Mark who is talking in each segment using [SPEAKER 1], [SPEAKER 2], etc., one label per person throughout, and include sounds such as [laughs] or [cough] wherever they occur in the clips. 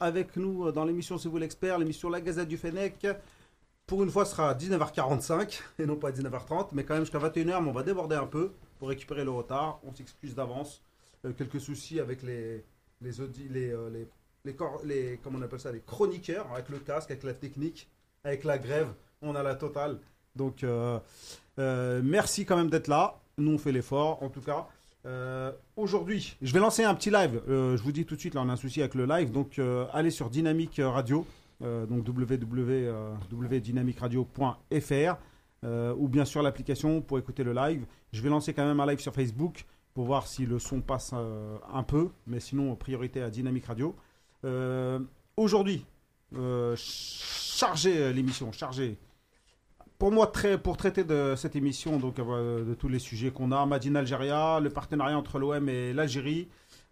[SPEAKER 1] avec nous euh, dans l'émission C'est vous l'expert, l'émission La Gazette du Fennec. Pour une fois, ce sera à 19h45 et non pas à 19h30, mais quand même jusqu'à 21h, mais on va déborder un peu pour récupérer le retard. On s'excuse d'avance. Euh, quelques soucis avec les les, audi- les, euh, les, les cor- les- comment on appelle ça, les chroniqueurs, avec le casque, avec la technique, avec la grève. On a la totale. Donc, euh, euh, merci quand même d'être là. Nous, on fait l'effort, en tout cas. Euh, Aujourd'hui, je vais lancer un petit live. Euh, je vous dis tout de suite, là, on a un souci avec le live. Donc, euh, allez sur Dynamique Radio, euh, donc www, euh, www.dynamicradio.fr, euh, ou bien sur l'application pour écouter le live. Je vais lancer quand même un live sur Facebook pour voir si le son passe euh, un peu, mais sinon, priorité à Dynamique Radio. Euh, Aujourd'hui, euh, ch- chargez l'émission, chargez pour moi, très, pour traiter de cette émission, donc euh, de tous les sujets qu'on a, Madine Algéria, le partenariat entre l'OM et l'Algérie,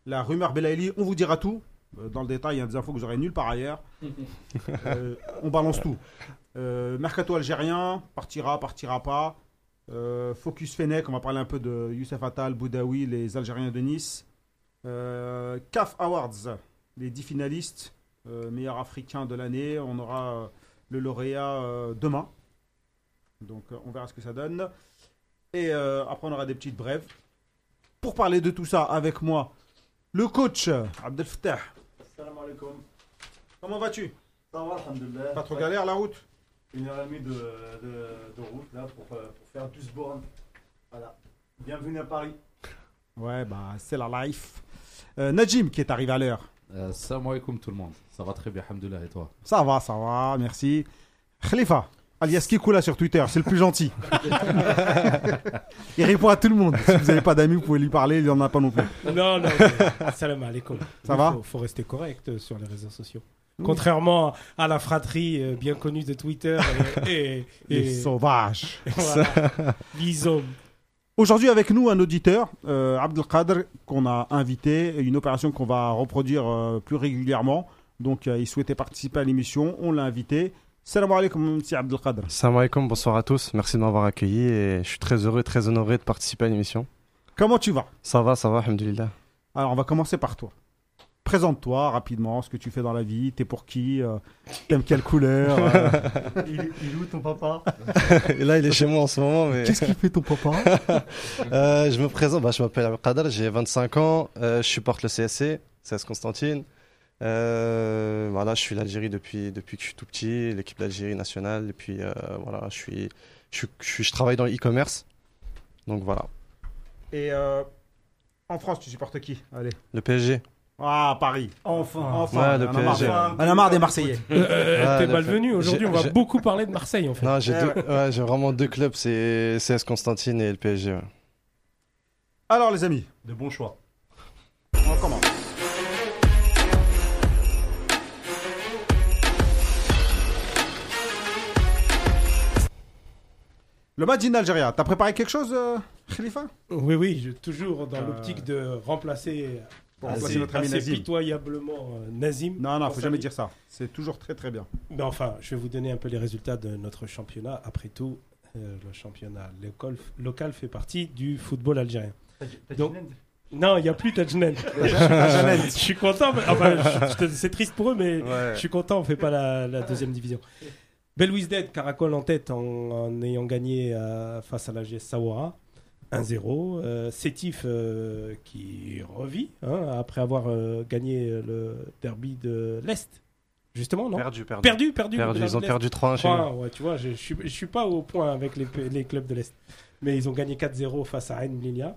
[SPEAKER 1] la rumeur Belaïli, on vous dira tout. Euh, Dans le détail, il y a des infos que vous aurez nulle part ailleurs. Euh, on balance tout. Euh, mercato algérien, partira, partira pas. Euh, Focus Fennec, on va parler un peu de Youssef Attal, Boudaoui, les Algériens de Nice. Euh, CAF Awards, les 10 finalistes, euh, meilleur africain de l'année. On aura euh, le lauréat euh, demain. Donc euh, on verra ce que ça donne. Et euh, après, on aura des petites brèves. Pour parler de tout ça avec moi, le coach euh, Abdel Fattah.
[SPEAKER 2] Salam alaikum.
[SPEAKER 1] Comment vas-tu
[SPEAKER 2] Ça va, alhamdoulilah.
[SPEAKER 1] Pas trop galère la route
[SPEAKER 2] Une heure et demie de, de, de route là pour, euh, pour faire 12 bornes. Voilà. Bienvenue à Paris.
[SPEAKER 1] Ouais, bah c'est la life. Euh, Najim qui est arrivé à l'heure.
[SPEAKER 3] Euh, Salam alaikum tout le monde. Ça va très bien, Alhamdoulilah, et toi
[SPEAKER 1] Ça va, ça va, merci. Khalifa, alias Kikoula sur Twitter, c'est le plus gentil. Il répond à tout le monde. Si vous n'avez pas d'amis, vous pouvez lui parler, il n'y en a pas non plus.
[SPEAKER 4] Non, non.
[SPEAKER 1] [laughs]
[SPEAKER 4] mais- Salam alaikum.
[SPEAKER 1] Ça
[SPEAKER 4] Il
[SPEAKER 1] va
[SPEAKER 4] faut, faut rester correct euh, sur les réseaux sociaux. Contrairement à la fratrie euh, bien connue de Twitter
[SPEAKER 1] [laughs]
[SPEAKER 4] euh, et, et,
[SPEAKER 1] Les sauvages.
[SPEAKER 4] voilà, les hommes.
[SPEAKER 1] Aujourd'hui avec nous un auditeur, euh, Abdelkader, qu'on a invité, une opération qu'on va reproduire euh, plus régulièrement. Donc euh, il souhaitait participer à l'émission, on l'a invité. Salam alaikum, monsieur Abdelkader.
[SPEAKER 5] Salam alaikum, bonsoir à tous. Merci de m'avoir accueilli et je suis très heureux, très honoré de participer à l'émission.
[SPEAKER 1] Comment tu vas
[SPEAKER 5] Ça va, ça va, alhamdulillah.
[SPEAKER 1] Alors on va commencer par toi. Présente-toi rapidement, ce que tu fais dans la vie, t'es pour qui, euh, t'aimes quelle couleur. [laughs] euh,
[SPEAKER 2] Il, il est où ton papa
[SPEAKER 5] [laughs] Et là, il est chez moi en ce moment, mais
[SPEAKER 1] Qu'est-ce qu'il fait ton papa
[SPEAKER 5] Euh, je me présente. Bah, je m'appelle Abdelkader, j'ai 25 ans, euh, je supporte le CSC, CS Constantine. Euh, voilà, je suis l'Algérie depuis, depuis que je suis tout petit, l'équipe d'Algérie nationale. Et puis euh, voilà, je, suis, je, suis- je, suis- je travaille dans le e-commerce. Donc voilà,
[SPEAKER 1] Et euh, en France, tu supportes qui Allez.
[SPEAKER 5] le PSG.
[SPEAKER 1] Ah, Paris.
[SPEAKER 2] Enfin.
[SPEAKER 1] Enfin,
[SPEAKER 5] Ouais, le
[SPEAKER 1] on en a marre.
[SPEAKER 5] PSG.
[SPEAKER 1] On en a marre des Marseillais.
[SPEAKER 4] Euh, euh,
[SPEAKER 5] Ah,
[SPEAKER 4] T'es
[SPEAKER 5] le
[SPEAKER 4] malvenu.
[SPEAKER 5] fait-
[SPEAKER 4] Aujourd'hui,
[SPEAKER 5] j'ai-
[SPEAKER 4] on va
[SPEAKER 5] j'ai-
[SPEAKER 4] beaucoup parler de Marseille, en fait.
[SPEAKER 5] Non, j'ai
[SPEAKER 1] Eh
[SPEAKER 5] deux- ouais, j'ai vraiment deux clubs, c'est CS Constantine et le PSG. ouais.
[SPEAKER 1] Alors les amis,
[SPEAKER 2] De bons choix.
[SPEAKER 1] on commence. Le match d'Algérie, t'as préparé quelque chose, euh, Khalifa
[SPEAKER 4] Oui, oui, je- toujours dans
[SPEAKER 1] Euh,
[SPEAKER 4] l'optique de remplacer
[SPEAKER 1] Pour
[SPEAKER 4] assez,
[SPEAKER 1] remplacer notre ami
[SPEAKER 4] assez
[SPEAKER 1] Nazim.
[SPEAKER 4] pitoyablement euh, Nazim.
[SPEAKER 1] Non, non,
[SPEAKER 4] Ah, Pour
[SPEAKER 1] faut
[SPEAKER 4] sa
[SPEAKER 1] jamais
[SPEAKER 4] vie.
[SPEAKER 1] dire ça. C'est toujours très très bien.
[SPEAKER 4] Mais enfin, je vais vous donner un peu les résultats de notre championnat. Après tout, euh, le championnat local, local fait partie du football algérien. Donc- Non, il n'y a plus Tajnen. je suis content. mais- ah bah, je- je- c'est triste pour eux, mais je suis content. On fait pas la, la deuxième division. Belwizdad, Caracol en tête en, en ayant gagné euh, face à la GS Sawara. 1-0. Euh, Sétif euh, qui revit hein, après avoir euh, gagné le derby de l'Est. Justement, non
[SPEAKER 5] Perdu, perdu.
[SPEAKER 4] Perdu, perdu.
[SPEAKER 5] Perdu,
[SPEAKER 4] le
[SPEAKER 5] ils ont
[SPEAKER 4] derby de l'Est.
[SPEAKER 5] perdu 3-1 chez nous.
[SPEAKER 4] Trois, ouais, tu vois, je ne suis, je suis pas au point avec les, p- les clubs de l'Est. Mais ils ont gagné 4-0 face à Ain Lilia.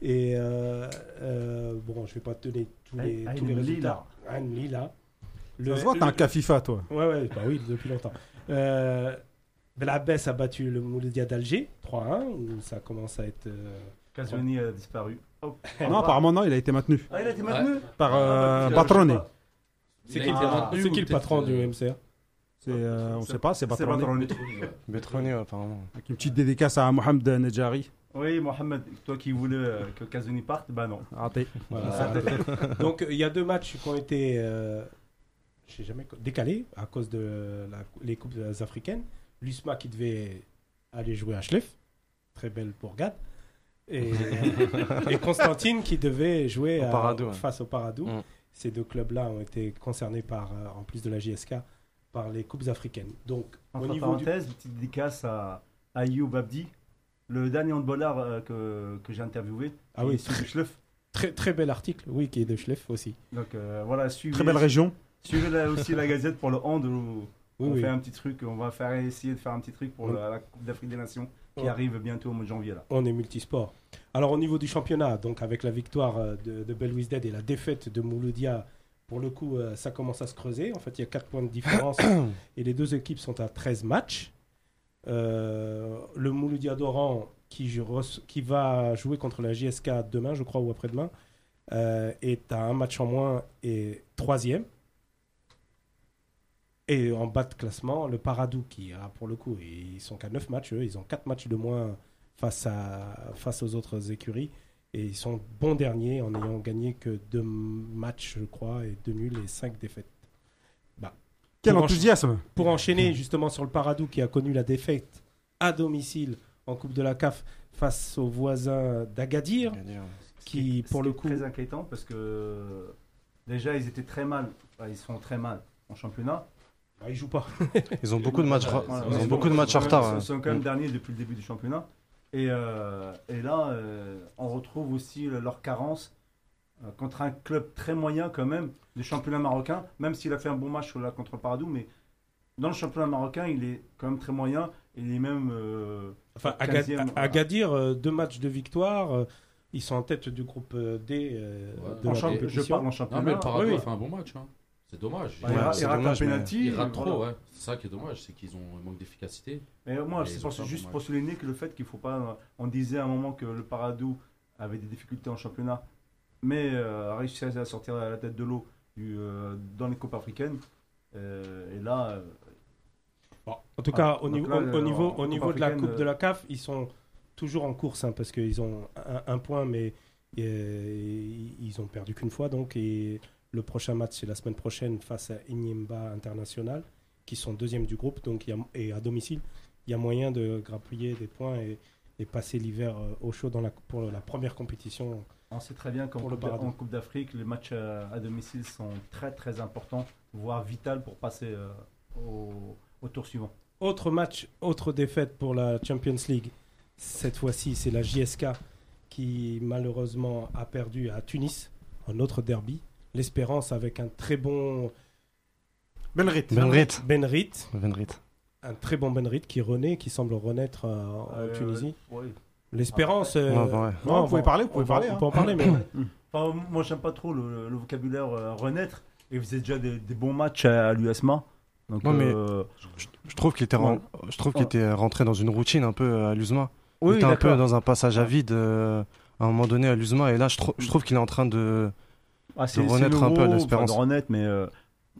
[SPEAKER 4] Et euh, euh, bon, je vais pas te donner tous les,
[SPEAKER 2] Ain
[SPEAKER 4] tous les
[SPEAKER 2] Lila.
[SPEAKER 4] résultats. Ain Lila. Le,
[SPEAKER 1] Ça se voit, t'as un cas FIFA, toi.
[SPEAKER 4] Ouais, ouais, bah oui, depuis longtemps. Euh, Belabès a battu le Mouloudia d'Alger, 3-1, où ça commence à être. euh,
[SPEAKER 2] Kazouani a disparu. Eh,
[SPEAKER 1] Ah Non, apparemment, non, il a été maintenu
[SPEAKER 2] Oh. Ah, il a été maintenu
[SPEAKER 1] par euh,
[SPEAKER 2] bah. Ah, Je sais
[SPEAKER 1] Batroni.
[SPEAKER 2] pas.
[SPEAKER 4] C'est
[SPEAKER 3] Il a
[SPEAKER 4] qui,
[SPEAKER 3] été
[SPEAKER 4] le-
[SPEAKER 3] maintenu
[SPEAKER 4] c'est
[SPEAKER 3] ou
[SPEAKER 4] qui le
[SPEAKER 3] peut-être,
[SPEAKER 4] patron du
[SPEAKER 3] euh,
[SPEAKER 4] MCA
[SPEAKER 1] C'est, euh, on sait pas, c'est
[SPEAKER 2] C'est
[SPEAKER 1] Batroni.
[SPEAKER 2] Batroni.
[SPEAKER 5] Betroni, ouais, apparemment.
[SPEAKER 1] Avec une petite dédicace à Mohamed Nejari.
[SPEAKER 2] Oui, Mohamed, toi qui voulais euh, que Kazouani parte, bah non.
[SPEAKER 1] Raté.
[SPEAKER 4] Voilà, ça arrive. [laughs] Donc il y a deux matchs qui ont été euh, je sais jamais, décalés à cause de la- les coupes africaines. L'USMA qui devait aller jouer à Schleff, très belle bourgade.
[SPEAKER 5] [laughs]
[SPEAKER 4] Et, et Constantine qui devait jouer
[SPEAKER 5] Au
[SPEAKER 4] à-
[SPEAKER 5] Paradou, hein.
[SPEAKER 4] face au Paradou.
[SPEAKER 5] Mm.
[SPEAKER 4] ces deux clubs-là ont été concernés par, euh, en plus de la JSK, par les coupes africaines. Donc,
[SPEAKER 2] Entre
[SPEAKER 4] au niveau du-
[SPEAKER 2] parenthèses, petite dédicace à Ayoub Abdi, le dernier handballeur euh, que, que j'ai interviewé.
[SPEAKER 4] Ah oui,
[SPEAKER 2] issu du Schleff.
[SPEAKER 4] très, très bel article, oui, qui est de Schleff aussi.
[SPEAKER 2] Donc euh, voilà, suivez,
[SPEAKER 6] Très belle région.
[SPEAKER 2] suivez la- aussi la Gazette pour le hand. où
[SPEAKER 4] Oui,
[SPEAKER 2] on
[SPEAKER 4] oui.
[SPEAKER 2] fait un petit truc, on va faire essayer de faire un petit truc pour
[SPEAKER 4] Oui.
[SPEAKER 2] la, la Coupe d'Afrique des Nations qui
[SPEAKER 4] Ouais.
[SPEAKER 2] arrive bientôt au mois de janvier là.
[SPEAKER 4] On est multisport. Alors au niveau du championnat, donc avec la victoire euh, de, de Belwizdad et la défaite de Mouloudia, pour le coup, euh, ça commence à se creuser. En fait, il y a 4 points de différence et les deux équipes sont à 13 matchs. Euh, le Mouloudia d'Oran qui, je reç- qui va jouer contre la JSK demain, je crois, ou après-demain, euh, est à un match en moins et troisième. Et en bas de classement, le Paradou qui a pour le coup, ils sont qu'à 9 matchs, eux, ils ont 4 matchs de moins face, à, face aux autres écuries. Et ils sont bons derniers en ayant gagné que deux matchs, je crois, et deux nuls et cinq défaites.
[SPEAKER 1] Quel
[SPEAKER 4] Pour
[SPEAKER 1] enthousiasme
[SPEAKER 4] Pour enchaîner justement sur le Paradou qui a connu la défaite à domicile en Coupe de la CAF face aux voisins d'Agadir,
[SPEAKER 5] hein.
[SPEAKER 4] qui
[SPEAKER 2] Ce
[SPEAKER 4] pour
[SPEAKER 2] qui
[SPEAKER 4] le
[SPEAKER 2] est
[SPEAKER 4] coup...
[SPEAKER 2] très inquiétant parce que déjà ils étaient très mal, Enfin, ils sont très mal en championnat.
[SPEAKER 4] Ah, ils jouent pas.
[SPEAKER 5] Ils ont beaucoup de matchs, ra-
[SPEAKER 2] Voilà,
[SPEAKER 5] ils ont
[SPEAKER 2] sont-
[SPEAKER 5] beaucoup de matchs en
[SPEAKER 2] sont-
[SPEAKER 5] retard.
[SPEAKER 2] Ils
[SPEAKER 5] hein.
[SPEAKER 2] sont quand même derniers depuis le début du championnat. Et, euh, et là, euh, on retrouve aussi le- leur carence euh, contre un club très moyen quand même du championnat marocain, même s'il a fait un bon match là, contre Paradou, mais dans le championnat marocain, il est quand même très moyen. Il est même... euh,
[SPEAKER 4] Enfin, Aga-
[SPEAKER 2] 15e, voilà.
[SPEAKER 4] Agadir, euh, deux matchs de victoire, euh, ils sont en tête du groupe euh, D euh,
[SPEAKER 3] Ouais.
[SPEAKER 4] de
[SPEAKER 2] en
[SPEAKER 4] la
[SPEAKER 2] champ- je
[SPEAKER 4] compétition.
[SPEAKER 2] parle en
[SPEAKER 3] Non,
[SPEAKER 2] championnat.
[SPEAKER 3] mais le Paraguay
[SPEAKER 4] oui.
[SPEAKER 3] a fait un bon match. hein. C'est dommage.
[SPEAKER 2] Bah, il
[SPEAKER 5] Ouais,
[SPEAKER 2] rate-
[SPEAKER 5] c'est
[SPEAKER 2] il rate un
[SPEAKER 5] dommage, mais
[SPEAKER 2] penalty.
[SPEAKER 3] Ils ratent
[SPEAKER 2] voilà.
[SPEAKER 3] trop, ouais. C'est ça qui est dommage, c'est qu'ils ont un manque d'efficacité.
[SPEAKER 2] Mais moi,
[SPEAKER 3] Mais
[SPEAKER 2] c'est
[SPEAKER 3] ils
[SPEAKER 2] pour-
[SPEAKER 3] ont fait un
[SPEAKER 2] juste
[SPEAKER 3] bon
[SPEAKER 2] pour
[SPEAKER 3] match.
[SPEAKER 2] souligner que le fait qu'il faut pas. On disait à un moment que le Paradou avait des difficultés en championnat, mais euh, réussissait à sortir à la tête de l'eau du, euh, dans les coupes africaines. Euh, et là, euh,
[SPEAKER 4] Bon, en tout
[SPEAKER 2] Ah,
[SPEAKER 4] cas, au
[SPEAKER 2] donc
[SPEAKER 4] niveau,
[SPEAKER 2] là,
[SPEAKER 4] au-
[SPEAKER 2] le-
[SPEAKER 4] au
[SPEAKER 2] en
[SPEAKER 4] niveau, au
[SPEAKER 2] Coupe
[SPEAKER 4] niveau de la
[SPEAKER 2] africaine, euh,
[SPEAKER 4] Coupe de la CAF, ils sont toujours en course hein, parce qu'ils ont un, un point, mais euh, ils ont perdu qu'une fois. Donc, et le prochain match, c'est la semaine prochaine face à Inyemba International, qui sont deuxième du groupe donc il y a, et à domicile. Il y a moyen de grappiller des points et, et passer l'hiver euh, au chaud dans la, pour la première compétition.
[SPEAKER 2] on sait très bien qu'en
[SPEAKER 4] Pour le
[SPEAKER 2] Coupe d'A-
[SPEAKER 4] Paradou.
[SPEAKER 2] en Coupe d'Afrique, les matchs euh, à domicile sont très très importants, voire vitaux pour passer euh, au, au tour suivant.
[SPEAKER 4] Autre match, autre défaite pour la Champions League. Cette fois-ci, c'est la JSK qui malheureusement a perdu à Tunis, un autre derby. L'Espérance avec un très bon
[SPEAKER 6] Belle rythme.
[SPEAKER 5] Benrit.
[SPEAKER 4] Benrit,
[SPEAKER 5] Benrit.
[SPEAKER 4] un très bon Benrit qui renaît, qui semble renaître euh, en
[SPEAKER 2] Euh,
[SPEAKER 4] Tunisie.
[SPEAKER 2] ouais.
[SPEAKER 4] L'Espérance. euh,
[SPEAKER 5] Ouais, bah ouais.
[SPEAKER 4] non,
[SPEAKER 6] Non,
[SPEAKER 4] on
[SPEAKER 6] vous pouvez
[SPEAKER 4] va-
[SPEAKER 6] parler, vous pouvez
[SPEAKER 4] on va-
[SPEAKER 6] parler,
[SPEAKER 4] on
[SPEAKER 6] hein.
[SPEAKER 4] peut en parler, mais
[SPEAKER 2] Enfin, moi, j'aime pas trop le, le vocabulaire euh, renaître. Et vous avez déjà des, des bons matchs à, l'USMA. Donc,
[SPEAKER 5] Non, mais-
[SPEAKER 2] euh,
[SPEAKER 5] Je trouve qu'il était, ren- je trouve qu'il
[SPEAKER 2] Ouais.
[SPEAKER 5] était rentré dans une routine un peu euh, à l'Uzma.
[SPEAKER 2] oui,
[SPEAKER 5] il était un
[SPEAKER 2] d'accord.
[SPEAKER 5] peu dans un passage à vide euh, à un moment donné à l'Uzma. Et là, je, trou- je trouve qu'il est en train de.
[SPEAKER 2] Ah, c'est
[SPEAKER 5] de
[SPEAKER 2] c'est
[SPEAKER 5] renaître un peu à
[SPEAKER 2] l'euro,
[SPEAKER 5] l'espérance.
[SPEAKER 2] enfin, de renaître, mais euh,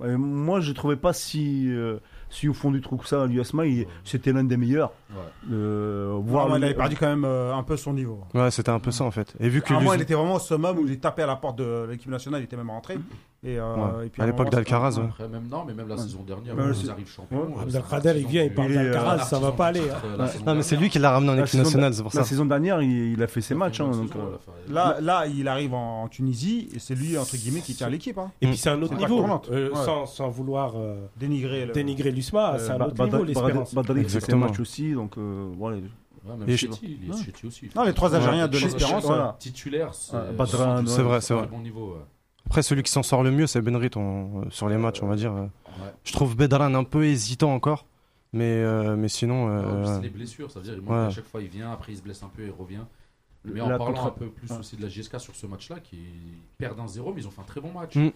[SPEAKER 2] ouais, moi je trouvais pas si, euh, si au fond du trou que ça, l'USMA, il- c'était l'un des meilleurs.
[SPEAKER 3] Ouais.
[SPEAKER 2] Euh,
[SPEAKER 6] Voir,
[SPEAKER 2] voire
[SPEAKER 6] il
[SPEAKER 2] le-
[SPEAKER 6] avait perdu quand même euh, un peu son niveau.
[SPEAKER 5] Ouais, c'était un peu ça en fait. Et vu que
[SPEAKER 6] À moi, il
[SPEAKER 5] l'Uz-
[SPEAKER 6] était vraiment au summum où il tapait à la porte de l'équipe nationale, il était même rentré. Et, euh,
[SPEAKER 5] Ouais.
[SPEAKER 6] et puis,
[SPEAKER 5] à
[SPEAKER 6] un moment,
[SPEAKER 5] l'époque
[SPEAKER 6] c'était-
[SPEAKER 5] d'Alcaraz, ouais.
[SPEAKER 3] Après, même non, mais même la
[SPEAKER 2] Ouais.
[SPEAKER 3] saison dernière,
[SPEAKER 2] Ouais,
[SPEAKER 3] quand
[SPEAKER 2] c'est-
[SPEAKER 3] ils arrivent champions.
[SPEAKER 2] Ouais.
[SPEAKER 3] euh,
[SPEAKER 4] Abdelkader,
[SPEAKER 3] c'est un
[SPEAKER 4] il vient, il parle
[SPEAKER 2] Il est, euh,
[SPEAKER 4] d'Alcaraz, ça va pas aller. hein.
[SPEAKER 5] Non, mais c'est lui qui l'a ramené en
[SPEAKER 2] La
[SPEAKER 5] équipe
[SPEAKER 2] saison-
[SPEAKER 5] nationale, c'est pour
[SPEAKER 2] La
[SPEAKER 5] ça.
[SPEAKER 2] saison dernière, il, il a fait ses matchs. hein, donc, euh,
[SPEAKER 6] Là, là, il arrive en Tunisie et c'est lui, entre guillemets, qui tient l'équipe. Hein.
[SPEAKER 4] Et puis c'est un autre
[SPEAKER 6] C'est pas
[SPEAKER 4] niveau,
[SPEAKER 6] tournante.
[SPEAKER 4] euh,
[SPEAKER 6] Ouais.
[SPEAKER 4] sans, sans vouloir euh,
[SPEAKER 6] Dénigrer le.
[SPEAKER 4] dénigrer l'USMA,
[SPEAKER 2] euh,
[SPEAKER 4] c'est un
[SPEAKER 2] Ba-
[SPEAKER 4] autre
[SPEAKER 2] Bada-
[SPEAKER 4] niveau
[SPEAKER 2] Bada-
[SPEAKER 4] l'Espérance.
[SPEAKER 2] Badali fait ses
[SPEAKER 5] Exactement.
[SPEAKER 2] matchs aussi, donc euh, voilà.
[SPEAKER 3] même
[SPEAKER 5] Et
[SPEAKER 3] Chetty,
[SPEAKER 5] je-
[SPEAKER 3] il est
[SPEAKER 6] Ouais.
[SPEAKER 3] Chetty aussi.
[SPEAKER 6] Non, les trois Algériens de
[SPEAKER 2] Chez-
[SPEAKER 6] l'Espérance.
[SPEAKER 2] voilà.
[SPEAKER 6] euh,
[SPEAKER 3] titulaires, c'est
[SPEAKER 2] Ah, Badran,
[SPEAKER 5] C'est vrai, c'est
[SPEAKER 3] un
[SPEAKER 5] vrai.
[SPEAKER 3] bon niveau. ouais.
[SPEAKER 5] Après, celui qui s'en sort le mieux, c'est Benrit on- euh, sur les matchs, on va dire. euh.
[SPEAKER 3] Ouais.
[SPEAKER 5] Je trouve Bedran un peu hésitant encore, mais, euh, mais sinon.
[SPEAKER 3] Ah,
[SPEAKER 5] euh,
[SPEAKER 3] puis C'est les blessures, ça veut dire il manque
[SPEAKER 5] ouais.
[SPEAKER 3] à chaque fois, il vient, après il se blesse un peu et il revient. Mais
[SPEAKER 2] La
[SPEAKER 3] en parlant
[SPEAKER 2] contre-
[SPEAKER 3] un peu plus
[SPEAKER 2] Ouais.
[SPEAKER 3] aussi de la GSK sur ce match-là, qui perdent un 0 mais ils ont fait un très bon match.
[SPEAKER 5] Mm.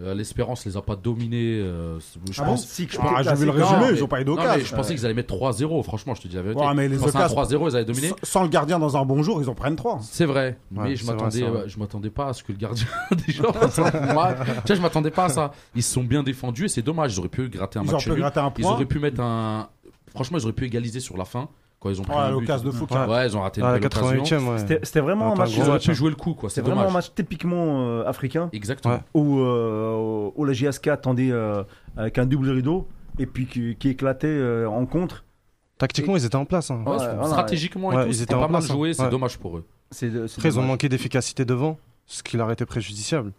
[SPEAKER 3] Euh, L'Espérance les a pas dominés. euh, je
[SPEAKER 6] Ah bon
[SPEAKER 3] pense-
[SPEAKER 2] Si,
[SPEAKER 6] Ah, j'ai vu le
[SPEAKER 3] Non,
[SPEAKER 6] résumé,
[SPEAKER 3] mais-
[SPEAKER 6] ils ont pas aidé au
[SPEAKER 3] Non,
[SPEAKER 6] cash.
[SPEAKER 3] mais je pensais qu'ils allaient mettre 3-0, franchement, je te dis la vérité.
[SPEAKER 6] Ouais, mais
[SPEAKER 3] Je
[SPEAKER 6] les
[SPEAKER 3] pensais à
[SPEAKER 6] Ocas,
[SPEAKER 3] 3-0, ils allaient dominer.
[SPEAKER 6] sans- sans le gardien dans un bon jour, ils en prennent trois.
[SPEAKER 3] C'est vrai,
[SPEAKER 5] Ouais,
[SPEAKER 3] mais je
[SPEAKER 5] c'est vrai,
[SPEAKER 3] m'attendais,
[SPEAKER 5] c'est vrai.
[SPEAKER 3] ouais, je m'attendais pas à ce que le gardien [laughs] déjà. fasse un bon match. tu vois, je m'attendais pas à ça. Ils se sont bien défendus et c'est dommage. Ils auraient pu gratter un
[SPEAKER 6] Ils
[SPEAKER 3] match
[SPEAKER 6] auraient pu
[SPEAKER 3] nul.
[SPEAKER 6] gratter un
[SPEAKER 3] Ils
[SPEAKER 6] point.
[SPEAKER 3] auraient pu mettre un. Franchement, ils auraient pu égaliser sur la fin quand ils ont pris
[SPEAKER 6] Ouais,
[SPEAKER 3] un but.
[SPEAKER 6] l'occasion de foot.
[SPEAKER 5] Ouais.
[SPEAKER 3] Ouais, ils ont raté une
[SPEAKER 5] à la
[SPEAKER 3] belle occasion.
[SPEAKER 5] 88 e ouais.
[SPEAKER 2] C'était c'était vraiment un
[SPEAKER 5] Attends,
[SPEAKER 2] match,
[SPEAKER 5] je
[SPEAKER 3] Ils
[SPEAKER 5] vois.
[SPEAKER 3] auraient
[SPEAKER 5] match, hein.
[SPEAKER 3] pu jouer le coup, quoi.
[SPEAKER 2] c'était
[SPEAKER 3] C'est
[SPEAKER 2] vraiment un
[SPEAKER 3] dommage.
[SPEAKER 2] match typiquement euh, africain.
[SPEAKER 3] Exactement.
[SPEAKER 5] Ouais.
[SPEAKER 2] où, euh, où la JSK attendait euh, avec un double rideau et puis qui, qui éclatait euh, en contre.
[SPEAKER 5] Tactiquement, ils étaient en place. hein.
[SPEAKER 3] Ouais,
[SPEAKER 2] Ouais, voilà,
[SPEAKER 3] stratégiquement, et
[SPEAKER 5] ouais.
[SPEAKER 3] tout,
[SPEAKER 5] Ouais, ils
[SPEAKER 3] c'était
[SPEAKER 5] étaient en
[SPEAKER 3] pas mal
[SPEAKER 5] place, hein.
[SPEAKER 3] joué. C'est
[SPEAKER 5] Ouais.
[SPEAKER 3] dommage pour eux.
[SPEAKER 2] C'est, c'est
[SPEAKER 5] Après, ils ont
[SPEAKER 2] dommage.
[SPEAKER 5] manqué d'efficacité devant, ce qui leur était préjudiciable.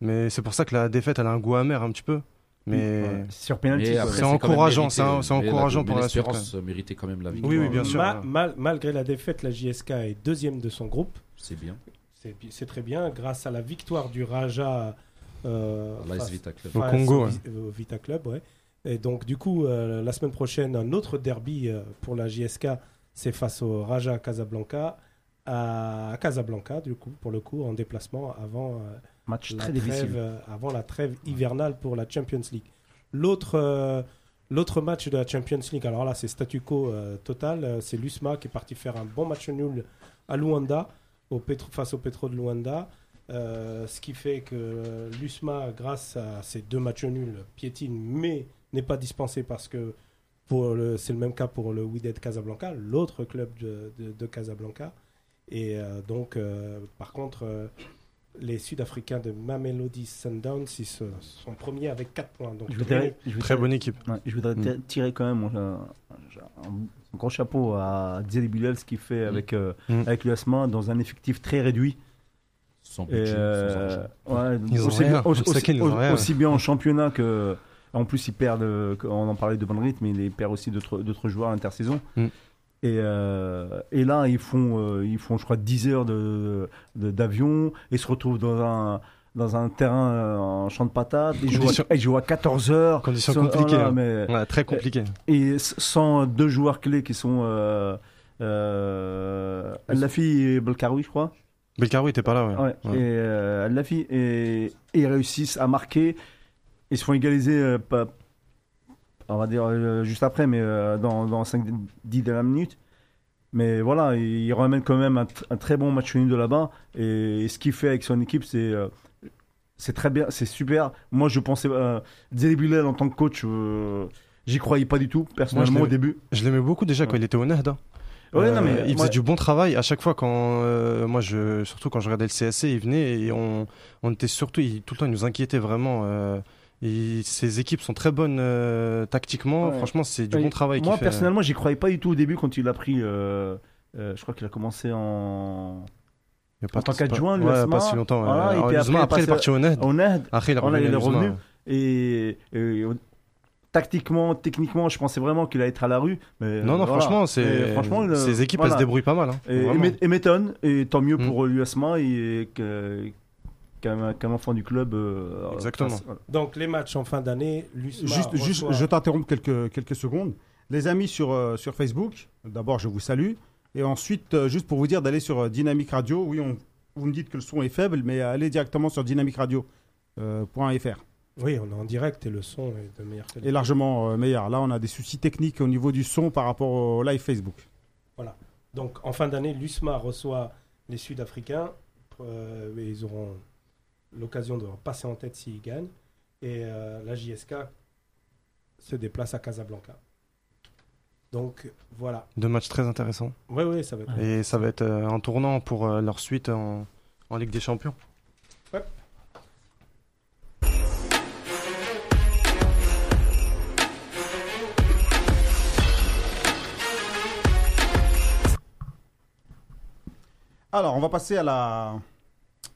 [SPEAKER 5] Mais c'est pour ça que la défaite, elle a un goût amer un petit peu. Mais
[SPEAKER 2] Ouais, sur penalty,
[SPEAKER 3] Mais
[SPEAKER 2] quoi.
[SPEAKER 3] après,
[SPEAKER 5] c'est
[SPEAKER 3] quand même
[SPEAKER 5] encourageant,
[SPEAKER 3] mérité,
[SPEAKER 5] c'est un- c'est
[SPEAKER 3] mais la-
[SPEAKER 5] encourageant
[SPEAKER 3] mais
[SPEAKER 5] pour la suite,
[SPEAKER 3] L'espérance méritait quand même la victoire. hein.
[SPEAKER 5] Oui, oui, bien sûr.
[SPEAKER 4] Ma- mal- malgré la défaite, la JSK est deuxième de son groupe.
[SPEAKER 3] C'est bien.
[SPEAKER 4] C'est bi- c'est très bien, grâce à la victoire du Raja euh,
[SPEAKER 3] L'AS
[SPEAKER 4] face-
[SPEAKER 3] Vita Club.
[SPEAKER 5] Au
[SPEAKER 4] face
[SPEAKER 5] Congo,
[SPEAKER 4] au
[SPEAKER 5] ouais.
[SPEAKER 4] Vi- au Vita Club, ouais. Et donc, du coup, euh, la semaine prochaine, un autre derby euh, pour la JSK, c'est face au Raja Casablanca, à à Casablanca, du coup, pour le coup, en déplacement avant euh,
[SPEAKER 2] Match
[SPEAKER 4] la
[SPEAKER 2] très
[SPEAKER 4] trêve,
[SPEAKER 2] difficile.
[SPEAKER 4] euh, avant la trêve hivernale pour la Champions League. L'autre euh, l'autre match de la Champions League, alors là c'est statu quo euh, total, euh, c'est l'USMA qui est parti faire un bon match nul à Luanda, au Petro- face au Petro de Luanda, euh, ce qui fait que euh, l'USMA, grâce à ces deux matchs nuls, piétine, mais n'est pas dispensé parce que pour le- c'est le même cas pour le Wydad Casablanca, l'autre club de, de- de Casablanca. Et euh, donc, euh, par contre, euh, les Sud-Africains de Mamelody Sundowns ils se- sont premiers avec 4 points. Donc,
[SPEAKER 2] Je voudrais, je voudrais-
[SPEAKER 5] très bonne équipe.
[SPEAKER 2] ouais, je voudrais t- tirer quand même euh, un, un gros chapeau à Dizeli Bilal, ce qu'il fait avec, euh,
[SPEAKER 5] Mm.
[SPEAKER 2] avec l'USMA dans un effectif très réduit.
[SPEAKER 3] Sans
[SPEAKER 2] Et,
[SPEAKER 3] budget, sans
[SPEAKER 2] euh,
[SPEAKER 3] argent.
[SPEAKER 2] ouais,
[SPEAKER 5] Ils ont
[SPEAKER 2] aussi,
[SPEAKER 5] rien.
[SPEAKER 2] bien, aussi-
[SPEAKER 5] C'est ça qu'ils ont
[SPEAKER 2] aussi-
[SPEAKER 5] rien.
[SPEAKER 2] aussi bien en championnat que. En plus, ils perdent, euh, on en parlait de Van Riet, mais ils perdent aussi d'autres d'autres joueurs à l'intersaison.
[SPEAKER 5] Mm.
[SPEAKER 2] Et, euh, et là, ils font, euh, ils font, je crois, 10 heures de- de- d'avion et se retrouvent dans un, dans un terrain euh, en champ de patates. Ils jouent,
[SPEAKER 5] Conditions-
[SPEAKER 2] à, ils jouent à 14 heures.
[SPEAKER 5] Conditions
[SPEAKER 2] Sans- oh
[SPEAKER 5] compliquées,
[SPEAKER 2] là,
[SPEAKER 5] hein. Mm.
[SPEAKER 2] mais- Euh,
[SPEAKER 5] Ouais, très compliqué.
[SPEAKER 2] et s- sans deux joueurs clés qui sont euh, euh, Al-Lafi et Belkaroui, je crois.
[SPEAKER 5] Belcaro était pas là, ouais.
[SPEAKER 2] Ouais.
[SPEAKER 5] Ouais.
[SPEAKER 2] Et euh, Al-Lafi et, et ils réussissent à marquer. Ils se font égaliser, euh, pas- on va dire euh, juste après, mais euh, dans, dans 5-10 dernières minutes. Mais voilà, il ramène quand même un, tr- un très bon match nul de là-bas. Et, ce qu'il fait avec son équipe, c'est euh, c'est très bien, c'est super. Moi, je pensais, euh, Dele Bilal en tant que coach, euh, j'y croyais pas du tout, personnellement,
[SPEAKER 5] l'ai-
[SPEAKER 2] au début.
[SPEAKER 5] Je l'aimais beaucoup déjà quand
[SPEAKER 2] Ouais.
[SPEAKER 5] il était au Nahda.
[SPEAKER 2] Ouais,
[SPEAKER 5] Euh,
[SPEAKER 2] non, mais
[SPEAKER 5] il faisait
[SPEAKER 2] moi-
[SPEAKER 5] du bon travail à chaque fois quand euh, moi je surtout quand je regardais le CSC, il venait et on, on était surtout il- tout le temps il nous inquiétait vraiment. euh, il- ses équipes sont très bonnes euh, tactiquement.
[SPEAKER 2] Ouais.
[SPEAKER 5] Franchement, c'est du
[SPEAKER 2] Ouais,
[SPEAKER 5] bon travail.
[SPEAKER 2] Moi,
[SPEAKER 5] qu'il fait. euh,
[SPEAKER 2] personnellement, j'y croyais pas du tout au début quand il a pris. euh, euh, je crois qu'il a commencé en.
[SPEAKER 5] Il y a
[SPEAKER 2] en tant
[SPEAKER 5] c'est
[SPEAKER 2] qu'adjoint,
[SPEAKER 5] ouais,
[SPEAKER 2] l'USMA,
[SPEAKER 5] pas si longtemps.
[SPEAKER 2] voilà,
[SPEAKER 5] euh,
[SPEAKER 2] et
[SPEAKER 5] alors,
[SPEAKER 2] puis
[SPEAKER 5] l'USMA,
[SPEAKER 2] après,
[SPEAKER 5] après, il est
[SPEAKER 2] passe-
[SPEAKER 5] parti au Nahda.
[SPEAKER 2] En Inde.
[SPEAKER 5] Après, il est
[SPEAKER 2] Voilà,
[SPEAKER 5] revenu.
[SPEAKER 2] il est
[SPEAKER 5] à l'USMA,
[SPEAKER 2] revenu.
[SPEAKER 5] ouais.
[SPEAKER 2] Et, et, euh, tactiquement, techniquement, je pensais vraiment qu'il allait être à la rue. Mais,
[SPEAKER 5] Non, non,
[SPEAKER 2] euh, voilà.
[SPEAKER 5] franchement,
[SPEAKER 2] Mais
[SPEAKER 5] c'est
[SPEAKER 2] franchement, le-
[SPEAKER 5] ces équipes
[SPEAKER 2] voilà.
[SPEAKER 5] elles se débrouillent pas mal. hein.
[SPEAKER 2] Et, et
[SPEAKER 5] Vraiment.
[SPEAKER 2] m'é- et m'étonne. Et tant mieux
[SPEAKER 5] Mm.
[SPEAKER 2] pour l'USMA et que- qu'un qu'un enfant du club. euh,
[SPEAKER 5] Exactement.
[SPEAKER 2] fasse- voilà.
[SPEAKER 4] Donc les matchs en fin d'année, l'USMA
[SPEAKER 1] Juste, juste,
[SPEAKER 4] reçoit-
[SPEAKER 1] je t'interromps quelques, quelques secondes. Les amis sur, euh, sur Facebook, d'abord je vous salue. Et ensuite, euh, juste pour vous dire d'aller sur euh, Dynamic Radio. Oui, on, vous me dites que le son est faible, mais allez directement sur euh, dynamicradio.fr.
[SPEAKER 4] Oui, on est en direct et le son est de meilleure qualité.
[SPEAKER 1] Est largement euh, meilleur. Là, on a des soucis techniques au niveau du son par rapport au live Facebook.
[SPEAKER 4] Donc en fin d'année, l'USMA reçoit les Sud-Africains. euh, et ils auront l'occasion de passer en tête s'ils gagnent. Et euh, la JSK se déplace à Casablanca. Donc voilà.
[SPEAKER 5] Deux matchs très intéressants.
[SPEAKER 4] Oui, oui, ça va être.
[SPEAKER 5] Et ça va être euh, un tournant pour euh, leur suite en, en Ligue des Champions.
[SPEAKER 1] Alors, on va passer à la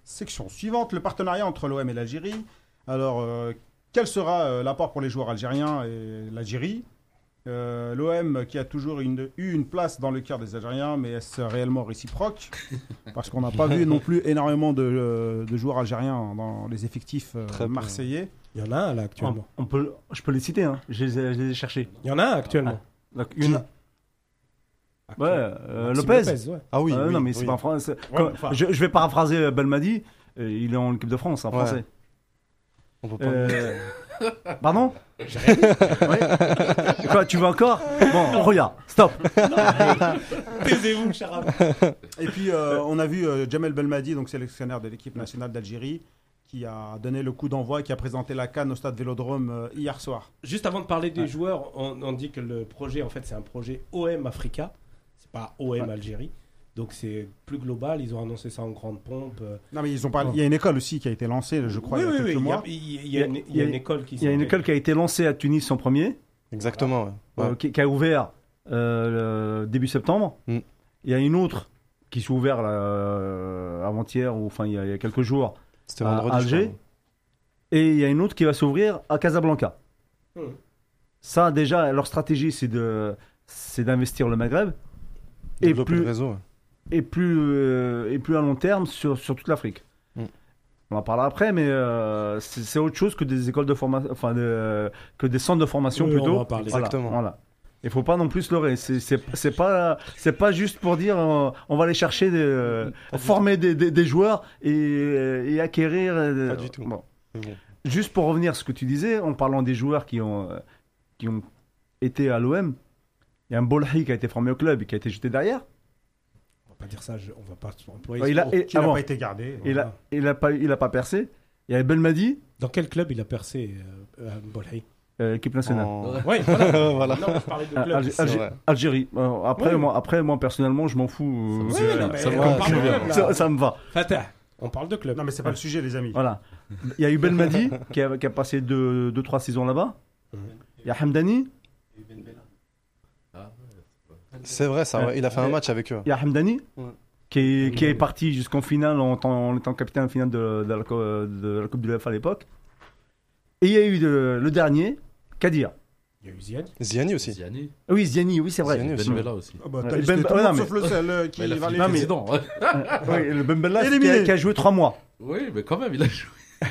[SPEAKER 1] section suivante, le partenariat entre l'OM et l'Algérie. Alors, euh, quel sera euh, l'apport pour les joueurs algériens et l'Algérie Euh, L'OM qui a toujours une- eu une place dans le cœur des Algériens, mais est-ce réellement
[SPEAKER 5] [laughs]
[SPEAKER 1] réciproque Parce qu'on n'a pas vu non plus énormément de, euh, de joueurs algériens dans les effectifs euh,
[SPEAKER 5] Très peu.
[SPEAKER 1] marseillais.
[SPEAKER 4] Il y en a un là actuellement.
[SPEAKER 2] On peut, je peux les citer, hein. je, les ai, je les ai cherchés.
[SPEAKER 4] Il y en a un actuellement.
[SPEAKER 2] Donc, une, ouais,
[SPEAKER 4] Ah.
[SPEAKER 2] euh,
[SPEAKER 4] Maxime
[SPEAKER 2] Lopez.
[SPEAKER 4] ouais. [laughs]
[SPEAKER 5] Ah oui,
[SPEAKER 2] Euh, non, mais c'est pas en français. Comme-
[SPEAKER 1] mais enfin-
[SPEAKER 2] je, je vais paraphraser euh, Belmadi. euh, Il est en équipe de France, en
[SPEAKER 5] Ouais.
[SPEAKER 2] français.
[SPEAKER 5] On peut pas.
[SPEAKER 2] Euh, [laughs] Pardon Ouais. Quoi, tu veux encore Bon, regarde,
[SPEAKER 5] [laughs]
[SPEAKER 2] stop.
[SPEAKER 4] Taisez-vous, [laughs] Charab.
[SPEAKER 1] Et puis, euh,
[SPEAKER 5] [laughs]
[SPEAKER 1] on a vu euh, Jamel Belmadi, donc sélectionneur de l'équipe nationale d'Algérie, qui a donné le coup d'envoi et qui a présenté la canne au stade Vélodrome euh, hier soir.
[SPEAKER 4] Juste avant de parler des joueurs, on, on dit que le projet, en fait, c'est un projet OM Africa. C'est pas OM Algérie. Donc c'est plus global. Ils ont annoncé ça en grande pompe. euh.
[SPEAKER 1] Non, mais ils ont parlé. Il y a une école aussi qui a été lancée, je crois,
[SPEAKER 4] Oui,
[SPEAKER 1] il y a
[SPEAKER 4] oui,
[SPEAKER 1] quelques
[SPEAKER 4] oui, il y a-
[SPEAKER 1] mois.
[SPEAKER 4] Il y a une- il y a une école qui
[SPEAKER 2] Il y a une école qui a été lancée à Tunis en premier,
[SPEAKER 5] Exactement, ouais.
[SPEAKER 2] euh,
[SPEAKER 5] Ouais.
[SPEAKER 2] qui, qui a ouvert euh, le début septembre.
[SPEAKER 5] Mm.
[SPEAKER 2] Il y a une autre qui s'est ouverte là, euh, avant-hier, ou enfin il y, a, il y a quelques jours,
[SPEAKER 5] C'était
[SPEAKER 2] à
[SPEAKER 5] vendredi. je
[SPEAKER 2] Alger.
[SPEAKER 5] crois.
[SPEAKER 2] Et il y a une autre qui va s'ouvrir à Casablanca.
[SPEAKER 4] Mhm.
[SPEAKER 2] Ça, déjà, leur stratégie, c'est de c'est d'investir le Maghreb et
[SPEAKER 5] Développer le
[SPEAKER 2] plus,
[SPEAKER 5] réseau. ouais.
[SPEAKER 2] et, plus, euh, et plus à long terme sur, sur toute l'Afrique.
[SPEAKER 5] Mhm.
[SPEAKER 2] On en parlera après, mais euh, c'est c'est autre chose que des écoles de formation, enfin de- que des centres de formation
[SPEAKER 4] Oui, on
[SPEAKER 2] plutôt.
[SPEAKER 4] va en parler.
[SPEAKER 2] Voilà,
[SPEAKER 5] Exactement.
[SPEAKER 2] voilà. Il faut pas non plus se leurrer. C'est- C'est c'est pas c'est pas juste pour dire euh, on va aller chercher des, euh, former des, des- des joueurs et, et acquérir. euh,
[SPEAKER 5] Pas du tout.
[SPEAKER 2] bon.
[SPEAKER 5] Mhm.
[SPEAKER 2] Juste pour revenir à ce que tu disais en parlant des joueurs qui ont euh, qui ont été à l'OM. Il y a un Bolhi qui a été formé au club et qui a été jeté derrière.
[SPEAKER 4] On va pas dire ça, je- on va pas employer.
[SPEAKER 2] Ouais, il a- et-
[SPEAKER 1] qui n'a
[SPEAKER 2] avant,
[SPEAKER 1] pas été gardé.
[SPEAKER 2] il a il a pas il a pas percé. Il y a Belmadi,
[SPEAKER 4] Dans quel club il a percé euh, euh, Bolhey
[SPEAKER 2] euh, équipe nationale.
[SPEAKER 5] En-
[SPEAKER 2] [laughs]
[SPEAKER 4] Ouais, voilà.
[SPEAKER 5] Voilà.
[SPEAKER 4] Non, mais je parlais de
[SPEAKER 2] Ah,
[SPEAKER 4] club.
[SPEAKER 2] Algé-
[SPEAKER 5] c'est
[SPEAKER 2] Algé-
[SPEAKER 5] vrai.
[SPEAKER 2] Algérie. Euh, après,
[SPEAKER 4] Ouais.
[SPEAKER 2] moi, après, moi personnellement, je m'en fous.
[SPEAKER 3] Ça
[SPEAKER 2] euh,
[SPEAKER 4] Oui, non, mais
[SPEAKER 3] Ça me
[SPEAKER 4] on
[SPEAKER 5] va,
[SPEAKER 4] parle
[SPEAKER 5] ça
[SPEAKER 4] de
[SPEAKER 5] me va.
[SPEAKER 4] club, là.
[SPEAKER 2] ça- ça me va.
[SPEAKER 4] Fatah, on parle de club.
[SPEAKER 1] Non, mais c'est pas le sujet, les amis.
[SPEAKER 2] Voilà. Il y a eu Belmadi [laughs] qui a, qui a passé 2-3 deux, deux, trois saisons là-bas. Il y a Hamdani.
[SPEAKER 5] C'est vrai, ça. ouais. Il a fait un match avec euh, eux.
[SPEAKER 2] Il y a Hamdani
[SPEAKER 5] Ouais.
[SPEAKER 2] qui, est, qui est parti jusqu'en finale en, tant- en étant capitaine finale de, de la, co- de la Coupe de l'UEFA à l'époque. Et il y a eu de- le dernier, Kadir.
[SPEAKER 4] Il y a eu Ziad.
[SPEAKER 5] Ziani aussi.
[SPEAKER 3] Ziani.
[SPEAKER 2] Oui, Ziani, oui, c'est vrai.
[SPEAKER 5] Ziani aussi.
[SPEAKER 3] Benvela aussi.
[SPEAKER 1] Ah bah,
[SPEAKER 2] Ouais,
[SPEAKER 1] t'as
[SPEAKER 2] et
[SPEAKER 1] listé
[SPEAKER 2] Ben-
[SPEAKER 1] tout le
[SPEAKER 2] ouais,
[SPEAKER 1] monde
[SPEAKER 2] non,
[SPEAKER 1] sauf le seul euh, qui
[SPEAKER 3] Bah, il
[SPEAKER 1] va
[SPEAKER 3] a fait
[SPEAKER 1] les
[SPEAKER 3] le
[SPEAKER 2] mais-
[SPEAKER 3] président. [laughs]
[SPEAKER 2] Oui, le Bembella qui,
[SPEAKER 1] Éliminé.
[SPEAKER 2] a- qui a joué 3 mois.
[SPEAKER 3] Oui, mais quand même, il a joué. [laughs]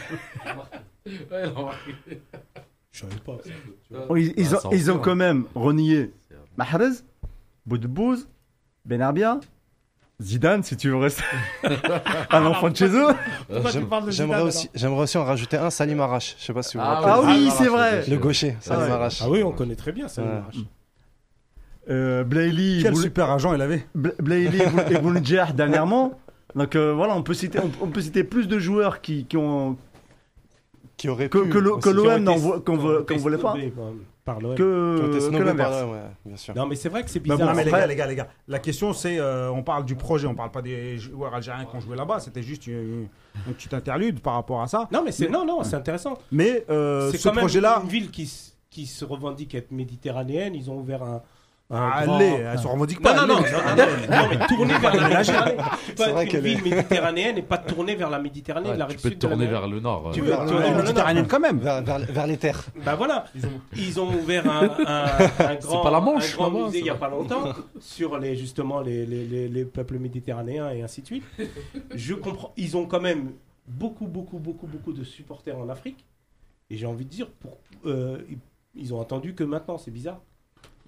[SPEAKER 3] Ouais, il a marqué.
[SPEAKER 4] Je savais pas.
[SPEAKER 2] Bon, Ils, ils
[SPEAKER 3] Bah,
[SPEAKER 2] ont,
[SPEAKER 3] ça en
[SPEAKER 2] ils ont
[SPEAKER 3] fait,
[SPEAKER 2] quand
[SPEAKER 3] hein.
[SPEAKER 2] même renié
[SPEAKER 3] C'est vrai.
[SPEAKER 2] Mahrez, Boudbouz, Benarbia, Zidane, si tu veux
[SPEAKER 4] [laughs]
[SPEAKER 2] rester un enfant de chez eux.
[SPEAKER 4] tu parles de
[SPEAKER 5] J'aime- J'aimerais
[SPEAKER 4] Zidane,
[SPEAKER 5] aussi, j'aimerais aussi en rajouter un, Salim Arash. Je sais pas si vous vous
[SPEAKER 3] Ah,
[SPEAKER 5] rappelez.
[SPEAKER 2] Ah oui,
[SPEAKER 3] oui,
[SPEAKER 2] c'est vrai.
[SPEAKER 5] Le gaucher, Salim
[SPEAKER 2] ouais.
[SPEAKER 5] Arash.
[SPEAKER 4] Ah oui, on connaît très bien ça.
[SPEAKER 5] Ouais.
[SPEAKER 4] Limoges.
[SPEAKER 2] Euh, Blaili
[SPEAKER 1] Quel
[SPEAKER 2] Boul-
[SPEAKER 1] super agent il avait.
[SPEAKER 2] Bla- Blaili et Boul- et Bounedjah dernièrement. Donc euh, voilà, on peut, citer, on, on peut citer plus de joueurs qui, qui ont,
[SPEAKER 5] Qui aurait
[SPEAKER 2] que,
[SPEAKER 5] pu
[SPEAKER 2] que l'O-
[SPEAKER 5] aussi.
[SPEAKER 2] que
[SPEAKER 5] Qui
[SPEAKER 2] l'OM
[SPEAKER 5] aurait
[SPEAKER 2] n'en
[SPEAKER 5] été-
[SPEAKER 2] voit- qu'on veut- qu'on voulait pas.
[SPEAKER 4] Snobé, quoi, Par l'OM.
[SPEAKER 5] qui aurait été
[SPEAKER 2] Que, que
[SPEAKER 5] snobé par
[SPEAKER 2] l'inverse.
[SPEAKER 5] là, ouais, bien sûr.
[SPEAKER 4] Non, mais c'est vrai que c'est
[SPEAKER 2] Bah, bon,
[SPEAKER 4] bizarre.
[SPEAKER 1] Non, mais les
[SPEAKER 2] après-
[SPEAKER 1] gars, les gars, les gars, la question c'est, euh, on parle du projet, on parle pas des joueurs algériens qui ont joué là-bas, c'était juste une, une- un petit interlude par rapport à ça.
[SPEAKER 4] Non, mais c'est non, non, c'est intéressant.
[SPEAKER 1] Mais euh,
[SPEAKER 4] c'est
[SPEAKER 1] ce
[SPEAKER 4] quand même
[SPEAKER 1] projet-là,
[SPEAKER 4] une ville qui, s- qui se revendique être méditerranéenne. Ils ont ouvert un. un Ah, grand-
[SPEAKER 1] allez, elle se revendique
[SPEAKER 4] Non,
[SPEAKER 1] pas.
[SPEAKER 4] non, non, non,
[SPEAKER 1] allez.
[SPEAKER 4] non, mais tourner vers la Méditerranée. Tu peux
[SPEAKER 5] C'est vrai
[SPEAKER 4] être une
[SPEAKER 5] qu'elle
[SPEAKER 4] ville
[SPEAKER 5] est-
[SPEAKER 4] méditerranéenne et pas tourner vers la Méditerranée,
[SPEAKER 3] Ouais,
[SPEAKER 4] la
[SPEAKER 3] Ah, tu
[SPEAKER 4] rive
[SPEAKER 3] peux
[SPEAKER 4] sud
[SPEAKER 3] te
[SPEAKER 4] de la
[SPEAKER 3] tourner
[SPEAKER 4] mer.
[SPEAKER 3] vers le nord.
[SPEAKER 4] Tu
[SPEAKER 3] euh,
[SPEAKER 4] peux
[SPEAKER 5] vers
[SPEAKER 4] te
[SPEAKER 5] le
[SPEAKER 4] tourner
[SPEAKER 5] nord,
[SPEAKER 4] vers le nord.
[SPEAKER 1] Méditerranéenne quand même.
[SPEAKER 5] Vers, vers- vers les terres.
[SPEAKER 4] Bah voilà, ils ont ouvert un, un- un grand,
[SPEAKER 3] pas la Manche,
[SPEAKER 4] un grand
[SPEAKER 3] là-bas,
[SPEAKER 4] musée il n'y a
[SPEAKER 3] c'est-
[SPEAKER 4] pas longtemps sur les justement les, les- les- les peuples méditerranéens et ainsi de suite. Je comprends, ils ont quand même beaucoup beaucoup beaucoup beaucoup de supporters en Afrique et j'ai envie de dire pour euh, ils- ils ont entendu que maintenant c'est bizarre.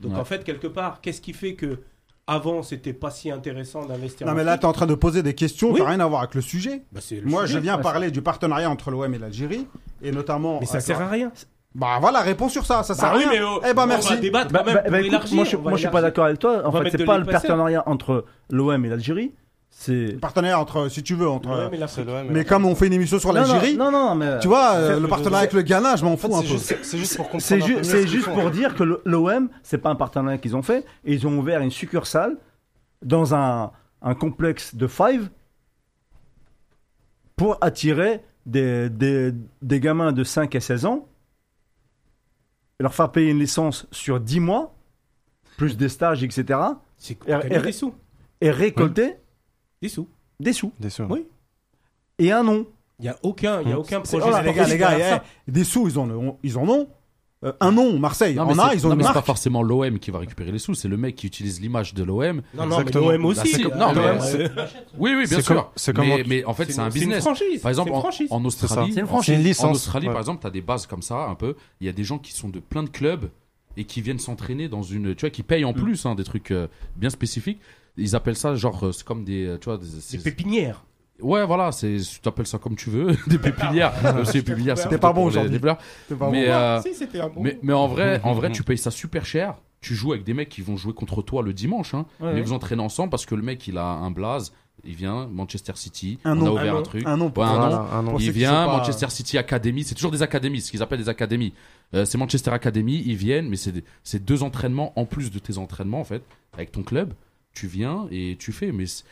[SPEAKER 4] Donc
[SPEAKER 3] Ouais.
[SPEAKER 4] en fait quelque part qu'est-ce qui fait que avant c'était pas si intéressant d'investir
[SPEAKER 1] Non
[SPEAKER 4] en
[SPEAKER 1] mais là
[SPEAKER 4] Afrique
[SPEAKER 1] t'es en train de poser des questions,
[SPEAKER 4] Oui.
[SPEAKER 1] t'as rien à voir avec le sujet.
[SPEAKER 4] Bah, c'est le
[SPEAKER 1] Moi
[SPEAKER 4] sujet.
[SPEAKER 1] je viens parler du partenariat entre l'OM et l'Algérie et notamment.
[SPEAKER 4] mais Ah, ça sert à rien.
[SPEAKER 1] Bah voilà, réponse sur ça, ça sert
[SPEAKER 4] Bah
[SPEAKER 1] à
[SPEAKER 4] oui,
[SPEAKER 1] rien.
[SPEAKER 4] mais oh,
[SPEAKER 1] eh ben
[SPEAKER 4] On
[SPEAKER 1] merci.
[SPEAKER 4] va débattre
[SPEAKER 2] Bah,
[SPEAKER 4] quand même
[SPEAKER 2] bah,
[SPEAKER 4] pour
[SPEAKER 2] bah, écoute,
[SPEAKER 4] élargir,
[SPEAKER 2] moi je,
[SPEAKER 4] on va
[SPEAKER 2] moi, je suis pas
[SPEAKER 4] élargir.
[SPEAKER 2] d'accord avec toi.
[SPEAKER 4] On
[SPEAKER 2] En
[SPEAKER 4] va
[SPEAKER 2] fait,
[SPEAKER 4] mettre
[SPEAKER 2] c'est
[SPEAKER 4] de
[SPEAKER 2] pas le
[SPEAKER 4] l'hypocène.
[SPEAKER 2] partenariat entre l'OM et l'Algérie. C'est
[SPEAKER 1] Partenariat entre, si tu veux, entre.
[SPEAKER 4] Ouais,
[SPEAKER 1] euh,
[SPEAKER 4] mais l'Afrique-
[SPEAKER 5] C'est l'OM.
[SPEAKER 1] mais comme on fait une émission sur
[SPEAKER 2] Non, non,
[SPEAKER 1] l'Algérie,
[SPEAKER 2] Non, non, mais
[SPEAKER 1] tu vois, euh,
[SPEAKER 4] Cercle
[SPEAKER 1] le
[SPEAKER 4] de
[SPEAKER 1] partenariat avec le Ghana, je m'en
[SPEAKER 5] En
[SPEAKER 1] fous
[SPEAKER 5] fait,
[SPEAKER 1] un
[SPEAKER 5] c'est
[SPEAKER 1] peu.
[SPEAKER 5] juste- c'est juste pour comprendre.
[SPEAKER 2] C'est
[SPEAKER 5] un peu
[SPEAKER 2] ju-
[SPEAKER 5] mieux
[SPEAKER 2] c'est
[SPEAKER 5] ce qu'ils
[SPEAKER 2] juste
[SPEAKER 5] font.
[SPEAKER 2] pour dire que l'OM, c'est pas un partenariat qu'ils ont fait. Ils ont ouvert une succursale dans un, un complexe de Five pour attirer des, des, des gamins de 5 à 16 ans, leur faire payer une licence sur 10 mois, plus des stages, etc.,
[SPEAKER 4] C'est
[SPEAKER 2] R-
[SPEAKER 4] gagner
[SPEAKER 2] R-
[SPEAKER 4] des sous,
[SPEAKER 2] et récolter
[SPEAKER 4] des sous.
[SPEAKER 2] des sous.
[SPEAKER 5] Déçu.
[SPEAKER 4] Oui.
[SPEAKER 2] Et un nom.
[SPEAKER 4] Il y a aucun, il y a aucun projet.
[SPEAKER 1] Oh là, les gars,
[SPEAKER 4] sportif
[SPEAKER 1] les gars,
[SPEAKER 4] derrière ça.
[SPEAKER 1] eh, des sous, ils en ont. Ils en ont. Euh, un nom, Marseille.
[SPEAKER 3] Non, mais
[SPEAKER 1] en a,
[SPEAKER 3] c'est-
[SPEAKER 1] ils ont
[SPEAKER 3] non,
[SPEAKER 1] une
[SPEAKER 3] mais c'est pas
[SPEAKER 1] marque.
[SPEAKER 3] forcément l'OM qui va récupérer les sous, c'est le mec qui utilise l'image de l'OM.
[SPEAKER 4] Non, non, mais
[SPEAKER 5] Exactement.
[SPEAKER 4] l'OM aussi.
[SPEAKER 3] Bah, c'est comme- non, mais-
[SPEAKER 4] Euh,
[SPEAKER 5] c'est-
[SPEAKER 3] Oui, oui, bien
[SPEAKER 5] C'est
[SPEAKER 3] sûr.
[SPEAKER 5] comme- c'est comme
[SPEAKER 3] mais,
[SPEAKER 5] en-
[SPEAKER 3] mais en fait, c'est un business.
[SPEAKER 4] franchise.
[SPEAKER 3] Par exemple,
[SPEAKER 4] c'est une
[SPEAKER 3] en,
[SPEAKER 4] franchise.
[SPEAKER 3] en Australie,
[SPEAKER 5] C'est ça.
[SPEAKER 3] en-
[SPEAKER 5] C'est une licence.
[SPEAKER 3] en Australie,
[SPEAKER 5] Ouais.
[SPEAKER 3] par exemple, tu as des bases comme ça, un peu. Il y a des gens qui sont de plein de clubs et qui viennent s'entraîner dans une. Tu vois, qui payent en plus hein, des trucs euh, bien spécifiques. Ils appellent ça genre. euh, C'est comme des. euh, Tu vois, des-
[SPEAKER 4] C'est
[SPEAKER 3] c'est-
[SPEAKER 4] pépinière.
[SPEAKER 3] ouais, voilà, c'est- tu appelles ça comme tu veux. [laughs] des pépinières. Euh, c'est des pépinières, c'est
[SPEAKER 1] C'était pas bon
[SPEAKER 3] plutôt pour les-
[SPEAKER 1] aujourd'hui.
[SPEAKER 3] les fleurs.
[SPEAKER 1] C'est pas
[SPEAKER 3] Mais, euh,
[SPEAKER 4] Si, c'était un bon.
[SPEAKER 3] mais, mais en [laughs] vrai, en vrai, tu payes ça super cher. Tu joues avec des mecs qui vont jouer contre toi le dimanche. Hein, mais vous entraînez ensemble parce que le mec, il a un blaze. Il vient, Manchester City.
[SPEAKER 1] Un
[SPEAKER 3] on
[SPEAKER 1] nom,
[SPEAKER 3] a ouvert
[SPEAKER 4] un
[SPEAKER 3] un,
[SPEAKER 4] nom,
[SPEAKER 3] truc.
[SPEAKER 1] Un nom.
[SPEAKER 3] Ouais, un
[SPEAKER 5] Voilà,
[SPEAKER 3] nom.
[SPEAKER 5] un nom.
[SPEAKER 1] Pour
[SPEAKER 3] Il
[SPEAKER 1] ceux qui
[SPEAKER 3] vient,
[SPEAKER 1] sont pas-
[SPEAKER 3] Manchester City Academy, c'est toujours des académies, ce qu'ils appellent des académies. Euh, c'est Manchester Academy, ils viennent, mais c'est des- c'est deux entraînements en plus de tes entraînements, en fait, avec ton club. Tu viens et tu fais, mais c'est-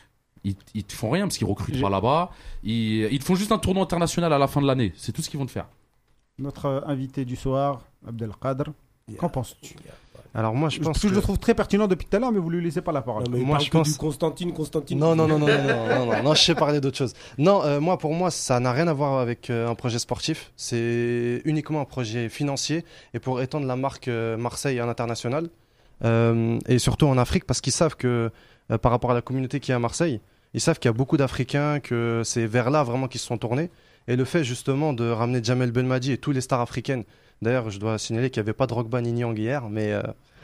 [SPEAKER 3] ils, ils te font rien parce qu'ils recrutent
[SPEAKER 2] J'ai-
[SPEAKER 3] pas là-bas. Ils, ils te font juste un tournoi international à la fin de l'année. C'est tout ce qu'ils vont te faire.
[SPEAKER 1] Notre euh, invité du soir, Abdelkader. Qu'en penses-tu
[SPEAKER 5] Alors moi, je pense
[SPEAKER 6] Parce que je le trouve très pertinent depuis tout à l'heure, mais vous lui laissez pas la parole.
[SPEAKER 4] Non, mais
[SPEAKER 5] Moi,
[SPEAKER 4] parle
[SPEAKER 5] je
[SPEAKER 4] que
[SPEAKER 5] pense-
[SPEAKER 4] du Constantine, Constantine.
[SPEAKER 5] Non, non, non, non, non, non, non, non, non, je sais parler d'autre chose. Non, euh, moi, pour moi, ça n'a rien à voir avec euh, un projet sportif. C'est uniquement un projet financier et pour étendre la marque euh, Marseille à l'international euh, et surtout en Afrique parce qu'ils savent que euh, par rapport à la communauté qui est à Marseille, ils savent qu'il y a beaucoup d'Africains, que c'est vers là vraiment qu'ils se sont tournés. Et le fait justement de ramener Jamel Belmadi et tous les stars africaines. D'ailleurs, je dois signaler qu'il n'y avait pas de Drogba ni Nyang hier, mais euh,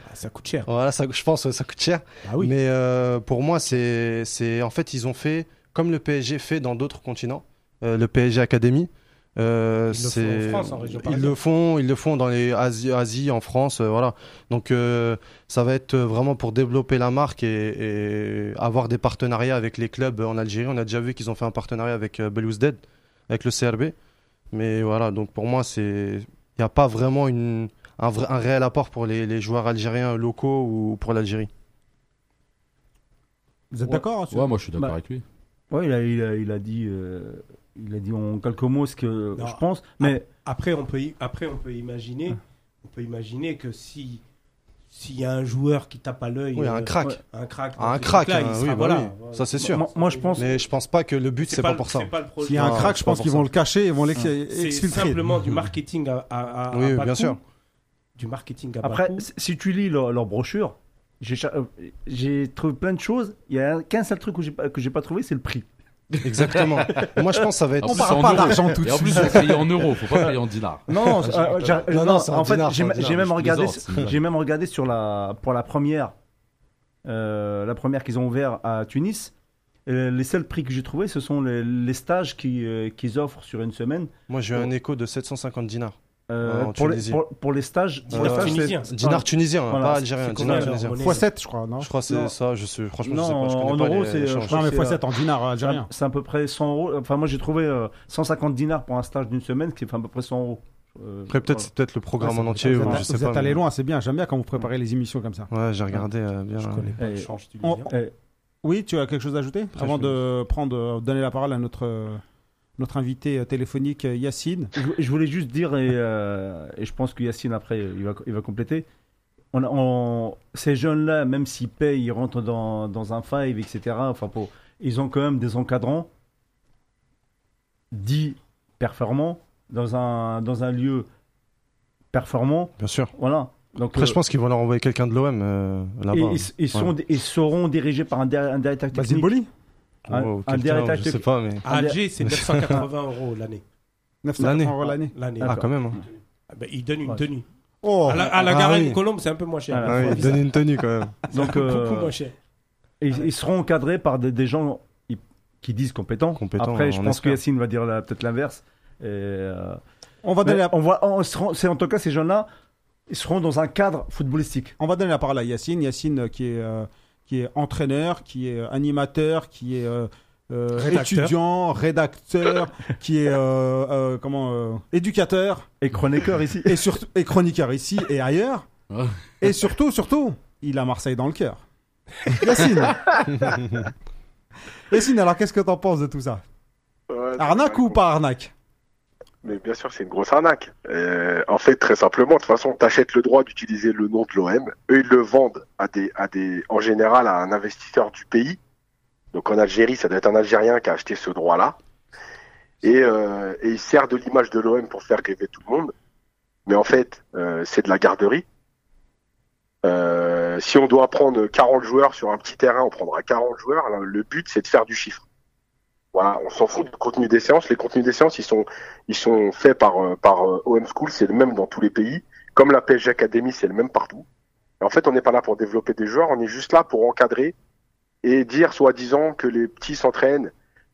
[SPEAKER 4] Ah, ça coûte cher.
[SPEAKER 5] voilà, ça, je pense que ça coûte cher.
[SPEAKER 4] Ah oui.
[SPEAKER 5] Mais euh, pour moi, c'est, c'est en fait, ils ont fait comme le PSG fait dans d'autres continents, euh, le PSG Academy. Euh,
[SPEAKER 4] Ils le font
[SPEAKER 5] c'est-
[SPEAKER 4] en France, en région
[SPEAKER 5] ils
[SPEAKER 4] parisienne.
[SPEAKER 5] le font, ils le font dans les Asie, Asie en France, euh, voilà. Donc euh, ça va être vraiment pour développer la marque et, et avoir des partenariats avec les clubs en Algérie. On a déjà vu qu'ils ont fait un partenariat avec euh, Belous Dead, avec le CRB. Mais voilà, donc pour moi, c'est il n'y a pas vraiment une, un, vrai- un réel apport pour les, les joueurs algériens locaux ou pour l'Algérie.
[SPEAKER 6] Vous êtes
[SPEAKER 2] Ouais.
[SPEAKER 6] d'accord hein, sur-
[SPEAKER 3] Ouais, moi je suis d'accord
[SPEAKER 2] Bah,
[SPEAKER 3] avec lui.
[SPEAKER 2] Ouais, il a, il a, il a dit, euh, il a dit en quelques mots ce que
[SPEAKER 4] Non.
[SPEAKER 2] je pense, mais
[SPEAKER 4] Après, on peut, i- après, on peut imaginer, on peut imaginer que si s'il y a un joueur qui tape à l'œil,
[SPEAKER 5] Oui, un
[SPEAKER 4] euh,
[SPEAKER 5] crack.
[SPEAKER 2] ouais.
[SPEAKER 4] un crack,
[SPEAKER 5] Ah, un
[SPEAKER 4] dans ce
[SPEAKER 5] crack,
[SPEAKER 4] truc-là,
[SPEAKER 5] hein,
[SPEAKER 4] il sera-
[SPEAKER 5] oui, bah
[SPEAKER 4] voilà.
[SPEAKER 5] oui. Ça, c'est sûr.
[SPEAKER 2] moi, moi, je pense.
[SPEAKER 5] Mais je pense pas que le but, c'est pas,
[SPEAKER 4] le-
[SPEAKER 5] pour ça.
[SPEAKER 4] C'est pas le projet.
[SPEAKER 6] S'il y a un
[SPEAKER 5] Non,
[SPEAKER 6] crack,
[SPEAKER 5] c'est
[SPEAKER 6] je
[SPEAKER 5] pas
[SPEAKER 6] pense
[SPEAKER 5] pour
[SPEAKER 6] qu'ils
[SPEAKER 5] ça.
[SPEAKER 6] vont le cacher et vont l'ex-
[SPEAKER 4] C'est
[SPEAKER 6] exfiltrer.
[SPEAKER 4] simplement du marketing à, à, à-
[SPEAKER 5] Mm. Oui,
[SPEAKER 4] à
[SPEAKER 5] oui,
[SPEAKER 4] bas
[SPEAKER 5] bien
[SPEAKER 4] coût.
[SPEAKER 5] sûr.
[SPEAKER 4] Du marketing à
[SPEAKER 5] Ah,
[SPEAKER 2] Après,
[SPEAKER 4] bas coût.
[SPEAKER 2] si- si tu lis leur, leur brochure, j'ai cha- euh, j'ai trouvé plein de choses. Il y a qu'un seul truc que j'ai pas- que j'ai pas trouvé, c'est le
[SPEAKER 5] [laughs]
[SPEAKER 2] prix.
[SPEAKER 5] Exactement. Moi, je pense que ça va être.
[SPEAKER 3] En
[SPEAKER 6] On
[SPEAKER 3] plus, en
[SPEAKER 6] parle pas
[SPEAKER 3] euros.
[SPEAKER 6] d'argent tout de
[SPEAKER 3] Et en plus,
[SPEAKER 6] suite.
[SPEAKER 3] faut payer en euros, faut pas payer en dollars.
[SPEAKER 2] Non,
[SPEAKER 5] Ah,
[SPEAKER 2] non, c'est- euh, j'ai-
[SPEAKER 5] Non,
[SPEAKER 2] non,
[SPEAKER 5] non, c'est un
[SPEAKER 2] en fait,
[SPEAKER 5] dinar,
[SPEAKER 2] j'ai
[SPEAKER 5] c'est un
[SPEAKER 2] ma-
[SPEAKER 5] dinar,
[SPEAKER 2] j'ai même
[SPEAKER 3] je
[SPEAKER 2] regardé,
[SPEAKER 3] plaisante, c'est une blague.
[SPEAKER 2] j'ai même regardé sur la pour la première, euh, la première qu'ils ont ouvert à Tunis. euh, les seuls prix que j'ai trouvés, ce sont les, les stages qui, euh, qu'ils offrent sur une semaine.
[SPEAKER 5] Moi, j'ai eu un écho de 750 dinars.
[SPEAKER 2] Euh,
[SPEAKER 5] Ah, en
[SPEAKER 2] pour, les,
[SPEAKER 5] Tunisie.
[SPEAKER 2] pour, pour les stages,
[SPEAKER 5] Dinar
[SPEAKER 2] les stages, c'est-
[SPEAKER 4] tunisien.
[SPEAKER 5] Dinars
[SPEAKER 2] Ah,
[SPEAKER 5] tunisiens, hein,
[SPEAKER 2] Voilà,
[SPEAKER 5] pas
[SPEAKER 2] c'est-
[SPEAKER 5] algérien.
[SPEAKER 4] c'est
[SPEAKER 5] Dinars
[SPEAKER 4] combien,
[SPEAKER 5] tunisiens.
[SPEAKER 4] alors, monnaie
[SPEAKER 6] x7, je crois, non
[SPEAKER 5] Je crois que c'est
[SPEAKER 2] Non.
[SPEAKER 5] ça. Je sais, franchement,
[SPEAKER 2] Non,
[SPEAKER 5] je sais pas. Je
[SPEAKER 2] en-
[SPEAKER 5] connais
[SPEAKER 2] en
[SPEAKER 5] pas
[SPEAKER 2] euros,
[SPEAKER 5] les
[SPEAKER 2] c'est, euh, je Ah,
[SPEAKER 5] échanges.
[SPEAKER 2] crois-
[SPEAKER 6] Non, mais
[SPEAKER 2] c'est,
[SPEAKER 6] x7 en dinar
[SPEAKER 5] Ah,
[SPEAKER 6] euh, algérien.
[SPEAKER 2] c'est à peu près 100 euros. Enfin, moi, j'ai trouvé euh, 150 dinars pour un stage d'une semaine, ce qui fait à peu près 100 euros. Euh,
[SPEAKER 5] Après, peut-être, c'est peut-être le programme en entier.
[SPEAKER 6] Vous
[SPEAKER 5] ou
[SPEAKER 6] êtes-
[SPEAKER 5] je sais
[SPEAKER 6] vous
[SPEAKER 5] pas,
[SPEAKER 6] êtes allé
[SPEAKER 5] mais-
[SPEAKER 6] loin, c'est bien. J'aime bien quand vous préparez les émissions comme ça.
[SPEAKER 5] Ouais, j'ai regardé euh, bien.
[SPEAKER 4] Je connais pas le
[SPEAKER 2] Eh,
[SPEAKER 4] change tunisien.
[SPEAKER 6] on-
[SPEAKER 2] Eh,
[SPEAKER 6] Oui, tu as quelque chose à ajouter
[SPEAKER 5] Très
[SPEAKER 6] Avant
[SPEAKER 5] chouette.
[SPEAKER 6] de prendre, euh, donner la parole à notre, euh, notre invité euh, téléphonique euh, Yacine.
[SPEAKER 2] je, je voulais juste dire, et, euh, et je pense que Yacine, après, il va, il va compléter. On, a- on- ces jeunes-là, même s'ils payent, ils rentrent dans, dans un five, etc. Enfin, pour- ils ont quand même des encadrants dits performants dans un, dans un lieu performant.
[SPEAKER 5] Bien sûr.
[SPEAKER 2] Voilà. Donc,
[SPEAKER 5] Après,
[SPEAKER 2] euh,
[SPEAKER 5] je pense qu'ils vont leur envoyer quelqu'un de l'OM euh,
[SPEAKER 2] et-
[SPEAKER 5] là-bas.
[SPEAKER 2] ils, ils sont, ils seront dirigés par un, dir- un directeur
[SPEAKER 6] Bah,
[SPEAKER 2] technique.
[SPEAKER 6] Zimboli
[SPEAKER 2] un-
[SPEAKER 5] Ou
[SPEAKER 2] un
[SPEAKER 5] quelqu'un,
[SPEAKER 2] directeur
[SPEAKER 5] Je
[SPEAKER 2] technique.
[SPEAKER 5] sais pas, mais.
[SPEAKER 4] À Alger,
[SPEAKER 5] [laughs]
[SPEAKER 4] c'est 980 euros l'année.
[SPEAKER 6] 900 euros l'année.
[SPEAKER 4] L'année.
[SPEAKER 5] Ah, quand même. hein.
[SPEAKER 4] Ah, ben, il donne une
[SPEAKER 2] Ouais.
[SPEAKER 4] tenue.
[SPEAKER 6] Oh
[SPEAKER 4] À la, à la
[SPEAKER 5] Ah
[SPEAKER 4] Garenne
[SPEAKER 5] oui.
[SPEAKER 4] Colombe, c'est un peu moins cher.
[SPEAKER 2] Ah
[SPEAKER 5] Ah oui, donner une tenue quand même.
[SPEAKER 2] Donc,
[SPEAKER 4] Ah, Beaucoup,
[SPEAKER 2] euh,
[SPEAKER 4] beaucoup moins cher.
[SPEAKER 2] Et ils, ils seront encadrés par des, des gens i- qui disent compétents.
[SPEAKER 5] Compétents,
[SPEAKER 2] Après, je
[SPEAKER 5] on
[SPEAKER 2] pense
[SPEAKER 5] espère.
[SPEAKER 2] que Yacine va dire la- peut-être l'inverse. Et, euh,
[SPEAKER 6] On va, donner
[SPEAKER 2] mais
[SPEAKER 6] la,
[SPEAKER 2] on voit, on seront- c'est en tout cas ces jeunes-là, ils seront dans un cadre footballistique.
[SPEAKER 6] on va donner la parole à Yacine. Yacine euh, qui est, euh, qui est entraîneur, qui est euh, animateur, qui est euh, euh,
[SPEAKER 4] Rédacteur.
[SPEAKER 6] étudiant, rédacteur, qui est euh, euh, comment, euh, éducateur
[SPEAKER 2] Et chroniqueur
[SPEAKER 4] [laughs]
[SPEAKER 2] ici.
[SPEAKER 6] et, surtout et chroniqueur ici et ailleurs.
[SPEAKER 3] Ah.
[SPEAKER 6] et surtout, surtout, il a Marseille dans le cœur. Yacine Yacine, alors qu'est-ce que t'en penses de tout ça
[SPEAKER 7] Ouais, c'est
[SPEAKER 6] Arnaque
[SPEAKER 7] une
[SPEAKER 6] ou
[SPEAKER 7] grosse-
[SPEAKER 6] pas arnaque
[SPEAKER 7] Mais bien sûr, c'est une grosse arnaque. Euh, en fait, très simplement, de toute façon, t'achètes le droit d'utiliser le nom de l'OM. Eux, ils le vendent à des, à des, en général, à un investisseur du pays. Donc en Algérie, ça doit être un Algérien qui a acheté ce droit-là. Et, euh, et il sert de l'image de l'OM pour faire rêver tout le monde. Mais en fait, euh, c'est de la garderie. Euh, si on doit prendre 40 joueurs sur un petit terrain, on prendra 40 joueurs. Alors, le but, c'est de faire du chiffre. Voilà, on s'en fout du contenu des séances. Les contenus des séances, ils sont ils sont faits par, euh, par euh, OM School, c'est le même dans tous les pays. Comme la PSG Academy, c'est le même partout. Et en fait, on n'est pas là pour développer des joueurs, on est juste là pour encadrer et dire soi-disant que les petits s'entraînent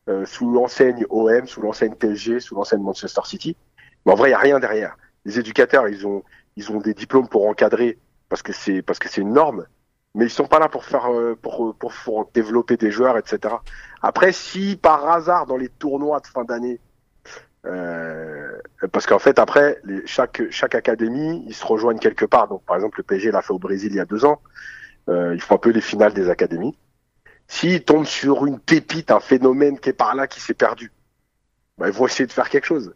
[SPEAKER 7] euh, sous l'enseigne OM, sous l'enseigne PSG, sous l'enseigne Manchester City. Mais en vrai, il n'y a rien derrière. Les éducateurs, ils ont, ils ont des diplômes pour encadrer parce que c'est parce que c'est une norme. Mais ils sont pas là pour faire euh, pour, pour, pour développer des joueurs, etc. Après, si par hasard dans les tournois de fin d'année, euh, parce qu'en fait, après, les, chaque, chaque académie, ils se rejoignent quelque part. Donc, par exemple, le PSG l'a fait au Brésil il y a deux ans. Euh, ils font un peu les finales des académies. S'ils tombent sur une pépite, un phénomène qui est par là, qui s'est perdu, bah, ils vont essayer de faire quelque chose.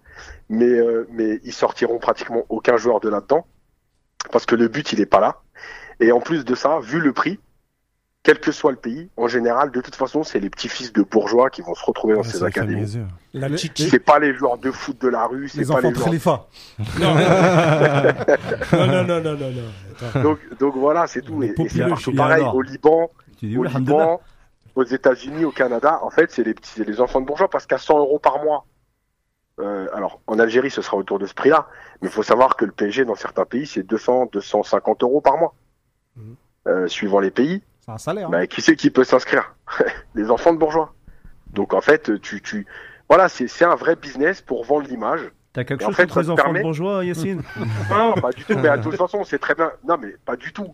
[SPEAKER 7] Mais, euh, mais ils sortiront pratiquement aucun joueur de là-dedans. parce que le but, il n'est pas là. Et en plus de ça, vu le prix, quel que soit le pays, en général, de toute façon, c'est les petits-fils de bourgeois qui vont se retrouver dans
[SPEAKER 8] Ouais,
[SPEAKER 7] ces
[SPEAKER 8] ça, ça
[SPEAKER 7] académies.
[SPEAKER 8] les yeux.
[SPEAKER 4] La chichi.
[SPEAKER 7] C'est pas les joueurs de foot de la rue, c'est
[SPEAKER 1] Les
[SPEAKER 7] pas
[SPEAKER 1] enfants
[SPEAKER 7] les
[SPEAKER 1] de
[SPEAKER 7] joueurs
[SPEAKER 1] Khalifa.
[SPEAKER 4] Non, non, non, non, non, non. non. Attends.
[SPEAKER 7] Donc, donc voilà, c'est tout.
[SPEAKER 2] Les
[SPEAKER 7] Et, et c'est
[SPEAKER 2] populaires,
[SPEAKER 7] partout
[SPEAKER 2] il y a
[SPEAKER 7] pareil
[SPEAKER 2] alors.
[SPEAKER 7] au Liban,
[SPEAKER 2] Tu dis,
[SPEAKER 7] au
[SPEAKER 2] oui, Alhamdoulilah.
[SPEAKER 7] Liban, aux États-Unis, au Canada. En fait, c'est les petits, c'est les enfants de bourgeois parce qu'à 100 euros par mois. euh, alors, en Algérie, ce sera autour de ce prix-là, mais il faut savoir que le PSG dans certains pays, c'est 200, 250 euros par mois,
[SPEAKER 4] Mhm.
[SPEAKER 7] Euh, suivant les pays.
[SPEAKER 1] C'est un salaire. hein.
[SPEAKER 7] Bah, qui c'est qui peut s'inscrire [laughs] Les enfants de bourgeois. Donc en fait, tu, tu... voilà, c'est c'est un vrai business pour vendre l'image.
[SPEAKER 2] T'as quelque
[SPEAKER 7] Et en
[SPEAKER 2] chose
[SPEAKER 7] fait,
[SPEAKER 2] contre
[SPEAKER 7] ça
[SPEAKER 2] les
[SPEAKER 7] te
[SPEAKER 2] enfants
[SPEAKER 7] permet-
[SPEAKER 2] de bourgeois, Yacine
[SPEAKER 7] Non, pas du tout. Mais de toute façon, on sait très bien. Non, mais pas du tout.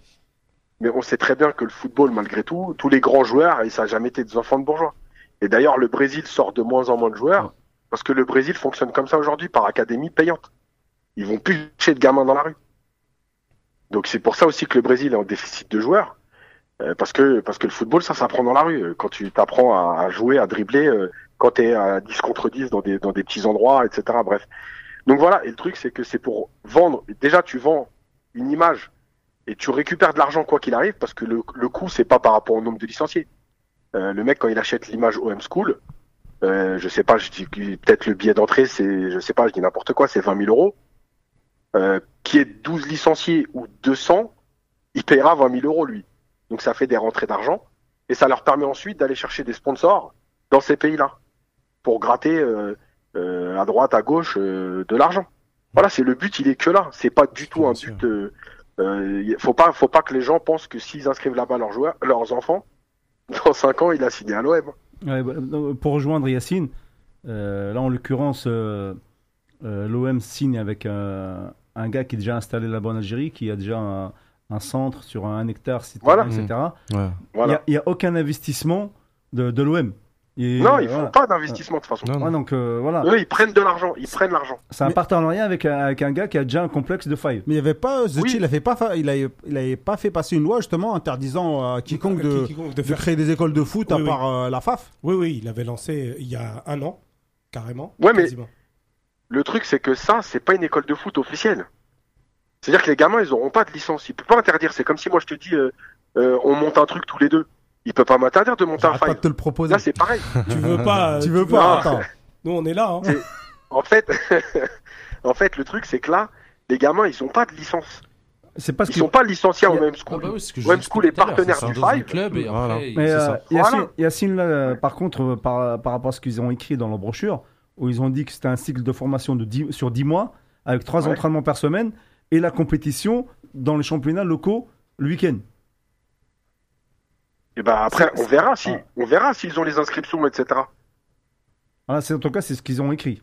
[SPEAKER 7] Mais on sait très bien que le football, malgré tout, tous les grands joueurs, et ça n'a jamais été des enfants de bourgeois. Et d'ailleurs, le Brésil sort de moins en moins de joueurs parce que le Brésil fonctionne comme ça aujourd'hui par académie payante. Ils vont plus chercher de gamins dans la rue. Donc c'est pour ça aussi que le Brésil est en déficit de joueurs. euh, parce que parce que le football, ça s'apprend dans la rue. Euh, Quand tu t'apprends à, à jouer, à dribbler, euh, quand tu es à 10 contre 10 dans des, dans des petits endroits, etc. Bref. Donc voilà, et le truc c'est que c'est pour vendre. Déjà tu vends une image et tu récupères de l'argent quoi qu'il arrive parce que le, le coût c'est pas par rapport au nombre de licenciés. Euh, le mec quand il achète l'image OM School, euh, je sais pas, je dis peut-être le billet d'entrée c'est, je sais pas, je dis n'importe quoi, c'est 20 000 euros. Euh, Qui est 12 licenciés ou 200, il paiera 20 000 euros lui. Donc ça fait des rentrées d'argent et ça leur permet ensuite d'aller chercher des sponsors dans ces pays-là pour gratter. euh, euh, à droite, à gauche euh, de l'argent. Voilà, c'est le but, il est que là. C'est pas du tout
[SPEAKER 8] Bien
[SPEAKER 7] un
[SPEAKER 8] sûr.
[SPEAKER 7] but. euh, euh, y- faut pas, faut pas que les gens pensent que s'ils inscrivent là-bas leurs joueurs, leurs enfants, [laughs] dans 5 ans, il a signé à l'OM.
[SPEAKER 2] Ouais, bah, non, Pour rejoindre Yacine, euh, là en l'occurrence, euh, l'OM signe avec euh, un gars qui est déjà installé là-bas en Algérie, qui a déjà un, un centre sur un hectare, etc.
[SPEAKER 7] Voilà.
[SPEAKER 2] etc.
[SPEAKER 5] Mm.
[SPEAKER 8] Ouais.
[SPEAKER 2] Il n'y
[SPEAKER 7] Voilà.
[SPEAKER 2] a, il y a aucun investissement de, de l'OM. Et,
[SPEAKER 7] non,
[SPEAKER 2] euh,
[SPEAKER 7] ils
[SPEAKER 2] voilà.
[SPEAKER 7] font pas d'investissement de toute façon.
[SPEAKER 8] Non, non.
[SPEAKER 2] Ouais, donc euh, voilà,
[SPEAKER 7] Eux, ils prennent de l'argent. Ils prennent l'argent.
[SPEAKER 2] c'est un
[SPEAKER 1] Mais-
[SPEAKER 2] partenariat avec, un- avec un gars qui a déjà un complexe de faille.
[SPEAKER 1] Mais il y avait pas Zecchi,
[SPEAKER 7] Oui.
[SPEAKER 1] il avait pas fa- il avait, il avait pas fait passer une loi justement interdisant à quiconque de,
[SPEAKER 4] Euh, Quiconque
[SPEAKER 1] de
[SPEAKER 4] de faire.
[SPEAKER 1] créer des écoles de foot à
[SPEAKER 4] Oui, oui.
[SPEAKER 1] part euh, la FAF.
[SPEAKER 4] Oui, oui, il avait lancé euh, il y a un an, carrément.
[SPEAKER 7] Ouais, mais-
[SPEAKER 4] quasiment.
[SPEAKER 7] Le truc, c'est que ça, c'est pas une école de foot officielle. C'est-à-dire que les gamins, ils auront pas de licence. Ils peuvent pas interdire. C'est comme si moi je te dis, euh, euh, on monte un truc tous les deux. Il peut pas m'interdire de monter un
[SPEAKER 1] J'arrête pas
[SPEAKER 7] five.
[SPEAKER 1] de te le proposer. Ah,
[SPEAKER 7] Là, c'est Ah, pareil.
[SPEAKER 4] Tu veux pas. euh,
[SPEAKER 1] tu veux pas
[SPEAKER 7] Non.
[SPEAKER 1] attends.
[SPEAKER 4] Nous, on est là. Hein.
[SPEAKER 7] En fait, [laughs] en fait, le truc, c'est que là, les gamins, ils ont pas de licence.
[SPEAKER 2] C'est pas ce
[SPEAKER 7] Ils
[SPEAKER 2] qu'ils
[SPEAKER 7] sont pas licenciés au
[SPEAKER 2] Il y a-
[SPEAKER 7] même
[SPEAKER 3] Ah
[SPEAKER 7] school.
[SPEAKER 3] bah oui, c'est ce que je
[SPEAKER 7] Web
[SPEAKER 3] disais
[SPEAKER 7] School est
[SPEAKER 3] tout à l'heure,
[SPEAKER 7] partenaire
[SPEAKER 3] ça
[SPEAKER 7] du
[SPEAKER 3] sort dans le
[SPEAKER 7] Five.
[SPEAKER 3] club et
[SPEAKER 8] Voilà.
[SPEAKER 3] après,
[SPEAKER 2] Mais
[SPEAKER 3] c'est
[SPEAKER 2] euh,
[SPEAKER 3] ça.
[SPEAKER 2] Yacine,
[SPEAKER 7] Voilà.
[SPEAKER 2] Yacine, là, euh, par contre, euh, par, par rapport à ce qu'ils ont écrit dans leur brochure, où ils ont dit que c'était un cycle de formation de 10 sur 10 mois, avec 3
[SPEAKER 7] Ouais.
[SPEAKER 2] entraînements par semaine, et la compétition dans les championnats locaux le week-end.
[SPEAKER 7] Et ben après,
[SPEAKER 2] C'est-
[SPEAKER 7] on verra si,
[SPEAKER 2] Ah.
[SPEAKER 7] on verra s'ils ont les inscriptions, etc.
[SPEAKER 2] Voilà, c'est- en tout cas, c'est ce qu'ils ont écrit.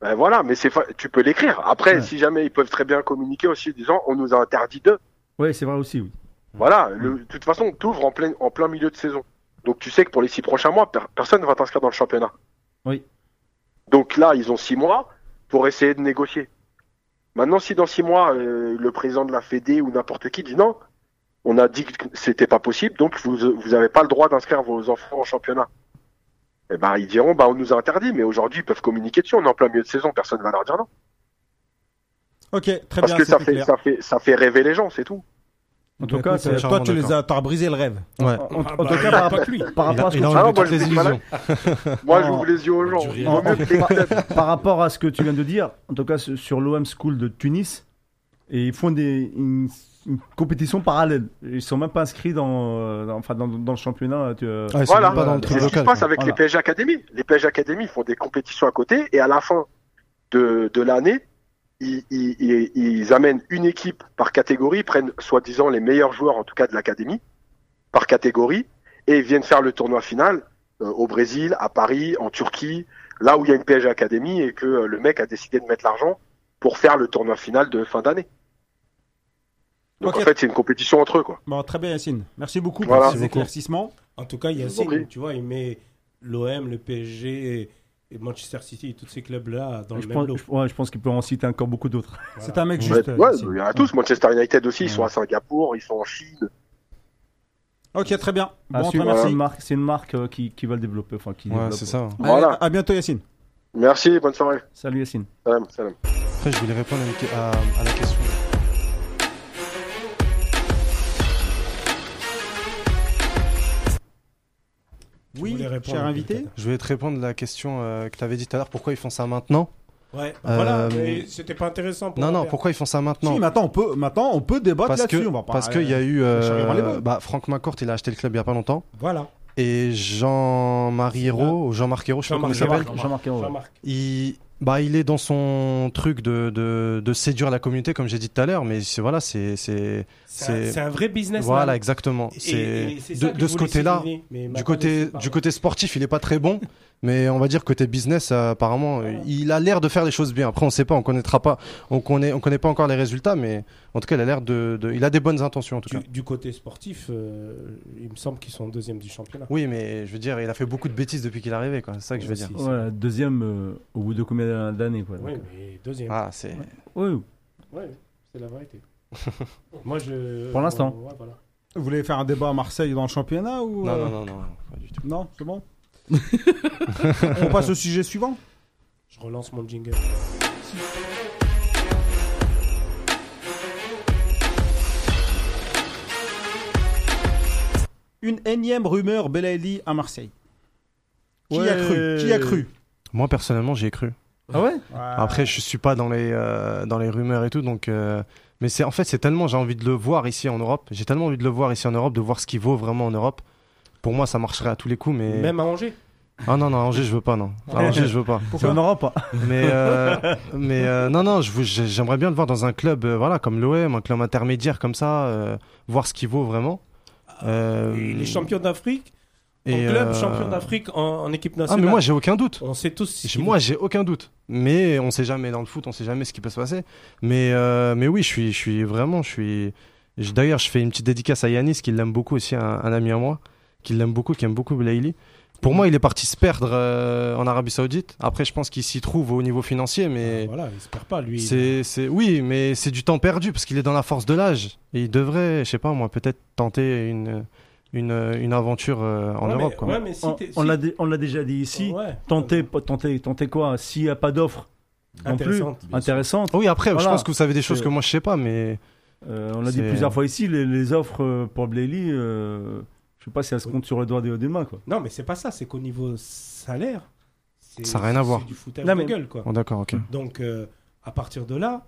[SPEAKER 7] Ben voilà, mais c'est, fa- tu peux l'écrire. Après,
[SPEAKER 2] Ouais.
[SPEAKER 7] si jamais ils peuvent très bien communiquer aussi, en disant, on nous a interdit de.
[SPEAKER 2] Oui, c'est vrai aussi, oui.
[SPEAKER 7] Voilà, le- de toute façon, t'ouvres en plein, en plein milieu de saison. Donc tu sais que pour les six prochains mois, per- personne ne va t'inscrire dans le championnat.
[SPEAKER 2] Oui.
[SPEAKER 7] Donc là, ils ont six mois pour essayer de négocier. Maintenant, si dans six mois, euh, le président de la Fédé ou n'importe qui dit non, on a dit que c'était pas possible, donc vous vous n'avez pas le droit d'inscrire vos enfants en championnat. Eh ben, ils diront, bah, on nous a interdit, mais aujourd'hui, ils peuvent communiquer dessus, on est en plein milieu de saison, personne ne va leur dire non.
[SPEAKER 1] Ok, très
[SPEAKER 7] Ah. Parce
[SPEAKER 1] bien.
[SPEAKER 7] que ça
[SPEAKER 1] c'était
[SPEAKER 7] fait,
[SPEAKER 1] clair.
[SPEAKER 7] ça, fait, ça fait rêver les gens, c'est tout.
[SPEAKER 2] En
[SPEAKER 8] Bah,
[SPEAKER 2] tout cas,
[SPEAKER 8] écoute,
[SPEAKER 2] c'est-
[SPEAKER 8] euh,
[SPEAKER 1] Toi, tu
[SPEAKER 8] Charmant,
[SPEAKER 1] les as, t'as brisé le rêve.
[SPEAKER 8] Ouais.
[SPEAKER 2] en- en
[SPEAKER 4] Ah
[SPEAKER 2] tout
[SPEAKER 4] bah,
[SPEAKER 2] cas,
[SPEAKER 4] il y a
[SPEAKER 2] par,
[SPEAKER 4] pas que lui.
[SPEAKER 2] par
[SPEAKER 8] Il a,
[SPEAKER 2] rapport à ce
[SPEAKER 8] il a
[SPEAKER 2] que-
[SPEAKER 7] Ah non,
[SPEAKER 8] enlevé
[SPEAKER 7] moi,
[SPEAKER 8] toutes
[SPEAKER 7] je
[SPEAKER 8] les
[SPEAKER 7] dis, voilà.
[SPEAKER 8] illusions.
[SPEAKER 7] Moi,
[SPEAKER 2] Ah.
[SPEAKER 7] j'ouvre les yeux aux gens.
[SPEAKER 3] Du rire.
[SPEAKER 7] Vaut mieux que les clubs.
[SPEAKER 2] [laughs] par rapport à ce que tu viens de dire, en tout cas sur- sur l'OM School de Tunis, et ils font des, une, une compétition parallèle. Ils sont même pas inscrits dans, euh, dans- enfin, dans, dans le championnat. tu, euh,
[SPEAKER 8] Ah, ils sont
[SPEAKER 7] Voilà.
[SPEAKER 8] même pas dans le
[SPEAKER 2] C'est
[SPEAKER 8] truc
[SPEAKER 7] C'est ce qui se
[SPEAKER 8] local.
[SPEAKER 7] passe
[SPEAKER 8] quoi.
[SPEAKER 7] avec
[SPEAKER 2] Voilà.
[SPEAKER 7] les PSG Academy. Les PSG Academy font des compétitions à côté et à la fin de, de l'année, ils, ils- ils- ils amènent une équipe par catégorie, ils prennent soi-disant les meilleurs joueurs, en tout cas de l'académie, par catégorie, et ils viennent faire le tournoi final euh, au Brésil, à Paris, en Turquie, là où il y a une PSG Academy et que euh, le mec a décidé de mettre l'argent pour faire le tournoi final de fin d'année. Donc
[SPEAKER 1] Ok.
[SPEAKER 7] en fait, c'est une compétition entre eux, quoi.
[SPEAKER 1] Bon, très bien, Yacine. Merci beaucoup
[SPEAKER 7] Voilà.
[SPEAKER 1] pour ces
[SPEAKER 7] Merci beaucoup.
[SPEAKER 1] éclaircissements.
[SPEAKER 4] En tout cas,
[SPEAKER 7] vous en
[SPEAKER 4] Yacine,
[SPEAKER 7] prie.
[SPEAKER 4] tu vois, il met l'OM, le PSG, et Manchester City, et tous ces clubs-là dans
[SPEAKER 2] je,
[SPEAKER 4] le même lot.
[SPEAKER 2] pense, je- ouais, je pense qu'il peut en citer encore beaucoup d'autres.
[SPEAKER 1] C'est un mec
[SPEAKER 7] Ouais,
[SPEAKER 1] juste. euh,
[SPEAKER 7] ouais,
[SPEAKER 1] Yacine.
[SPEAKER 7] il y en a tous. Manchester United aussi, ils sont à Singapour, ils sont en Chine.
[SPEAKER 1] Ok, très bien. Bon,
[SPEAKER 2] Ah,
[SPEAKER 1] très
[SPEAKER 2] c'est
[SPEAKER 1] bien,
[SPEAKER 2] une- c'est
[SPEAKER 1] merci.
[SPEAKER 2] une marque, c'est une marque euh, qui, qui va le développer. Enfin, qui
[SPEAKER 8] Ouais,
[SPEAKER 2] développe.
[SPEAKER 8] c'est ça.
[SPEAKER 5] hein.
[SPEAKER 1] Allez,
[SPEAKER 7] Voilà.
[SPEAKER 1] À à bientôt, Yacine.
[SPEAKER 7] Merci, bonne soirée.
[SPEAKER 2] Salut Yacine.
[SPEAKER 7] Salam, salam.
[SPEAKER 8] Après, je voulais répondre à, une que- à- à la question.
[SPEAKER 1] Oui,
[SPEAKER 4] voulais répondre,
[SPEAKER 1] cher invité.
[SPEAKER 5] Je voulais te répondre la question euh, que tu avais dit tout à l'heure. Pourquoi ils font ça maintenant
[SPEAKER 4] Ouais, bah
[SPEAKER 5] Euh,
[SPEAKER 4] voilà, mais c'était pas intéressant. Pour
[SPEAKER 5] Non,
[SPEAKER 4] la
[SPEAKER 5] non,
[SPEAKER 4] faire.
[SPEAKER 5] pourquoi ils font ça maintenant
[SPEAKER 1] Si, maintenant on peut, maintenant on peut débattre
[SPEAKER 5] Parce
[SPEAKER 1] là-dessus.
[SPEAKER 5] que
[SPEAKER 1] on va pas-
[SPEAKER 5] parce qu'il y a eu euh,
[SPEAKER 1] charrier dans les bois.
[SPEAKER 5] bah, Franck McCourt, il a acheté le club il y a pas longtemps
[SPEAKER 4] Voilà,
[SPEAKER 5] et Jean-Marie Hérault, ou Jean-Marc Hérault, je sais pas comment il
[SPEAKER 4] Jean-Marc
[SPEAKER 5] s'appelle.
[SPEAKER 2] Jean-Marc Jean-Marc Ayrault, ouais.
[SPEAKER 4] Jean-Marc.
[SPEAKER 5] il, bah, il est dans son truc de, de, de séduire la communauté, comme j'ai dit tout à l'heure, mais c'est- voilà, c'est. c'est-
[SPEAKER 4] C'est un-
[SPEAKER 5] c'est-
[SPEAKER 4] c'est un vrai business.
[SPEAKER 5] Voilà,
[SPEAKER 4] man.
[SPEAKER 5] exactement.
[SPEAKER 4] Et-
[SPEAKER 5] C'est-
[SPEAKER 4] et c'est ça
[SPEAKER 5] De,
[SPEAKER 4] que
[SPEAKER 5] de
[SPEAKER 4] je
[SPEAKER 5] ce
[SPEAKER 4] voulais
[SPEAKER 5] côté-là,
[SPEAKER 4] souligner, mais
[SPEAKER 5] du
[SPEAKER 4] Macron
[SPEAKER 5] côté,
[SPEAKER 4] ne fait pas.
[SPEAKER 5] du côté sportif, il est pas très bon, mais on va dire côté business, euh, apparemment, euh, il a l'air de faire des choses bien. Après, on sait pas, on connaîtra pas, on connaît, on connaît pas encore les résultats, mais en tout cas, il a l'air de, de- Il a des bonnes intentions, en tout
[SPEAKER 4] Du,
[SPEAKER 5] cas.
[SPEAKER 4] du côté sportif, euh, il me semble qu'ils sont deuxième du championnat.
[SPEAKER 5] Oui, mais je veux dire, il a fait beaucoup de bêtises depuis qu'il est arrivé, quoi. C'est ça que je veux
[SPEAKER 4] Aussi.
[SPEAKER 5] dire.
[SPEAKER 2] Voilà, deuxième euh, au bout de combien d'années quoi.
[SPEAKER 4] Oui,
[SPEAKER 2] donc,
[SPEAKER 4] mais deuxième.
[SPEAKER 5] Ah, c'est.
[SPEAKER 2] euh, oui.
[SPEAKER 4] Ouais, c'est la vérité.
[SPEAKER 5] [laughs]
[SPEAKER 4] Moi, je.
[SPEAKER 2] Pour l'instant.
[SPEAKER 4] Ouais, voilà.
[SPEAKER 1] Vous voulez faire un débat à Marseille dans le championnat ou
[SPEAKER 5] Non,
[SPEAKER 1] euh,
[SPEAKER 5] non, non, non, pas du tout.
[SPEAKER 1] non, c'est
[SPEAKER 5] [laughs]
[SPEAKER 1] bon. on passe au sujet suivant.
[SPEAKER 4] Je relance mon jingle.
[SPEAKER 1] Une énième rumeur Belaïli à Marseille. Qui
[SPEAKER 2] Ouais.
[SPEAKER 1] a cru Qui a cru
[SPEAKER 5] Moi, personnellement, j'y ai cru.
[SPEAKER 2] Ah ouais
[SPEAKER 5] Après, je suis pas dans les euh, dans les rumeurs et tout, donc. euh, mais c'est en fait, c'est tellement j'ai envie de le voir ici en Europe. J'ai tellement envie de le voir ici en Europe, de voir ce qu'il vaut vraiment en Europe. Pour moi, ça marcherait à tous les coups, mais.
[SPEAKER 4] Même à Angers.
[SPEAKER 5] Ah non non, à Angers, je veux pas non. À Angers, je veux pas.
[SPEAKER 2] C'est en Europe. hein.
[SPEAKER 5] Mais euh, mais euh, non non, je vous- j'ai- j'aimerais bien le voir dans un club, euh, voilà, comme l'OM, un club intermédiaire comme ça, euh, voir ce qu'il vaut vraiment. Euh,
[SPEAKER 4] Et les champions d'Afrique. En
[SPEAKER 5] et,
[SPEAKER 4] club,
[SPEAKER 5] euh,
[SPEAKER 4] champion d'Afrique en, en équipe
[SPEAKER 5] Ah
[SPEAKER 4] nationale.
[SPEAKER 5] mais moi, j'ai aucun doute.
[SPEAKER 4] On sait tous.
[SPEAKER 5] J'ai- Moi, j'ai aucun doute. Mais on sait jamais dans le foot, on sait jamais ce qui peut se passer. Mais, euh, mais oui, je suis, je suis vraiment, je suis. je- D'ailleurs, je fais une petite dédicace à Yanis, qui l'aime beaucoup aussi, un, un ami à moi, qui l'aime beaucoup, qui aime beaucoup Belaïli. Pour moi, il est parti se perdre euh, en Arabie Saoudite. Après, je pense qu'il s'y trouve au niveau financier, mais
[SPEAKER 4] Ah, Voilà, il se perd pas, lui.
[SPEAKER 5] c'est, c'est, oui, mais c'est du temps perdu parce qu'il est dans la force de l'âge. Et il devrait, je sais pas, moi, peut-être tenter une, une, une aventure euh, en
[SPEAKER 4] Ouais,
[SPEAKER 5] Europe.
[SPEAKER 4] mais-
[SPEAKER 5] quoi.
[SPEAKER 4] Ouais, mais si
[SPEAKER 2] On,
[SPEAKER 4] t'es-
[SPEAKER 2] on
[SPEAKER 4] si-
[SPEAKER 2] l'a dé- on l'a déjà dit ici.
[SPEAKER 4] Ouais.
[SPEAKER 2] Tentez, pas- tentez, tentez quoi S'il n'y a pas d'offre non plus
[SPEAKER 4] Intéressante.
[SPEAKER 2] intéressante,
[SPEAKER 5] Oui, après, je
[SPEAKER 2] Voilà.
[SPEAKER 5] pense que vous savez des choses
[SPEAKER 2] C'est-
[SPEAKER 5] que moi, je sais pas, mais.
[SPEAKER 2] euh, on l'a dit
[SPEAKER 5] C'est-
[SPEAKER 2] plusieurs fois ici, les, les offres euh, pour Blayly, euh, je sais pas si elles se comptent sur le doigt des, des mains quoi.
[SPEAKER 4] Non, mais c'est pas ça. C'est qu'au niveau salaire. c'est-
[SPEAKER 5] Ça a rien à
[SPEAKER 4] c'est-
[SPEAKER 5] voir.
[SPEAKER 4] C'est du foutage
[SPEAKER 2] Non,
[SPEAKER 4] de
[SPEAKER 2] mais-
[SPEAKER 4] gueule, quoi.
[SPEAKER 5] Bon, d'accord, ok.
[SPEAKER 4] Donc, euh, à partir de là,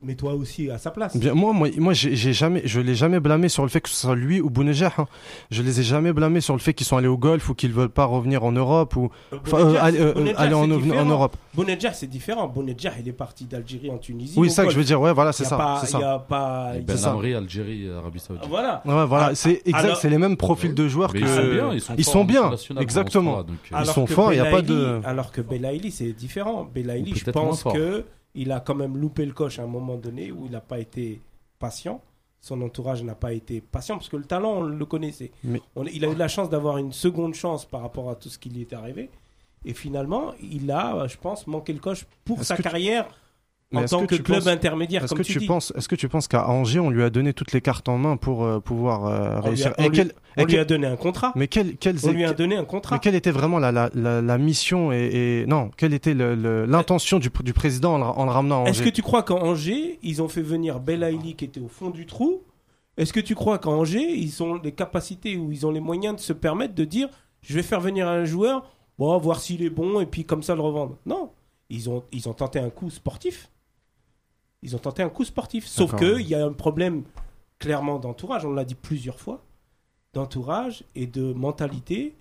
[SPEAKER 4] mets-toi aussi à sa place.
[SPEAKER 5] Bien, moi, moi, moi j'ai j'ai jamais, je l'ai jamais blâmé sur le fait que ce soit lui ou Bounejah. hein. Je les ai jamais blâmés sur le fait qu'ils sont allés au golf ou qu'ils veulent pas revenir en Europe ou enfin, euh,
[SPEAKER 4] Bonedjah,
[SPEAKER 5] aller, euh,
[SPEAKER 4] Bonedjah,
[SPEAKER 5] aller en,
[SPEAKER 4] c'est
[SPEAKER 5] en
[SPEAKER 4] différent.
[SPEAKER 5] Europe.
[SPEAKER 4] Bonedjah, c'est différent. Bonedjah, il est parti d'Algérie en Tunisie.
[SPEAKER 5] Oui,
[SPEAKER 4] au
[SPEAKER 5] ça que
[SPEAKER 4] golf.
[SPEAKER 5] je veux dire. Ouais, voilà,
[SPEAKER 4] Il
[SPEAKER 5] c'est
[SPEAKER 4] y a
[SPEAKER 5] ça,
[SPEAKER 4] pas-
[SPEAKER 5] c'est
[SPEAKER 4] Il y
[SPEAKER 5] ça.
[SPEAKER 4] a pas. il y a-
[SPEAKER 5] c'est
[SPEAKER 3] Ben
[SPEAKER 5] ça.
[SPEAKER 3] Amri, Algérie, Arabie Saoudite.
[SPEAKER 4] Voilà.
[SPEAKER 5] Ouais, voilà,
[SPEAKER 4] Ah,
[SPEAKER 5] c'est exact,
[SPEAKER 4] alors-
[SPEAKER 5] c'est les mêmes profils de joueurs
[SPEAKER 3] Mais
[SPEAKER 5] que.
[SPEAKER 3] ils sont bien, ils sont,
[SPEAKER 5] Ils
[SPEAKER 3] forts
[SPEAKER 5] sont
[SPEAKER 3] en
[SPEAKER 5] bien,
[SPEAKER 3] international pendant ce
[SPEAKER 5] exactement.
[SPEAKER 3] temps-là, donc, euh,
[SPEAKER 5] Ah, sont
[SPEAKER 4] que
[SPEAKER 5] forts, il y a pas
[SPEAKER 4] Belaïli-
[SPEAKER 5] de-
[SPEAKER 4] Alors que Belaïli, c'est différent. Belaïli,
[SPEAKER 3] Ou
[SPEAKER 4] je
[SPEAKER 3] peut-être moins
[SPEAKER 4] pense
[SPEAKER 3] fort.
[SPEAKER 4] que il a quand même loupé le coche à un moment donné où il n'a pas été patient. Son entourage n'a pas été patient parce que le talent, on le connaissait.
[SPEAKER 5] Mais-
[SPEAKER 4] On- il a eu la chance d'avoir une seconde chance par rapport à tout ce qui lui est arrivé. Et finalement, il a, je pense, manqué le coche pour
[SPEAKER 5] Est-ce
[SPEAKER 4] sa
[SPEAKER 5] que tu-
[SPEAKER 4] carrière
[SPEAKER 5] Mais
[SPEAKER 4] en
[SPEAKER 5] est-ce
[SPEAKER 4] tant
[SPEAKER 5] que
[SPEAKER 4] que,
[SPEAKER 5] tu
[SPEAKER 4] club
[SPEAKER 5] penses-
[SPEAKER 4] intermédiaire.
[SPEAKER 5] Est-ce
[SPEAKER 4] Comme
[SPEAKER 5] que
[SPEAKER 4] tu,
[SPEAKER 5] tu
[SPEAKER 4] dis.
[SPEAKER 5] penses, est-ce que tu penses qu'à Angers on lui a donné toutes les cartes en main pour euh, pouvoir euh,
[SPEAKER 4] On lui a-
[SPEAKER 5] réussir
[SPEAKER 4] on
[SPEAKER 5] Et
[SPEAKER 4] lui-
[SPEAKER 5] quel-
[SPEAKER 4] on
[SPEAKER 5] et
[SPEAKER 4] lui
[SPEAKER 5] quel-
[SPEAKER 4] a donné un contrat.
[SPEAKER 5] Mais quel- quels-
[SPEAKER 4] On lui a donné un contrat.
[SPEAKER 5] Mais quelle était vraiment la, la, la, la mission et, et- non, quelle était le- le- l'intention du, pr- du président en le, en le ramenant à
[SPEAKER 4] Est-ce
[SPEAKER 5] Angers
[SPEAKER 4] que tu crois qu'en Angers, ils ont fait venir Belaïli qui était au fond du trou Est-ce que tu crois qu'en Angers, ils ont les capacités ou ils ont les moyens de se permettre de dire je vais faire venir un joueur, bon, voir s'il est bon et puis comme ça le revendre Non. Ils ont, ils ont tenté un coup sportif. Ils ont tenté un coup sportif. Sauf
[SPEAKER 5] D'accord.
[SPEAKER 4] qu'il y a un problème clairement d'entourage, on l'a dit plusieurs fois, d'entourage et de mentalité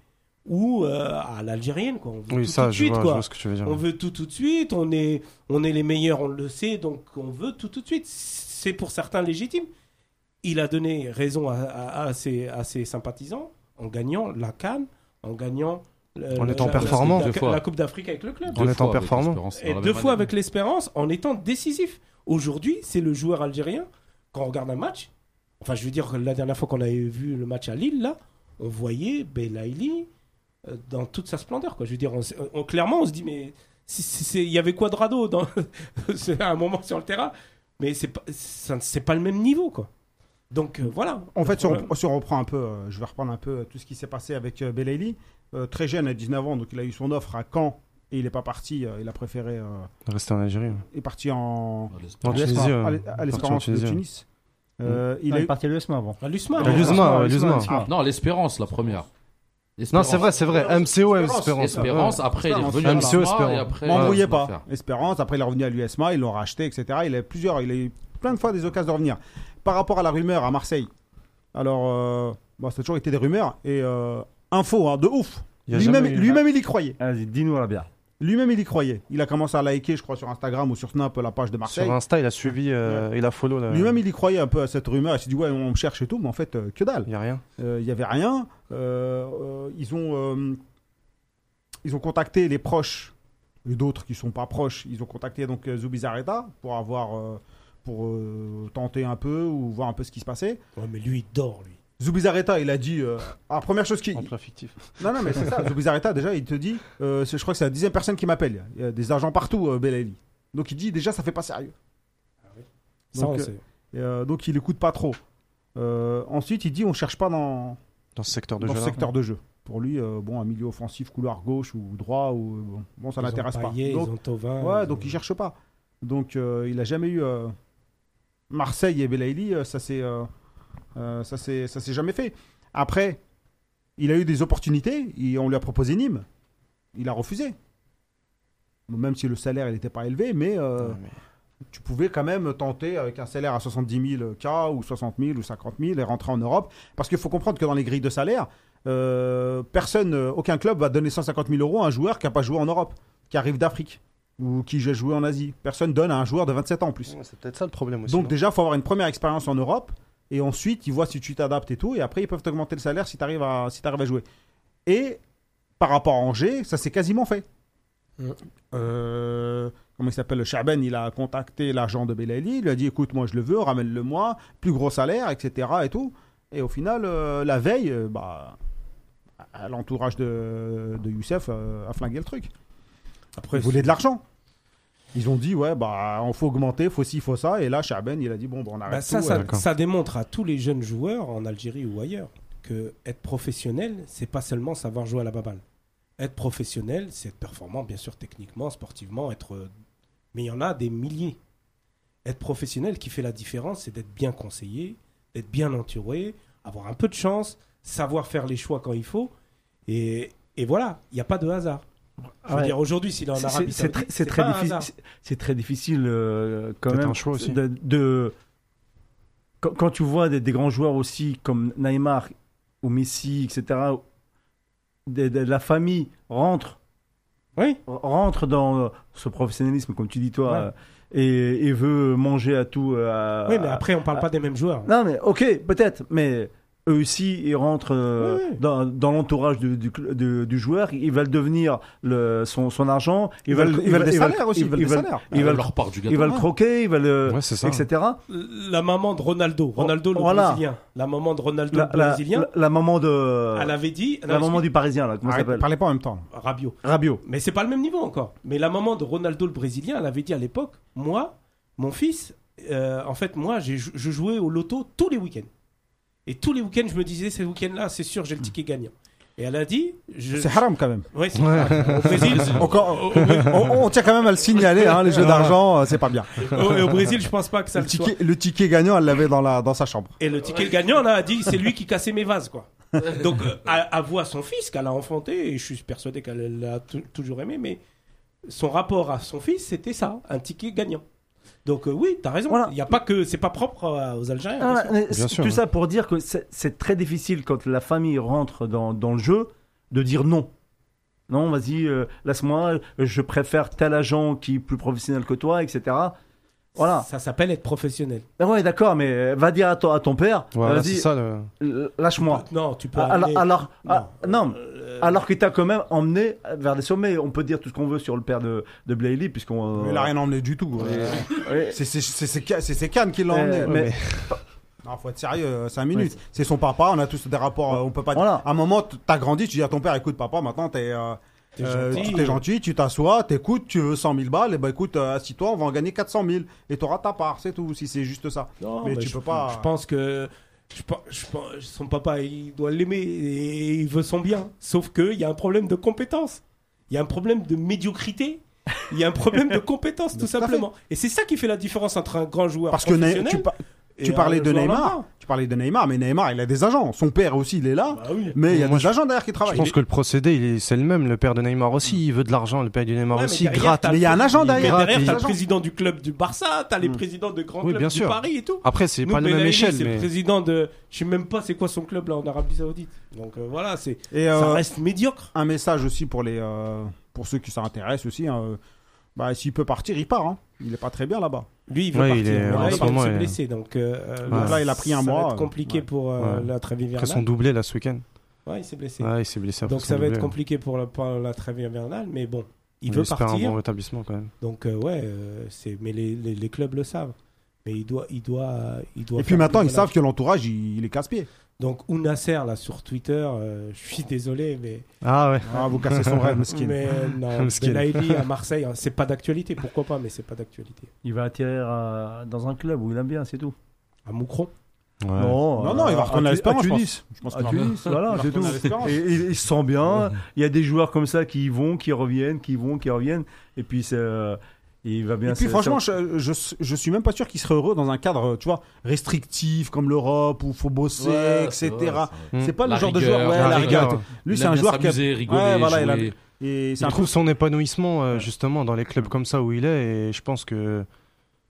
[SPEAKER 4] ou euh, à l'algérienne. quoi. On veut
[SPEAKER 5] Oui,
[SPEAKER 4] tout,
[SPEAKER 5] ça,
[SPEAKER 4] tout de
[SPEAKER 5] je,
[SPEAKER 4] suite,
[SPEAKER 5] vois, je
[SPEAKER 4] quoi.
[SPEAKER 5] vois ce que tu veux dire.
[SPEAKER 4] On veut tout tout de suite, on est, on est les meilleurs, on le sait, donc on veut tout tout de suite. C'est pour certains légitime. Il a donné raison à, à- à ses, à ses sympathisants en gagnant la Cannes, en gagnant le-
[SPEAKER 5] En
[SPEAKER 4] le-
[SPEAKER 5] étant
[SPEAKER 4] la-
[SPEAKER 5] performant.
[SPEAKER 4] la, la-
[SPEAKER 3] Deux fois.
[SPEAKER 4] la Coupe d'Afrique avec le club.
[SPEAKER 5] En
[SPEAKER 3] Deux fois
[SPEAKER 5] étant
[SPEAKER 3] avec
[SPEAKER 5] performant.
[SPEAKER 3] l'Espérance, dans
[SPEAKER 4] Et
[SPEAKER 3] la même
[SPEAKER 4] deux fois
[SPEAKER 3] année.
[SPEAKER 4] avec l'espérance en étant décisif. Aujourd'hui, c'est le joueur algérien. Quand on regarde un match, enfin, je veux dire, la dernière fois qu'on avait vu le match à Lille, là, on voyait Belaïli euh, dans toute sa splendeur. Quoi. Je veux dire, on s- on- clairement, on se dit, mais si- si- c'est- il y avait Quadrado dans, [laughs] c'est à un moment sur le terrain, mais c'est pas, ça ne- c'est pas le même niveau. Quoi. Donc euh, voilà.
[SPEAKER 1] En
[SPEAKER 4] Le
[SPEAKER 1] fait, si
[SPEAKER 4] problème.
[SPEAKER 1] on, si on reprend un peu, euh, je vais reprendre un peu tout ce qui s'est passé avec euh, Belaïli. Euh, très jeune, à 19 ans, donc il a eu son offre à Caen et il n'est pas parti. euh, il a préféré. euh,
[SPEAKER 5] Rester en Algérie.
[SPEAKER 1] il est parti en.
[SPEAKER 3] Ah, l'Espérance.
[SPEAKER 5] En Tunisie.
[SPEAKER 1] à
[SPEAKER 5] euh,
[SPEAKER 1] l'Es-
[SPEAKER 5] parti
[SPEAKER 1] à
[SPEAKER 5] en
[SPEAKER 1] l'Espérance de
[SPEAKER 5] Tunisie.
[SPEAKER 1] Tunis. Euh,
[SPEAKER 2] Il
[SPEAKER 1] il a eu-
[SPEAKER 2] est parti à l'USMA avant.
[SPEAKER 4] Ah, Lussmann,
[SPEAKER 5] À
[SPEAKER 4] on-
[SPEAKER 5] Lussmann. L'USMA, ouais, l'USMA.
[SPEAKER 3] Non, l'espérance, la première.
[SPEAKER 5] Non,
[SPEAKER 3] Espérance.
[SPEAKER 5] c'est vrai, c'est vrai. MCO, Espérance.
[SPEAKER 3] Espérance, après, il est
[SPEAKER 1] Espérance,
[SPEAKER 3] revenu à
[SPEAKER 5] MCO,
[SPEAKER 3] Parma,
[SPEAKER 5] Espérance.
[SPEAKER 3] et après.
[SPEAKER 1] M'embrouillez
[SPEAKER 3] euh,
[SPEAKER 1] pas.
[SPEAKER 3] faire.
[SPEAKER 1] Espérance, après il est revenu à l'USMA, ils l'ont racheté, etc. Il a, plusieurs, il a eu plein de fois des occasions de revenir. Par rapport à la rumeur à Marseille, alors, euh, bon, ça a toujours été des rumeurs et euh, info, hein, de ouf.
[SPEAKER 5] Il y a
[SPEAKER 1] Lui-même,
[SPEAKER 2] jamais eu-
[SPEAKER 1] lui-même, il y croyait.
[SPEAKER 2] Ah, Vas-y, dis-nous la bière.
[SPEAKER 1] Lui-même, il y croyait. Il a commencé à liker, je crois, sur Instagram ou sur Snap la page de Marseille.
[SPEAKER 5] Sur Insta, il a suivi, euh, il a follow. là.
[SPEAKER 1] Lui-même, il y croyait un peu à cette rumeur. Il s'est dit, ouais, on me cherche et tout, mais en fait, euh, que dalle.
[SPEAKER 5] Il n'y a rien.
[SPEAKER 1] Euh, Il n'y avait rien. Euh, euh, ils, ont, euh, ils ont contacté les proches et d'autres qui ne sont pas proches. Ils ont contacté donc euh, Zubizarreta pour avoir. euh, pour euh, tenter un peu ou voir un peu ce qui se passait.
[SPEAKER 4] Ouais, mais lui, il dort, lui.
[SPEAKER 1] Zubizarreta, il a dit... euh, alors, première chose qui...
[SPEAKER 5] Emploi fictif.
[SPEAKER 1] Non, non, mais c'est ça. Zubizarreta, déjà, il te dit... euh, c'est- je crois que c'est la dixième personne qui m'appelle. Il y a des agents partout, euh, Belaïli. Donc, il dit, déjà, ça fait pas sérieux.
[SPEAKER 4] Ça,
[SPEAKER 1] Donc,
[SPEAKER 4] on
[SPEAKER 1] euh,
[SPEAKER 4] sait.
[SPEAKER 1] Et, euh, donc il écoute pas trop. Euh, ensuite, il dit on cherche pas dans,
[SPEAKER 5] Dans ce secteur de
[SPEAKER 1] dans
[SPEAKER 5] jeu.
[SPEAKER 1] ce secteur de jeu. Pour lui, euh, bon, un milieu offensif, couloir gauche ou droit, ou, bon, bon, ça
[SPEAKER 4] Ils ont
[SPEAKER 1] l'intéresse pas.
[SPEAKER 4] Payet,
[SPEAKER 1] donc,
[SPEAKER 4] ils ont Thauvin, ils
[SPEAKER 1] ouais,
[SPEAKER 4] ont-
[SPEAKER 1] donc il cherche pas. Donc euh, il a jamais eu euh, Marseille et Belaïli, euh, ça s'est euh, euh, ça s'est ça s'est jamais fait. Après, il a eu des opportunités, et on lui a proposé Nîmes, il a refusé. Même si le salaire il n'était pas élevé, mais euh, tu pouvais quand même tenter avec un salaire à 70 000 K ou 60 000 ou 50 000 et rentrer en Europe. Parce qu'il faut comprendre que dans les grilles de salaire, euh, personne, euh, aucun club va donner 150 000 euros à un joueur qui n'a pas joué en Europe, qui arrive d'Afrique ou qui a joué en Asie. Personne donne à un joueur de 27 ans en plus.
[SPEAKER 5] C'est peut-être ça le problème aussi.
[SPEAKER 1] Donc déjà, il faut avoir une première expérience en Europe et ensuite, ils voient si tu t'adaptes et tout. Et après, ils peuvent t'augmenter le salaire si tu arrives à, si t'arrives à jouer. Et par rapport à Angers, ça s'est quasiment fait.
[SPEAKER 4] Mm.
[SPEAKER 1] Euh, comment il s'appelle Chaben, il a contacté l'agent de Belaïli, il lui a dit écoute, moi je le veux, ramène-le moi, plus gros salaire, etc. Et tout. Et au final, euh, la veille, euh, bah, à l'entourage de, de Youssef euh, a flingué le truc.
[SPEAKER 4] Après,
[SPEAKER 1] Ils voulaient de l'argent. Ils ont dit ouais bah on faut augmenter, faut ci, faut ça. Et là, Chaben, il a dit bon bah, on arrête
[SPEAKER 4] Bah, ça,
[SPEAKER 1] tout.
[SPEAKER 4] ça,
[SPEAKER 1] euh,
[SPEAKER 4] ça démontre à tous les jeunes joueurs en Algérie ou ailleurs que être professionnel, c'est pas seulement savoir jouer à la baballe. Être professionnel, c'est être performant, bien sûr, techniquement, sportivement, être. euh, Mais il y en a des milliers. Être professionnel, qui fait la différence, c'est d'être bien conseillé, d'être bien entouré, avoir un peu de chance, savoir faire les choix quand il faut. Et, et voilà, il n'y a pas de hasard. Je veux
[SPEAKER 2] Ouais.
[SPEAKER 4] dire, aujourd'hui, s'il est en
[SPEAKER 2] C'est-
[SPEAKER 4] Arabie
[SPEAKER 2] c'est- C'est
[SPEAKER 4] Saoudite,
[SPEAKER 2] très, c'est très
[SPEAKER 4] pas un
[SPEAKER 2] difficile.
[SPEAKER 4] hasard.
[SPEAKER 2] c'est- C'est très difficile euh, quand
[SPEAKER 5] Peut-être
[SPEAKER 2] même.
[SPEAKER 5] un choix aussi.
[SPEAKER 2] De, de- quand, quand tu vois des, des grands joueurs aussi comme Neymar ou Messi, etc. des- des- la famille rentre,
[SPEAKER 4] Oui.
[SPEAKER 2] rentre dans euh, ce professionnalisme, comme tu dis toi,
[SPEAKER 4] Ouais.
[SPEAKER 2] euh, et, et veut manger à tout. euh, à-
[SPEAKER 4] Oui, mais après, on parle pas des mêmes joueurs.
[SPEAKER 2] Non, mais ok, peut-être, mais eux aussi, ils rentrent euh,
[SPEAKER 4] Oui, oui.
[SPEAKER 2] dans, dans l'entourage du, du cl- de- du joueur, ils veulent devenir le, son, son argent, ils,
[SPEAKER 1] Ils veulent, ils veulent des
[SPEAKER 2] ils veulent-
[SPEAKER 1] salaires aussi, ils veulent des salaires.
[SPEAKER 2] ils veulent-
[SPEAKER 3] leur part du
[SPEAKER 2] ils
[SPEAKER 3] gâteau.
[SPEAKER 2] veulent croquer, ils veulent, euh,
[SPEAKER 5] Ah, Ouais, c'est ça.
[SPEAKER 2] etc.
[SPEAKER 4] La maman de Ronaldo, Ronaldo le
[SPEAKER 2] Voilà.
[SPEAKER 4] brésilien, la maman de Ronaldo
[SPEAKER 2] La,
[SPEAKER 4] le
[SPEAKER 2] la,
[SPEAKER 4] brésilien,
[SPEAKER 2] la- la maman de,
[SPEAKER 4] elle avait dit,
[SPEAKER 2] la maman du Parisien, là, comment ça
[SPEAKER 1] Arrête,
[SPEAKER 2] s'appelle
[SPEAKER 1] parlez pas en même temps.
[SPEAKER 4] Rabio.
[SPEAKER 2] Rabiot.
[SPEAKER 4] Mais c'est pas le même niveau encore. Mais la maman de Ronaldo le brésilien, elle avait dit à l'époque, moi, mon fils, euh, en fait, moi, j'ai jou- je jouais au loto tous les week-ends. Et tous les week-ends, je me disais, ces week-ends-là, c'est sûr, j'ai le ticket gagnant. Et elle a dit, je...
[SPEAKER 1] C'est haram quand même.
[SPEAKER 4] Ouais, c'est au Brésil,
[SPEAKER 1] Encore, on, on tient quand même à le signaler, hein, les jeux d'argent, euh, c'est pas bien.
[SPEAKER 4] au, au Brésil, je pense pas que ça
[SPEAKER 1] Le
[SPEAKER 4] le soit.
[SPEAKER 1] ticket, le ticket gagnant, elle l'avait dans, la, dans sa chambre.
[SPEAKER 4] Et le ticket gagnant, là, a dit c'est lui qui cassait mes vases, quoi. Donc, euh, a- avoue à son fils qu'elle a enfanté, et je suis persuadé qu'elle l'a tou- toujours aimé, mais son rapport à son fils, c'était ça, un ticket gagnant. Donc, euh, oui, t'as raison. Il
[SPEAKER 2] Voilà.
[SPEAKER 4] n'y a pas que. C'est pas propre euh, aux Algériens. bien
[SPEAKER 2] Ah,
[SPEAKER 4] sûr.
[SPEAKER 2] mais
[SPEAKER 5] Bien
[SPEAKER 2] c'est-
[SPEAKER 5] sûr,
[SPEAKER 2] tout
[SPEAKER 5] ouais.
[SPEAKER 2] ça pour dire que c'est- c'est très difficile quand la famille rentre dans, dans le jeu de dire non. Non, vas-y, euh, laisse-moi, je préfère tel agent qui est plus professionnel que toi, etc. Voilà.
[SPEAKER 4] Ça s'appelle être professionnel.
[SPEAKER 2] Ah ouais, d'accord, mais euh, va dire à, ton- à ton père,
[SPEAKER 5] Voilà, c'est
[SPEAKER 2] vas-y,
[SPEAKER 5] ça le.
[SPEAKER 2] euh, lâche-moi.
[SPEAKER 4] Non, tu peux.
[SPEAKER 2] Alors,
[SPEAKER 4] amener-
[SPEAKER 2] alors, ah, non.
[SPEAKER 4] Euh,
[SPEAKER 2] alors que t'as quand même emmené vers des sommets. On peut dire tout ce qu'on veut sur le père de, de Blayley, puisqu'on. euh,
[SPEAKER 1] Il a rien emmené du tout.
[SPEAKER 2] Ouais.
[SPEAKER 1] C'est- c'est- C'est c'est Ca- c'est- c'est Cannes qui l'a emmené.
[SPEAKER 2] Euh, mais-
[SPEAKER 1] Non, faut être sérieux, 5 minutes. C'est son papa, on a tous des rapports, euh, on peut pas dire-
[SPEAKER 2] Voilà.
[SPEAKER 1] À un moment, t- t'as grandi, tu dis à ton père, écoute papa, maintenant t'es euh,
[SPEAKER 4] T'es
[SPEAKER 1] euh,
[SPEAKER 4] gentil.
[SPEAKER 1] tu- t'es gentil, tu t'assois, t'écoutes, tu veux 100 000 balles, et ben écoute, euh, assis-toi, on va en gagner 400 000, et t'auras ta part, c'est tout, si c'est juste ça.
[SPEAKER 4] Non,
[SPEAKER 1] Mais
[SPEAKER 4] bah,
[SPEAKER 1] tu
[SPEAKER 4] je,
[SPEAKER 1] peux pas-
[SPEAKER 4] Je pense que je, pe- je pe- son papa, il doit l'aimer et il veut son bien. Sauf qu'il y a un problème de compétence. Il y a un problème de médiocrité. Il y a un problème
[SPEAKER 1] [laughs]
[SPEAKER 4] de compétence, tout
[SPEAKER 1] Tout à fait.
[SPEAKER 4] simplement. Et c'est ça qui fait la différence entre un grand joueur
[SPEAKER 1] Parce que Ney-
[SPEAKER 4] professionnel
[SPEAKER 1] tu, par-
[SPEAKER 4] et
[SPEAKER 1] tu parlais
[SPEAKER 4] un
[SPEAKER 1] de
[SPEAKER 4] joueur
[SPEAKER 1] Neymar,
[SPEAKER 4] lambda.
[SPEAKER 1] tu parlait de Neymar, mais Neymar, il a des agents. Son père aussi, il est là.
[SPEAKER 4] Bah oui.
[SPEAKER 1] Mais il y a
[SPEAKER 5] Moi,
[SPEAKER 1] des
[SPEAKER 5] je-
[SPEAKER 1] agents derrière qui
[SPEAKER 5] Je
[SPEAKER 1] travaillent.
[SPEAKER 5] pense que le procédé, il est- c'est le même. Le père de Neymar aussi, il veut de l'argent. Le père du Neymar
[SPEAKER 4] Ouais, mais
[SPEAKER 5] aussi, il
[SPEAKER 4] derrière,
[SPEAKER 5] gratte.
[SPEAKER 4] t'as
[SPEAKER 1] Mais il y a un agent
[SPEAKER 4] Mais
[SPEAKER 1] derrière. Mm.
[SPEAKER 4] derrière,
[SPEAKER 5] gratte,
[SPEAKER 4] t'as
[SPEAKER 5] il-
[SPEAKER 4] le président du club du Barça, t'as les présidents de grands
[SPEAKER 5] Oui,
[SPEAKER 4] clubs
[SPEAKER 5] bien
[SPEAKER 4] du
[SPEAKER 5] sûr.
[SPEAKER 4] Paris et tout.
[SPEAKER 5] Après, c'est
[SPEAKER 4] Nous,
[SPEAKER 5] pas la même
[SPEAKER 4] Belaïli,
[SPEAKER 5] échelle,
[SPEAKER 4] c'est le
[SPEAKER 5] mais
[SPEAKER 4] président de. Je sais même pas c'est quoi son club là en Arabie Saoudite. Donc euh, voilà, c'est.
[SPEAKER 1] Et
[SPEAKER 4] Ça
[SPEAKER 1] euh,
[SPEAKER 4] reste médiocre.
[SPEAKER 1] un message aussi pour les euh, pour ceux qui s'intéressent aussi. hein, euh, bah, s'il peut partir, il part. hein. Il est pas très bien là-bas.
[SPEAKER 4] Lui, il veut
[SPEAKER 5] Ouais,
[SPEAKER 4] partir.
[SPEAKER 5] il est-
[SPEAKER 4] mais
[SPEAKER 1] en
[SPEAKER 4] là,
[SPEAKER 1] ce
[SPEAKER 4] il vient de
[SPEAKER 5] moment,
[SPEAKER 4] se
[SPEAKER 5] il est-
[SPEAKER 4] blesser. Donc euh,
[SPEAKER 5] Donc
[SPEAKER 1] là, il a pris un
[SPEAKER 4] ça
[SPEAKER 1] mois,
[SPEAKER 4] Va être compliqué
[SPEAKER 1] ouais.
[SPEAKER 4] pour euh,
[SPEAKER 5] Ouais.
[SPEAKER 4] la trêve
[SPEAKER 5] après
[SPEAKER 4] hivernale.
[SPEAKER 5] son doublé là ce week-end.
[SPEAKER 4] Ouais, il s'est blessé.
[SPEAKER 5] Ouais, il s'est blessé. après
[SPEAKER 4] Donc
[SPEAKER 5] son
[SPEAKER 4] ça va
[SPEAKER 5] doublé.
[SPEAKER 4] être compliqué pour la, pour la trêve hivernale, mais bon, il
[SPEAKER 5] hein. On
[SPEAKER 4] veut
[SPEAKER 5] espère
[SPEAKER 4] partir.
[SPEAKER 5] un bon rétablissement quand même.
[SPEAKER 4] Donc euh, ouais, euh, c'est. Mais les, les, les clubs le savent. Mais il doit, il doit, il doit.
[SPEAKER 1] Et puis
[SPEAKER 4] faire
[SPEAKER 1] maintenant, ils
[SPEAKER 4] plus de
[SPEAKER 1] savent que l'entourage, il, il est casse-pied.
[SPEAKER 4] Donc Ounaser là sur Twitter, euh, je suis désolé, mais,
[SPEAKER 5] Ah ouais.
[SPEAKER 1] Ah, vous cassez [laughs] son
[SPEAKER 4] [laughs]
[SPEAKER 1] rêve, mesquine. [laughs]
[SPEAKER 4] mais euh, non,
[SPEAKER 5] Miskin.
[SPEAKER 4] Belaïli à Marseille, hein, c'est pas d'actualité, pourquoi pas, mais c'est pas d'actualité.
[SPEAKER 2] Il va atterrir euh, dans un club où il aime bien, c'est tout.
[SPEAKER 4] À Moucron,
[SPEAKER 5] Ah
[SPEAKER 1] Non, non, il va retourner à l'Espérance, je
[SPEAKER 2] euh, Tunis.
[SPEAKER 1] Je pense
[SPEAKER 2] À
[SPEAKER 1] qu'il va
[SPEAKER 2] Tunis, Ah, voilà,
[SPEAKER 1] Il va
[SPEAKER 2] c'est tout.
[SPEAKER 1] retourner à l'Espérance.
[SPEAKER 2] Et, et- il se sent bien. Il y a des joueurs comme ça qui vont, qui reviennent, qui vont, qui reviennent. Et puis, c'est, euh, il va bien.
[SPEAKER 1] Et puis
[SPEAKER 2] se-
[SPEAKER 1] franchement, je, je, je suis même pas sûr qu'il serait heureux dans un cadre, tu vois, restrictif comme l'Europe où faut bosser,
[SPEAKER 3] Ouais,
[SPEAKER 1] etc.
[SPEAKER 3] c'est vrai,
[SPEAKER 5] Mm.
[SPEAKER 1] C'est pas le
[SPEAKER 3] La
[SPEAKER 1] genre de
[SPEAKER 3] rigueur,
[SPEAKER 1] joueur. Ouais,
[SPEAKER 3] la
[SPEAKER 1] la
[SPEAKER 3] rigueur.
[SPEAKER 1] rigueur. Lui,
[SPEAKER 3] Il
[SPEAKER 1] c'est
[SPEAKER 3] aime
[SPEAKER 1] un
[SPEAKER 3] bien
[SPEAKER 1] joueur qui a...
[SPEAKER 3] s'amuser, rigoler,
[SPEAKER 1] Ouais, voilà, il a-
[SPEAKER 3] jouer.
[SPEAKER 1] et c'est
[SPEAKER 5] Il
[SPEAKER 1] un
[SPEAKER 5] trouve son épanouissement euh, justement dans les clubs comme ça où il est et je pense que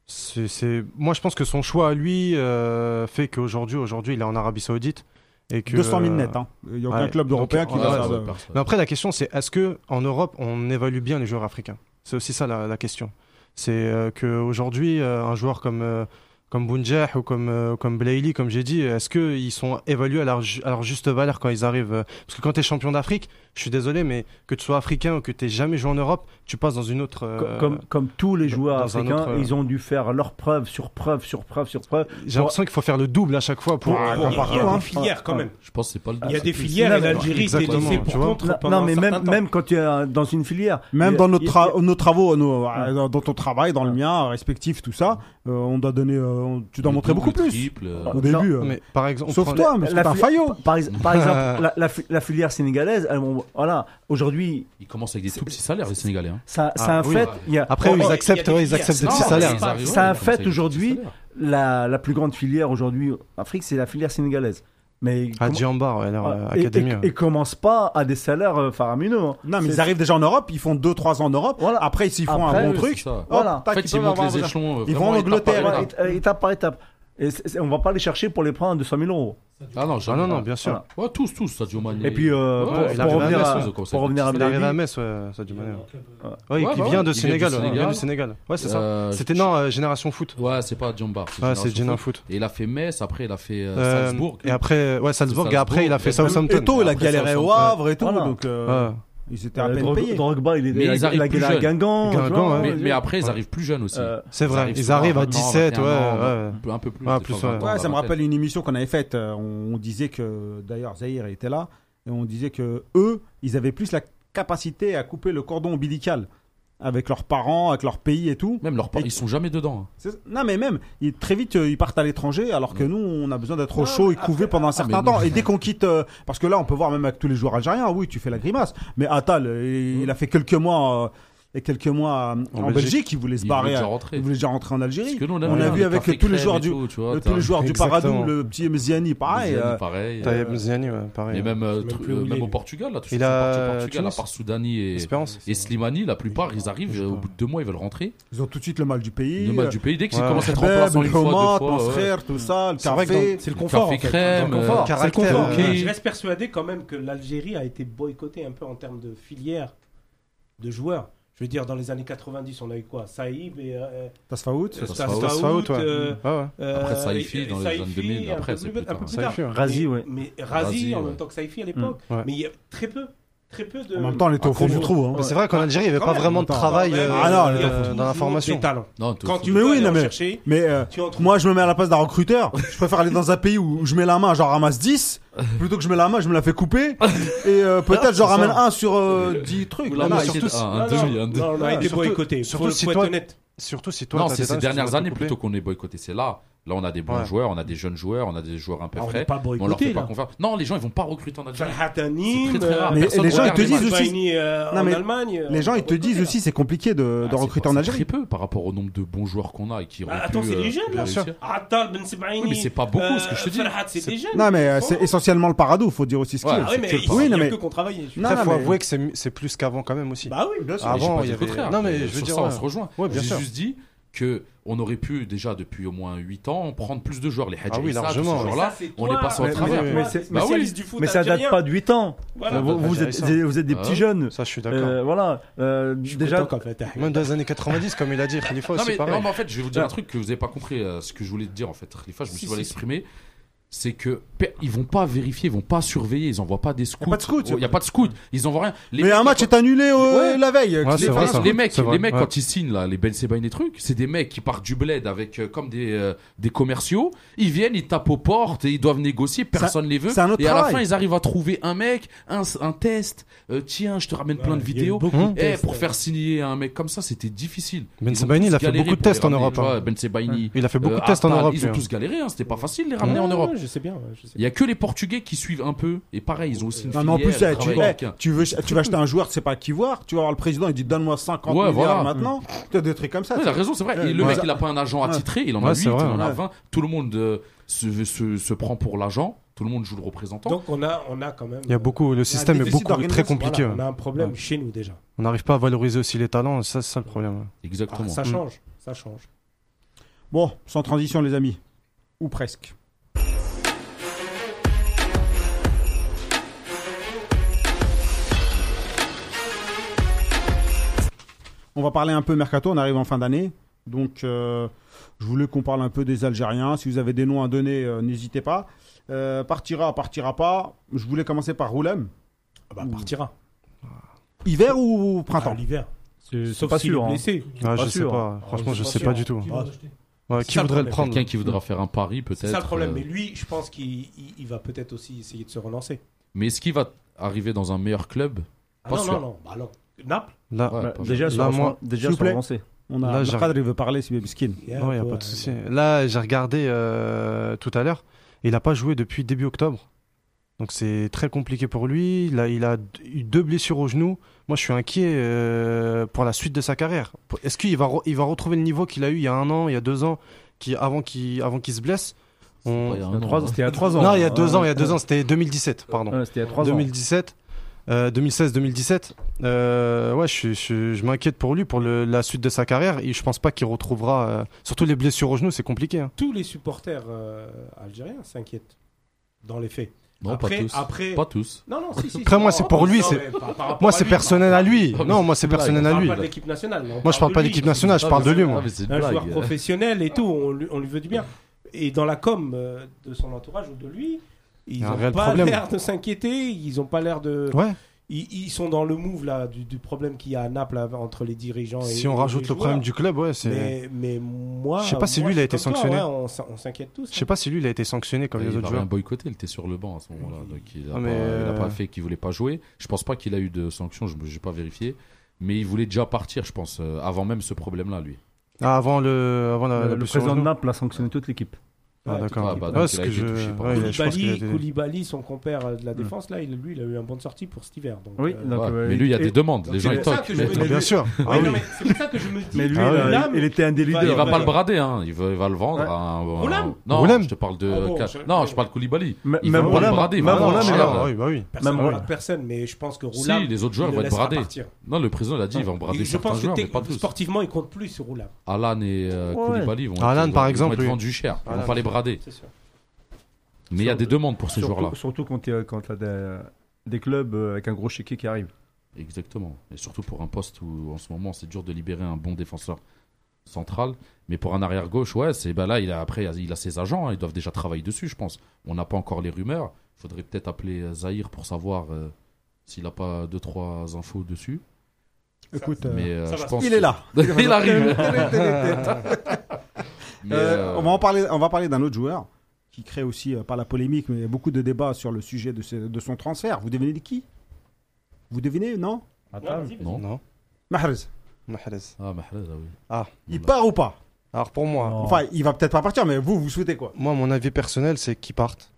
[SPEAKER 5] c'est c'est- moi je pense que son choix à lui euh, fait qu'aujourd'hui aujourd'hui il est en Arabie Saoudite et que
[SPEAKER 1] 200 000
[SPEAKER 5] euh,
[SPEAKER 1] net. hein. Il n'y a aucun
[SPEAKER 5] ouais.
[SPEAKER 1] club européen
[SPEAKER 5] Donc,
[SPEAKER 1] qui
[SPEAKER 5] ouais,
[SPEAKER 1] va
[SPEAKER 5] ouais,
[SPEAKER 1] faire
[SPEAKER 5] ouais,
[SPEAKER 1] de-
[SPEAKER 5] Mais après, la question, c'est est-ce que en Europe, on évalue bien les joueurs africains C'est aussi ça la, la question. C'est euh, qu'aujourd'hui, un joueur comme, euh, comme Bounjah ou comme, euh, comme Blaili, comme j'ai dit, est-ce qu'ils sont évalués à leur, ju- à leur juste valeur quand ils arrivent euh, Parce que quand tu es champion d'Afrique, je suis désolé, mais que tu sois africain ou que tu jamais joué en Europe, tu passes dans une autre.
[SPEAKER 2] Co-
[SPEAKER 5] euh,
[SPEAKER 2] comme, comme tous les
[SPEAKER 5] dans-
[SPEAKER 2] joueurs
[SPEAKER 5] dans un
[SPEAKER 2] africains,
[SPEAKER 5] autre, euh,
[SPEAKER 2] ils ont dû faire leur preuve sur preuve sur preuve sur preuve.
[SPEAKER 5] J'ai l'impression qu'il faut faire le double à chaque fois pour.
[SPEAKER 1] Ah,
[SPEAKER 4] il y
[SPEAKER 1] non,
[SPEAKER 4] a-
[SPEAKER 1] par
[SPEAKER 4] il y
[SPEAKER 1] contre,
[SPEAKER 4] a
[SPEAKER 1] hein.
[SPEAKER 4] des filières quand même.
[SPEAKER 3] Je pense que Ah, c'est pas le.
[SPEAKER 4] Il y a des
[SPEAKER 2] Non,
[SPEAKER 4] filières et
[SPEAKER 2] mais-
[SPEAKER 4] l'Algérie était
[SPEAKER 5] Exactement,
[SPEAKER 4] laissée
[SPEAKER 5] tu
[SPEAKER 4] pour
[SPEAKER 5] vois.
[SPEAKER 4] contre.
[SPEAKER 2] Non,
[SPEAKER 4] pendant
[SPEAKER 2] mais
[SPEAKER 4] un certain
[SPEAKER 2] même,
[SPEAKER 4] temps.
[SPEAKER 2] même quand tu es euh, dans une filière.
[SPEAKER 1] Même
[SPEAKER 2] il y a-
[SPEAKER 1] dans notre
[SPEAKER 2] il y a-
[SPEAKER 1] tra- nos travaux, nos, euh, dans dans ton travail, dans le mien, euh, respectif, tout ça, euh, on doit donner, euh, on- tu dois montrer beaucoup plus. Au
[SPEAKER 2] Non,
[SPEAKER 1] début, euh,
[SPEAKER 5] Mais par exemple, on
[SPEAKER 1] sauf
[SPEAKER 5] prend-
[SPEAKER 1] toi, mais
[SPEAKER 2] la
[SPEAKER 1] c'est un
[SPEAKER 2] fi-
[SPEAKER 1] faillot.
[SPEAKER 2] Par, ex- par exemple, la, la fi- la filière sénégalaise, elle, bon, voilà, aujourd'hui,
[SPEAKER 3] Ils commencent avec des tout petits salaires, les Sénégalais. hein.
[SPEAKER 2] ça,
[SPEAKER 5] Ah,
[SPEAKER 2] c'est un
[SPEAKER 5] oui.
[SPEAKER 2] fait. Il y a-
[SPEAKER 5] Après,
[SPEAKER 2] Oh,
[SPEAKER 5] ils
[SPEAKER 2] oh,
[SPEAKER 4] il y
[SPEAKER 5] acceptent,
[SPEAKER 4] a des
[SPEAKER 5] ouais, ils
[SPEAKER 4] filières.
[SPEAKER 5] acceptent des
[SPEAKER 4] Non,
[SPEAKER 5] petits
[SPEAKER 4] mais
[SPEAKER 5] salaires.
[SPEAKER 3] ils arrivent,
[SPEAKER 2] C'est un
[SPEAKER 3] ils commencent avec
[SPEAKER 2] fait
[SPEAKER 3] des petits
[SPEAKER 2] aujourd'hui.
[SPEAKER 3] salaires.
[SPEAKER 2] la, la plus grande filière aujourd'hui en Afrique, c'est la filière sénégalaise. Mais
[SPEAKER 5] À
[SPEAKER 2] comment-
[SPEAKER 5] Djambar, ouais, leur
[SPEAKER 2] Ah,
[SPEAKER 5] euh,
[SPEAKER 2] et,
[SPEAKER 5] académie.
[SPEAKER 2] et-
[SPEAKER 5] ouais.
[SPEAKER 2] et commence pas à des salaires euh, faramineux. hein.
[SPEAKER 1] Non, mais
[SPEAKER 2] C'est-
[SPEAKER 1] ils arrivent déjà en Europe, ils font 2-3 ans en Europe.
[SPEAKER 2] Voilà.
[SPEAKER 1] Après, s'ils font
[SPEAKER 2] Après,
[SPEAKER 1] un bon
[SPEAKER 2] eux,
[SPEAKER 1] truc,
[SPEAKER 3] c'est ça.
[SPEAKER 2] Voilà.
[SPEAKER 1] voilà.
[SPEAKER 3] En fait, ils montent les échelons. euh,
[SPEAKER 1] Ils vont
[SPEAKER 3] vraiment
[SPEAKER 1] en
[SPEAKER 3] étape
[SPEAKER 1] Angleterre,
[SPEAKER 3] par étape.
[SPEAKER 2] Voilà, et- euh, étape par étape. Et c'est- c'est- on va pas les chercher pour les prendre à 200 000 euros.
[SPEAKER 3] Ah non,
[SPEAKER 5] Ah
[SPEAKER 3] jamais.
[SPEAKER 5] non, non, bien sûr.
[SPEAKER 2] Voilà.
[SPEAKER 3] Ouais, tous, tous, Sadio Mané.
[SPEAKER 2] Et puis, euh,
[SPEAKER 3] Ouais,
[SPEAKER 2] pour-
[SPEAKER 3] il
[SPEAKER 2] pour,
[SPEAKER 5] arrive à
[SPEAKER 2] revenir
[SPEAKER 5] Metz,
[SPEAKER 2] à,
[SPEAKER 3] ouais, au Conseil
[SPEAKER 2] pour revenir à
[SPEAKER 5] Il est arrivé à
[SPEAKER 2] Blaili,
[SPEAKER 5] Metz, ouais, ça a du mal. Ouais,
[SPEAKER 3] Ouais,
[SPEAKER 5] qui
[SPEAKER 3] bah
[SPEAKER 5] vient
[SPEAKER 3] ouais,
[SPEAKER 5] de
[SPEAKER 3] il est
[SPEAKER 5] Sénégal,
[SPEAKER 3] du
[SPEAKER 5] ouais, il
[SPEAKER 3] Sénégal.
[SPEAKER 5] vient du Sénégal. Ouais, c'est ça.
[SPEAKER 3] Euh,
[SPEAKER 5] C'était non, euh, Génération Foot.
[SPEAKER 3] Ouais, c'est pas Djambar.
[SPEAKER 5] Ouais, c'est Gena
[SPEAKER 3] Génération
[SPEAKER 5] Foot.
[SPEAKER 3] Et il a fait Metz, après il a fait euh,
[SPEAKER 5] Euh,
[SPEAKER 3] Salzbourg.
[SPEAKER 5] Et après, ouais, Salzbourg,
[SPEAKER 3] C'est
[SPEAKER 5] et après, il a fait
[SPEAKER 3] Salzbourg.
[SPEAKER 5] Southampton.
[SPEAKER 1] Eto, il a
[SPEAKER 3] Après,
[SPEAKER 1] galéré
[SPEAKER 3] ça,
[SPEAKER 1] au
[SPEAKER 3] ça,
[SPEAKER 1] Havre et tout,
[SPEAKER 2] voilà.
[SPEAKER 1] donc euh,
[SPEAKER 5] Ouais.
[SPEAKER 1] ils étaient à
[SPEAKER 2] euh,
[SPEAKER 1] peine
[SPEAKER 2] Drog-
[SPEAKER 1] payés.
[SPEAKER 2] Drogba, il est
[SPEAKER 3] Mais
[SPEAKER 2] il a-
[SPEAKER 3] ils
[SPEAKER 2] il a
[SPEAKER 3] arrivent plus
[SPEAKER 2] galéré à
[SPEAKER 3] jeunes.
[SPEAKER 2] Guingamp. tu
[SPEAKER 5] Guingamp,
[SPEAKER 2] vois,
[SPEAKER 5] ouais.
[SPEAKER 3] Mais,
[SPEAKER 2] ouais.
[SPEAKER 3] mais après, ils arrivent plus jeunes aussi.
[SPEAKER 2] Euh,
[SPEAKER 5] c'est vrai, ils arrivent à 17, ouais. ouais.
[SPEAKER 3] Un peu plus.
[SPEAKER 5] Ouais,
[SPEAKER 3] des
[SPEAKER 5] plus,
[SPEAKER 3] fois,
[SPEAKER 5] ouais.
[SPEAKER 3] 20,
[SPEAKER 1] Ouais, ça me
[SPEAKER 3] on
[SPEAKER 1] rappelle une émission qu'on avait faite. euh, On, on disait que, d'ailleurs, Zahir était là, et on disait que eux, ils avaient plus la capacité à couper le cordon ombilical avec leurs parents, avec leur pays et tout.
[SPEAKER 3] Même leurs pa-
[SPEAKER 1] Et-
[SPEAKER 3] ils sont jamais dedans. hein.
[SPEAKER 1] C'est- Non, mais même, ils, très vite, euh, ils partent à l'étranger, alors que nous, on a besoin d'être au chaud et couvé pendant un certain
[SPEAKER 3] mais nous-
[SPEAKER 1] temps. Et dès qu'on quitte, euh, parce que là, on peut voir même avec tous les joueurs algériens, oui, tu fais la grimace. Mais Attal, euh, il, il a fait quelques mois, euh, et quelques mois euh, en, Belgique, il voulait se
[SPEAKER 3] Ils
[SPEAKER 1] barrer.
[SPEAKER 3] veulent déjà
[SPEAKER 1] à-
[SPEAKER 3] rentrer.
[SPEAKER 1] Il voulait déjà rentrer en
[SPEAKER 3] Parce
[SPEAKER 1] Algérie.
[SPEAKER 3] que nous,
[SPEAKER 1] on
[SPEAKER 3] aime
[SPEAKER 1] a
[SPEAKER 3] bien
[SPEAKER 1] vu
[SPEAKER 3] les
[SPEAKER 1] avec
[SPEAKER 3] cafés
[SPEAKER 1] tous les
[SPEAKER 3] crème
[SPEAKER 1] joueurs
[SPEAKER 3] et
[SPEAKER 1] du-
[SPEAKER 3] tout, tu vois,
[SPEAKER 1] Le-
[SPEAKER 3] t'as-
[SPEAKER 1] tous les joueurs du Paradou,
[SPEAKER 5] Exactement.
[SPEAKER 1] le petit Mziani, pareil.
[SPEAKER 3] Mziani,
[SPEAKER 1] euh,
[SPEAKER 3] pareil.
[SPEAKER 5] Taïeb Mziani, ouais, pareil.
[SPEAKER 3] Et même, euh,
[SPEAKER 4] même
[SPEAKER 3] tru-
[SPEAKER 4] plus
[SPEAKER 3] euh,
[SPEAKER 4] où il
[SPEAKER 3] même
[SPEAKER 4] est,
[SPEAKER 3] au
[SPEAKER 4] lui.
[SPEAKER 3] Portugal, là, tous ceux
[SPEAKER 5] Il
[SPEAKER 3] qui sont partis
[SPEAKER 5] a
[SPEAKER 3] au Portugal, à
[SPEAKER 5] Tunis.
[SPEAKER 3] part Soudani et,
[SPEAKER 5] Espérance.
[SPEAKER 3] et Slimani, la plupart, ils arrivent euh, au bout de deux mois, ils veulent rentrer.
[SPEAKER 1] Ils ont tout de suite le mal du pays. euh,
[SPEAKER 3] Le match du pays, dès qu'ils
[SPEAKER 5] euh, Ouais.
[SPEAKER 3] commencent à être
[SPEAKER 1] Beb,
[SPEAKER 3] remplaçants
[SPEAKER 1] le
[SPEAKER 3] une fois, deux
[SPEAKER 1] tomate,
[SPEAKER 3] fois, ouais.
[SPEAKER 1] frère, tout ça, le
[SPEAKER 5] C'est vrai que dans-
[SPEAKER 1] café.
[SPEAKER 4] C'est le
[SPEAKER 3] Le
[SPEAKER 4] confort.
[SPEAKER 3] café
[SPEAKER 4] en fait.
[SPEAKER 3] crème,
[SPEAKER 4] Dans le
[SPEAKER 3] euh,
[SPEAKER 4] confort.
[SPEAKER 5] Caractère.
[SPEAKER 4] Bon,
[SPEAKER 3] Ok.
[SPEAKER 5] euh,
[SPEAKER 4] Je reste persuadé quand même que l'Algérie a été boycottée un peu en termes de filière de joueurs. Je veux dire, dans les années 90, on a eu quoi Saïb et euh,
[SPEAKER 1] Tasfaout.
[SPEAKER 4] euh,
[SPEAKER 3] Tasfaout.
[SPEAKER 5] Tasfaout, ouais.
[SPEAKER 4] euh,
[SPEAKER 5] Ouais, ouais.
[SPEAKER 4] euh,
[SPEAKER 3] Après, Saïfi,
[SPEAKER 4] et-
[SPEAKER 3] dans les
[SPEAKER 4] Saïfi,
[SPEAKER 3] années 2000,
[SPEAKER 4] un peu
[SPEAKER 3] après,
[SPEAKER 4] plus-
[SPEAKER 3] c'est plus
[SPEAKER 4] un peu
[SPEAKER 3] tard. hein.
[SPEAKER 4] plus
[SPEAKER 5] Ça
[SPEAKER 4] tard.
[SPEAKER 5] fait, ouais.
[SPEAKER 2] Razi,
[SPEAKER 4] Et-
[SPEAKER 2] ouais.
[SPEAKER 4] Mais Razi,
[SPEAKER 3] Razi,
[SPEAKER 4] en
[SPEAKER 3] ouais.
[SPEAKER 4] même temps que Saïfi à l'époque.
[SPEAKER 5] Mm, ouais.
[SPEAKER 4] Mais il y a très peu, très peu de.
[SPEAKER 1] En même temps, on était au fond du trou. hein.
[SPEAKER 5] Mais c'est vrai qu'en Algérie, il n'y avait
[SPEAKER 4] Quand
[SPEAKER 5] pas
[SPEAKER 4] même,
[SPEAKER 5] vraiment de
[SPEAKER 1] attends.
[SPEAKER 5] travail
[SPEAKER 4] Quand même,
[SPEAKER 5] euh,
[SPEAKER 1] Ah non,
[SPEAKER 4] il y a
[SPEAKER 5] euh,
[SPEAKER 4] toujours
[SPEAKER 5] dans la formation.
[SPEAKER 4] Des talents.
[SPEAKER 3] Non, t'es au
[SPEAKER 4] Quand
[SPEAKER 3] fond.
[SPEAKER 4] tu
[SPEAKER 1] Mais
[SPEAKER 4] veux
[SPEAKER 1] oui,
[SPEAKER 4] aller
[SPEAKER 1] non,
[SPEAKER 4] en
[SPEAKER 1] mais-
[SPEAKER 4] chercher,
[SPEAKER 1] Mais euh,
[SPEAKER 4] tu en trouves.
[SPEAKER 1] moi, je me mets à la place d'un recruteur. Je préfère aller dans un pays où je mets la main, j'en ramasse 10. Plutôt que je mets la main, je me la fais couper. Et
[SPEAKER 3] [laughs]
[SPEAKER 1] euh, peut-être j'en ramène un sur euh, 10 trucs.
[SPEAKER 3] Ou
[SPEAKER 1] Là,
[SPEAKER 3] la
[SPEAKER 1] là,
[SPEAKER 3] moitié
[SPEAKER 1] surtout-
[SPEAKER 3] de- ah, un
[SPEAKER 4] Non, non,
[SPEAKER 3] demi, un demi.
[SPEAKER 4] non, on a été
[SPEAKER 5] surtout-
[SPEAKER 4] boycotté.
[SPEAKER 5] surtout
[SPEAKER 4] Faut-
[SPEAKER 5] si
[SPEAKER 4] faut être
[SPEAKER 5] toi-
[SPEAKER 4] honnête.
[SPEAKER 5] Surtout si toi,
[SPEAKER 3] Non,
[SPEAKER 5] t'as
[SPEAKER 3] c'est
[SPEAKER 5] des
[SPEAKER 3] ces
[SPEAKER 5] talents, si tu
[SPEAKER 3] dernières
[SPEAKER 5] veux te
[SPEAKER 3] années
[SPEAKER 5] couper.
[SPEAKER 3] plutôt qu'on ait boycotté. C'est là. Là, on a des bons
[SPEAKER 5] Ouais.
[SPEAKER 3] joueurs, on a des jeunes joueurs, on a des joueurs un peu
[SPEAKER 4] Alors, Ah, on va
[SPEAKER 3] frais.
[SPEAKER 4] pas
[SPEAKER 3] mais on leur fait
[SPEAKER 4] boycotter,
[SPEAKER 3] pas
[SPEAKER 4] là.
[SPEAKER 3] confiance. Non, les gens, ils vont pas recruter en Algérie.
[SPEAKER 4] Jalhat à Nîmes,
[SPEAKER 3] C'est très, très rare.
[SPEAKER 4] euh,
[SPEAKER 1] Mais
[SPEAKER 3] Personne
[SPEAKER 1] les gens, ils
[SPEAKER 3] regarde
[SPEAKER 1] te
[SPEAKER 3] les
[SPEAKER 1] disent
[SPEAKER 3] matchs.
[SPEAKER 1] aussi.
[SPEAKER 4] Baini, euh,
[SPEAKER 1] Non,
[SPEAKER 4] en
[SPEAKER 1] mais
[SPEAKER 4] Allemagne. euh,
[SPEAKER 1] Les gens,
[SPEAKER 4] on
[SPEAKER 1] ils
[SPEAKER 4] va
[SPEAKER 1] te disent
[SPEAKER 4] recruter,
[SPEAKER 1] aussi, c'est compliqué de,
[SPEAKER 3] Ah,
[SPEAKER 1] de
[SPEAKER 3] c'est
[SPEAKER 1] recruter
[SPEAKER 3] pas-
[SPEAKER 1] en
[SPEAKER 3] c'est
[SPEAKER 1] Algérie.
[SPEAKER 3] Très peu par rapport au nombre de bons joueurs qu'on a et qui
[SPEAKER 4] là.
[SPEAKER 3] auraient
[SPEAKER 4] Ah, Attends,
[SPEAKER 3] pu,
[SPEAKER 4] c'est
[SPEAKER 3] euh,
[SPEAKER 4] des jeunes, là.
[SPEAKER 3] réussir.
[SPEAKER 4] Attal Ben Sebaini.
[SPEAKER 3] Oui, mais c'est pas beaucoup, ce que je te dis.
[SPEAKER 4] Ferhat, c'est
[SPEAKER 3] C'est-
[SPEAKER 4] des jeunes.
[SPEAKER 1] Non, mais euh, c'est
[SPEAKER 4] Ils sont-
[SPEAKER 1] essentiellement le Paradou, faut dire aussi ce qu'il
[SPEAKER 3] Ouais,
[SPEAKER 1] est.
[SPEAKER 3] ah
[SPEAKER 4] Ah oui, mais
[SPEAKER 3] que
[SPEAKER 4] ils
[SPEAKER 3] le
[SPEAKER 4] sont-
[SPEAKER 1] Oui,
[SPEAKER 4] il
[SPEAKER 1] non,
[SPEAKER 4] n'y a
[SPEAKER 1] mais-
[SPEAKER 4] que qu'on travaille. je-
[SPEAKER 1] Non, non,
[SPEAKER 5] Après, faut
[SPEAKER 1] mais-
[SPEAKER 5] avouer que c'est, c'est plus qu'avant quand même aussi.
[SPEAKER 4] Bah oui.
[SPEAKER 6] Bien sûr.
[SPEAKER 3] Mais j'ai
[SPEAKER 5] Avant,
[SPEAKER 3] pas
[SPEAKER 5] il
[SPEAKER 3] dit
[SPEAKER 5] y
[SPEAKER 3] le
[SPEAKER 5] avait-
[SPEAKER 3] contraire.
[SPEAKER 5] Non, mais
[SPEAKER 3] Euh,
[SPEAKER 5] je veux
[SPEAKER 3] sur
[SPEAKER 5] dire,
[SPEAKER 3] ça, on
[SPEAKER 5] ouais.
[SPEAKER 3] se rejoint.
[SPEAKER 5] Ouais, bien
[SPEAKER 3] J'ai
[SPEAKER 5] sûr.
[SPEAKER 3] juste dit que on aurait pu déjà depuis au moins 8 ans prendre plus de joueurs, les Hadji
[SPEAKER 5] Ah oui,
[SPEAKER 3] Issa, tous
[SPEAKER 5] largement,
[SPEAKER 3] ces
[SPEAKER 5] ouais.
[SPEAKER 3] joueurs-là.
[SPEAKER 4] Ça, c'est
[SPEAKER 3] on
[SPEAKER 4] toi,
[SPEAKER 3] les passe au
[SPEAKER 4] c'est
[SPEAKER 5] travers.
[SPEAKER 4] toi,
[SPEAKER 5] Mais
[SPEAKER 4] c'est
[SPEAKER 3] bah oui.
[SPEAKER 4] spécialiste du foot
[SPEAKER 2] Mais ça date
[SPEAKER 4] algérien.
[SPEAKER 2] pas de 8 ans.
[SPEAKER 4] Voilà.
[SPEAKER 2] Euh, vous, vous êtes,
[SPEAKER 5] Intéressant.
[SPEAKER 2] vous êtes des petits
[SPEAKER 3] Ah.
[SPEAKER 2] jeunes.
[SPEAKER 5] Ça, je suis d'accord.
[SPEAKER 2] Euh, voilà. Euh,
[SPEAKER 4] Je suis
[SPEAKER 2] déjà,
[SPEAKER 4] content quand même, t'as-
[SPEAKER 5] Même dans les années 90, comme il a dit, Khalifa
[SPEAKER 3] Non
[SPEAKER 5] aussi,
[SPEAKER 3] mais, non,
[SPEAKER 5] pareil.
[SPEAKER 3] mais en fait, je vais vous dire
[SPEAKER 2] Ouais.
[SPEAKER 3] un truc que vous n'avez pas compris, euh, ce que je voulais te dire en fait. Khalifa, je me
[SPEAKER 4] Si,
[SPEAKER 3] suis mal
[SPEAKER 4] si,
[SPEAKER 3] exprimé. C'est que pe- ils vont pas vérifier, ils vont pas surveiller, ils envoient pas des scouts.
[SPEAKER 1] pas de scouts.
[SPEAKER 3] Oh, y a pas de scouts, ils envoient rien. Les
[SPEAKER 1] Mais
[SPEAKER 3] mecs,
[SPEAKER 1] un match est annulé euh,
[SPEAKER 3] Ouais.
[SPEAKER 1] la veille.
[SPEAKER 5] Ouais,
[SPEAKER 3] les,
[SPEAKER 5] Ah, c'est vrai,
[SPEAKER 3] mecs-
[SPEAKER 5] ça.
[SPEAKER 3] les mecs,
[SPEAKER 5] C'est vrai,
[SPEAKER 3] les mecs
[SPEAKER 5] ouais.
[SPEAKER 3] quand ils signent là, les Ben Sebaïn les trucs, c'est des mecs qui partent du bled avec euh, comme des euh, des commerciaux, ils viennent, ils tapent aux portes et ils doivent négocier, personne les veut
[SPEAKER 1] c'est un autre
[SPEAKER 3] et à
[SPEAKER 1] travail.
[SPEAKER 3] la fin ils arrivent à trouver un mec, un, un test, euh, tiens, je te ramène plein de
[SPEAKER 4] Ouais, il y a eu
[SPEAKER 3] vidéos.
[SPEAKER 4] beaucoup
[SPEAKER 5] Hein
[SPEAKER 4] de
[SPEAKER 3] Eh,
[SPEAKER 4] tests,
[SPEAKER 3] pour
[SPEAKER 4] ouais.
[SPEAKER 3] faire signer un mec comme ça, c'était difficile.
[SPEAKER 5] Ben
[SPEAKER 3] Ils ont
[SPEAKER 5] Sebaini,
[SPEAKER 3] tous
[SPEAKER 5] il a fait
[SPEAKER 3] galéré
[SPEAKER 5] beaucoup de
[SPEAKER 3] pour les
[SPEAKER 5] tests en
[SPEAKER 3] ramener,
[SPEAKER 5] Europe,
[SPEAKER 3] tu vois,
[SPEAKER 5] hein.
[SPEAKER 3] Ben Sebaini,
[SPEAKER 5] Il a fait beaucoup
[SPEAKER 3] euh,
[SPEAKER 5] de tests en
[SPEAKER 3] Attal,
[SPEAKER 5] Europe.
[SPEAKER 3] Ils ont
[SPEAKER 5] lui, hein.
[SPEAKER 3] tous galéré, hein, c'était pas facile de les ramener en
[SPEAKER 4] Ouais,
[SPEAKER 3] Europe.
[SPEAKER 4] ouais, Je sais bien. ouais, je sais
[SPEAKER 3] Il y a que les Portugais qui suivent un peu. Et pareil, ils ont aussi une
[SPEAKER 1] Non, mais en
[SPEAKER 3] filière,
[SPEAKER 1] plus,
[SPEAKER 3] ils
[SPEAKER 1] eh, tu,
[SPEAKER 3] travaillent
[SPEAKER 1] eh,
[SPEAKER 3] avec hein. un-
[SPEAKER 1] tu veux, tu vas acheter un joueur, tu sais pas qui voir. Tu vas voir le président, il dit donne-moi 50
[SPEAKER 3] Ouais,
[SPEAKER 1] milliards
[SPEAKER 3] voilà.
[SPEAKER 1] maintenant. Tu as des trucs comme ça.
[SPEAKER 3] Ouais,
[SPEAKER 1] tu
[SPEAKER 3] il a
[SPEAKER 1] sais.
[SPEAKER 3] raison, c'est vrai.
[SPEAKER 1] Ouais,
[SPEAKER 3] Et le
[SPEAKER 1] ouais.
[SPEAKER 3] mec, il a pas un agent attitré, il en a
[SPEAKER 5] Ouais,
[SPEAKER 3] 8,
[SPEAKER 5] c'est
[SPEAKER 3] il
[SPEAKER 5] vrai,
[SPEAKER 3] en a
[SPEAKER 1] ouais.
[SPEAKER 3] 20. Tout le monde euh, se, se, se prend pour l'agent, tout le monde joue le représentant.
[SPEAKER 4] bien. Donc on a, on a quand même.
[SPEAKER 5] Il y a beaucoup, le système est
[SPEAKER 1] déficit
[SPEAKER 5] beaucoup très
[SPEAKER 1] d'organisation,
[SPEAKER 5] compliqué.
[SPEAKER 4] Voilà, on a
[SPEAKER 5] ouais.
[SPEAKER 4] un problème chez nous déjà.
[SPEAKER 5] On n'arrive pas à valoriser aussi les talents, ça c'est ça le problème. ouais.
[SPEAKER 4] Ah,
[SPEAKER 3] Exactement.
[SPEAKER 4] ça
[SPEAKER 5] Mm.
[SPEAKER 4] change, ça change.
[SPEAKER 1] Bon, sans transition, les amis. Ou presque. On va parler un peu mercato, on arrive en fin d'année. Donc, euh, je voulais qu'on parle un peu des Algériens. Si vous avez des noms à donner, euh, n'hésitez pas. Euh, partira, partira pas. Je voulais commencer par Roulem.
[SPEAKER 4] Ah bah, partira.
[SPEAKER 1] Hiver ou
[SPEAKER 4] Attends,
[SPEAKER 1] printemps
[SPEAKER 3] Ah,
[SPEAKER 4] l'hiver.
[SPEAKER 2] c'est
[SPEAKER 4] Sauf
[SPEAKER 2] pas
[SPEAKER 4] s'il
[SPEAKER 2] sûr.
[SPEAKER 4] est
[SPEAKER 2] hein.
[SPEAKER 4] blessé. Ah,
[SPEAKER 5] Ouais,
[SPEAKER 2] pas
[SPEAKER 5] Ah, je sais
[SPEAKER 2] sûr.
[SPEAKER 5] pas, franchement,
[SPEAKER 4] c'est
[SPEAKER 5] je
[SPEAKER 4] pas
[SPEAKER 5] sais
[SPEAKER 4] sûr.
[SPEAKER 5] pas du tout. hein.
[SPEAKER 4] Ah,
[SPEAKER 5] Ouais,
[SPEAKER 4] C'est
[SPEAKER 5] Qui
[SPEAKER 4] ça le
[SPEAKER 5] voudrait le
[SPEAKER 4] problème.
[SPEAKER 5] prendre
[SPEAKER 3] Quelqu'un qui voudra faire un pari, peut-être.
[SPEAKER 4] C'est ça le problème.
[SPEAKER 3] euh,
[SPEAKER 4] Mais lui, je pense qu'il il- il va peut-être aussi essayer de se relancer.
[SPEAKER 3] Mais est-ce qu'il va arriver dans un meilleur club
[SPEAKER 4] Ah
[SPEAKER 3] Pas
[SPEAKER 4] non,
[SPEAKER 3] sûr.
[SPEAKER 4] non, non. Bah non. Naples
[SPEAKER 5] Là,
[SPEAKER 4] bah,
[SPEAKER 3] Ouais, pas
[SPEAKER 2] Déjà,
[SPEAKER 5] Là,
[SPEAKER 2] sur
[SPEAKER 5] moi-
[SPEAKER 2] déjà
[SPEAKER 1] S'il vous
[SPEAKER 2] sur
[SPEAKER 1] plaît.
[SPEAKER 2] avancé.
[SPEAKER 1] On a
[SPEAKER 5] Là,
[SPEAKER 1] le
[SPEAKER 5] j'arrive.
[SPEAKER 1] cadre, il veut parler, c'est Bibskin.
[SPEAKER 5] Non, il n'y a
[SPEAKER 4] quoi,
[SPEAKER 5] pas de
[SPEAKER 4] euh,
[SPEAKER 5] souci. Là, j'ai regardé euh, tout à l'heure. Il n'a pas joué depuis début octobre. Donc c'est très compliqué pour lui. Il a, il a d- eu deux blessures au genou. Moi, je suis inquiet euh, pour la suite de sa carrière. Pour- Est-ce qu'il va, re- il va retrouver le niveau qu'il a eu il y a un an, il y a deux ans, qui, avant qu'il avant qu'il se blesse on-
[SPEAKER 3] Ouais, il y a un
[SPEAKER 2] C'était
[SPEAKER 3] an,
[SPEAKER 2] trois-
[SPEAKER 3] hein.
[SPEAKER 2] C'était il y a 3 ans. Ah
[SPEAKER 5] Non, il y a deux ans, il y a deux
[SPEAKER 2] Ouais,
[SPEAKER 5] ans. C'était 2017, pardon.
[SPEAKER 2] ouais, C'était il y a 3 ans.
[SPEAKER 5] 2017, euh, 2016-2017. Euh, ouais, je, je- je m'inquiète pour lui, pour le- la suite de sa carrière. Et je pense pas qu'il retrouvera. euh, surtout les blessures au genou, c'est compliqué. hein.
[SPEAKER 4] Tous les supporters euh, algériens s'inquiètent. Dans les faits.
[SPEAKER 3] Non,
[SPEAKER 4] après,
[SPEAKER 3] pas tous.
[SPEAKER 4] après.
[SPEAKER 3] Pas tous.
[SPEAKER 4] Non, non, si, si,
[SPEAKER 5] Après,
[SPEAKER 4] si,
[SPEAKER 5] moi,
[SPEAKER 4] non,
[SPEAKER 5] c'est pour lui,
[SPEAKER 4] non,
[SPEAKER 5] c'est-
[SPEAKER 4] mais par- par rapport
[SPEAKER 5] Moi, c'est personnel à lui.
[SPEAKER 3] Ah, mais
[SPEAKER 5] Non, moi,
[SPEAKER 3] c'est
[SPEAKER 5] c'est
[SPEAKER 3] une blague.
[SPEAKER 5] personnel
[SPEAKER 4] On
[SPEAKER 5] à
[SPEAKER 4] parle
[SPEAKER 5] lui.
[SPEAKER 4] pas de l'équipe nationale. mais on
[SPEAKER 5] Moi, je parle pas
[SPEAKER 4] de
[SPEAKER 5] d'équipe nationale, je
[SPEAKER 3] Non,
[SPEAKER 5] parle de
[SPEAKER 3] mais c'est-
[SPEAKER 5] lui,
[SPEAKER 3] ah,
[SPEAKER 5] moi.
[SPEAKER 3] mais c'est une
[SPEAKER 4] un
[SPEAKER 3] blague.
[SPEAKER 4] joueur
[SPEAKER 5] hein.
[SPEAKER 4] professionnel et tout, on lui, on lui veut du bien. Et dans la com euh, de son entourage ou de lui,
[SPEAKER 5] y
[SPEAKER 4] ils
[SPEAKER 5] a un
[SPEAKER 4] n'ont
[SPEAKER 5] réel
[SPEAKER 4] pas
[SPEAKER 5] problème.
[SPEAKER 4] l'air de s'inquiéter, ils n'ont pas l'air de...
[SPEAKER 5] Ouais.
[SPEAKER 4] Ils, ils sont dans le move là, du, du problème qu'il y a à Naples avec- entre les dirigeants et
[SPEAKER 5] Si on
[SPEAKER 4] et
[SPEAKER 5] rajoute
[SPEAKER 4] les
[SPEAKER 5] le problème
[SPEAKER 4] joueurs.
[SPEAKER 5] du club, ouais, c'est.
[SPEAKER 4] Mais, mais moi...
[SPEAKER 5] Je sais pas si
[SPEAKER 4] moi,
[SPEAKER 5] lui, il a
[SPEAKER 4] je
[SPEAKER 5] été
[SPEAKER 4] suis comme toi,
[SPEAKER 5] sanctionné.
[SPEAKER 4] ouais, on s'in- on s'inquiète tous.
[SPEAKER 5] Je sais pas si lui, il a été sanctionné comme
[SPEAKER 3] Il
[SPEAKER 5] les
[SPEAKER 3] va
[SPEAKER 5] autres
[SPEAKER 3] rien
[SPEAKER 5] joueurs.
[SPEAKER 3] boycotter, il était sur le banc à ce moment-là. Donc il n'a
[SPEAKER 5] Ah,
[SPEAKER 3] pas,
[SPEAKER 5] mais,
[SPEAKER 3] il a pas
[SPEAKER 5] euh,
[SPEAKER 3] fait qu'il voulait pas jouer. Je pense pas qu'il a eu de sanctions, je n'ai pas vérifié. Mais il voulait déjà partir, je pense, euh, avant même ce problème-là, lui.
[SPEAKER 5] Ah, avant le, avant
[SPEAKER 2] Le,
[SPEAKER 5] la, euh, la
[SPEAKER 2] Euh, le
[SPEAKER 5] blessure au
[SPEAKER 2] président de
[SPEAKER 5] genou.
[SPEAKER 2] Naples a sanctionné toute l'équipe.
[SPEAKER 5] Ah,
[SPEAKER 3] Ah,
[SPEAKER 5] d'accord.
[SPEAKER 3] bah,
[SPEAKER 5] Ouais,
[SPEAKER 3] donc,
[SPEAKER 5] ce
[SPEAKER 3] il a
[SPEAKER 5] que
[SPEAKER 3] été
[SPEAKER 5] je-
[SPEAKER 3] touché par-
[SPEAKER 5] ouais, il a- je pense qu'il a
[SPEAKER 4] Koulibaly,
[SPEAKER 5] été- Mm.
[SPEAKER 4] Koulibaly, son compère euh, de la défense, là, il- lui, il a eu un bon de sortie pour cet hiver. Donc,
[SPEAKER 2] Oui,
[SPEAKER 4] euh,
[SPEAKER 2] donc,
[SPEAKER 3] Ouais.
[SPEAKER 2] euh,
[SPEAKER 3] mais lui, il y a
[SPEAKER 2] et-
[SPEAKER 3] des demandes.
[SPEAKER 4] donc,
[SPEAKER 3] Les gens,
[SPEAKER 4] c'est
[SPEAKER 3] ils
[SPEAKER 4] pour ça
[SPEAKER 3] toquent.
[SPEAKER 4] que je
[SPEAKER 3] mais-
[SPEAKER 4] me
[SPEAKER 5] Ah,
[SPEAKER 4] dis-
[SPEAKER 5] Bien sûr. Ah
[SPEAKER 4] Ouais,
[SPEAKER 5] oui.
[SPEAKER 4] non, mais c'est pour ça que je me dis...
[SPEAKER 2] Mais lui,
[SPEAKER 5] Ah ouais.
[SPEAKER 2] il a-
[SPEAKER 4] Là,
[SPEAKER 2] il était un des
[SPEAKER 4] Bah,
[SPEAKER 2] leaders.
[SPEAKER 3] Il va
[SPEAKER 4] Ouais.
[SPEAKER 3] pas le brader, hein. il, va, il va le vendre
[SPEAKER 2] Ouais.
[SPEAKER 3] à un. à un-
[SPEAKER 4] Oulam
[SPEAKER 3] Non,
[SPEAKER 5] Oulam
[SPEAKER 3] je te parle de.
[SPEAKER 4] Ah bon,
[SPEAKER 3] Ka-
[SPEAKER 4] je-
[SPEAKER 3] Non, je parle Koulibaly.
[SPEAKER 2] M-
[SPEAKER 3] Ils
[SPEAKER 2] même
[SPEAKER 3] vont pas le
[SPEAKER 2] Oulam-
[SPEAKER 3] brader. ils
[SPEAKER 2] même hein.
[SPEAKER 3] vont le
[SPEAKER 2] Oulam,
[SPEAKER 3] vendre
[SPEAKER 2] il
[SPEAKER 5] Ah,
[SPEAKER 2] a-
[SPEAKER 3] cher.
[SPEAKER 5] bah oui, bah oui.
[SPEAKER 4] Personne,
[SPEAKER 2] Même
[SPEAKER 4] voilà,
[SPEAKER 2] Roland.
[SPEAKER 4] personne, mais je pense que
[SPEAKER 3] Si,
[SPEAKER 4] Roulam
[SPEAKER 3] les autres joueurs
[SPEAKER 4] ne
[SPEAKER 3] vont être
[SPEAKER 4] laisse pas
[SPEAKER 3] bradés.
[SPEAKER 4] partir.
[SPEAKER 3] Non, le président il a dit, il va brader
[SPEAKER 4] Et je
[SPEAKER 3] certains
[SPEAKER 4] pense que
[SPEAKER 3] joueurs, mais
[SPEAKER 4] tec-
[SPEAKER 3] pas tous.
[SPEAKER 4] sportivement, il compte plus sur Roulam.
[SPEAKER 3] Alan et euh,
[SPEAKER 2] Ouais.
[SPEAKER 3] Koulibaly vont
[SPEAKER 5] Alan,
[SPEAKER 3] être,
[SPEAKER 5] par
[SPEAKER 3] vont
[SPEAKER 5] exemple,
[SPEAKER 3] être
[SPEAKER 5] oui.
[SPEAKER 3] vendus cher. Ils
[SPEAKER 5] Alan.
[SPEAKER 3] vont pas les brader.
[SPEAKER 4] C'est sûr.
[SPEAKER 3] Mais il y a des demandes pour ces
[SPEAKER 2] Surtout-
[SPEAKER 3] joueurs-là.
[SPEAKER 2] Surtout quand tu as des, des clubs euh, avec un gros chéquier qui arrive.
[SPEAKER 3] Exactement. Et surtout pour un poste où en ce moment c'est dur de libérer un bon défenseur central. Mais pour un arrière gauche, ouais, c'est bah là il a après il a ses agents, hein, ils doivent déjà travailler dessus, je pense. On n'a pas encore les rumeurs. Il faudrait peut-être appeler euh, Zahir pour savoir euh, s'il n'a pas deux trois infos dessus.
[SPEAKER 1] Écoute, euh,
[SPEAKER 3] Mais euh,
[SPEAKER 4] ça
[SPEAKER 3] je
[SPEAKER 4] va.
[SPEAKER 3] pense
[SPEAKER 1] il est là.
[SPEAKER 3] [laughs]
[SPEAKER 1] [laughs]
[SPEAKER 3] il arrive. Mais,
[SPEAKER 1] Euh,
[SPEAKER 3] euh,
[SPEAKER 1] on va en parler. On va parler d'un autre joueur qui crée aussi euh, pas la polémique, mais beaucoup de débats sur le sujet de, ce- de son transfert. Vous devinez de qui Vous devinez Non
[SPEAKER 2] Attends,
[SPEAKER 3] Non.
[SPEAKER 5] Non.
[SPEAKER 1] Mahrez.
[SPEAKER 5] Mahrez.
[SPEAKER 3] Ah, Mahrez, ah oui.
[SPEAKER 5] Ah.
[SPEAKER 1] Il part ou pas
[SPEAKER 5] Alors pour moi,
[SPEAKER 2] Non.
[SPEAKER 1] Enfin, il va peut-être pas partir, mais vous, vous souhaitez quoi
[SPEAKER 5] moi mon avis personnel, c'est qu'ils partent.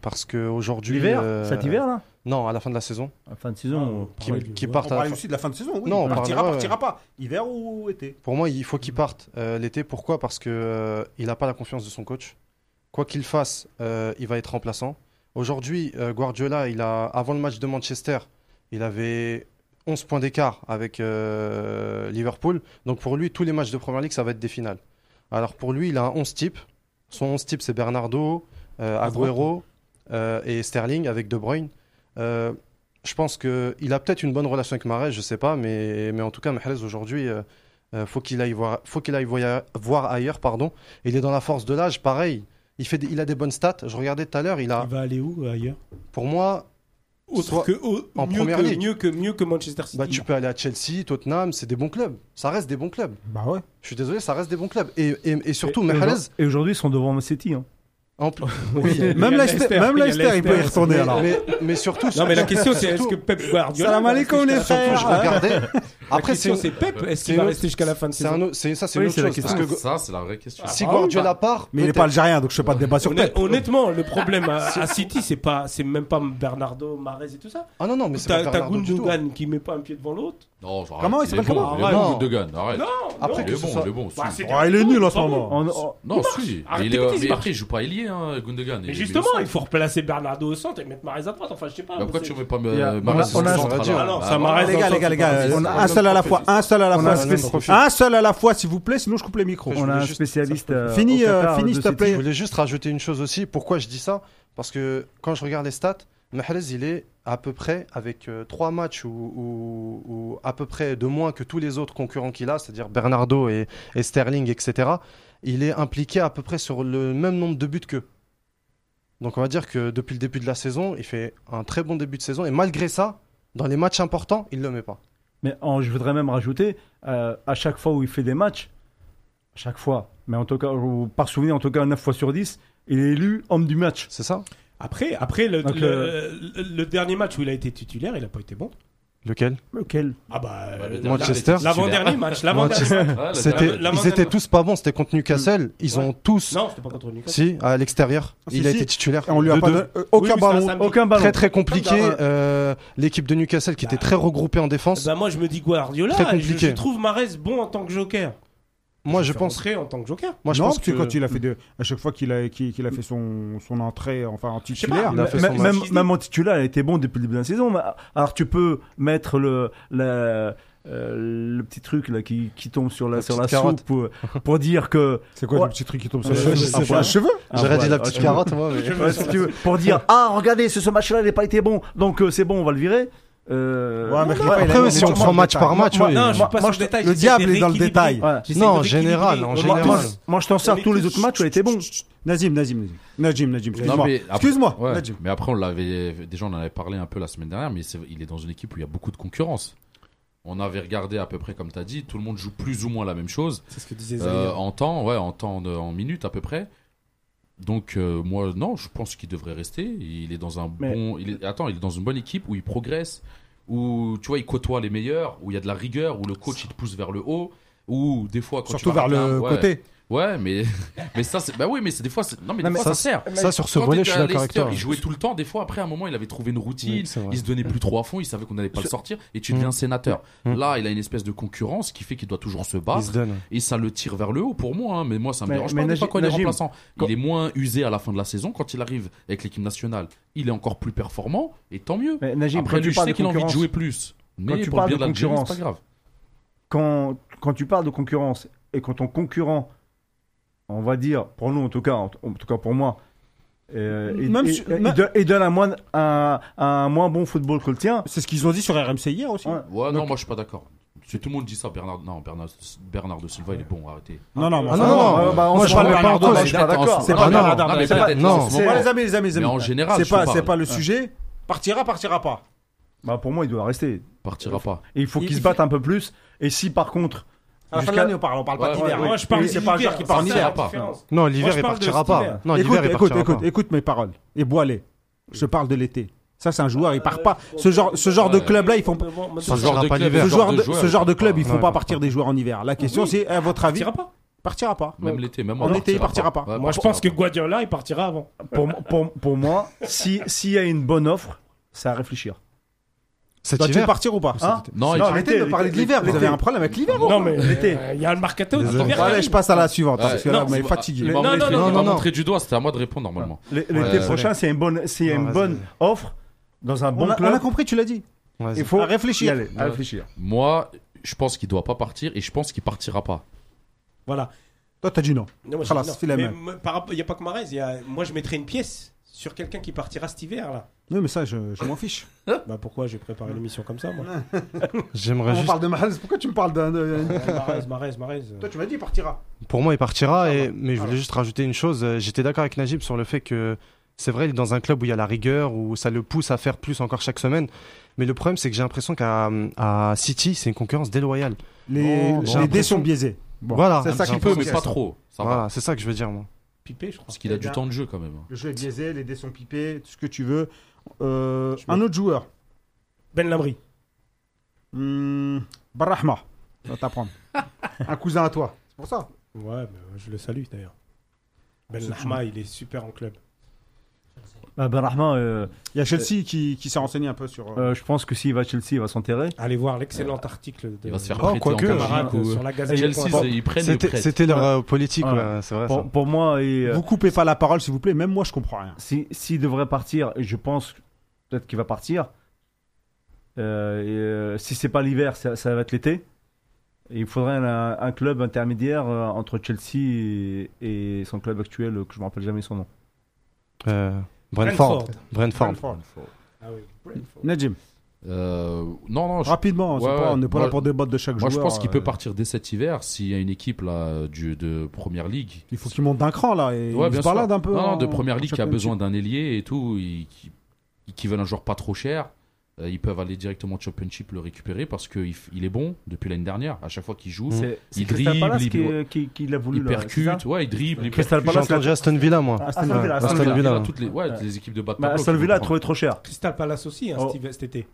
[SPEAKER 5] Parce qu'aujourd'hui.
[SPEAKER 2] L'hiver
[SPEAKER 5] euh,
[SPEAKER 2] Cet hiver, là
[SPEAKER 5] Non, à la fin de la saison.
[SPEAKER 2] À Fin de saison
[SPEAKER 5] Qui,
[SPEAKER 4] Ouais, du-
[SPEAKER 5] qui
[SPEAKER 4] ouais.
[SPEAKER 5] partent
[SPEAKER 1] On
[SPEAKER 5] à la
[SPEAKER 1] parlait
[SPEAKER 5] fin-
[SPEAKER 1] aussi de la fin de saison, oui.
[SPEAKER 5] Non, on
[SPEAKER 1] partira,
[SPEAKER 5] parle- ouais.
[SPEAKER 1] partira pas. Hiver ou été
[SPEAKER 5] Pour moi, il faut qu'il parte euh, l'été. Pourquoi Parce que euh, il n'a pas la confiance de son coach. Quoi qu'il fasse, euh, il va être remplaçant. Aujourd'hui, euh, Guardiola, il a, avant le match de Manchester, il avait 11 points d'écart avec euh, Liverpool. Donc pour lui, tous les matchs de Première Ligue, ça va être des finales. Alors pour lui, il a un 11 type. Son 11 type, c'est Bernardo, euh, Agüero euh, et Sterling avec De Bruyne. Euh, je pense qu'il a peut-être une bonne relation avec Marais, je sais pas, mais, mais en tout cas, Mahrez aujourd'hui, euh, euh, faut qu'il aille voir, faut qu'il aille voya- voir ailleurs, pardon. Il est dans la force de l'âge, pareil. Il fait, des- il a des bonnes stats. Je regardais tout à l'heure, il a,
[SPEAKER 4] Il va aller où euh, ailleurs
[SPEAKER 5] pour moi,
[SPEAKER 4] Autre
[SPEAKER 5] Soit
[SPEAKER 4] que, au-
[SPEAKER 5] en
[SPEAKER 4] mieux,
[SPEAKER 5] première
[SPEAKER 4] que,
[SPEAKER 5] ligue.
[SPEAKER 4] mieux que mieux que Manchester City.
[SPEAKER 5] bah, tu peux aller à Chelsea, Tottenham, c'est des bons clubs. Ça reste des bons clubs.
[SPEAKER 1] Bah ouais.
[SPEAKER 5] Je suis désolé, ça reste des bons clubs. Et, et- et surtout,
[SPEAKER 2] Et- et
[SPEAKER 5] Mahrez,
[SPEAKER 2] aujourd'hui- Et aujourd'hui, ils sont devant City. hein.
[SPEAKER 5] en plus.
[SPEAKER 4] Oui, il y a- il y
[SPEAKER 1] Même
[SPEAKER 4] a
[SPEAKER 1] Leicester, même
[SPEAKER 4] il y a
[SPEAKER 1] Leicester, il peut y
[SPEAKER 4] Leicester.
[SPEAKER 1] retourner alors.
[SPEAKER 5] Mais, mais surtout,
[SPEAKER 4] Non mais la
[SPEAKER 5] surtout,
[SPEAKER 4] question c'est est-ce que
[SPEAKER 5] surtout-
[SPEAKER 4] Pep Guardiola
[SPEAKER 1] Salam
[SPEAKER 4] va
[SPEAKER 1] alaikum,
[SPEAKER 4] rester
[SPEAKER 1] les
[SPEAKER 4] jusqu'à la fin de saison
[SPEAKER 5] [laughs] je regardais.
[SPEAKER 4] La
[SPEAKER 5] Après, c'est
[SPEAKER 4] question
[SPEAKER 5] une-
[SPEAKER 4] c'est Pep, est-ce
[SPEAKER 5] c'est
[SPEAKER 4] qu'il va
[SPEAKER 5] une-
[SPEAKER 4] rester jusqu'à la fin de
[SPEAKER 5] c'est
[SPEAKER 4] saison
[SPEAKER 5] un autre- c'est- ça, c'est
[SPEAKER 2] Oui,
[SPEAKER 5] une autre
[SPEAKER 2] c'est la
[SPEAKER 5] chose. Parce
[SPEAKER 2] question.
[SPEAKER 5] que
[SPEAKER 3] Ah, ça, c'est la vraie question.
[SPEAKER 5] si
[SPEAKER 4] Ah,
[SPEAKER 5] Guardiola part,
[SPEAKER 1] Mais il est
[SPEAKER 5] peut-être-
[SPEAKER 1] pas algérien, donc je fais pas de débat sur
[SPEAKER 4] Honnêt-
[SPEAKER 1] Pep.
[SPEAKER 4] Honnêtement, le problème à, à City, c'est pas, c'est même pas Bernardo, Mahrez et tout ça.
[SPEAKER 5] Ah non, non, mais c'est pas
[SPEAKER 4] T'as t'as
[SPEAKER 5] Bernardo du tout.
[SPEAKER 4] Gundogan qui met pas un pied devant l'autre.
[SPEAKER 3] Non, genre,
[SPEAKER 1] Comment, il
[SPEAKER 3] arrête,
[SPEAKER 1] s'appelle
[SPEAKER 3] est
[SPEAKER 1] comment
[SPEAKER 3] bon, il est bon,
[SPEAKER 5] Arrête.
[SPEAKER 3] Gundogan, arrête.
[SPEAKER 4] Non,
[SPEAKER 5] Après,
[SPEAKER 4] non.
[SPEAKER 3] Il
[SPEAKER 5] que
[SPEAKER 3] est
[SPEAKER 5] ce
[SPEAKER 3] bon,
[SPEAKER 5] soit-
[SPEAKER 3] il est bon.
[SPEAKER 4] Bah,
[SPEAKER 3] si.
[SPEAKER 4] c'est-
[SPEAKER 1] Oh, il est nul en ce
[SPEAKER 4] Pas bon.
[SPEAKER 1] moment.
[SPEAKER 2] En- en-
[SPEAKER 3] Non, si.
[SPEAKER 4] Arrêtez
[SPEAKER 3] Mais il est-
[SPEAKER 4] de
[SPEAKER 3] euh,
[SPEAKER 4] dire.
[SPEAKER 3] Mais après, il joue pas ailier, hein, Gundogan.
[SPEAKER 4] Mais
[SPEAKER 3] Il-
[SPEAKER 4] justement,
[SPEAKER 3] il
[SPEAKER 4] il faut replacer Bernardo au centre et mettre Mahrez à droite. Enfin, je sais pas.
[SPEAKER 3] Bah, pourquoi
[SPEAKER 4] c'est-
[SPEAKER 3] tu veux pas
[SPEAKER 2] Il y a-
[SPEAKER 3] me
[SPEAKER 2] on a- on a-
[SPEAKER 5] Ah
[SPEAKER 4] non,
[SPEAKER 3] Bah,
[SPEAKER 4] ça
[SPEAKER 3] voilà.
[SPEAKER 4] m'arrête.
[SPEAKER 1] Les gars, les gars, les gars,
[SPEAKER 2] On
[SPEAKER 1] euh,
[SPEAKER 2] a
[SPEAKER 1] un seul à la fois, un seul à la
[SPEAKER 2] On a
[SPEAKER 1] fois.
[SPEAKER 2] un spéc-
[SPEAKER 1] Un seul à la fois, s'il vous plaît, sinon je coupe les micros.
[SPEAKER 5] Ouais,
[SPEAKER 2] on a un
[SPEAKER 5] juste-
[SPEAKER 2] spécialiste.
[SPEAKER 5] ça-
[SPEAKER 2] euh,
[SPEAKER 1] Fini,
[SPEAKER 2] au
[SPEAKER 1] euh,
[SPEAKER 2] Qatar
[SPEAKER 1] fini,
[SPEAKER 2] de
[SPEAKER 1] s'il te
[SPEAKER 2] City.
[SPEAKER 5] Je
[SPEAKER 1] plaît.
[SPEAKER 5] voulais juste rajouter une chose aussi. Pourquoi je dis ça Parce que quand je regarde les stats, Mahrez, il est à peu près avec euh, trois matchs ou, ou- ou à peu près de moins que tous les autres concurrents qu'il a, c'est-à-dire Bernardo et, et Sterling, etc. Il est impliqué à peu près sur le même nombre de buts qu'eux. Donc on va dire que depuis le début de la saison, il fait un très bon début de saison et malgré ça, dans les matchs importants, il ne le met pas.
[SPEAKER 2] Mais en- je voudrais même rajouter, euh, à chaque fois où il fait des matchs, à chaque fois, mais en tout cas, ou par souvenir, en tout cas 9 fois sur 10, il est élu homme du match.
[SPEAKER 5] C'est ça
[SPEAKER 4] Après, après le,
[SPEAKER 2] Donc,
[SPEAKER 4] le- le- le dernier match où il a été titulaire, il a pas été bon.
[SPEAKER 5] Lequel
[SPEAKER 2] Lequel
[SPEAKER 4] Ah bah,
[SPEAKER 3] Bah, le
[SPEAKER 4] euh,
[SPEAKER 3] dernier,
[SPEAKER 5] Manchester.
[SPEAKER 3] il est
[SPEAKER 4] l'avant-dernier
[SPEAKER 3] titulaire.
[SPEAKER 4] match, l'avant-dernier.
[SPEAKER 3] Ouais, le
[SPEAKER 5] C'était-
[SPEAKER 3] dernier.
[SPEAKER 4] la-
[SPEAKER 5] Ils étaient tous pas bons, c'était contre Newcastle. Ils
[SPEAKER 4] Ouais.
[SPEAKER 5] ont tous
[SPEAKER 4] Non, c'était pas contre Newcastle.
[SPEAKER 5] Si, à l'extérieur.
[SPEAKER 1] Ah, Si,
[SPEAKER 5] il a
[SPEAKER 1] si.
[SPEAKER 5] été titulaire.
[SPEAKER 1] Et on lui a
[SPEAKER 5] De
[SPEAKER 1] pas
[SPEAKER 5] deux.
[SPEAKER 1] donné euh, aucun
[SPEAKER 4] Oui,
[SPEAKER 5] bah,
[SPEAKER 4] mais c'est un
[SPEAKER 1] ballon. Ah,
[SPEAKER 4] samedi.
[SPEAKER 2] Aucun ballon.
[SPEAKER 5] Très très compliqué.
[SPEAKER 1] Comme
[SPEAKER 5] euh, L'équipe de Newcastle
[SPEAKER 1] Bah,
[SPEAKER 5] qui était très regroupée en défense.
[SPEAKER 4] Bah moi je me dis Guardiola,
[SPEAKER 5] Très
[SPEAKER 4] je,
[SPEAKER 5] compliqué.
[SPEAKER 4] je trouve Marez bon en tant que joker.
[SPEAKER 5] moi je
[SPEAKER 4] Faire
[SPEAKER 5] pense.
[SPEAKER 4] entrer en tant que joker.
[SPEAKER 5] Moi je
[SPEAKER 1] non,
[SPEAKER 5] pense
[SPEAKER 1] parce que
[SPEAKER 5] que
[SPEAKER 1] quand il a fait de, à chaque fois qu'il a, qu'il qu'il a fait son, son entrée, enfin en
[SPEAKER 4] sais pas,
[SPEAKER 1] titulaire,
[SPEAKER 5] il a fait son
[SPEAKER 2] même,
[SPEAKER 5] match.
[SPEAKER 2] même- même en titulaire, il était bon depuis le début de la saison. mais- Alors tu peux mettre le, la- euh, le petit truc là, qui, qui tombe sur la,
[SPEAKER 5] La
[SPEAKER 2] sur la
[SPEAKER 5] petite carotte.
[SPEAKER 2] soupe pour, pour dire que.
[SPEAKER 1] c'est quoi
[SPEAKER 2] Ouais.
[SPEAKER 1] le petit truc qui tombe sur
[SPEAKER 2] Euh,
[SPEAKER 1] le
[SPEAKER 2] je
[SPEAKER 5] sais
[SPEAKER 1] cheveu
[SPEAKER 5] pas.
[SPEAKER 1] Un cheveu
[SPEAKER 5] [laughs] j'aurais dit
[SPEAKER 2] voilà,
[SPEAKER 5] la petite
[SPEAKER 2] tu-
[SPEAKER 5] carotte. moi, mais-
[SPEAKER 2] Ouais, si tu veux, pour
[SPEAKER 5] [laughs]
[SPEAKER 2] dire ah regardez ce, ce match-là il n'a pas été bon donc euh, c'est bon on va le virer. Euh,
[SPEAKER 1] Ouais, mais
[SPEAKER 2] non,
[SPEAKER 1] Khalifa, il a
[SPEAKER 5] Après,
[SPEAKER 1] mis
[SPEAKER 5] si
[SPEAKER 1] des
[SPEAKER 5] on
[SPEAKER 1] trucs
[SPEAKER 5] prend
[SPEAKER 1] dans le
[SPEAKER 5] match
[SPEAKER 1] détail.
[SPEAKER 5] par match, oui.
[SPEAKER 4] non, je passe
[SPEAKER 2] moi,
[SPEAKER 4] au
[SPEAKER 2] je-
[SPEAKER 4] détail.
[SPEAKER 1] le
[SPEAKER 4] j'essaie de
[SPEAKER 1] diable est dans le
[SPEAKER 4] rééquilibrer.
[SPEAKER 1] détail.
[SPEAKER 2] Voilà.
[SPEAKER 4] J'essaie
[SPEAKER 5] Non,
[SPEAKER 4] de
[SPEAKER 5] en général, en
[SPEAKER 4] rééquilibrer.
[SPEAKER 2] moi,
[SPEAKER 5] général.
[SPEAKER 2] moi, je- moi, je t'en sers
[SPEAKER 4] Mais
[SPEAKER 2] tous les
[SPEAKER 4] tu-
[SPEAKER 2] autres matchs où il était bon.
[SPEAKER 1] Nazim, Nazim, Nazim. Nazim, Nazim,
[SPEAKER 3] Non,
[SPEAKER 1] excuse-moi.
[SPEAKER 3] mais après-
[SPEAKER 1] Excuse-moi,
[SPEAKER 3] Ouais,
[SPEAKER 1] Nadjim.
[SPEAKER 3] mais après, on l'avait déjà, on en avait parlé un peu la semaine dernière, mais c'est- il est dans une équipe où il y a beaucoup de concurrence. On avait regardé à peu près, comme tu as dit, tout le monde joue plus ou moins la même chose
[SPEAKER 4] C'est ce que disait
[SPEAKER 2] hein.
[SPEAKER 3] euh,
[SPEAKER 4] Zahir.
[SPEAKER 3] en temps, ouais, en temps, de- en minutes à peu près. Donc euh, moi, non, je pense qu'il devrait rester. Il est dans un
[SPEAKER 2] Mais-
[SPEAKER 3] bon, il est- attends, il est dans une bonne équipe où il progresse, où tu vois, il côtoie les meilleurs, où il y a de la rigueur, où le coach il te pousse vers le haut, où des fois quand tu
[SPEAKER 1] Surtout
[SPEAKER 3] vas
[SPEAKER 1] vers le
[SPEAKER 3] regarder- ouais.
[SPEAKER 1] côté.
[SPEAKER 3] Ouais, mais [laughs] mais ça, c'est bah oui, mais c'est des fois, c'est- non mais des
[SPEAKER 5] Non, mais
[SPEAKER 3] fois ça,
[SPEAKER 5] ça,
[SPEAKER 3] sert.
[SPEAKER 5] Ça sur ce
[SPEAKER 3] Quand
[SPEAKER 5] volet,
[SPEAKER 3] il était
[SPEAKER 5] je suis
[SPEAKER 3] à
[SPEAKER 5] d'accord avec
[SPEAKER 3] Leicester,
[SPEAKER 5] toi.
[SPEAKER 3] Il jouait tout le temps. Des fois, après, à un moment, il avait trouvé une routine.
[SPEAKER 5] Oui, c'est vrai.
[SPEAKER 3] il se donnait plus trop à fond. Il savait qu'on n'allait pas le sortir. Et tu
[SPEAKER 5] Mm.
[SPEAKER 3] deviens un sénateur.
[SPEAKER 5] Mm.
[SPEAKER 3] Là, il a une espèce de concurrence qui fait qu'il doit toujours se
[SPEAKER 5] Il se
[SPEAKER 3] battre.
[SPEAKER 5] donne.
[SPEAKER 3] Et ça le tire vers le haut pour moi. hein. Mais moi, ça me
[SPEAKER 2] Mais-
[SPEAKER 3] dérange
[SPEAKER 2] mais
[SPEAKER 3] pas. des fois,
[SPEAKER 2] Najim-
[SPEAKER 3] quand il est
[SPEAKER 2] Najim,
[SPEAKER 3] remplaçant,
[SPEAKER 2] quand-
[SPEAKER 3] il est moins usé à la fin de la saison. Quand il arrive avec l'équipe nationale, il est encore plus performant. Et tant mieux.
[SPEAKER 2] Mais Najim,
[SPEAKER 3] Après,
[SPEAKER 2] quand tu
[SPEAKER 3] lui, je
[SPEAKER 2] parles
[SPEAKER 3] sais
[SPEAKER 2] de
[SPEAKER 3] qu'il a envie de
[SPEAKER 2] concurrence-
[SPEAKER 3] jouer plus. Mais
[SPEAKER 2] Quand tu
[SPEAKER 3] pour le
[SPEAKER 2] parles
[SPEAKER 3] bien
[SPEAKER 2] de
[SPEAKER 3] de l'Algérie, c'est
[SPEAKER 2] concurrence,
[SPEAKER 3] pas grave.
[SPEAKER 2] quand, quand tu parles de concurrence et quand ton concurrent, on va dire, pour nous en tout cas, en, en tout cas pour moi, euh, il-
[SPEAKER 1] Même
[SPEAKER 2] il-
[SPEAKER 1] si-
[SPEAKER 2] il
[SPEAKER 1] même-
[SPEAKER 2] don- il donne un moins, un, un moins bon football que le tien,
[SPEAKER 1] C'est ce qu'ils ont dit sur RMC hier aussi.
[SPEAKER 2] Ouais.
[SPEAKER 3] Ouais, non, moi, je suis pas d'accord. Si tout le monde dit ça, Bernard, non, Bernard, Bernard de Silva, il est bon, arrêtez.
[SPEAKER 1] Non, non, mais
[SPEAKER 5] Ah
[SPEAKER 1] enfin,
[SPEAKER 5] non, non,
[SPEAKER 2] euh, bah, on
[SPEAKER 5] moi
[SPEAKER 2] se
[SPEAKER 5] je
[SPEAKER 2] parle
[SPEAKER 5] parle
[SPEAKER 2] de
[SPEAKER 5] pas en
[SPEAKER 2] Bernardo,
[SPEAKER 5] cause.
[SPEAKER 2] mais
[SPEAKER 5] Je suis pas
[SPEAKER 2] d'accord.
[SPEAKER 5] d'accord.
[SPEAKER 2] C'est
[SPEAKER 1] pas
[SPEAKER 5] Ah,
[SPEAKER 1] Bernardo,
[SPEAKER 5] non.
[SPEAKER 3] Non, mais
[SPEAKER 1] c'est pas-
[SPEAKER 3] peut-être,
[SPEAKER 5] non,
[SPEAKER 3] en ce
[SPEAKER 1] Bon,
[SPEAKER 3] moment,
[SPEAKER 1] les amis, les amis, les
[SPEAKER 3] Mais
[SPEAKER 1] amis.
[SPEAKER 3] en général,
[SPEAKER 1] C'est
[SPEAKER 3] je
[SPEAKER 1] pas,
[SPEAKER 3] parle.
[SPEAKER 1] c'est pas le sujet. Partira, partira pas.
[SPEAKER 2] bah, pour moi il doit rester.
[SPEAKER 3] partira pas.
[SPEAKER 2] Et il faut
[SPEAKER 1] Il-
[SPEAKER 2] qu'il se
[SPEAKER 1] il-
[SPEAKER 2] batte un peu plus. Et si par contre,
[SPEAKER 1] À la fin de
[SPEAKER 2] Jusqu'à-
[SPEAKER 1] l'année, on parle, on parle pas
[SPEAKER 3] Ouais,
[SPEAKER 1] d'hiver.
[SPEAKER 2] ouais,
[SPEAKER 4] Moi
[SPEAKER 2] ouais.
[SPEAKER 4] je parle
[SPEAKER 2] Et-
[SPEAKER 4] c'est pas
[SPEAKER 1] l'hiver qui part en
[SPEAKER 4] ça,
[SPEAKER 1] hiver.
[SPEAKER 4] la différence.
[SPEAKER 5] Non,
[SPEAKER 4] Moi,
[SPEAKER 5] l'hiver
[SPEAKER 4] je
[SPEAKER 5] il
[SPEAKER 4] parle de
[SPEAKER 5] partira
[SPEAKER 4] cet hiver.
[SPEAKER 5] pas. Non,
[SPEAKER 1] écoute,
[SPEAKER 5] l'hiver il
[SPEAKER 1] écoute,
[SPEAKER 5] partira
[SPEAKER 1] écoute,
[SPEAKER 5] pas.
[SPEAKER 1] écoute mes paroles et bois-les. Je parle de l'été. Ça, c'est un joueur, il part pas. Ce genre, ce genre de
[SPEAKER 3] Ouais.
[SPEAKER 1] club-là, ils font.
[SPEAKER 5] partira pas
[SPEAKER 3] club,
[SPEAKER 5] l'hiver.
[SPEAKER 1] Ce genre de, ce genre de club, ils
[SPEAKER 5] Ouais,
[SPEAKER 1] font
[SPEAKER 5] il
[SPEAKER 1] pas
[SPEAKER 5] part
[SPEAKER 1] partir
[SPEAKER 5] pas.
[SPEAKER 1] des joueurs en hiver. La question,
[SPEAKER 4] Oui.
[SPEAKER 1] c'est à votre
[SPEAKER 4] Ça
[SPEAKER 1] avis.
[SPEAKER 4] partira pas.
[SPEAKER 1] Partira pas.
[SPEAKER 3] Même
[SPEAKER 1] Donc,
[SPEAKER 3] l'été, même
[SPEAKER 1] en été, il partira pas.
[SPEAKER 3] Ouais,
[SPEAKER 4] Moi, je pense que Guardiola, il partira avant.
[SPEAKER 2] Pour, pour, pour moi, si- s'il y a une bonne offre, c'est à réfléchir.
[SPEAKER 5] Cet
[SPEAKER 1] Doit-il
[SPEAKER 5] hiver
[SPEAKER 1] partir ou pas
[SPEAKER 2] Hein
[SPEAKER 3] Non, il-
[SPEAKER 2] Non,
[SPEAKER 1] Arrêtez de
[SPEAKER 2] l'été,
[SPEAKER 1] parler de l'hiver, vous
[SPEAKER 2] l'été.
[SPEAKER 1] avez un problème avec l'hiver.
[SPEAKER 4] Non, mais
[SPEAKER 2] L'été.
[SPEAKER 4] euh, il y a le mercato.
[SPEAKER 5] Désolé.
[SPEAKER 4] l'hiver
[SPEAKER 1] Bon,
[SPEAKER 4] qui
[SPEAKER 1] allez,
[SPEAKER 4] arrive.
[SPEAKER 1] je passe à la suivante,
[SPEAKER 3] Ouais.
[SPEAKER 1] parce que là,
[SPEAKER 4] Non,
[SPEAKER 1] vous m'avez
[SPEAKER 3] c'est-
[SPEAKER 1] fatigué.
[SPEAKER 3] Il m'a
[SPEAKER 4] Non,
[SPEAKER 3] montré-
[SPEAKER 4] non,
[SPEAKER 3] il
[SPEAKER 4] non,
[SPEAKER 3] m'a
[SPEAKER 5] non, non.
[SPEAKER 3] montré du doigt, c'était à moi de répondre normalement.
[SPEAKER 2] L-
[SPEAKER 3] Ouais,
[SPEAKER 2] L'été
[SPEAKER 3] désolé.
[SPEAKER 2] prochain, s'il y a une bonne, s'il y a
[SPEAKER 5] Non,
[SPEAKER 2] une
[SPEAKER 5] vas-y,
[SPEAKER 2] bonne
[SPEAKER 5] vas-y.
[SPEAKER 2] offre, dans un
[SPEAKER 1] On
[SPEAKER 2] bon
[SPEAKER 1] a, on
[SPEAKER 2] club,
[SPEAKER 1] a compris, tu l'as dit.
[SPEAKER 5] Vas-y.
[SPEAKER 2] il faut
[SPEAKER 1] À réfléchir. Euh,
[SPEAKER 2] y aller, à
[SPEAKER 3] Ouais.
[SPEAKER 2] réfléchir.
[SPEAKER 3] Moi, je pense qu'il doit pas partir et je pense qu'il partira pas.
[SPEAKER 4] Voilà.
[SPEAKER 1] Toi, t'as dit non.
[SPEAKER 4] Non, moi, je
[SPEAKER 1] Khalas,
[SPEAKER 4] dis non.
[SPEAKER 1] file la
[SPEAKER 4] Mais
[SPEAKER 1] main.
[SPEAKER 4] me- par rapport- Il n'y a pas que Marez. il y a- Moi, je mettrais une pièce sur quelqu'un qui partira cet hiver. là.
[SPEAKER 1] Oui, mais ça, je, je m'en fiche.
[SPEAKER 4] Bah, pourquoi j'ai préparé l'émission comme ça, moi
[SPEAKER 5] J'aimerais
[SPEAKER 1] On
[SPEAKER 5] Bah, juste.
[SPEAKER 1] parle de Mahrez, [laughs] pourquoi tu me parles d'un. d'un-
[SPEAKER 4] Marez, Marez, Marez. euh,
[SPEAKER 1] Toi, tu m'as dit, il partira.
[SPEAKER 5] Pour moi, il partira.
[SPEAKER 1] va.
[SPEAKER 5] Et... Mais je voulais juste rajouter une chose. Euh, J'étais d'accord avec Najib sur le fait que c'est vrai, il est dans un club où il y a la rigueur, où ça le pousse à faire plus encore chaque semaine. Mais le problème, c'est que j'ai l'impression qu'à à City, c'est une concurrence déloyale.
[SPEAKER 1] Les,
[SPEAKER 5] Bon,
[SPEAKER 1] les
[SPEAKER 5] j'ai
[SPEAKER 1] dés
[SPEAKER 5] l'impression-
[SPEAKER 1] sont biaisés. Bon,
[SPEAKER 5] Voilà.
[SPEAKER 1] c'est
[SPEAKER 5] Un
[SPEAKER 1] ça
[SPEAKER 5] petit
[SPEAKER 1] qui
[SPEAKER 3] Peu,
[SPEAKER 1] pose
[SPEAKER 3] mais pas
[SPEAKER 1] question.
[SPEAKER 3] trop. Ça va.
[SPEAKER 5] Voilà, c'est ça que je veux dire, moi.
[SPEAKER 4] Pipé, je crois.
[SPEAKER 3] Parce qu'il a du temps de jeu quand même.
[SPEAKER 1] Le jeu est biaisé, les dés sont pipés, tout ce que tu veux. Euh,
[SPEAKER 4] Je
[SPEAKER 1] un autre joueur,
[SPEAKER 4] Ben Lamri.
[SPEAKER 1] Hmm, Barrahma, ça va t'apprendre. un cousin à toi, c'est pour ça.
[SPEAKER 4] Ouais, mais je le salue d'ailleurs. Ben Lahma, il est super en club.
[SPEAKER 2] Bah, ben Rahman, euh,
[SPEAKER 1] Il y a Chelsea qui, qui s'est renseigné un peu sur. euh,
[SPEAKER 2] euh, je pense que s'il va à Chelsea, il va s'enterrer.
[SPEAKER 4] Allez voir l'excellent article de
[SPEAKER 3] Il va se faire
[SPEAKER 5] Oh,
[SPEAKER 3] prêter en
[SPEAKER 5] quoique,
[SPEAKER 4] camarade
[SPEAKER 3] Belgique ou-
[SPEAKER 4] sur la gazette.
[SPEAKER 3] Chelsea, c'est- ils prennent le
[SPEAKER 5] C'était
[SPEAKER 3] prêt.
[SPEAKER 5] c'était leur euh, politique,
[SPEAKER 2] Voilà.
[SPEAKER 5] ouais, c'est vrai.
[SPEAKER 2] Pour,
[SPEAKER 5] ça.
[SPEAKER 2] pour moi, et, euh,
[SPEAKER 1] Vous coupez pas la parole, s'il vous plaît, même moi, je comprends rien.
[SPEAKER 2] si- s'il devrait partir, et je pense peut-être qu'il va partir, euh, et, euh, si c'est pas l'hiver, ça, ça va être l'été. Et Il faudrait un, un club intermédiaire euh, entre Chelsea et, et son club actuel, euh, que je me rappelle jamais son nom.
[SPEAKER 5] Euh, Brentford.
[SPEAKER 4] Brentford.
[SPEAKER 5] Brentford.
[SPEAKER 1] Brentford.
[SPEAKER 4] Ah oui.
[SPEAKER 1] Najim,
[SPEAKER 3] Euh, non, non, je-
[SPEAKER 1] rapidement, c'est
[SPEAKER 3] Ouais,
[SPEAKER 1] pas-
[SPEAKER 3] ouais,
[SPEAKER 1] on n'est pas
[SPEAKER 3] moi-
[SPEAKER 1] là pour débattre de chaque
[SPEAKER 3] moi
[SPEAKER 1] joueur.
[SPEAKER 3] je pense qu'il
[SPEAKER 1] euh,
[SPEAKER 3] peut partir dès cet hiver s'il y a une équipe là, du, de première ligue.
[SPEAKER 1] Il faut qu'il monte d'un cran là et
[SPEAKER 3] Ouais,
[SPEAKER 1] il se
[SPEAKER 3] bien
[SPEAKER 1] balade
[SPEAKER 3] sûr.
[SPEAKER 1] un peu.
[SPEAKER 3] Non, non,
[SPEAKER 1] en-
[SPEAKER 3] de première ligue
[SPEAKER 1] en
[SPEAKER 3] qui a
[SPEAKER 1] championship.
[SPEAKER 3] besoin d'un ailier et tout, et qui, qui veulent un joueur pas trop cher. euh, ils peuvent aller directement au Championship le récupérer parce qu'il il est bon depuis l'année dernière. À chaque fois qu'il joue,
[SPEAKER 2] C'est c'est
[SPEAKER 3] Il
[SPEAKER 2] Crystal Palace
[SPEAKER 3] dribble,
[SPEAKER 2] qui, euh,
[SPEAKER 3] il-
[SPEAKER 2] qui- qui l'a voulu.
[SPEAKER 3] il
[SPEAKER 2] là, c'est ça
[SPEAKER 3] percute, ouais, il dribble, il
[SPEAKER 2] Crystal
[SPEAKER 3] percute.
[SPEAKER 5] J'ai
[SPEAKER 2] Palace,
[SPEAKER 5] entendu Aston Villa, moi.
[SPEAKER 2] Ah, Aston Villa,
[SPEAKER 5] Ouais,
[SPEAKER 2] Aston
[SPEAKER 5] Aston
[SPEAKER 2] Villa.
[SPEAKER 5] Villa.
[SPEAKER 3] a toutes les, ouais, les équipes de bas de
[SPEAKER 2] Bah,
[SPEAKER 3] tableau
[SPEAKER 2] Aston
[SPEAKER 3] qui
[SPEAKER 2] Villa a
[SPEAKER 3] vont prendre.
[SPEAKER 2] trouvé trop cher.
[SPEAKER 4] Crystal Palace aussi, hein,
[SPEAKER 2] Oh.
[SPEAKER 4] Steve- cet été.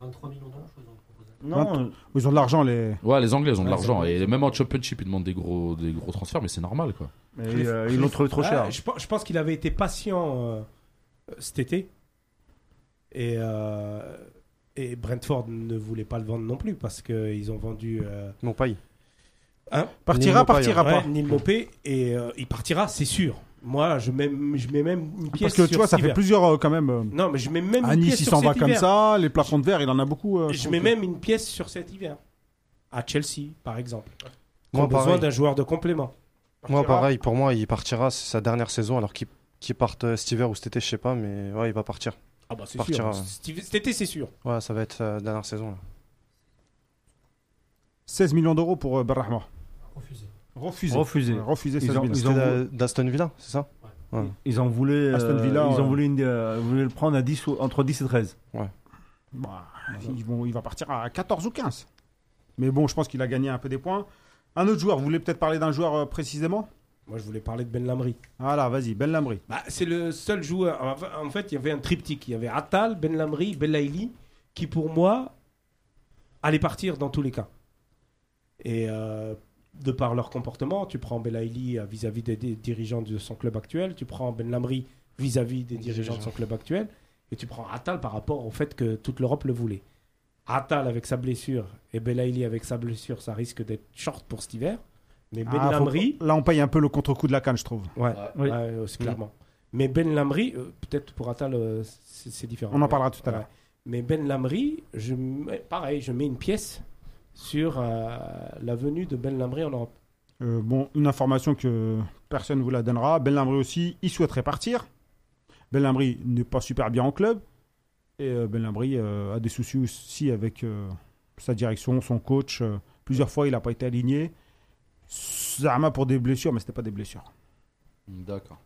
[SPEAKER 8] 23 millions d'euros, je vous en propose.
[SPEAKER 1] Non,
[SPEAKER 2] Non, euh,
[SPEAKER 1] Ils ont de l'argent les.
[SPEAKER 3] Ouais, les Anglais ils ont de
[SPEAKER 4] Ouais,
[SPEAKER 3] l'argent.
[SPEAKER 4] c'est-
[SPEAKER 3] Et même en Championship, ils demandent des gros, des gros transferts, mais c'est normal, quoi.
[SPEAKER 2] mais, euh, ils l'ont trouvé trop
[SPEAKER 4] Ah,
[SPEAKER 2] cher.
[SPEAKER 4] Je, pense- je pense qu'il avait été patient euh, euh, cet été. Et, euh, et Brentford ne voulait pas le vendre non plus parce qu'ils ont vendu euh,
[SPEAKER 5] Mon paille.
[SPEAKER 4] hein,
[SPEAKER 1] Partira,
[SPEAKER 5] Nîmes,
[SPEAKER 1] partira
[SPEAKER 4] ouais,
[SPEAKER 1] pas.
[SPEAKER 4] Neil Mopé et euh, il partira, c'est sûr. Moi, je mets, je mets même une
[SPEAKER 1] Parce
[SPEAKER 4] pièce
[SPEAKER 1] que tu
[SPEAKER 4] sur
[SPEAKER 1] vois, ça
[SPEAKER 4] cet
[SPEAKER 1] fait
[SPEAKER 4] hiver.
[SPEAKER 1] plusieurs euh, quand même. euh,
[SPEAKER 4] Non, mais je mets même une
[SPEAKER 1] Annie,
[SPEAKER 4] pièce
[SPEAKER 1] s'il
[SPEAKER 4] sur
[SPEAKER 1] s'en
[SPEAKER 4] cet
[SPEAKER 1] va
[SPEAKER 4] hiver.
[SPEAKER 1] comme ça, les plafonds de verre, il en a beaucoup. euh,
[SPEAKER 4] Je
[SPEAKER 1] sur
[SPEAKER 4] mets
[SPEAKER 1] le-
[SPEAKER 4] même une pièce sur cet hiver. À Chelsea, par exemple. Qui ont
[SPEAKER 5] Moi,
[SPEAKER 4] besoin
[SPEAKER 5] pareil.
[SPEAKER 4] d'un joueur de complément.
[SPEAKER 5] Moi, pareil, pour moi, il partira, c'est sa dernière saison, alors qu'il qu'il parte euh, cet hiver ou cet été, je sais pas, mais ouais, il va partir.
[SPEAKER 4] Ah bah c'est
[SPEAKER 5] Partira,
[SPEAKER 4] sûr.
[SPEAKER 5] ouais.
[SPEAKER 4] Cet hiver- Cet été, c'est sûr.
[SPEAKER 5] Ouais, ça va être sa dernière saison. là.
[SPEAKER 1] 16 millions d'euros pour euh, Benrahma.
[SPEAKER 8] Refusé.
[SPEAKER 1] Refusé.
[SPEAKER 2] Refusé.
[SPEAKER 1] Ouais, Refusé 16
[SPEAKER 2] Ils ont-
[SPEAKER 1] millions.
[SPEAKER 2] ils
[SPEAKER 5] C'était
[SPEAKER 2] ont-
[SPEAKER 5] d'a- d'Aston Villa, c'est ça
[SPEAKER 2] Ils en voulaient, euh,
[SPEAKER 1] Aston Villa,
[SPEAKER 2] ils en
[SPEAKER 1] ouais.
[SPEAKER 2] voulaient, une- euh, voulaient le prendre à 10 ou- entre 10 et 13.
[SPEAKER 1] Bah, ils vont- il va partir à 14 ou 15. Mais bon, je pense qu'il a gagné un peu des points. Un autre joueur, vous voulez peut-être parler d'un joueur euh, précisément
[SPEAKER 4] Moi, je voulais parler de Ben Lamri.
[SPEAKER 1] Voilà, vas-y, Ben Lamri.
[SPEAKER 4] Bah, c'est le seul joueur. en- En fait, il y avait un triptyque. Il y avait Attal, Ben Lamri, Belaïli, qui pour moi allaient partir dans tous les cas. Et euh, de par leur comportement, tu prends Belaïli euh, vis-à-vis des, des dirigeants de son club actuel, tu prends Ben Lamri vis-à-vis des dirigeants de son club actuel, et tu prends Attal par rapport au fait que toute l'Europe le voulait. Attal avec sa blessure et Belaïli avec sa blessure, ça risque d'être short pour cet hiver. Mais Ben
[SPEAKER 1] Ah, faut-
[SPEAKER 4] Lamri.
[SPEAKER 1] Là, on paye un peu le contre-coup de la canne, je trouve.
[SPEAKER 4] Ouais,
[SPEAKER 2] Oui.
[SPEAKER 4] ouais, euh,
[SPEAKER 3] Mm.
[SPEAKER 4] c'est clairement. Mais Ben Lamri, euh, peut-être pour Attal, euh, c'est c'est différent.
[SPEAKER 1] On en parlera tout à
[SPEAKER 4] Ouais.
[SPEAKER 1] l'heure.
[SPEAKER 4] Mais Ben Lamri, je mets- pareil, je mets une pièce sur euh, la venue de Ben Lamri en Europe.
[SPEAKER 1] Euh, bon, une information que personne ne vous la donnera. Ben Lamri aussi, il souhaiterait partir. Ben Lamri n'est pas super bien en club. Et euh, Ben Lamri euh, a des soucis aussi avec euh, sa direction, son coach. Euh, plusieurs fois, il n'a pas été aligné. Zama pour des blessures, mais ce n'était pas des blessures.
[SPEAKER 3] D'accord.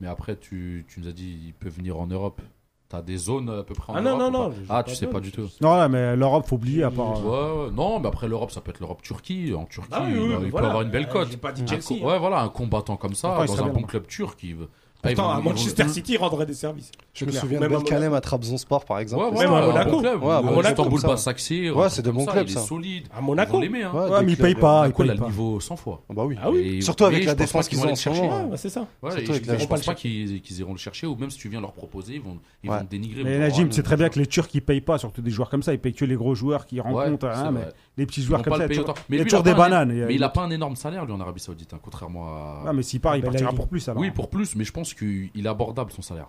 [SPEAKER 3] Mais après, tu, tu nous as dit il peut venir en Europe. T'as des zones à peu près en
[SPEAKER 4] Ah non,
[SPEAKER 3] Europe
[SPEAKER 4] non,
[SPEAKER 3] ou
[SPEAKER 4] non.
[SPEAKER 3] pas
[SPEAKER 4] je- je
[SPEAKER 3] Ah,
[SPEAKER 4] pas
[SPEAKER 3] tu sais
[SPEAKER 4] de-
[SPEAKER 3] pas du tout.
[SPEAKER 1] Non, là, mais l'Europe, faut oublier à part.
[SPEAKER 3] Ouais,
[SPEAKER 1] euh,
[SPEAKER 3] ouais. Non, mais après l'Europe, ça peut être l'Europe-Turquie. En Turquie, euh,
[SPEAKER 4] Ah oui,
[SPEAKER 3] il,
[SPEAKER 4] oui,
[SPEAKER 3] il
[SPEAKER 4] oui,
[SPEAKER 3] peut
[SPEAKER 4] voilà.
[SPEAKER 3] avoir une belle
[SPEAKER 4] Euh,
[SPEAKER 3] cote. Ah,
[SPEAKER 4] J'ai pas dit
[SPEAKER 3] Un
[SPEAKER 4] Chelsea.
[SPEAKER 3] co- ouais, voilà, un combattant comme ça,
[SPEAKER 1] Pourtant, il
[SPEAKER 3] dans
[SPEAKER 1] serait
[SPEAKER 3] un
[SPEAKER 1] bien
[SPEAKER 3] bon
[SPEAKER 1] là-bas.
[SPEAKER 3] club turc, il veut- Ah, ils
[SPEAKER 4] Pourtant,
[SPEAKER 3] vont-
[SPEAKER 4] à
[SPEAKER 3] ils vont-
[SPEAKER 4] Manchester City, il rendrait des services.
[SPEAKER 5] Je me
[SPEAKER 4] Clair.
[SPEAKER 5] souviens de
[SPEAKER 4] Même à
[SPEAKER 5] Belkalem à Trabzonspor, par exemple.
[SPEAKER 3] Ouais,
[SPEAKER 5] Et
[SPEAKER 3] ouais,
[SPEAKER 4] Même à
[SPEAKER 3] un bon
[SPEAKER 4] Monaco.
[SPEAKER 3] club.
[SPEAKER 5] Ouais, à
[SPEAKER 3] Ou
[SPEAKER 5] Monaco,
[SPEAKER 3] Istanbul,
[SPEAKER 5] comme ça.
[SPEAKER 3] Basaksehir,
[SPEAKER 5] Ouais,
[SPEAKER 3] un
[SPEAKER 5] c'est
[SPEAKER 3] truc
[SPEAKER 5] de mon
[SPEAKER 3] comme
[SPEAKER 5] club,
[SPEAKER 3] Il
[SPEAKER 5] ça.
[SPEAKER 3] est solide.
[SPEAKER 4] À
[SPEAKER 3] Ils vont
[SPEAKER 4] Monaco.
[SPEAKER 3] l'aimer, hein.
[SPEAKER 5] Ouais,
[SPEAKER 1] Ouais,
[SPEAKER 5] des
[SPEAKER 1] mais ils
[SPEAKER 5] clubs,
[SPEAKER 1] payent pas. Ah, ils
[SPEAKER 3] Monaco, il a
[SPEAKER 1] payent
[SPEAKER 3] le
[SPEAKER 1] pas.
[SPEAKER 3] niveau 100 fois.
[SPEAKER 5] Ah Bah oui.
[SPEAKER 4] Ah oui.
[SPEAKER 3] Et-
[SPEAKER 5] Surtout avec
[SPEAKER 3] mais
[SPEAKER 5] la
[SPEAKER 3] je pense pas
[SPEAKER 5] défense
[SPEAKER 3] qu'ils
[SPEAKER 5] qu'ils
[SPEAKER 3] vont
[SPEAKER 5] ont en
[SPEAKER 3] aller
[SPEAKER 5] ce
[SPEAKER 3] le
[SPEAKER 5] moment.
[SPEAKER 3] chercher.
[SPEAKER 4] Ah, bah, c'est ça.
[SPEAKER 3] Ouais,
[SPEAKER 5] Surtout
[SPEAKER 3] et
[SPEAKER 5] avec
[SPEAKER 3] je,
[SPEAKER 5] la-
[SPEAKER 3] je
[SPEAKER 5] je
[SPEAKER 3] pense
[SPEAKER 5] pense
[SPEAKER 3] pas qu'ils qu'ils iront le chercher, ou même si tu viens leur proposer, ils vont, ils vont
[SPEAKER 5] Ouais.
[SPEAKER 3] te dénigrer. euh,
[SPEAKER 1] Mais
[SPEAKER 3] Ils
[SPEAKER 1] la
[SPEAKER 3] vont-
[SPEAKER 1] gym,
[SPEAKER 3] Ouais,
[SPEAKER 1] c'est très bien que les Turcs ils payent pas, surtout des joueurs comme ça, ils payent que les gros joueurs qui rencontrent,
[SPEAKER 3] c'est
[SPEAKER 1] hein, mais
[SPEAKER 3] vrai.
[SPEAKER 1] les petits
[SPEAKER 3] Ils vont
[SPEAKER 1] joueurs
[SPEAKER 3] pas
[SPEAKER 1] comme ça.
[SPEAKER 3] le payer
[SPEAKER 1] ils
[SPEAKER 3] autant.
[SPEAKER 1] tournent-
[SPEAKER 3] Mais
[SPEAKER 1] ils
[SPEAKER 3] lui, il
[SPEAKER 1] tournent
[SPEAKER 3] a
[SPEAKER 1] des
[SPEAKER 3] pas un-
[SPEAKER 1] bananes.
[SPEAKER 3] Mais il a pas un énorme salaire, lui, en Arabie Saoudite, hein, contrairement à.
[SPEAKER 1] Ah, mais s'il part, il
[SPEAKER 4] Mais là,
[SPEAKER 1] partira
[SPEAKER 4] il-
[SPEAKER 1] pour plus alors.
[SPEAKER 3] Ben, Oui, pour plus, mais je pense qu'il est abordable son salaire.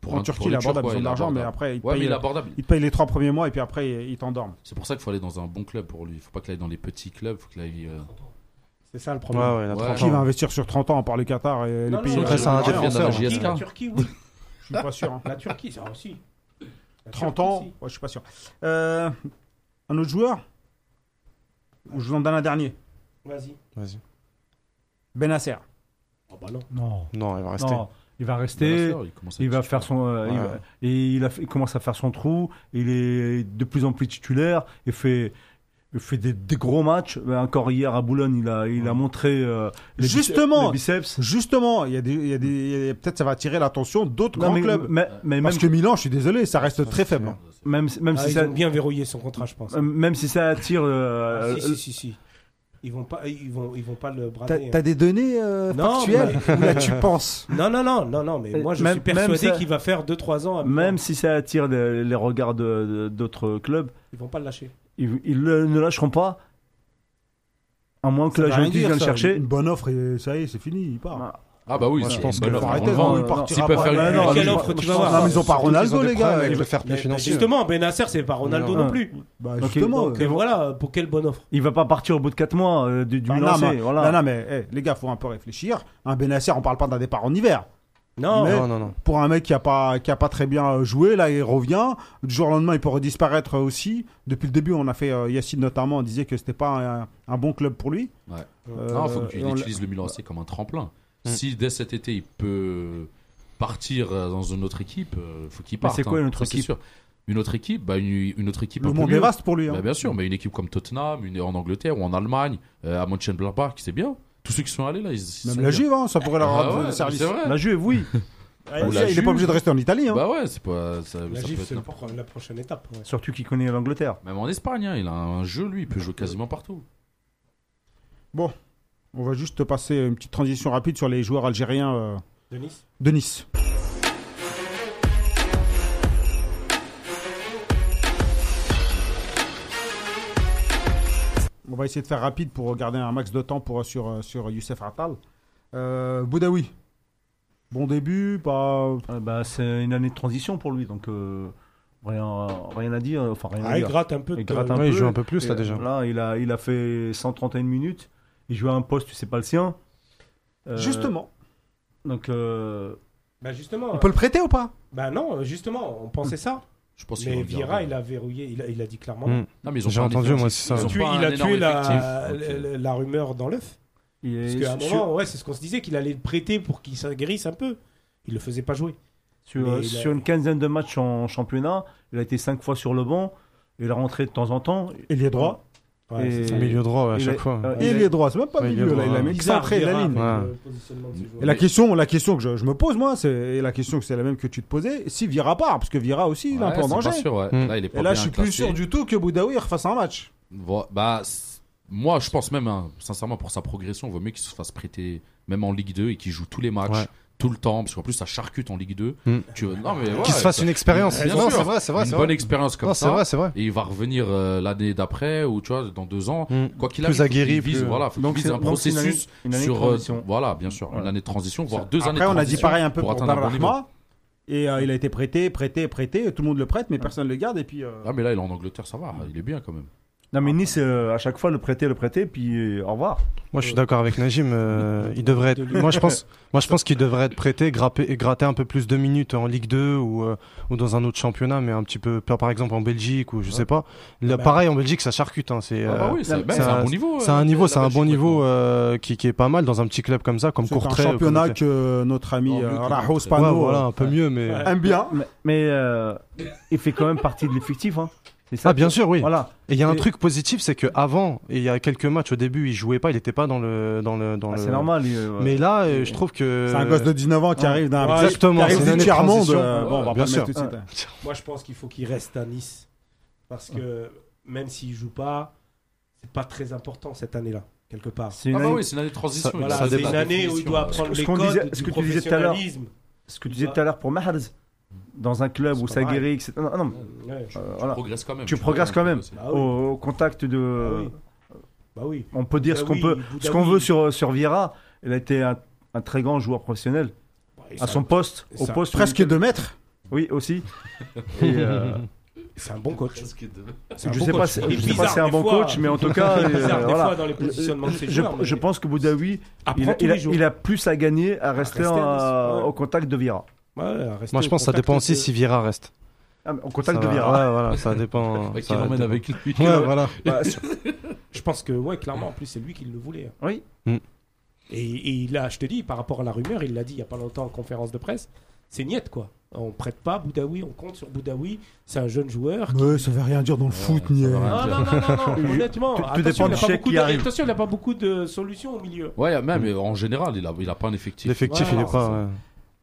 [SPEAKER 3] Pour
[SPEAKER 1] En
[SPEAKER 3] un-
[SPEAKER 1] Turquie,
[SPEAKER 3] pour
[SPEAKER 1] il
[SPEAKER 3] les
[SPEAKER 1] est
[SPEAKER 3] Turcs,
[SPEAKER 1] abordable
[SPEAKER 3] ouais,
[SPEAKER 1] son
[SPEAKER 3] il est
[SPEAKER 1] argent, mais
[SPEAKER 3] abordable.
[SPEAKER 1] après, euh, il
[SPEAKER 3] Ouais, mais
[SPEAKER 1] paye
[SPEAKER 3] il est abordable.
[SPEAKER 1] il te paye les trois premiers mois et puis après, il t'endorme.
[SPEAKER 3] C'est pour ça qu'il faut aller dans un bon club pour lui. Il faut pas qu'il aille dans les petits clubs. Faut qu'il aille. euh,
[SPEAKER 4] C'est ça le
[SPEAKER 5] Ouais,
[SPEAKER 4] problème.
[SPEAKER 5] ouais, il a
[SPEAKER 3] Ouais.
[SPEAKER 5] 30
[SPEAKER 1] Qui
[SPEAKER 5] ans.
[SPEAKER 1] va investir sur 30 ans, par le Qatar et les
[SPEAKER 4] Non,
[SPEAKER 1] pays
[SPEAKER 4] non,
[SPEAKER 5] Après, c'est un
[SPEAKER 1] Ah,
[SPEAKER 5] défenseur.
[SPEAKER 1] en
[SPEAKER 3] La
[SPEAKER 5] La
[SPEAKER 4] La
[SPEAKER 3] JSK.
[SPEAKER 4] Turquie, La Turquie, oui.
[SPEAKER 1] Je suis pas
[SPEAKER 4] [laughs]
[SPEAKER 1] sûr. hein.
[SPEAKER 4] La Turquie, ça aussi. La
[SPEAKER 1] 30
[SPEAKER 4] Turquie
[SPEAKER 1] ans,
[SPEAKER 4] aussi.
[SPEAKER 1] ouais, je suis pas sûr. Euh, un autre joueur Ou je vous en donne un dernier Ben
[SPEAKER 4] Vas-y.
[SPEAKER 5] Vas-y.
[SPEAKER 1] Benasser.
[SPEAKER 4] Oh, bah non.
[SPEAKER 2] Non,
[SPEAKER 5] Non, il va rester.
[SPEAKER 2] non, il va rester.
[SPEAKER 3] Benasser, il commence à
[SPEAKER 2] Il
[SPEAKER 3] être
[SPEAKER 2] va
[SPEAKER 3] titulaire.
[SPEAKER 2] faire son, euh, il
[SPEAKER 5] Ouais.
[SPEAKER 2] va- et il, a fait- il commence à faire son trou. Il est de plus en plus titulaire. Il fait, il fait des, des gros matchs. Ben, Encore hier à Boulogne, il a, il a montré euh, les bice-
[SPEAKER 1] Justement.
[SPEAKER 2] les biceps.
[SPEAKER 1] Justement, il y a des, il y a des- il y a- peut-être ça va attirer l'attention d'autres
[SPEAKER 2] Non,
[SPEAKER 1] grands
[SPEAKER 2] mais,
[SPEAKER 1] clubs.
[SPEAKER 2] mais- mais même,
[SPEAKER 1] Parce que Milan, je suis désolé, ça reste très faible. hein.
[SPEAKER 2] même, même
[SPEAKER 4] Ah,
[SPEAKER 2] si
[SPEAKER 4] ils
[SPEAKER 2] ça,
[SPEAKER 4] ont bien verrouillé son contrat, je pense.
[SPEAKER 2] même si ça attire,
[SPEAKER 4] Ah,
[SPEAKER 2] euh,
[SPEAKER 4] si, si, si, si. Ils vont pas, ils vont, ils vont pas le
[SPEAKER 1] T'as
[SPEAKER 4] brader.
[SPEAKER 1] t'as des données euh,
[SPEAKER 4] Non,
[SPEAKER 1] factuelles [laughs] Ou là, tu penses
[SPEAKER 4] Non, non, non, non, non, mais
[SPEAKER 2] Euh,
[SPEAKER 4] moi je
[SPEAKER 2] même-
[SPEAKER 4] suis
[SPEAKER 2] même
[SPEAKER 4] persuadé
[SPEAKER 2] ça-
[SPEAKER 4] qu'il va faire 2-3 ans. à Milan.
[SPEAKER 2] euh, même si ça attire les, les regards de- de- d'autres clubs,
[SPEAKER 4] Ils vont pas le lâcher.
[SPEAKER 2] ils, ils le- ne lâcheront pas, à moins que
[SPEAKER 1] Ça
[SPEAKER 2] la
[SPEAKER 1] veut rien
[SPEAKER 2] Juventus
[SPEAKER 1] dire,
[SPEAKER 2] vienne le
[SPEAKER 1] ça.
[SPEAKER 2] chercher.
[SPEAKER 1] Une bonne offre et ça y est, c'est fini, il part.
[SPEAKER 2] Ouais.
[SPEAKER 3] Ah bah oui,
[SPEAKER 5] Moi,
[SPEAKER 3] c'est
[SPEAKER 5] je pense
[SPEAKER 3] une
[SPEAKER 5] que-
[SPEAKER 3] bonne
[SPEAKER 5] Faut
[SPEAKER 3] offre.
[SPEAKER 1] arrêter, hein.
[SPEAKER 3] Vraiment,
[SPEAKER 1] non,
[SPEAKER 3] euh,
[SPEAKER 1] il partira
[SPEAKER 3] s'ils peuvent
[SPEAKER 1] pas.
[SPEAKER 3] faire
[SPEAKER 2] Ouais,
[SPEAKER 3] une-
[SPEAKER 2] non,
[SPEAKER 4] Quelle
[SPEAKER 2] je-
[SPEAKER 4] offre
[SPEAKER 5] je
[SPEAKER 4] tu vas
[SPEAKER 5] pense-
[SPEAKER 1] Non,
[SPEAKER 4] voir
[SPEAKER 1] mais ils ont pas
[SPEAKER 5] Surtout qu'ils
[SPEAKER 1] Ronaldo,
[SPEAKER 5] ont des
[SPEAKER 1] les gars,
[SPEAKER 5] problèmes
[SPEAKER 1] avec
[SPEAKER 5] Avec
[SPEAKER 1] le-
[SPEAKER 5] le fair play
[SPEAKER 4] Mais- mais
[SPEAKER 5] financier.
[SPEAKER 4] Justement, Benacer, c'est pas Ronaldo
[SPEAKER 5] Non.
[SPEAKER 4] non plus.
[SPEAKER 1] Bah,
[SPEAKER 2] Donc,
[SPEAKER 1] justement.
[SPEAKER 4] Donc
[SPEAKER 1] euh,
[SPEAKER 4] euh, voilà, pour quelle bonne offre.
[SPEAKER 2] Il va pas partir au bout de 4 mois euh, du, du
[SPEAKER 1] bah, non,
[SPEAKER 2] lancer,
[SPEAKER 1] mais,
[SPEAKER 2] voilà.
[SPEAKER 1] non, non, mais eh, les gars, faut un peu réfléchir. Un Benasser, on parle pas d'un départ en hiver.
[SPEAKER 4] Non,
[SPEAKER 1] Mais-
[SPEAKER 5] Non, non, non.
[SPEAKER 1] Pour un mec qui a pas, qui a pas très bien euh, joué, là, il revient. Du jour au lendemain, il pourrait disparaître euh, aussi. Depuis le début, on a fait euh, Yacine notamment, on disait que c'était pas un, un bon club pour lui.
[SPEAKER 3] Ouais.
[SPEAKER 1] Euh,
[SPEAKER 3] Non, il faut
[SPEAKER 1] et
[SPEAKER 3] qu'il
[SPEAKER 1] on l'a-
[SPEAKER 3] utilise le Milan AC comme un tremplin.
[SPEAKER 5] Mm.
[SPEAKER 3] Si dès cet été il peut partir euh, dans une autre équipe, euh, faut qu'il
[SPEAKER 2] Mais
[SPEAKER 3] parte.
[SPEAKER 2] c'est quoi
[SPEAKER 3] hein.
[SPEAKER 2] une autre
[SPEAKER 3] Ça, c'est
[SPEAKER 2] équipe
[SPEAKER 3] sûr. Une autre équipe, bah, une, une autre équipe. un
[SPEAKER 1] Le
[SPEAKER 3] peu
[SPEAKER 1] monde
[SPEAKER 3] mieux.
[SPEAKER 1] est vaste pour lui. hein.
[SPEAKER 3] Bah, bien sûr, mais une équipe comme Tottenham, une en Angleterre ou en Allemagne, euh, à Mönchengladbach, c'est bien. Tous ceux qui sont allés là, ils, ils
[SPEAKER 1] Même
[SPEAKER 3] sont
[SPEAKER 1] la
[SPEAKER 3] bien.
[SPEAKER 1] Juve, hein, ça pourrait leur
[SPEAKER 3] Ah
[SPEAKER 1] rendre
[SPEAKER 3] ouais,
[SPEAKER 1] euh, service.
[SPEAKER 3] c'est vrai.
[SPEAKER 2] La Juve, oui.
[SPEAKER 1] Ah,
[SPEAKER 2] [laughs]
[SPEAKER 3] Ou
[SPEAKER 1] il
[SPEAKER 3] la
[SPEAKER 1] n'est
[SPEAKER 3] Juve.
[SPEAKER 1] pas obligé de rester en Italie. hein.
[SPEAKER 3] Bah ouais, c'est pas ça,
[SPEAKER 4] la
[SPEAKER 3] ça peut
[SPEAKER 4] GIF,
[SPEAKER 3] être
[SPEAKER 4] c'est
[SPEAKER 3] n'importe-
[SPEAKER 4] pour la prochaine étape. ouais.
[SPEAKER 2] Surtout qu'il connaît l'Angleterre.
[SPEAKER 3] Même en Espagne, hein, il a un jeu lui, il
[SPEAKER 4] Ah,
[SPEAKER 3] peut jouer quasiment partout.
[SPEAKER 1] On va juste passer une petite transition rapide sur les joueurs algériens euh,
[SPEAKER 4] Denis Ah,
[SPEAKER 1] de Nice. On va essayer de faire rapide pour garder un max de temps pour, sur, euh, sur Youssef Attal. Euh, Boudaoui, bon début, pas...
[SPEAKER 2] Euh, bah, c'est une année de transition pour lui, donc euh, rien, rien à dire. Enfin, rien à
[SPEAKER 4] Ah, il
[SPEAKER 2] dire.
[SPEAKER 4] gratte un peu.
[SPEAKER 2] Il
[SPEAKER 4] de-
[SPEAKER 2] gratte un
[SPEAKER 5] Ouais,
[SPEAKER 2] peu.
[SPEAKER 5] il joue un peu plus,
[SPEAKER 2] Et,
[SPEAKER 5] là, déjà.
[SPEAKER 2] Là, il a, il a fait 131 minutes. Il joue à un poste, c'est pas le sien. Euh,
[SPEAKER 1] Justement,
[SPEAKER 2] Donc, euh,
[SPEAKER 4] Bah justement.
[SPEAKER 1] on peut le prêter ou pas
[SPEAKER 4] Bah non, justement, on pensait ça.
[SPEAKER 3] Je pense qu'il
[SPEAKER 4] Mais
[SPEAKER 3] va bien
[SPEAKER 4] Vieira,
[SPEAKER 3] revenir.
[SPEAKER 4] il a verrouillé, il a, il a dit clairement.
[SPEAKER 5] Mm.
[SPEAKER 3] Non, mais ils ont
[SPEAKER 5] J'ai
[SPEAKER 3] pas un
[SPEAKER 5] entendu,
[SPEAKER 3] effectif.
[SPEAKER 5] moi, c'est ça.
[SPEAKER 3] Ils
[SPEAKER 4] Il
[SPEAKER 3] ont
[SPEAKER 4] a tué,
[SPEAKER 3] pas
[SPEAKER 4] il
[SPEAKER 3] un
[SPEAKER 4] a tué
[SPEAKER 3] énorme
[SPEAKER 4] la,
[SPEAKER 3] effectif, donc, euh,
[SPEAKER 4] la- la rumeur dans l'œuf.
[SPEAKER 2] il est
[SPEAKER 4] Parce qu'à un
[SPEAKER 2] sur-
[SPEAKER 4] moment, ouais, c'est ce qu'on se disait, qu'il allait le prêter pour qu'il se guérisse un peu. Il le faisait pas jouer.
[SPEAKER 2] sur,
[SPEAKER 4] mais il a-
[SPEAKER 2] sur une quinzaine de matchs en championnat. Il a été 5 fois sur le banc. Il est rentré de temps en temps.
[SPEAKER 1] Il est droit.
[SPEAKER 4] Ouais,
[SPEAKER 2] Et-
[SPEAKER 4] c'est ça.
[SPEAKER 5] Milieu droit, ouais, à
[SPEAKER 2] il
[SPEAKER 5] chaque
[SPEAKER 2] est-
[SPEAKER 5] fois.
[SPEAKER 2] euh,
[SPEAKER 1] Il,
[SPEAKER 2] il
[SPEAKER 1] est droit, c'est même pas
[SPEAKER 5] Ouais, il est
[SPEAKER 1] milieu, là,
[SPEAKER 5] droit,
[SPEAKER 1] il a
[SPEAKER 5] ouais.
[SPEAKER 1] mis
[SPEAKER 4] Bizarre,
[SPEAKER 1] excentré la
[SPEAKER 4] Vieira,
[SPEAKER 1] ligne.
[SPEAKER 4] avec
[SPEAKER 5] Ouais.
[SPEAKER 4] le positionnement de ses joueurs.
[SPEAKER 1] Et la question, la question que je, je me pose moi, c'est et la question que c'est la même que tu te posais, si Vira part, parce que Vira aussi, il est un
[SPEAKER 3] ouais,
[SPEAKER 1] peu en
[SPEAKER 3] c'est
[SPEAKER 1] danger.
[SPEAKER 3] pas sûr, ouais.
[SPEAKER 5] Mm.
[SPEAKER 3] Là, il est pas
[SPEAKER 1] Et là,
[SPEAKER 3] bien
[SPEAKER 1] je suis plus
[SPEAKER 3] classé.
[SPEAKER 1] sûr du tout que Boudaoui refasse un match.
[SPEAKER 3] Vo- bah, c- moi, je pense même, hein, sincèrement, pour sa progression, il vaut mieux qu'il se fasse prêter, même en Ligue 2, et qu'il joue tous les matchs,
[SPEAKER 5] Ouais.
[SPEAKER 3] tout le temps, parce qu'en plus, ça charcute en Ligue 2.
[SPEAKER 5] Mm.
[SPEAKER 3] Tu... Non, mais ouais,
[SPEAKER 5] Qu'il se fasse
[SPEAKER 3] ça-
[SPEAKER 5] une expérience.
[SPEAKER 3] Bien
[SPEAKER 5] Non,
[SPEAKER 3] sûr.
[SPEAKER 5] c'est vrai, c'est vrai.
[SPEAKER 3] une
[SPEAKER 5] c'est
[SPEAKER 3] bonne
[SPEAKER 5] vrai.
[SPEAKER 3] expérience comme
[SPEAKER 5] Non,
[SPEAKER 3] ça.
[SPEAKER 5] c'est vrai, c'est vrai.
[SPEAKER 3] Et il va revenir euh, l'année d'après, ou tu vois, dans deux ans.
[SPEAKER 5] Mm.
[SPEAKER 3] Quoi qu'il
[SPEAKER 5] Plus
[SPEAKER 3] arrive, faut qu'il
[SPEAKER 5] aguerri,
[SPEAKER 3] vise,
[SPEAKER 5] plus-
[SPEAKER 3] voilà, faut qu'il vise
[SPEAKER 2] c'est-
[SPEAKER 3] un
[SPEAKER 2] donc, c'est une année-
[SPEAKER 3] processus
[SPEAKER 2] une année de
[SPEAKER 3] sur. euh,
[SPEAKER 2] transition.
[SPEAKER 3] voilà, bien sûr, une
[SPEAKER 2] Ouais.
[SPEAKER 3] année de transition, voire deux années
[SPEAKER 1] Après,
[SPEAKER 3] de
[SPEAKER 1] on a dit
[SPEAKER 3] transition
[SPEAKER 1] pareil un peu pour,
[SPEAKER 3] atteindre un bon niveau.
[SPEAKER 1] Benrahma. Et euh, il a été prêté, prêté, prêté. et Tout le monde le prête, mais personne ne le garde. Et puis, euh,
[SPEAKER 3] Ah, mais là, il est en Angleterre, ça va, il est bien quand même.
[SPEAKER 2] Non, mais Nice, euh, à chaque fois, le prêter, le prêter, puis euh, au revoir.
[SPEAKER 5] Moi, je suis d'accord avec Najim. euh, il devrait être. Moi, je pense. Moi, je pense qu'il devrait être prêté, grappé- gratter un peu plus de minutes en Ligue 2 ou euh, ou dans un autre championnat, mais un petit peu, par exemple en Belgique ou je sais pas. Là,
[SPEAKER 4] Bah-
[SPEAKER 5] pareil en Belgique, ça charcute. hein, c'est.
[SPEAKER 3] Ah, bah
[SPEAKER 5] euh,
[SPEAKER 3] oui, c'est même, c'est
[SPEAKER 5] c'est
[SPEAKER 3] un
[SPEAKER 5] un-
[SPEAKER 3] bon niveau.
[SPEAKER 5] C'est
[SPEAKER 3] euh,
[SPEAKER 5] un niveau,
[SPEAKER 3] la
[SPEAKER 5] c'est un
[SPEAKER 3] Belgique,
[SPEAKER 5] bon niveau
[SPEAKER 3] maintenant.
[SPEAKER 5] euh, qui, qui est pas mal dans un petit club comme ça, comme
[SPEAKER 1] c'est un
[SPEAKER 5] Courtrai.
[SPEAKER 1] championnat
[SPEAKER 5] comme-
[SPEAKER 1] que euh, notre ami
[SPEAKER 3] Non, mieux
[SPEAKER 1] euh,
[SPEAKER 3] que
[SPEAKER 1] Rajo
[SPEAKER 3] notre-
[SPEAKER 5] Ouais,
[SPEAKER 1] Spano
[SPEAKER 5] voilà, un peu mieux, mais
[SPEAKER 1] euh, aime bien.
[SPEAKER 2] Mais, mais, euh, il fait quand même partie de l'effectif. hein. C'est ça
[SPEAKER 5] Ah, bien sûr, oui.
[SPEAKER 2] Voilà.
[SPEAKER 5] Et il y a un
[SPEAKER 2] Et-
[SPEAKER 5] truc positif, c'est que avant, il y a quelques matchs au début, il jouait pas, il était pas dans le dans le
[SPEAKER 1] Bah,
[SPEAKER 5] dans
[SPEAKER 2] Ah,
[SPEAKER 5] le.
[SPEAKER 2] c'est normal. et, euh,
[SPEAKER 5] Mais là, euh, je trouve que.
[SPEAKER 1] C'est un gosse de 19 ans qui
[SPEAKER 2] Ouais.
[SPEAKER 1] arrive d'un
[SPEAKER 4] Ouais,
[SPEAKER 5] exactement,
[SPEAKER 1] qui
[SPEAKER 5] c'est une
[SPEAKER 1] arrive
[SPEAKER 5] année
[SPEAKER 1] du
[SPEAKER 5] de
[SPEAKER 1] tiers monde.
[SPEAKER 5] transition.
[SPEAKER 1] euh, bon, on va
[SPEAKER 5] Bien
[SPEAKER 1] pas le
[SPEAKER 5] sûr.
[SPEAKER 1] mettre tout de suite. hein.
[SPEAKER 4] Moi, je pense qu'il faut qu'il reste à Nice. Parce que même s'il joue pas, c'est pas très important cette année-là, quelque part.
[SPEAKER 2] c'est une
[SPEAKER 3] Ah bah
[SPEAKER 2] année-
[SPEAKER 3] oui, c'est une année de transition.
[SPEAKER 5] Ça-
[SPEAKER 3] il a
[SPEAKER 4] Voilà,
[SPEAKER 5] ça
[SPEAKER 3] pas de
[SPEAKER 4] c'est une
[SPEAKER 5] dépend.
[SPEAKER 4] année où il
[SPEAKER 3] définition,
[SPEAKER 4] doit apprendre
[SPEAKER 2] Ce
[SPEAKER 4] les
[SPEAKER 2] qu'on disait-
[SPEAKER 4] codes
[SPEAKER 2] ce
[SPEAKER 4] du
[SPEAKER 2] que tu disais tout à l'heure.
[SPEAKER 4] professionnalisme.
[SPEAKER 2] Ce que tu disais tout à l'heure pour Mahrez, dans un club
[SPEAKER 4] C'est
[SPEAKER 2] où
[SPEAKER 4] pas
[SPEAKER 2] ça
[SPEAKER 4] pareil.
[SPEAKER 2] guérit, etc. Non, non, mais,
[SPEAKER 4] Ouais, je-
[SPEAKER 2] euh, oh,
[SPEAKER 3] euh,
[SPEAKER 2] voilà.
[SPEAKER 3] Tu progresses quand même.
[SPEAKER 2] Tu progresses quand même.
[SPEAKER 4] bah oui,
[SPEAKER 2] Au, au contact de.
[SPEAKER 4] Ah oui. bah oui.
[SPEAKER 2] On peut dire
[SPEAKER 4] Bah
[SPEAKER 2] ce qu'on
[SPEAKER 4] oui,
[SPEAKER 2] peut,
[SPEAKER 4] Boudaoui,
[SPEAKER 2] ce qu'on veut sur sur Vieira. Il a été un, un très grand joueur professionnel
[SPEAKER 4] bah, il-
[SPEAKER 2] à son poste,
[SPEAKER 4] et
[SPEAKER 2] au
[SPEAKER 4] ça-
[SPEAKER 2] poste.
[SPEAKER 1] Presque 2 mètres.
[SPEAKER 2] Oui,
[SPEAKER 4] [laughs]
[SPEAKER 2] aussi. Et, euh,
[SPEAKER 4] C'est un bon coach.
[SPEAKER 2] je
[SPEAKER 4] un
[SPEAKER 2] ne
[SPEAKER 4] bon
[SPEAKER 2] sais pas,
[SPEAKER 4] coach.
[SPEAKER 2] si-
[SPEAKER 4] Il est
[SPEAKER 2] je sais pas
[SPEAKER 4] bizarre
[SPEAKER 2] si c'est un
[SPEAKER 4] des
[SPEAKER 2] bon
[SPEAKER 4] fois.
[SPEAKER 2] coach, mais en tout cas, euh,
[SPEAKER 4] bizarre des
[SPEAKER 2] voilà.
[SPEAKER 4] fois dans les positionnements de
[SPEAKER 2] Je-
[SPEAKER 4] ses joueurs.
[SPEAKER 2] je
[SPEAKER 4] mais
[SPEAKER 2] pense que Boudaoui,
[SPEAKER 4] apprend
[SPEAKER 2] il, a-
[SPEAKER 4] tous
[SPEAKER 2] il a-
[SPEAKER 4] les jours.
[SPEAKER 2] il a plus à gagner à rester,
[SPEAKER 4] rester à
[SPEAKER 2] en-
[SPEAKER 4] Nice, ouais.
[SPEAKER 2] au contact de Vieira.
[SPEAKER 4] Ouais, à rester
[SPEAKER 5] Moi, je
[SPEAKER 4] au
[SPEAKER 5] pense que ça
[SPEAKER 4] contact
[SPEAKER 5] dépend aussi
[SPEAKER 4] de-
[SPEAKER 5] si Vieira reste.
[SPEAKER 2] Ah, mais au contact
[SPEAKER 5] Ça
[SPEAKER 2] de
[SPEAKER 5] va-
[SPEAKER 2] Vieira.
[SPEAKER 5] Ouais, voilà,
[SPEAKER 3] [laughs]
[SPEAKER 5] ça dépend.
[SPEAKER 3] Qui
[SPEAKER 5] ça
[SPEAKER 3] l'emmène
[SPEAKER 5] dépend.
[SPEAKER 3] avec lui.
[SPEAKER 5] Ouais, voilà.
[SPEAKER 2] Bah, sur-
[SPEAKER 4] Je pense que, ouais, clairement, en plus, c'est lui qui le voulait. hein.
[SPEAKER 2] Oui.
[SPEAKER 5] Mm.
[SPEAKER 4] Et, et là, je te dis, par rapport à la rumeur, il l'a dit il n'y a pas longtemps en conférence de presse, c'est niet, quoi. On prête pas Boudaoui, on compte sur Boudaoui, c'est un jeune joueur.
[SPEAKER 1] Mais ça veut rien dire dans le foot, ni.
[SPEAKER 3] veut rien
[SPEAKER 4] Non, non, non, non, non, honnêtement,
[SPEAKER 2] Tout- tout
[SPEAKER 4] attention,
[SPEAKER 2] dépend
[SPEAKER 4] il
[SPEAKER 2] du
[SPEAKER 4] a pas
[SPEAKER 2] chèque
[SPEAKER 4] beaucoup
[SPEAKER 2] qui
[SPEAKER 4] de-
[SPEAKER 2] arrive.
[SPEAKER 4] attention, il n'a pas beaucoup de solutions au milieu.
[SPEAKER 3] Ouais, même euh, en général, il a, il a pas un effectif.
[SPEAKER 5] L'effectif,
[SPEAKER 4] Ouais,
[SPEAKER 5] il
[SPEAKER 4] c'est
[SPEAKER 5] est pas.
[SPEAKER 4] ça.
[SPEAKER 5] ouais.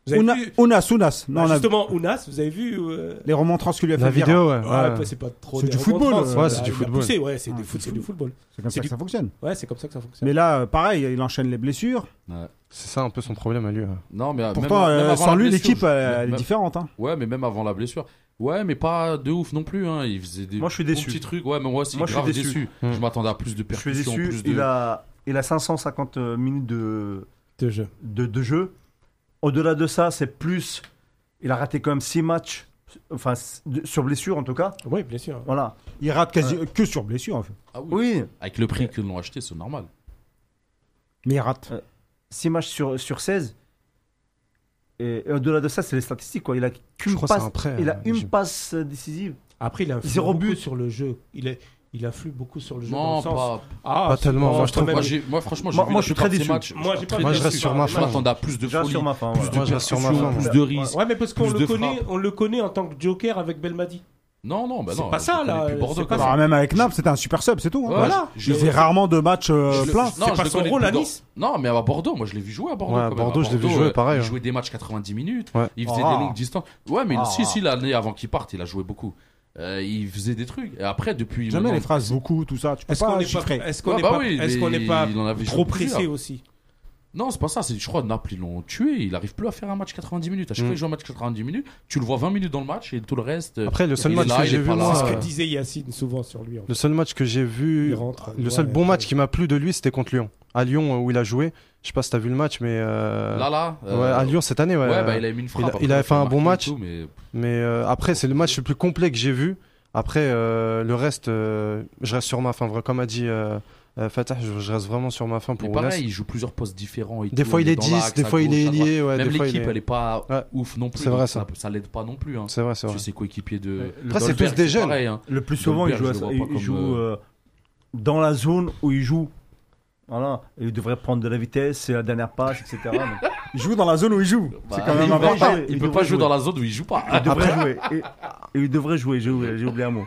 [SPEAKER 4] Vous avez
[SPEAKER 1] Una-
[SPEAKER 4] vu,
[SPEAKER 1] Unas, Unas. Non,
[SPEAKER 4] bah,
[SPEAKER 1] on a-
[SPEAKER 4] justement, Ounas, vous avez vu euh,
[SPEAKER 1] Les remontrances qu'il lui a fait.
[SPEAKER 5] La
[SPEAKER 1] Vieira.
[SPEAKER 5] vidéo, ouais.
[SPEAKER 4] ouais,
[SPEAKER 5] ouais.
[SPEAKER 4] après, c'est pas trop
[SPEAKER 1] C'est
[SPEAKER 4] des
[SPEAKER 1] du football,
[SPEAKER 4] remontrances,
[SPEAKER 5] ouais,
[SPEAKER 4] il a-
[SPEAKER 5] c'est du
[SPEAKER 4] il a
[SPEAKER 5] football.
[SPEAKER 4] poussé, ouais, c'est
[SPEAKER 1] Ah,
[SPEAKER 4] du
[SPEAKER 1] c'est
[SPEAKER 4] foot,
[SPEAKER 1] du
[SPEAKER 4] c'est du football.
[SPEAKER 1] C'est comme
[SPEAKER 4] C'est
[SPEAKER 1] ça que
[SPEAKER 4] du-
[SPEAKER 1] ça fonctionne.
[SPEAKER 4] Ouais, c'est comme ça que ça fonctionne.
[SPEAKER 1] Mais là, euh, pareil, il enchaîne les blessures.
[SPEAKER 5] C'est ça un peu son problème à lui. ouais.
[SPEAKER 3] Non, mais euh,
[SPEAKER 1] Pourtant,
[SPEAKER 3] même- même
[SPEAKER 1] euh,
[SPEAKER 3] avant
[SPEAKER 1] sans
[SPEAKER 3] la
[SPEAKER 1] lui,
[SPEAKER 3] blessure,
[SPEAKER 1] l'équipe,
[SPEAKER 3] je-
[SPEAKER 1] euh, elle est
[SPEAKER 3] même-
[SPEAKER 1] différente. hein.
[SPEAKER 3] Ouais, mais même avant la blessure. Ouais, mais pas de ouf non plus. Hein. Il faisait des
[SPEAKER 2] Moi, je suis
[SPEAKER 3] bons
[SPEAKER 2] déçu.
[SPEAKER 3] petits trucs. Ouais, mais moi aussi,
[SPEAKER 2] Moi, je suis
[SPEAKER 3] grave déçu.
[SPEAKER 2] déçu.
[SPEAKER 5] Mm.
[SPEAKER 3] Je m'attendais à plus de
[SPEAKER 2] je suis
[SPEAKER 3] percussions,
[SPEAKER 2] déçu.
[SPEAKER 3] plus de.
[SPEAKER 2] Il a, il a 550 euh, minutes de,
[SPEAKER 4] de jeu.
[SPEAKER 2] de, de jeu. Au-delà de ça, c'est plus. Il a raté quand même 6 matchs, enfin, s- de- sur blessure en tout cas.
[SPEAKER 4] Oui, bien sûr.
[SPEAKER 2] Voilà.
[SPEAKER 1] Il rate quasi que sur blessure, en fait.
[SPEAKER 3] Ah oui.
[SPEAKER 2] Oui,
[SPEAKER 3] Avec le prix qu'ils l'ont acheté, c'est normal.
[SPEAKER 1] Mais il rate.
[SPEAKER 2] 6 matchs sur, sur 16. Et, et au-delà de ça, c'est les statistiques. Quoi. Il a
[SPEAKER 5] Je
[SPEAKER 2] qu'une
[SPEAKER 5] crois que c'est
[SPEAKER 2] passe,
[SPEAKER 5] un prêt.
[SPEAKER 2] il a
[SPEAKER 5] euh, je-
[SPEAKER 2] une passe décisive.
[SPEAKER 4] Après, il influe
[SPEAKER 2] Zéro
[SPEAKER 4] beaucoup
[SPEAKER 2] but.
[SPEAKER 4] sur le jeu. Il, est, il influe beaucoup sur le jeu. dans
[SPEAKER 3] Non,
[SPEAKER 4] le sens-
[SPEAKER 3] pas.
[SPEAKER 4] Ah,
[SPEAKER 5] Pas
[SPEAKER 4] c'est-
[SPEAKER 5] tellement,
[SPEAKER 4] non,
[SPEAKER 5] moi, je
[SPEAKER 4] quand
[SPEAKER 5] trouve
[SPEAKER 4] même,
[SPEAKER 3] Moi, j'ai- moi, franchement, j'ai
[SPEAKER 2] Moi-
[SPEAKER 3] vu
[SPEAKER 2] moi,
[SPEAKER 3] la
[SPEAKER 2] je suis très
[SPEAKER 3] plupart de ces
[SPEAKER 2] déçu.
[SPEAKER 3] matchs.
[SPEAKER 4] Moi, j'ai pas
[SPEAKER 5] Moi, je
[SPEAKER 4] été
[SPEAKER 5] reste
[SPEAKER 4] déçu
[SPEAKER 5] sur
[SPEAKER 4] par-
[SPEAKER 5] ma
[SPEAKER 3] Je
[SPEAKER 5] fin.
[SPEAKER 3] m'attendais à plus de
[SPEAKER 2] Déjà
[SPEAKER 3] folie,
[SPEAKER 2] sur ma fin.
[SPEAKER 3] plus
[SPEAKER 2] voilà.
[SPEAKER 3] de
[SPEAKER 5] Moi, je reste sur ma
[SPEAKER 3] percussions,
[SPEAKER 5] fin,
[SPEAKER 3] plus
[SPEAKER 5] moi.
[SPEAKER 3] de risques.
[SPEAKER 4] Ouais, mais parce qu'on
[SPEAKER 3] Plus
[SPEAKER 4] le
[SPEAKER 3] de
[SPEAKER 4] connaît,
[SPEAKER 3] frappes.
[SPEAKER 4] on le connaît en tant que joker avec Belmadi.
[SPEAKER 3] Non, non, bah
[SPEAKER 4] C'est
[SPEAKER 3] non.
[SPEAKER 4] pas
[SPEAKER 3] je
[SPEAKER 4] ça,
[SPEAKER 3] connais
[SPEAKER 4] là,
[SPEAKER 3] plus
[SPEAKER 4] euh,
[SPEAKER 3] Bordeaux,
[SPEAKER 4] c'est pas
[SPEAKER 3] quoi.
[SPEAKER 4] ça.
[SPEAKER 1] Bah, même avec Naples, c'était un super sub, c'est tout. hein.
[SPEAKER 3] Ouais,
[SPEAKER 4] Voilà.
[SPEAKER 3] je-
[SPEAKER 1] Il
[SPEAKER 3] je-
[SPEAKER 1] faisait rarement de matchs euh,
[SPEAKER 3] je le-
[SPEAKER 1] pleins.
[SPEAKER 3] non,
[SPEAKER 4] C'est
[SPEAKER 3] je
[SPEAKER 4] pas
[SPEAKER 3] le
[SPEAKER 4] son
[SPEAKER 3] connais
[SPEAKER 4] rôle
[SPEAKER 3] plus
[SPEAKER 4] à
[SPEAKER 3] dans-
[SPEAKER 4] Nice.
[SPEAKER 3] Non, mais à Bordeaux, moi je l'ai vu jouer à Bordeaux.
[SPEAKER 5] Ouais, à
[SPEAKER 3] quand même.
[SPEAKER 5] Bordeaux, je l'ai vu
[SPEAKER 3] Bordeaux,
[SPEAKER 5] jouer,
[SPEAKER 3] euh,
[SPEAKER 5] pareil,
[SPEAKER 3] Il
[SPEAKER 5] ouais.
[SPEAKER 3] jouait des matchs 90 minutes.
[SPEAKER 5] Ouais.
[SPEAKER 3] Il faisait
[SPEAKER 2] Ah.
[SPEAKER 3] des longues distances. Ouais, mais
[SPEAKER 2] Ah.
[SPEAKER 3] si, si, l'année avant qu'il parte, il a joué beaucoup. Euh, il faisait des trucs. Et après, depuis.
[SPEAKER 1] Jamais
[SPEAKER 3] maintenant-
[SPEAKER 1] les phrases beaucoup, tout ça. Tu peux
[SPEAKER 4] Est-ce qu'on
[SPEAKER 1] pas
[SPEAKER 4] n'est pas,
[SPEAKER 1] chiffrer.
[SPEAKER 4] est-ce qu'on
[SPEAKER 3] Ouais,
[SPEAKER 4] n'est
[SPEAKER 3] bah
[SPEAKER 4] pas,
[SPEAKER 3] oui,
[SPEAKER 4] est-ce qu'on
[SPEAKER 3] mais
[SPEAKER 4] n'est pas
[SPEAKER 3] il en avait
[SPEAKER 4] trop
[SPEAKER 3] joué plusieurs.
[SPEAKER 4] pressé aussi
[SPEAKER 3] Non, c'est pas ça. C'est, je crois que Naples, ils l'ont tué. Il arrive plus à faire un match 90 minutes. À chaque
[SPEAKER 5] Mm.
[SPEAKER 3] fois, il joue un match 90 minutes. Tu le vois 20 minutes dans le match et tout le reste. euh,
[SPEAKER 5] Après, le seul
[SPEAKER 3] il est
[SPEAKER 5] match
[SPEAKER 3] là,
[SPEAKER 5] que
[SPEAKER 3] il
[SPEAKER 5] j'ai
[SPEAKER 3] est
[SPEAKER 5] vu,
[SPEAKER 3] pas là.
[SPEAKER 5] moi,
[SPEAKER 4] C'est ce
[SPEAKER 5] euh,
[SPEAKER 4] que disait Yacine souvent sur lui. en fait.
[SPEAKER 5] le seul match que j'ai vu,
[SPEAKER 4] Il rentre,
[SPEAKER 5] le
[SPEAKER 4] ouais,
[SPEAKER 5] seul bon match
[SPEAKER 4] ouais.
[SPEAKER 5] qui m'a plu de lui, c'était contre Lyon. À Lyon, euh, où il a joué. Je sais pas si t'as vu le match, mais. euh,
[SPEAKER 3] Là, là.
[SPEAKER 5] ouais,
[SPEAKER 3] euh,
[SPEAKER 5] à Lyon cette année, ouais.
[SPEAKER 3] ouais, bah, il a mis une frappe.
[SPEAKER 5] il a- il a
[SPEAKER 3] après,
[SPEAKER 5] fait un
[SPEAKER 3] marqué
[SPEAKER 5] bon
[SPEAKER 3] et
[SPEAKER 5] match.
[SPEAKER 3] tout, mais
[SPEAKER 5] Mais euh, après, c'est le match le plus complet que j'ai vu. Après, euh, le reste, euh, je reste sur ma fin. Vra- Comme a dit euh, euh, Fatah, je, je reste vraiment sur ma fin
[SPEAKER 3] Mais
[SPEAKER 5] pour Ounas.
[SPEAKER 3] pareil, il joue plusieurs postes différents. et
[SPEAKER 5] Des
[SPEAKER 3] tout,
[SPEAKER 5] fois, il est
[SPEAKER 3] dans
[SPEAKER 5] 10,
[SPEAKER 3] l'axe,
[SPEAKER 5] des
[SPEAKER 3] à
[SPEAKER 5] fois, il
[SPEAKER 3] gauche,
[SPEAKER 5] est
[SPEAKER 3] à droite.
[SPEAKER 5] lié. Ouais,
[SPEAKER 3] Même
[SPEAKER 5] des fois, il
[SPEAKER 3] l'équipe,
[SPEAKER 5] est-
[SPEAKER 3] elle est pas
[SPEAKER 5] Ouais.
[SPEAKER 3] ouf non plus.
[SPEAKER 5] C'est vrai,
[SPEAKER 3] donc
[SPEAKER 5] ça.
[SPEAKER 3] Ça l'aide pas non plus. hein.
[SPEAKER 5] C'est vrai, c'est vrai.
[SPEAKER 3] Sur ses coéquipiers de.
[SPEAKER 5] Après, c'est
[SPEAKER 3] Dolberg,
[SPEAKER 5] tous des jeunes.
[SPEAKER 3] pareil, hein.
[SPEAKER 2] Le plus souvent,
[SPEAKER 3] Dolberg,
[SPEAKER 2] il
[SPEAKER 3] je
[SPEAKER 2] joue, à-
[SPEAKER 3] le vois
[SPEAKER 2] il-
[SPEAKER 3] pas
[SPEAKER 2] il
[SPEAKER 3] comme,
[SPEAKER 2] joue, euh, dans la zone où il joue. Voilà. Et il devrait prendre de la vitesse, c'est la dernière passe, etc. Donc,
[SPEAKER 1] Il joue dans la zone où il joue.
[SPEAKER 3] Bah,
[SPEAKER 1] c'est quand même
[SPEAKER 3] il peut
[SPEAKER 1] important.
[SPEAKER 3] pas- Il peut pas jouer dans la zone où il joue pas.
[SPEAKER 2] il
[SPEAKER 3] [laughs]
[SPEAKER 2] devrait jouer. Et, et il devrait jouer, j'ai oublié, j'ai oublié un mot.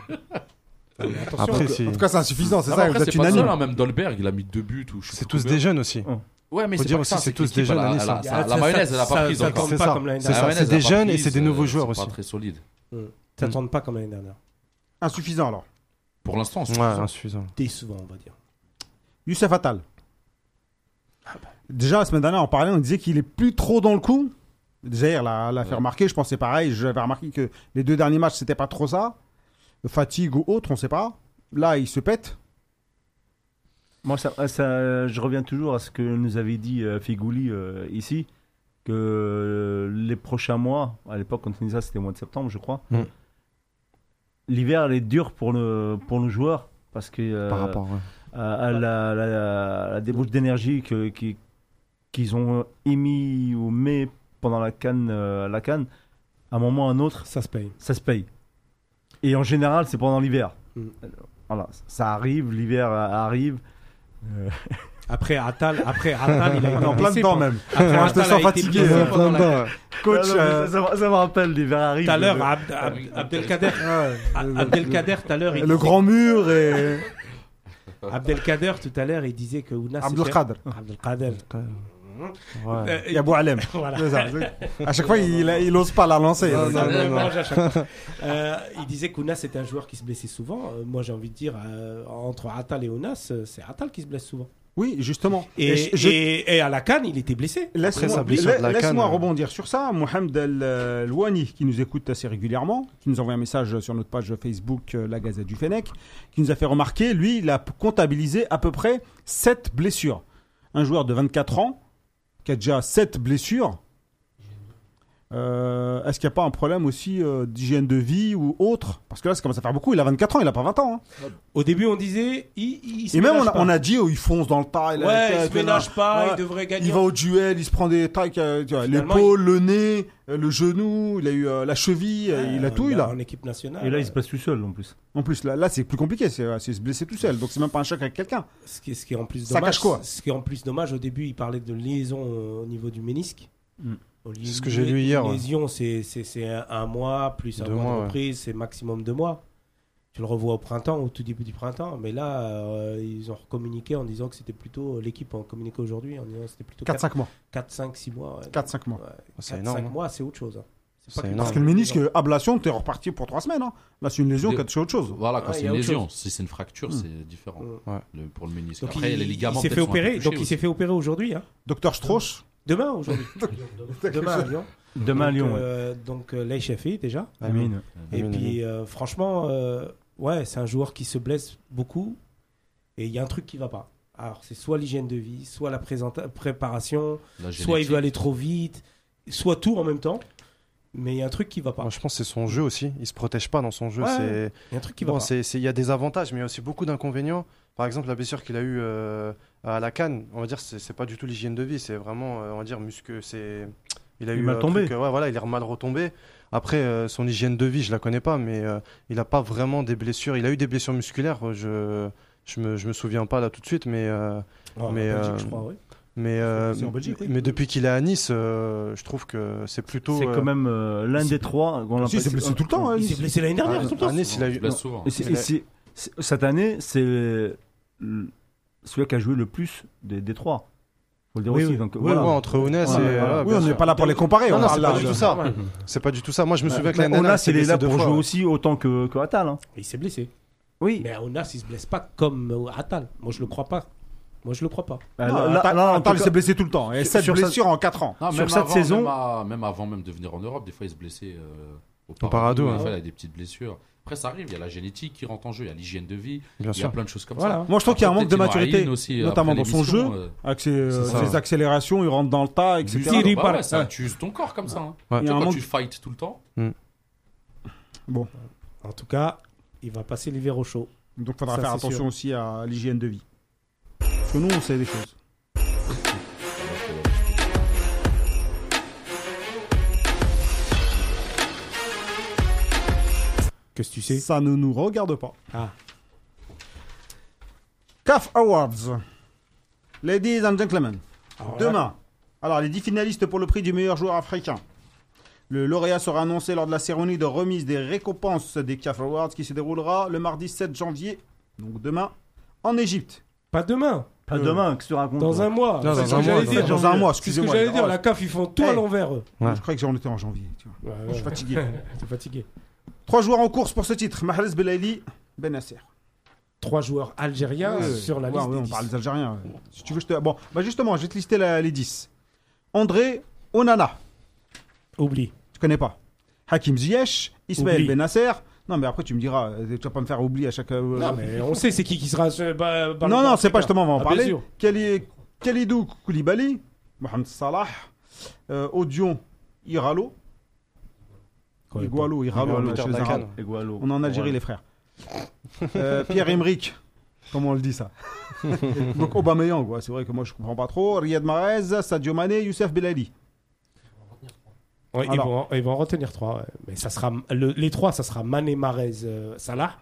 [SPEAKER 5] Après, c'est
[SPEAKER 1] En tout cas, c'est insuffisant, c'est
[SPEAKER 3] Non,
[SPEAKER 1] ça.
[SPEAKER 3] après,
[SPEAKER 1] Vous êtes
[SPEAKER 3] c'est pas seul,
[SPEAKER 1] unanime.
[SPEAKER 3] hein, même Dolberg, il a mis deux buts. ou je sais
[SPEAKER 5] c'est
[SPEAKER 3] plus
[SPEAKER 5] tous
[SPEAKER 3] combien.
[SPEAKER 5] des jeunes aussi.
[SPEAKER 3] Ouais, mais
[SPEAKER 5] Faut
[SPEAKER 3] c'est
[SPEAKER 5] dire
[SPEAKER 3] pas que
[SPEAKER 5] aussi,
[SPEAKER 3] ça,
[SPEAKER 5] c'est
[SPEAKER 3] que
[SPEAKER 5] tous
[SPEAKER 3] l'équipe,
[SPEAKER 5] des jeunes,
[SPEAKER 3] elle a-
[SPEAKER 5] Anis,
[SPEAKER 3] elle a-
[SPEAKER 5] hein.
[SPEAKER 3] Ah, ça- La
[SPEAKER 4] Ah, Ça-
[SPEAKER 3] mayonnaise,
[SPEAKER 4] ça-
[SPEAKER 3] elle a
[SPEAKER 4] ça-
[SPEAKER 3] pas pris
[SPEAKER 4] ça
[SPEAKER 3] encore.
[SPEAKER 4] tombe
[SPEAKER 5] C'est
[SPEAKER 4] pas
[SPEAKER 5] ça.
[SPEAKER 4] comme l'année
[SPEAKER 5] C'est ça.
[SPEAKER 4] dernière.
[SPEAKER 3] La mayonnaise,
[SPEAKER 5] des
[SPEAKER 3] elle a pas
[SPEAKER 5] jeunes et
[SPEAKER 3] prise,
[SPEAKER 5] c'est des nouveaux
[SPEAKER 3] euh,
[SPEAKER 5] joueurs
[SPEAKER 3] C'est
[SPEAKER 5] aussi.
[SPEAKER 3] pas très solide.
[SPEAKER 4] Ça tourne pas comme l'année dernière.
[SPEAKER 1] Insuffisant, alors.
[SPEAKER 3] Pour l'instant, c'est
[SPEAKER 5] Ouais, insuffisant.
[SPEAKER 4] Décevant, on va dire.
[SPEAKER 1] Youssef Attal. Déjà, la semaine dernière, on parlait, on disait qu'il est plus trop dans le coup. Zaire l'a l'a fait
[SPEAKER 3] Ouais.
[SPEAKER 1] remarquer, je pensais pareil. J'avais remarqué que les deux derniers matchs, c'était pas trop ça. Fatigue ou autre, on sait pas. Là, il se pète.
[SPEAKER 2] Moi, ça, euh, ça- je reviens toujours à ce que nous avait dit euh, Figouli euh, ici, que euh, les prochains mois, à l'époque, quand on disait ça, c'était au mois de septembre, je crois.
[SPEAKER 5] Mm.
[SPEAKER 2] L'hiver, elle est dure pour, le, pour nos joueurs, parce que euh,
[SPEAKER 5] Par rapport. ouais.
[SPEAKER 2] à, à la, la- la- la débauche d'énergie que- qui- qu'ils ont émis ou mis pendant la canne, euh, la canne, à un moment ou à un autre,
[SPEAKER 4] Ça se paye.
[SPEAKER 2] ça se paye. Et en général, c'est pendant l'hiver.
[SPEAKER 4] Mm.
[SPEAKER 2] Voilà, ça arrive, l'hiver euh, arrive.
[SPEAKER 4] Après Atal, après
[SPEAKER 1] [laughs]
[SPEAKER 4] Atal, il
[SPEAKER 1] On
[SPEAKER 4] a
[SPEAKER 1] est
[SPEAKER 4] été
[SPEAKER 1] en plein
[SPEAKER 4] blessé
[SPEAKER 1] dedans
[SPEAKER 4] pendant-
[SPEAKER 1] même.
[SPEAKER 4] Après,
[SPEAKER 1] Je te
[SPEAKER 4] Atal a
[SPEAKER 1] sens
[SPEAKER 4] été
[SPEAKER 1] fatigué,
[SPEAKER 4] blessé
[SPEAKER 1] euh,
[SPEAKER 4] pendant la-
[SPEAKER 1] Coach,
[SPEAKER 2] Non, mais
[SPEAKER 1] euh,
[SPEAKER 2] ça, ça- ça me rappelle les Ferrari.
[SPEAKER 4] Tout à l'heure,
[SPEAKER 2] le-
[SPEAKER 4] Ab-
[SPEAKER 3] Ah
[SPEAKER 4] Ab- Abdelkader, Ab- Abdelkader, Ah, tout à l'heure, il
[SPEAKER 1] le
[SPEAKER 4] disait-
[SPEAKER 1] grand mur et
[SPEAKER 4] [laughs] Abdelkader, tout à l'heure, il disait que Ounas.
[SPEAKER 1] Abdelkader.
[SPEAKER 4] était- Abdelkader.
[SPEAKER 2] Ouais.
[SPEAKER 4] Euh,
[SPEAKER 1] Il y a Boualem.
[SPEAKER 4] Voilà.
[SPEAKER 1] C'est ça, c'est- À chaque fois, il, il ose pas la lancer.
[SPEAKER 5] Non,
[SPEAKER 4] Ça me mange à
[SPEAKER 1] [laughs]
[SPEAKER 4] chaque fois. Euh, il disait qu'Ounas était un joueur qui se blessait souvent. Euh, moi, j'ai envie de dire, euh, entre Atal et Ounas, euh, c'est Atal qui se blesse souvent.
[SPEAKER 1] Oui, justement.
[SPEAKER 4] Et,
[SPEAKER 1] je- je-
[SPEAKER 4] et- et à la canne, il était blessé.
[SPEAKER 5] Après
[SPEAKER 1] Laisse-moi
[SPEAKER 5] sa blessure de la
[SPEAKER 1] laisse-moi
[SPEAKER 5] canne, euh.
[SPEAKER 1] rebondir sur ça. Mohamed El Louani, qui nous écoute assez régulièrement, qui nous envoie un message sur notre page Facebook euh, La Gazette du Fennec, qui nous a fait remarquer, lui, il a p- comptabilisé à peu près 7 blessures. Un joueur de 24 ans, qui a déjà 7 blessures. Euh, Est-ce qu'il n'y a pas un problème aussi euh, d'hygiène de vie ou autre Parce que là, ça commence à faire beaucoup. Il a 24 ans, il n'a pas 20 ans. hein.
[SPEAKER 4] Au début, on disait, il, il, il se
[SPEAKER 1] Et même, on
[SPEAKER 4] ménage
[SPEAKER 1] a, on
[SPEAKER 4] pas.
[SPEAKER 1] a dit, oh, il fonce dans le tas. il a la
[SPEAKER 4] Ouais, il
[SPEAKER 1] tête,
[SPEAKER 4] se
[SPEAKER 1] là.
[SPEAKER 4] ménage pas,
[SPEAKER 1] Ouais.
[SPEAKER 4] il devrait gagner.
[SPEAKER 1] Il va au duel, il se prend des tacs, euh, tu vois,
[SPEAKER 4] Finalement,
[SPEAKER 1] l'épaule, le nez, euh, le genou, il a eu euh, la cheville, euh, il a
[SPEAKER 4] Euh,
[SPEAKER 1] tout eu
[SPEAKER 4] bah,
[SPEAKER 1] là.
[SPEAKER 4] En équipe nationale.
[SPEAKER 2] Et là, il se passe tout seul en plus.
[SPEAKER 1] En plus, là, là, c'est plus compliqué, c'est euh, c'est se blesser tout seul, donc c'est même pas un choc avec quelqu'un.
[SPEAKER 4] Ce qui, est- ce qui est en plus
[SPEAKER 1] Ça
[SPEAKER 4] dommage.
[SPEAKER 1] cache quoi
[SPEAKER 4] ce qui est en plus dommage, au début, il parlait de liaison euh, au niveau du ménisque.
[SPEAKER 3] Hmm.
[SPEAKER 1] Mm.
[SPEAKER 4] Au lieu-
[SPEAKER 5] C'est ce que j'ai lu hier, ouais.
[SPEAKER 4] Lésion, c'est- c'est c'est un, un mois, plus un
[SPEAKER 5] Deux
[SPEAKER 4] mois,
[SPEAKER 5] mois,
[SPEAKER 4] de
[SPEAKER 5] ouais.
[SPEAKER 4] reprise, c'est maximum deux mois. Tu le revois au printemps, au tout début du printemps. Mais là, euh, ils ont communiqué en disant que c'était plutôt. L'équipe a communiqué aujourd'hui en disant que c'était plutôt
[SPEAKER 1] 4-5 mois.
[SPEAKER 4] 4, 5, 6 mois. ouais.
[SPEAKER 1] 4-5 mois.
[SPEAKER 4] Ouais,
[SPEAKER 5] C'est
[SPEAKER 4] 4-5
[SPEAKER 5] énorme.
[SPEAKER 4] mois, c'est autre chose. hein. C'est pas
[SPEAKER 5] C'est
[SPEAKER 4] que-
[SPEAKER 5] énorme.
[SPEAKER 1] Parce que le ménisque, euh, ablation, t'es reparti pour 3 semaines. hein. Là, c'est une lésion,
[SPEAKER 3] Des-
[SPEAKER 1] quand tu fais autre chose.
[SPEAKER 3] Voilà, quand
[SPEAKER 4] Ouais,
[SPEAKER 3] c'est
[SPEAKER 4] y a
[SPEAKER 3] une
[SPEAKER 4] autre
[SPEAKER 3] lésion.
[SPEAKER 4] chose.
[SPEAKER 3] Si c'est une fracture, c'est
[SPEAKER 5] euh,
[SPEAKER 3] différent.
[SPEAKER 4] Ouais.
[SPEAKER 3] Le- pour le ménisque.
[SPEAKER 4] Donc,
[SPEAKER 3] Après,
[SPEAKER 4] il,
[SPEAKER 3] les ligaments.
[SPEAKER 4] il s'est
[SPEAKER 3] peut-être,
[SPEAKER 4] fait
[SPEAKER 3] sont un peu
[SPEAKER 4] opérer.
[SPEAKER 3] touchés
[SPEAKER 4] Donc, il
[SPEAKER 3] aussi.
[SPEAKER 4] s'est fait opérer aujourd'hui. hein.
[SPEAKER 1] Docteur Strauss,
[SPEAKER 4] Demain,
[SPEAKER 5] [laughs]
[SPEAKER 4] aujourd'hui. Demain à Lyon.
[SPEAKER 2] Demain à
[SPEAKER 4] Donc,
[SPEAKER 2] Lyon. ouais.
[SPEAKER 4] euh, donc euh, l'HFI, déjà.
[SPEAKER 5] Amine.
[SPEAKER 4] Et
[SPEAKER 5] Amine,
[SPEAKER 4] puis, euh, franchement, euh, ouais, c'est un joueur qui se blesse beaucoup. Et il y a un truc qui va pas. Alors, c'est soit l'hygiène de vie, soit la présenta- préparation,
[SPEAKER 3] La
[SPEAKER 4] soit il
[SPEAKER 3] génétique.
[SPEAKER 4] veut aller trop vite, soit tout en même temps. Mais il y a un truc qui va pas.
[SPEAKER 5] Moi, je pense que c'est son jeu aussi. Il se protège pas dans son jeu.
[SPEAKER 4] Ouais,
[SPEAKER 5] c'est
[SPEAKER 4] Il y a un truc qui va
[SPEAKER 5] bon,
[SPEAKER 4] pas.
[SPEAKER 5] c'est- c'est- il y a des avantages, mais il y a aussi beaucoup d'inconvénients. Par exemple, la blessure qu'il a eue euh, à la canne, on va dire, c'est c'est pas du tout l'hygiène de vie. C'est vraiment, euh, on va dire, musque. C'est il a
[SPEAKER 2] Il est
[SPEAKER 5] eu
[SPEAKER 2] mal
[SPEAKER 5] un
[SPEAKER 2] tombé.
[SPEAKER 5] truc, euh, ouais, voilà, il est mal retombé. Après, euh, son hygiène de vie, je la connais pas, mais euh, il a pas vraiment des blessures. Il a eu des blessures musculaires. euh, Je je me, je me souviens pas là tout de suite, mais euh,
[SPEAKER 4] Ouais, en
[SPEAKER 5] mais,
[SPEAKER 4] Belgique,
[SPEAKER 5] euh,
[SPEAKER 4] je crois, oui.
[SPEAKER 5] mais euh,
[SPEAKER 1] C'est en Belgique, oui.
[SPEAKER 5] mais depuis qu'il est à Nice, euh, je trouve que c'est plutôt
[SPEAKER 2] C'est
[SPEAKER 5] euh,
[SPEAKER 2] quand même euh, l'un des trois. qu'on
[SPEAKER 1] si,
[SPEAKER 2] appelle-
[SPEAKER 1] c'est blessé tout le
[SPEAKER 5] ah,
[SPEAKER 1] temps. hein,
[SPEAKER 4] Il s'est blessé l'année
[SPEAKER 5] à,
[SPEAKER 4] dernière, tout le temps.
[SPEAKER 5] euh, à Nice, il a
[SPEAKER 3] On se
[SPEAKER 5] eu
[SPEAKER 3] blesse souvent.
[SPEAKER 2] Et c'est-
[SPEAKER 5] Il
[SPEAKER 2] et
[SPEAKER 5] a-
[SPEAKER 2] c'est- c'est- cette année, c'est le- celui qui a joué le plus des, des trois. Faut le dire
[SPEAKER 4] Oui,
[SPEAKER 2] aussi.
[SPEAKER 4] oui.
[SPEAKER 2] Donc,
[SPEAKER 5] Ouais,
[SPEAKER 2] voilà.
[SPEAKER 5] ouais, entre Ounes et
[SPEAKER 2] Voilà, voilà.
[SPEAKER 5] voilà,
[SPEAKER 1] Oui,
[SPEAKER 5] bien
[SPEAKER 1] on n'est
[SPEAKER 5] sûr.
[SPEAKER 1] pas là pour les comparer. on
[SPEAKER 5] Non, non,
[SPEAKER 1] parle
[SPEAKER 5] c'est pas
[SPEAKER 1] là
[SPEAKER 5] du
[SPEAKER 1] de-
[SPEAKER 5] tout ça. [laughs] C'est pas du tout ça. Moi, je me souviens que
[SPEAKER 2] Euh, Mais
[SPEAKER 5] l'année dernière,
[SPEAKER 2] Onas, il est
[SPEAKER 5] blessé
[SPEAKER 2] là
[SPEAKER 5] deux
[SPEAKER 2] pour
[SPEAKER 5] fois,
[SPEAKER 2] jouer
[SPEAKER 5] ouais.
[SPEAKER 2] aussi autant que, que Attal. hein.
[SPEAKER 4] Il s'est blessé.
[SPEAKER 2] Oui.
[SPEAKER 4] Mais Aonas, il se blesse pas comme euh, Atal. Moi, je le crois pas. Moi, je le crois pas.
[SPEAKER 2] Bah,
[SPEAKER 1] Non,
[SPEAKER 2] là- là-
[SPEAKER 1] Atal-
[SPEAKER 2] là, en tout
[SPEAKER 1] Atal, il
[SPEAKER 2] cas-
[SPEAKER 1] s'est blessé tout le temps. Et
[SPEAKER 2] Sur-
[SPEAKER 1] 7
[SPEAKER 2] sur sa-
[SPEAKER 1] blessures en 4 ans.
[SPEAKER 3] Non,
[SPEAKER 2] Sur
[SPEAKER 3] même
[SPEAKER 2] cette
[SPEAKER 3] avant,
[SPEAKER 2] saison-
[SPEAKER 3] Même, à- même avant même de venir en Europe, des fois, il se blessait euh, au
[SPEAKER 5] Parado,
[SPEAKER 3] Parado.
[SPEAKER 5] hein.
[SPEAKER 3] Il a des petites blessures. Après, ça arrive. Il y a la génétique qui rentre en jeu. Il y a l'hygiène de vie.
[SPEAKER 5] Bien
[SPEAKER 3] Il y a
[SPEAKER 5] sûr.
[SPEAKER 3] plein de choses comme ça.
[SPEAKER 4] Voilà.
[SPEAKER 1] Moi, je trouve qu'il y a un
[SPEAKER 3] Après,
[SPEAKER 1] manque de
[SPEAKER 3] peut-être Timo
[SPEAKER 1] maturité.
[SPEAKER 3] Haïn aussi,
[SPEAKER 1] notamment
[SPEAKER 3] après
[SPEAKER 1] dans son
[SPEAKER 3] l'émission,
[SPEAKER 1] jeu.
[SPEAKER 3] euh,
[SPEAKER 1] Avec ses, euh,
[SPEAKER 5] ça.
[SPEAKER 1] ses accélérations, il rentre dans le tas, etc.
[SPEAKER 4] Siri
[SPEAKER 3] Bah ouais,
[SPEAKER 4] parle.
[SPEAKER 3] ça, tu uses ton corps comme ça. hein.
[SPEAKER 5] Ouais.
[SPEAKER 3] Tu sais,
[SPEAKER 1] Il y a un
[SPEAKER 3] quand
[SPEAKER 1] manque-
[SPEAKER 3] tu fights tout le temps,
[SPEAKER 4] En tout cas, il va passer l'hiver au chaud.
[SPEAKER 1] Donc faudra
[SPEAKER 4] Ça,
[SPEAKER 1] faire
[SPEAKER 4] c'est
[SPEAKER 1] attention
[SPEAKER 4] sûr.
[SPEAKER 1] aussi à l'hygiène de vie. Parce que nous, on sait des choses.
[SPEAKER 4] Qu'est-ce que tu sais
[SPEAKER 1] Ça ne nous regarde pas.
[SPEAKER 4] Ah.
[SPEAKER 1] CAF Awards. Ladies and gentlemen, demain. Alors, les 10 finalistes pour le prix du meilleur joueur africain. Le lauréat sera annoncé lors de la cérémonie de remise des récompenses des CAF Awards qui se déroulera le mardi 7 janvier, donc demain, en Égypte.
[SPEAKER 4] Pas demain,
[SPEAKER 2] Pas demain, que tu racontes. euh,
[SPEAKER 4] dans un mois.
[SPEAKER 5] Non,
[SPEAKER 4] C'est
[SPEAKER 5] dans
[SPEAKER 4] ce
[SPEAKER 5] un
[SPEAKER 4] que
[SPEAKER 5] mois,
[SPEAKER 4] j'allais
[SPEAKER 5] dans
[SPEAKER 4] dire.
[SPEAKER 5] un
[SPEAKER 1] Dans un mois,
[SPEAKER 4] C'est ce que
[SPEAKER 1] excusez-moi.
[SPEAKER 4] j'allais dire,
[SPEAKER 1] Oh,
[SPEAKER 4] la CAF, ils font tout à
[SPEAKER 1] Hey.
[SPEAKER 4] l'envers. eux.
[SPEAKER 5] Ouais.
[SPEAKER 1] Je croyais que j'en étais en janvier. Tu vois. Je suis fatigué.
[SPEAKER 4] [laughs] T'es fatigué.
[SPEAKER 1] Trois joueurs en course pour ce titre Mahrez Belaïli, Ben Benasser.
[SPEAKER 4] Trois joueurs algériens
[SPEAKER 1] Ouais,
[SPEAKER 4] sur la
[SPEAKER 1] Euh, ouais,
[SPEAKER 4] liste.
[SPEAKER 1] ouais,
[SPEAKER 4] des
[SPEAKER 1] on
[SPEAKER 4] dix.
[SPEAKER 1] parle des Algériens. ouais. Si tu veux, je te... Bon, bah justement, je vais te lister la- les 10. André Onana,
[SPEAKER 4] Oublie.
[SPEAKER 1] tu connais pas. Hakim Ziyech, Ismaël
[SPEAKER 4] Oublie.
[SPEAKER 1] Benasser. Non, mais après, tu me diras, euh, tu vas pas me faire oublier à chaque. euh,
[SPEAKER 4] Non, mais on sait c'est qui qui sera. ce- bah, bah,
[SPEAKER 1] non,
[SPEAKER 4] bah,
[SPEAKER 1] non, c'est pas justement, on va en
[SPEAKER 4] Ah, bien
[SPEAKER 1] parler.
[SPEAKER 4] sûr.
[SPEAKER 1] Kali- Kalidou Koulibaly, Mohamed Salah, euh, Odion Iralo.
[SPEAKER 4] Quoi,
[SPEAKER 1] Igualo, Iralo, on
[SPEAKER 5] Igualo,
[SPEAKER 1] est chez
[SPEAKER 5] Terre
[SPEAKER 1] les
[SPEAKER 5] d'Akan.
[SPEAKER 1] Arabes. On est en Algérie, les frères. Euh, Pierre Emerick, comment on le dit
[SPEAKER 3] [laughs]
[SPEAKER 1] ça Donc Aubameyang, ouais, c'est vrai que moi je comprends pas trop. Riyad Mahrez, Sadio Mané, Youssef Belali.
[SPEAKER 4] Ouais, ils,
[SPEAKER 1] Alors.
[SPEAKER 4] vont, ils vont en retenir trois. ouais. Mais ça sera, le- les trois, ça sera Mané, Marez, euh, Salah.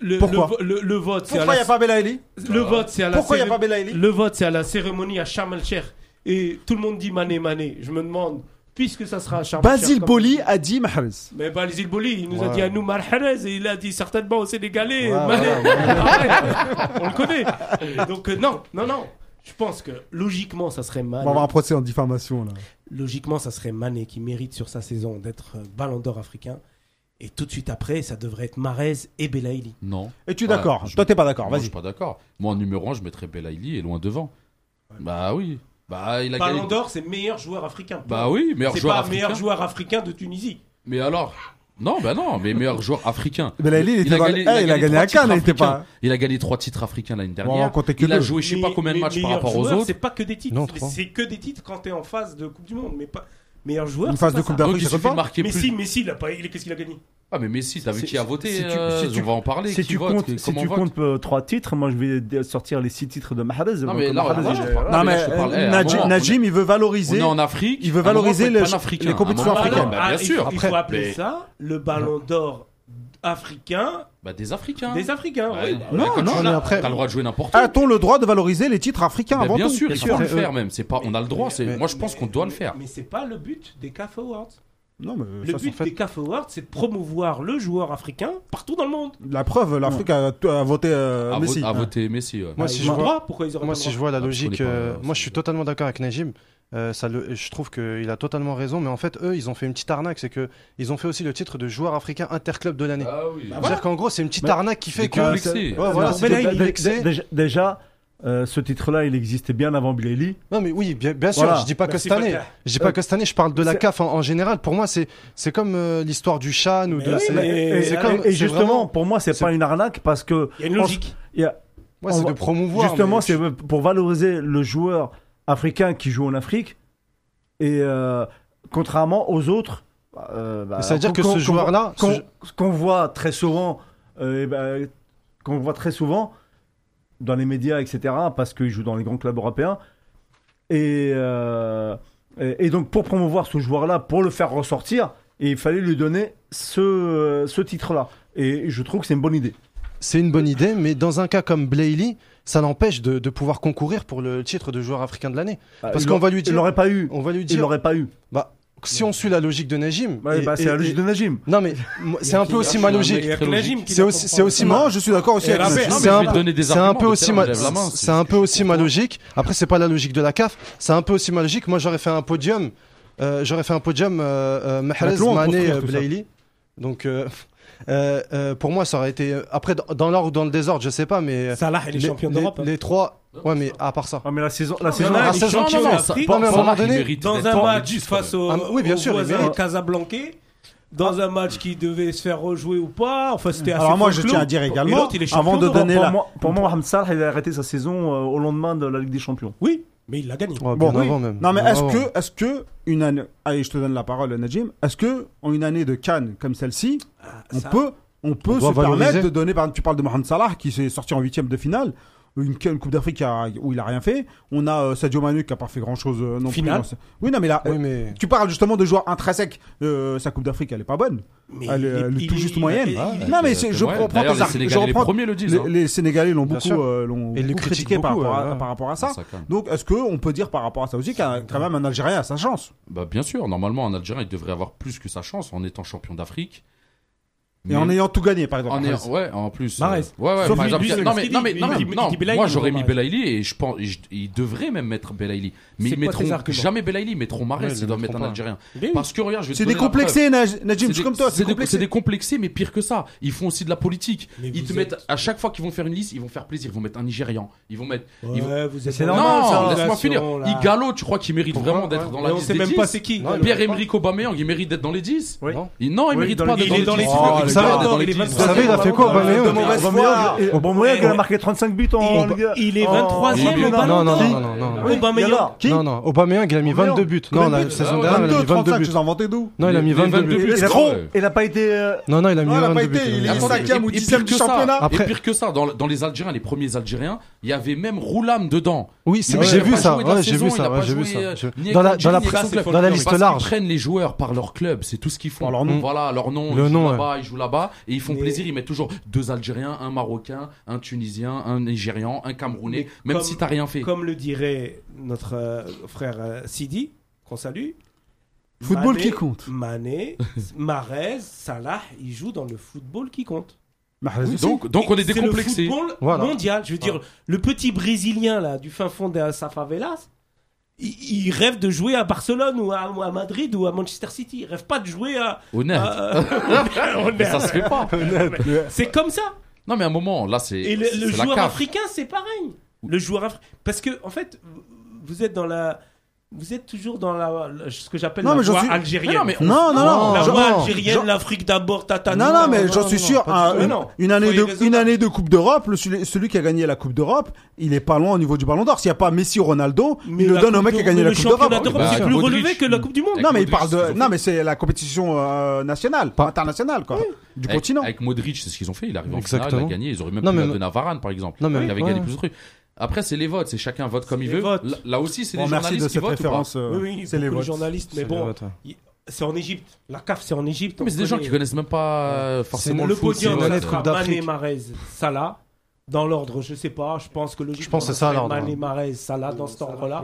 [SPEAKER 4] Le,
[SPEAKER 1] Pourquoi
[SPEAKER 4] le, le- le vote, c'est à
[SPEAKER 1] Pourquoi il n'y
[SPEAKER 4] la,
[SPEAKER 1] a pas Belaïli
[SPEAKER 4] le vote, c'est à la
[SPEAKER 1] Pourquoi il n'y a
[SPEAKER 4] céré-
[SPEAKER 1] pas Belaïli
[SPEAKER 4] Le vote, c'est à la cérémonie à Sharm el-Sheikh. Et tout le monde dit Mané, Mané. Je me demande, puisque ça sera à Sharm el-Sheikh,
[SPEAKER 1] Basile
[SPEAKER 4] comme-
[SPEAKER 1] Boli a dit Mahrez.
[SPEAKER 3] Ah,
[SPEAKER 4] Mais Basile Boli, il nous a
[SPEAKER 5] Ouais.
[SPEAKER 4] dit à nous Marharez et il a dit certainement aux Sénégalais.
[SPEAKER 5] Ouais,
[SPEAKER 4] Mané.
[SPEAKER 5] ouais,
[SPEAKER 4] [laughs]
[SPEAKER 5] ouais.
[SPEAKER 4] Arrête, on le connaît. Donc, euh, non, non, non. Je pense que logiquement, ça serait Mané.
[SPEAKER 1] On va avoir un procès en diffamation là.
[SPEAKER 4] Logiquement, ça serait Mané qui mérite sur sa saison d'être euh, ballon d'or africain. Et tout de suite après, ça devrait être Marez et Belaïli.
[SPEAKER 3] Non.
[SPEAKER 1] Es-tu
[SPEAKER 3] Voilà,
[SPEAKER 1] d'accord
[SPEAKER 3] je-
[SPEAKER 1] Toi, t'es pas d'accord,
[SPEAKER 3] Moi, je
[SPEAKER 1] vas-y.
[SPEAKER 3] suis pas d'accord. Moi, en numéro 1, je mettrais Belaïli et loin devant. Bah oui. Bah, il a
[SPEAKER 4] Ballon
[SPEAKER 3] gagné.
[SPEAKER 4] d'or, c'est meilleur joueur africain.
[SPEAKER 3] Bah oui, meilleur
[SPEAKER 4] c'est
[SPEAKER 3] joueur
[SPEAKER 4] pas
[SPEAKER 3] africain.
[SPEAKER 4] meilleur joueur africain de Tunisie.
[SPEAKER 3] Mais alors Non, bah non, mais meilleur joueur africain.
[SPEAKER 1] Belaïli, il était dans- eh, il a gagné
[SPEAKER 3] trois
[SPEAKER 1] à Cannes,
[SPEAKER 3] titres
[SPEAKER 1] il était
[SPEAKER 3] africains.
[SPEAKER 1] pas-
[SPEAKER 3] Il a gagné trois titres africains l'année
[SPEAKER 1] on va en
[SPEAKER 3] dernière.
[SPEAKER 1] compter que
[SPEAKER 3] Il a
[SPEAKER 1] deux.
[SPEAKER 3] joué je sais
[SPEAKER 4] Mais-
[SPEAKER 3] pas combien de
[SPEAKER 4] mais
[SPEAKER 3] matchs par
[SPEAKER 4] meilleur
[SPEAKER 3] rapport aux
[SPEAKER 4] joueur,
[SPEAKER 3] autres.
[SPEAKER 4] C'est pas que des titres.
[SPEAKER 5] Non,
[SPEAKER 4] C'est-
[SPEAKER 5] trois.
[SPEAKER 4] c'est que des titres quand t'es en phase de Coupe du Monde, mais pas meilleur joueur.
[SPEAKER 1] Une
[SPEAKER 4] c'est
[SPEAKER 1] phase
[SPEAKER 4] pas
[SPEAKER 1] de
[SPEAKER 4] ça.
[SPEAKER 1] Coupe
[SPEAKER 3] Donc
[SPEAKER 1] d'Afrique,
[SPEAKER 3] il
[SPEAKER 1] ça
[SPEAKER 3] suffit
[SPEAKER 1] compte pas
[SPEAKER 3] de marquer
[SPEAKER 4] Mais
[SPEAKER 3] plus.
[SPEAKER 4] si, mais si, il a pas. il- Qu'est-ce qu'il a gagné
[SPEAKER 3] Ah mais Messi, t'as vu
[SPEAKER 2] Si-
[SPEAKER 3] qui a voté
[SPEAKER 2] si tu-
[SPEAKER 3] euh,
[SPEAKER 2] si tu-
[SPEAKER 3] On va en parler.
[SPEAKER 2] Si
[SPEAKER 3] qui
[SPEAKER 2] tu
[SPEAKER 3] vote,
[SPEAKER 2] compte, si
[SPEAKER 3] comment
[SPEAKER 2] tu
[SPEAKER 3] on vote.
[SPEAKER 2] comptes euh, trois titres, moi je vais d- sortir les six titres de Mahrez.
[SPEAKER 3] Non
[SPEAKER 2] Donc, euh,
[SPEAKER 3] mais là,
[SPEAKER 2] Mahrez,
[SPEAKER 3] voilà,
[SPEAKER 2] il-
[SPEAKER 3] je parle-
[SPEAKER 1] Non
[SPEAKER 3] mais là,
[SPEAKER 1] mais
[SPEAKER 3] je te parle, eh, à un
[SPEAKER 1] Nadji-
[SPEAKER 3] moment, on est-
[SPEAKER 1] Najim, il veut
[SPEAKER 3] On
[SPEAKER 1] valoriser.
[SPEAKER 3] est en Afrique.
[SPEAKER 1] il veut
[SPEAKER 3] À un moment,
[SPEAKER 1] valoriser
[SPEAKER 3] faut être
[SPEAKER 1] le-
[SPEAKER 3] panafricain.
[SPEAKER 1] les
[SPEAKER 3] À un
[SPEAKER 1] compétitions
[SPEAKER 3] moment, faut être-
[SPEAKER 1] africaines.
[SPEAKER 3] bah,
[SPEAKER 4] ah,
[SPEAKER 3] bien
[SPEAKER 4] il
[SPEAKER 3] sûr.
[SPEAKER 4] faut- Il faut
[SPEAKER 3] Après,
[SPEAKER 4] appeler
[SPEAKER 3] mais-
[SPEAKER 4] ça le ballon d'or africain
[SPEAKER 3] Bah, des Africains.
[SPEAKER 4] des Africains.
[SPEAKER 3] Ouais,
[SPEAKER 4] oui.
[SPEAKER 3] bah,
[SPEAKER 1] Non,
[SPEAKER 3] quand tu
[SPEAKER 1] non,
[SPEAKER 3] joues
[SPEAKER 5] mais
[SPEAKER 3] là,
[SPEAKER 5] après-
[SPEAKER 3] T'as le droit de jouer n'importe où.
[SPEAKER 1] A-t-on le droit de valoriser les titres africains
[SPEAKER 3] Bah,
[SPEAKER 1] avant
[SPEAKER 3] bien
[SPEAKER 1] tout
[SPEAKER 3] sûr,
[SPEAKER 5] Bien
[SPEAKER 3] il
[SPEAKER 5] sûr.
[SPEAKER 3] faut
[SPEAKER 1] euh,
[SPEAKER 3] le faire même. C'est pas, on a le droit. C'est,
[SPEAKER 5] Mais-
[SPEAKER 3] moi, je pense qu'on doit le faire.
[SPEAKER 4] Mais c'est pas le but des CAF Awards.
[SPEAKER 1] Non, mais
[SPEAKER 4] Le
[SPEAKER 1] ça, c'est
[SPEAKER 4] but
[SPEAKER 1] fait.
[SPEAKER 4] des CAF Awards, c'est de promouvoir le joueur africain partout dans le monde.
[SPEAKER 1] La preuve, l'Afrique a, a voté euh,
[SPEAKER 3] À, vo-
[SPEAKER 1] Messi.
[SPEAKER 3] à voter Messi. ouais.
[SPEAKER 5] Moi,
[SPEAKER 2] Ah,
[SPEAKER 4] Bah,
[SPEAKER 5] si
[SPEAKER 4] ils
[SPEAKER 5] je
[SPEAKER 4] ont le
[SPEAKER 5] vois-
[SPEAKER 4] droit, pourquoi ils auraient
[SPEAKER 5] Moi,
[SPEAKER 4] pas
[SPEAKER 5] si
[SPEAKER 4] le
[SPEAKER 5] je vois la
[SPEAKER 3] Ah, parce qu'on
[SPEAKER 5] logique,
[SPEAKER 3] est pas-
[SPEAKER 5] euh,
[SPEAKER 3] c'est
[SPEAKER 5] moi, je suis
[SPEAKER 3] vrai.
[SPEAKER 5] totalement d'accord avec Najim. Euh, ça le- je trouve qu'il a totalement raison, mais en fait, eux, ils ont fait une petite arnaque. C'est que ils ont fait aussi le titre de joueur africain interclub de l'année.
[SPEAKER 3] Ah oui.
[SPEAKER 5] C'est-à-dire qu'en gros, c'est une petite
[SPEAKER 2] Mais-
[SPEAKER 5] arnaque qui fait
[SPEAKER 3] Des
[SPEAKER 5] que.
[SPEAKER 2] Bah,
[SPEAKER 3] complexés.
[SPEAKER 2] c'est-
[SPEAKER 5] Ouais, voilà,
[SPEAKER 2] Non,
[SPEAKER 5] c'est
[SPEAKER 2] dé-
[SPEAKER 5] totalement
[SPEAKER 2] dé-
[SPEAKER 5] indexé.
[SPEAKER 2] dé- déjà- Déjà, euh, ce titre-là, il existait bien avant Bileli.
[SPEAKER 5] Non, mais oui, bien, bien sûr.
[SPEAKER 2] Voilà.
[SPEAKER 5] Je dis pas que
[SPEAKER 4] Merci,
[SPEAKER 5] cette année.
[SPEAKER 4] Fatah.
[SPEAKER 5] Je dis pas
[SPEAKER 2] Euh,
[SPEAKER 5] que cette année. Je parle de la
[SPEAKER 2] c'est-
[SPEAKER 5] CAF en, en général. Pour moi, c'est c'est comme euh, l'histoire du Chan ou
[SPEAKER 4] Mais
[SPEAKER 5] de.
[SPEAKER 4] oui,
[SPEAKER 5] c'est-
[SPEAKER 4] mais-
[SPEAKER 2] Et,
[SPEAKER 5] c'est
[SPEAKER 2] et-
[SPEAKER 5] comme-
[SPEAKER 2] et
[SPEAKER 5] c'est
[SPEAKER 2] justement,
[SPEAKER 5] vraiment-
[SPEAKER 2] pour moi, c'est
[SPEAKER 5] c'est-
[SPEAKER 2] pas une arnaque parce que
[SPEAKER 4] droit Il y a une logique.
[SPEAKER 2] il y a- on
[SPEAKER 5] Ouais, c'est
[SPEAKER 2] va-
[SPEAKER 5] de promouvoir.
[SPEAKER 2] justement,
[SPEAKER 5] mais-
[SPEAKER 2] c'est pour valoriser le joueur africain qui joue en Afrique et euh, contrairement aux autres. euh, bah,
[SPEAKER 5] Mais ça veut dire
[SPEAKER 2] qu'on-
[SPEAKER 5] que
[SPEAKER 2] qu'on-
[SPEAKER 5] ce joueur-là,
[SPEAKER 2] qu'on
[SPEAKER 5] ce-
[SPEAKER 2] qu'on- qu'on voit très souvent, euh, eh ben, qu'on voit très souvent dans les médias, etc., parce qu'il joue dans les grands clubs européens. Et, euh, et, et donc, pour promouvoir ce joueur-là, pour le faire ressortir, il fallait lui donner ce, ce titre-là. Et je trouve que c'est une bonne idée.
[SPEAKER 5] C'est une bonne idée, mais dans un cas comme Blayley, ça l'empêche de, de pouvoir concourir pour le titre de joueur africain de l'année. Parce
[SPEAKER 2] Il
[SPEAKER 5] qu'on
[SPEAKER 2] l'a-
[SPEAKER 5] va lui dire-
[SPEAKER 2] Il l'aurait pas eu.
[SPEAKER 5] On va lui
[SPEAKER 2] Il
[SPEAKER 5] dire,
[SPEAKER 2] l'aurait pas eu.
[SPEAKER 5] si on suit la logique de Najim.
[SPEAKER 2] Ouais,
[SPEAKER 5] et-
[SPEAKER 2] bah, c'est
[SPEAKER 5] et-
[SPEAKER 2] la logique de Najim.
[SPEAKER 5] et- Non, mais moi, c'est un peu aussi ma
[SPEAKER 3] un mec
[SPEAKER 5] logique.
[SPEAKER 3] très logique.
[SPEAKER 4] Najim qui
[SPEAKER 5] C'est
[SPEAKER 4] la
[SPEAKER 5] aussi,
[SPEAKER 4] comprend.
[SPEAKER 5] c'est aussi ma.
[SPEAKER 1] Non, je suis d'accord aussi
[SPEAKER 4] Et
[SPEAKER 1] avec
[SPEAKER 4] Rafa-
[SPEAKER 1] Messi.
[SPEAKER 3] Non, mais
[SPEAKER 5] C'est
[SPEAKER 3] je
[SPEAKER 5] un-
[SPEAKER 3] vais te donner des
[SPEAKER 5] C'est un
[SPEAKER 3] arguments,
[SPEAKER 5] peu
[SPEAKER 3] mais
[SPEAKER 5] aussi
[SPEAKER 3] c'est
[SPEAKER 5] ma,
[SPEAKER 3] là, je lève la main,
[SPEAKER 5] c'est un peu aussi ma logique. Après, c'est pas la logique de la CAF. C'est un peu aussi ma logique. Moi, j'aurais fait un podium. euh, j'aurais fait un podium euh, euh, Mahrez,
[SPEAKER 1] long à
[SPEAKER 5] Mané,
[SPEAKER 1] construire
[SPEAKER 5] euh,
[SPEAKER 1] tout ça.
[SPEAKER 5] Blayley. Donc, euh, [laughs] euh, euh, pour moi, ça aurait été. Après, dans- dans l'ordre ou dans le désordre, je sais pas, mais euh,
[SPEAKER 4] Salah, il est champion
[SPEAKER 5] les-
[SPEAKER 3] hein.
[SPEAKER 4] d'Europe. hein.
[SPEAKER 5] les trois. Ouais, mais à part ça.
[SPEAKER 2] Ah, mais la saison, la
[SPEAKER 4] Non,
[SPEAKER 2] saison,
[SPEAKER 4] mais
[SPEAKER 5] à
[SPEAKER 4] les
[SPEAKER 5] 16 ans
[SPEAKER 4] gens
[SPEAKER 5] qui
[SPEAKER 4] qui
[SPEAKER 5] vont.
[SPEAKER 4] ont appris
[SPEAKER 5] Pas
[SPEAKER 4] dans
[SPEAKER 5] même à un moment donné,
[SPEAKER 4] dans un match face au,
[SPEAKER 5] Ah, oui, bien
[SPEAKER 4] aux
[SPEAKER 5] sûr, les Ah.
[SPEAKER 4] voisins
[SPEAKER 5] mérites.
[SPEAKER 4] Casablancais, dans un match qui devait se faire rejouer ou pas. Enfin, c'était assez
[SPEAKER 1] Alors moi, je
[SPEAKER 4] folklore.
[SPEAKER 1] tiens à dire
[SPEAKER 4] Et
[SPEAKER 1] également,
[SPEAKER 4] l'autre, il est champion
[SPEAKER 1] avant de
[SPEAKER 4] d'Europe.
[SPEAKER 1] donner
[SPEAKER 2] pour,
[SPEAKER 1] la...
[SPEAKER 2] moi, pour moi, Mohamed Salah, il a arrêté sa saison euh, au lendemain de la Ligue des Champions.
[SPEAKER 4] Oui, mais il l'a gagné.
[SPEAKER 5] Ouais,
[SPEAKER 1] Bon,
[SPEAKER 5] bien
[SPEAKER 1] oui.
[SPEAKER 5] avant même.
[SPEAKER 1] Non mais
[SPEAKER 5] Bien
[SPEAKER 1] est-ce
[SPEAKER 5] avant.
[SPEAKER 1] que, est-ce que une année, allez, je te donne la parole, Najim, est-ce que en une année de Cannes comme celle-ci, on
[SPEAKER 4] ça-
[SPEAKER 1] peut, on peut
[SPEAKER 5] doit
[SPEAKER 1] se
[SPEAKER 5] valoriser.
[SPEAKER 1] permettre de donner, par exemple, tu parles de Mohamed Salah qui s'est sorti en huitième de finale, une, une Coupe d'Afrique qui a- où il a rien fait, on a euh, Sadio Manu qui a pas fait grand-chose euh, non
[SPEAKER 4] Finale.
[SPEAKER 1] plus. dans ce- Oui, non mais là, euh,
[SPEAKER 5] Oui, mais.
[SPEAKER 1] tu parles justement de joueurs intrinsèques, euh, sa Coupe d'Afrique elle est pas bonne,
[SPEAKER 4] Mais
[SPEAKER 1] elle est,
[SPEAKER 4] il est-
[SPEAKER 1] elle est
[SPEAKER 4] il
[SPEAKER 1] tout
[SPEAKER 4] est-
[SPEAKER 1] juste
[SPEAKER 4] il-
[SPEAKER 1] moyenne. hein.
[SPEAKER 4] il- il-
[SPEAKER 1] non mais
[SPEAKER 3] Euh,
[SPEAKER 1] c'est-
[SPEAKER 3] c'est
[SPEAKER 1] je
[SPEAKER 3] vrai.
[SPEAKER 1] reprends
[SPEAKER 3] D'ailleurs,
[SPEAKER 1] tes
[SPEAKER 3] les
[SPEAKER 1] arguments, je
[SPEAKER 3] Sénégalais, les
[SPEAKER 1] reprends
[SPEAKER 3] premiers le disent. hein.
[SPEAKER 1] les, les Sénégalais l'ont
[SPEAKER 5] Bien
[SPEAKER 1] beaucoup,
[SPEAKER 5] sûr.
[SPEAKER 1] euh, l'ont
[SPEAKER 5] Ils le
[SPEAKER 1] beaucoup
[SPEAKER 5] critiquent
[SPEAKER 1] critiqué par,
[SPEAKER 5] beaucoup, euh,
[SPEAKER 1] rapport
[SPEAKER 5] ouais,
[SPEAKER 1] à,
[SPEAKER 5] ouais.
[SPEAKER 1] par rapport à
[SPEAKER 3] hein.
[SPEAKER 1] ça.
[SPEAKER 3] Ah, quand même.
[SPEAKER 1] Donc, est-ce qu'on peut dire par rapport à ça aussi qu'un- quand même un Algérien a sa chance
[SPEAKER 3] Bah, bien sûr, normalement, un Algérien, il devrait avoir plus que sa chance en étant champion d'Afrique.
[SPEAKER 1] Et en
[SPEAKER 3] Mais-
[SPEAKER 1] ayant tout gagné, par exemple.
[SPEAKER 3] en ayant-
[SPEAKER 1] Après,
[SPEAKER 3] ouais, en plus.
[SPEAKER 4] Mahrez.
[SPEAKER 3] euh, ouais, ouais,
[SPEAKER 4] Sauf
[SPEAKER 3] par
[SPEAKER 4] lui,
[SPEAKER 3] exemple,
[SPEAKER 4] lui, c'est
[SPEAKER 3] non,
[SPEAKER 4] ce
[SPEAKER 3] mais,
[SPEAKER 4] qu'il
[SPEAKER 3] non,
[SPEAKER 4] dit.
[SPEAKER 3] mais, non,
[SPEAKER 4] Il
[SPEAKER 3] mais,
[SPEAKER 4] dit- il
[SPEAKER 3] non,
[SPEAKER 4] dit Belaïli,
[SPEAKER 3] moi j'aurais mis
[SPEAKER 4] Mahrez.
[SPEAKER 3] Belaïli et je pense, et je- ils devraient même mettre Belaïli. Mais
[SPEAKER 4] C'est
[SPEAKER 3] ils
[SPEAKER 4] quoi tes
[SPEAKER 3] mettront
[SPEAKER 4] arguments
[SPEAKER 3] jamais Belaïli, ils mettront Marais,
[SPEAKER 5] Ouais, ils
[SPEAKER 3] ils
[SPEAKER 5] le
[SPEAKER 3] doivent mettre
[SPEAKER 5] mettront
[SPEAKER 3] un
[SPEAKER 5] pas.
[SPEAKER 3] Algérien.
[SPEAKER 4] Mais oui.
[SPEAKER 3] Parce que regarde, je vais te
[SPEAKER 1] C'est
[SPEAKER 3] donner la preuve.
[SPEAKER 1] décomplexé, Naj- Najim, je
[SPEAKER 3] C'est
[SPEAKER 1] suis
[SPEAKER 3] des-
[SPEAKER 1] comme toi, c'est
[SPEAKER 3] c'est des- C'est
[SPEAKER 1] décomplexé.
[SPEAKER 3] décomplexé, mais pire que ça. Ils font aussi de la politique.
[SPEAKER 4] Mais
[SPEAKER 3] Ils te
[SPEAKER 4] vous
[SPEAKER 3] mettent,
[SPEAKER 4] êtes-
[SPEAKER 3] à chaque fois qu'ils vont faire une liste, ils vont faire plaisir. Ils vont mettre un Nigérian. Ils vont mettre.
[SPEAKER 4] Ouais,
[SPEAKER 3] ils vont-
[SPEAKER 4] vous êtes
[SPEAKER 2] c'est
[SPEAKER 4] dans
[SPEAKER 2] normal,
[SPEAKER 4] la
[SPEAKER 2] ça.
[SPEAKER 3] non,
[SPEAKER 4] relation,
[SPEAKER 3] laisse-moi finir.
[SPEAKER 4] là.
[SPEAKER 3] Igalo, tu crois qu'il mérite
[SPEAKER 5] Pourquoi
[SPEAKER 3] vraiment d'être dans
[SPEAKER 4] Mais
[SPEAKER 3] la
[SPEAKER 4] on
[SPEAKER 3] liste
[SPEAKER 4] sait
[SPEAKER 3] des
[SPEAKER 4] même
[SPEAKER 3] 10?
[SPEAKER 4] pas c'est qui.
[SPEAKER 5] Non, il mérite pas.
[SPEAKER 3] Pierre-Emerick Aubameyang, il mérite d'être dans les 10
[SPEAKER 2] Oui.
[SPEAKER 5] Non.
[SPEAKER 3] Il- Non, il
[SPEAKER 2] Oui,
[SPEAKER 3] mérite
[SPEAKER 2] dans
[SPEAKER 3] pas
[SPEAKER 2] les-
[SPEAKER 3] d'être
[SPEAKER 4] Il
[SPEAKER 3] dans
[SPEAKER 4] est
[SPEAKER 3] les
[SPEAKER 4] dans les
[SPEAKER 3] dix.
[SPEAKER 5] Oh,
[SPEAKER 4] trois. Il est
[SPEAKER 5] le gars,
[SPEAKER 4] dans
[SPEAKER 5] dans
[SPEAKER 4] les
[SPEAKER 5] les
[SPEAKER 4] 22.
[SPEAKER 5] Vous savez, il a fait quoi, Aubameyang
[SPEAKER 1] De mauvaise foi.
[SPEAKER 2] Au bon moyen, il a marqué 35 buts en
[SPEAKER 4] Il-
[SPEAKER 2] Ligue 1.
[SPEAKER 4] il est
[SPEAKER 2] en-
[SPEAKER 4] 23e
[SPEAKER 2] en-
[SPEAKER 4] au Ballon
[SPEAKER 5] Non, non,
[SPEAKER 4] d'Or.
[SPEAKER 5] non, non, non, non.
[SPEAKER 2] Oui,
[SPEAKER 4] Aubameyang.
[SPEAKER 2] il y en a.
[SPEAKER 1] Qui
[SPEAKER 5] Non, non, Aubameyang, il a mis
[SPEAKER 2] Aubameyang.
[SPEAKER 5] 22 buts. Non,
[SPEAKER 2] Combien de
[SPEAKER 5] la
[SPEAKER 2] buts
[SPEAKER 5] saison
[SPEAKER 3] Ah,
[SPEAKER 5] dernière, il a
[SPEAKER 1] 22,
[SPEAKER 5] mis 22
[SPEAKER 1] 35, tu
[SPEAKER 5] buts.
[SPEAKER 1] t'as inventé d'où
[SPEAKER 5] Non, il a mis 22 buts.
[SPEAKER 2] Il a-
[SPEAKER 1] Escroc.
[SPEAKER 2] Il a pas été. euh,
[SPEAKER 5] Non, non, il a mis
[SPEAKER 1] Non, il a pas
[SPEAKER 5] 22 buts.
[SPEAKER 1] été,
[SPEAKER 5] il
[SPEAKER 1] il
[SPEAKER 5] a
[SPEAKER 1] est
[SPEAKER 5] mis
[SPEAKER 3] Attendez,
[SPEAKER 5] 22 buts.
[SPEAKER 1] cinquième ou
[SPEAKER 3] et- et
[SPEAKER 1] dixième
[SPEAKER 3] pire
[SPEAKER 1] du
[SPEAKER 3] que ça,
[SPEAKER 1] championnat.
[SPEAKER 3] Et
[SPEAKER 5] Après-
[SPEAKER 3] pire que ça, dans, dans les Algériens, les premiers Algériens, il y avait même Roulam dedans.
[SPEAKER 5] Oui, c'est-
[SPEAKER 3] Il
[SPEAKER 5] j'ai
[SPEAKER 3] a
[SPEAKER 5] vu
[SPEAKER 3] pas
[SPEAKER 5] ça.
[SPEAKER 3] joué de la
[SPEAKER 5] ouais, J'ai
[SPEAKER 3] saison,
[SPEAKER 5] vu
[SPEAKER 3] il a
[SPEAKER 5] ça.
[SPEAKER 3] pas
[SPEAKER 5] ouais, J'ai vu
[SPEAKER 3] joué, euh,
[SPEAKER 5] ça. Je-
[SPEAKER 3] ni avec
[SPEAKER 5] Dans la-
[SPEAKER 3] Alger,
[SPEAKER 5] dans la
[SPEAKER 3] ni avec
[SPEAKER 5] presse-
[SPEAKER 3] son club.
[SPEAKER 5] dans la
[SPEAKER 3] Parce
[SPEAKER 5] liste
[SPEAKER 3] qu'ils
[SPEAKER 5] large.
[SPEAKER 3] prennent les joueurs par leur club, c'est tout ce qu'ils font.
[SPEAKER 1] Par leur nom.
[SPEAKER 3] Voilà, leur nom,
[SPEAKER 5] Le
[SPEAKER 3] ils
[SPEAKER 5] nom,
[SPEAKER 3] jouent
[SPEAKER 5] ouais.
[SPEAKER 3] là-bas, ils jouent là-bas et ils font
[SPEAKER 4] Mais-
[SPEAKER 3] plaisir. Ils mettent toujours deux Algériens, un Marocain, un Tunisien, un Nigérian, un Camerounais,
[SPEAKER 4] Mais
[SPEAKER 3] même
[SPEAKER 4] comme-
[SPEAKER 3] si t'as rien fait.
[SPEAKER 4] Euh, Comme le dirait notre euh, frère euh, Sidi, qu'on salue.
[SPEAKER 1] Football
[SPEAKER 4] Mané-
[SPEAKER 1] qui compte.
[SPEAKER 4] Mané, Marez, Salah, ils jouent dans le football qui compte.
[SPEAKER 3] Oui, donc, donc on est
[SPEAKER 4] C'est
[SPEAKER 3] décomplexé.
[SPEAKER 4] Le football
[SPEAKER 5] Voilà.
[SPEAKER 4] mondial. Je veux dire, le petit Brésilien là, du fin fond de sa favela, il, il rêve de jouer à Barcelone ou à, ou à Madrid ou à Manchester City. Il rêve pas de jouer à.
[SPEAKER 3] Honnête.
[SPEAKER 4] à- [laughs] à-
[SPEAKER 3] Mais ça se fait [laughs] pas.
[SPEAKER 4] C'est comme ça.
[SPEAKER 3] Non, mais à un moment, là, c'est.
[SPEAKER 4] Et le, le
[SPEAKER 3] c'est la
[SPEAKER 4] joueur
[SPEAKER 3] CAF.
[SPEAKER 4] africain, c'est pareil. Le joueur africain. Parce que, en fait, vous- vous êtes dans la. Vous êtes toujours dans la, la- ce que j'appelle
[SPEAKER 1] Non,
[SPEAKER 4] la
[SPEAKER 1] mais j'en
[SPEAKER 4] voie
[SPEAKER 1] suis-
[SPEAKER 4] algérienne.
[SPEAKER 3] Mais non, mais on-
[SPEAKER 1] Non, non, non.
[SPEAKER 4] la
[SPEAKER 1] je-
[SPEAKER 4] voie
[SPEAKER 1] non,
[SPEAKER 4] algérienne,
[SPEAKER 1] je-
[SPEAKER 4] l'Afrique d'abord, tata.
[SPEAKER 1] Non, non, mais j'en suis sûr, un- une, une année
[SPEAKER 4] Soyez
[SPEAKER 1] de,
[SPEAKER 4] raisonnable.
[SPEAKER 1] une année de Coupe d'Europe, le- celui, celui qui a gagné la Coupe d'Europe, il est pas loin au niveau du ballon d'or. S'il n'y a pas Messi ou Ronaldo,
[SPEAKER 4] Mais
[SPEAKER 1] il le
[SPEAKER 4] la
[SPEAKER 1] donne au
[SPEAKER 4] Coupe
[SPEAKER 1] mec qui a
[SPEAKER 4] d'Europe-
[SPEAKER 1] gagné
[SPEAKER 4] mais
[SPEAKER 1] la
[SPEAKER 4] le
[SPEAKER 1] Coupe
[SPEAKER 4] championnat
[SPEAKER 1] d'europe.
[SPEAKER 4] d'Europe,
[SPEAKER 3] Bah,
[SPEAKER 4] c'est
[SPEAKER 3] avec
[SPEAKER 4] plus
[SPEAKER 3] Modric.
[SPEAKER 4] relevé que la Coupe du Monde.
[SPEAKER 3] Avec
[SPEAKER 1] Non, mais il
[SPEAKER 3] Modric,
[SPEAKER 1] parle
[SPEAKER 3] ils ont
[SPEAKER 1] de.
[SPEAKER 3] fait.
[SPEAKER 1] Non, mais c'est la compétition euh, nationale, internationale, quoi. Du
[SPEAKER 3] Avec-
[SPEAKER 1] continent.
[SPEAKER 3] Avec Modric, c'est ce qu'ils ont fait. Il arrive en finale,
[SPEAKER 5] Exactement.
[SPEAKER 3] il a gagné. Ils auraient même
[SPEAKER 5] Non,
[SPEAKER 3] pu
[SPEAKER 5] mais
[SPEAKER 3] la
[SPEAKER 5] non.
[SPEAKER 3] donner à Varane, par exemple.
[SPEAKER 5] Non, mais
[SPEAKER 3] il avait
[SPEAKER 5] ouais.
[SPEAKER 3] gagné plus de trucs. Après, c'est les votes. C'est chacun vote comme il
[SPEAKER 4] les
[SPEAKER 3] veut.
[SPEAKER 4] votes.
[SPEAKER 3] Là- Là aussi, c'est
[SPEAKER 1] Bon,
[SPEAKER 3] les
[SPEAKER 1] merci de
[SPEAKER 3] journalistes qui
[SPEAKER 1] cette
[SPEAKER 3] votent. ou pas
[SPEAKER 1] référence. euh,
[SPEAKER 4] Oui, oui,
[SPEAKER 1] c'est les
[SPEAKER 4] beaucoup de
[SPEAKER 1] votes.
[SPEAKER 4] journalistes, mais
[SPEAKER 5] C'est le
[SPEAKER 4] bon,
[SPEAKER 5] vote, ouais.
[SPEAKER 4] c'est en Égypte. La CAF, c'est en Égypte.
[SPEAKER 3] Mais c'est des
[SPEAKER 4] on
[SPEAKER 3] gens
[SPEAKER 4] connaît.
[SPEAKER 3] qui connaissent même pas euh, forcément
[SPEAKER 4] le
[SPEAKER 3] le foot.
[SPEAKER 4] podium,
[SPEAKER 5] c'est
[SPEAKER 4] ça
[SPEAKER 5] la
[SPEAKER 4] sera
[SPEAKER 5] Coupe d'Afrique.
[SPEAKER 4] Mané, Marez, Salah. Dans l'ordre, je sais pas. Je pense que logiquement,
[SPEAKER 5] Je pense que c'est
[SPEAKER 4] ça
[SPEAKER 5] ça,
[SPEAKER 4] serait
[SPEAKER 5] l'ordre.
[SPEAKER 4] Mané, Marez, Salah dans cet ordre-là.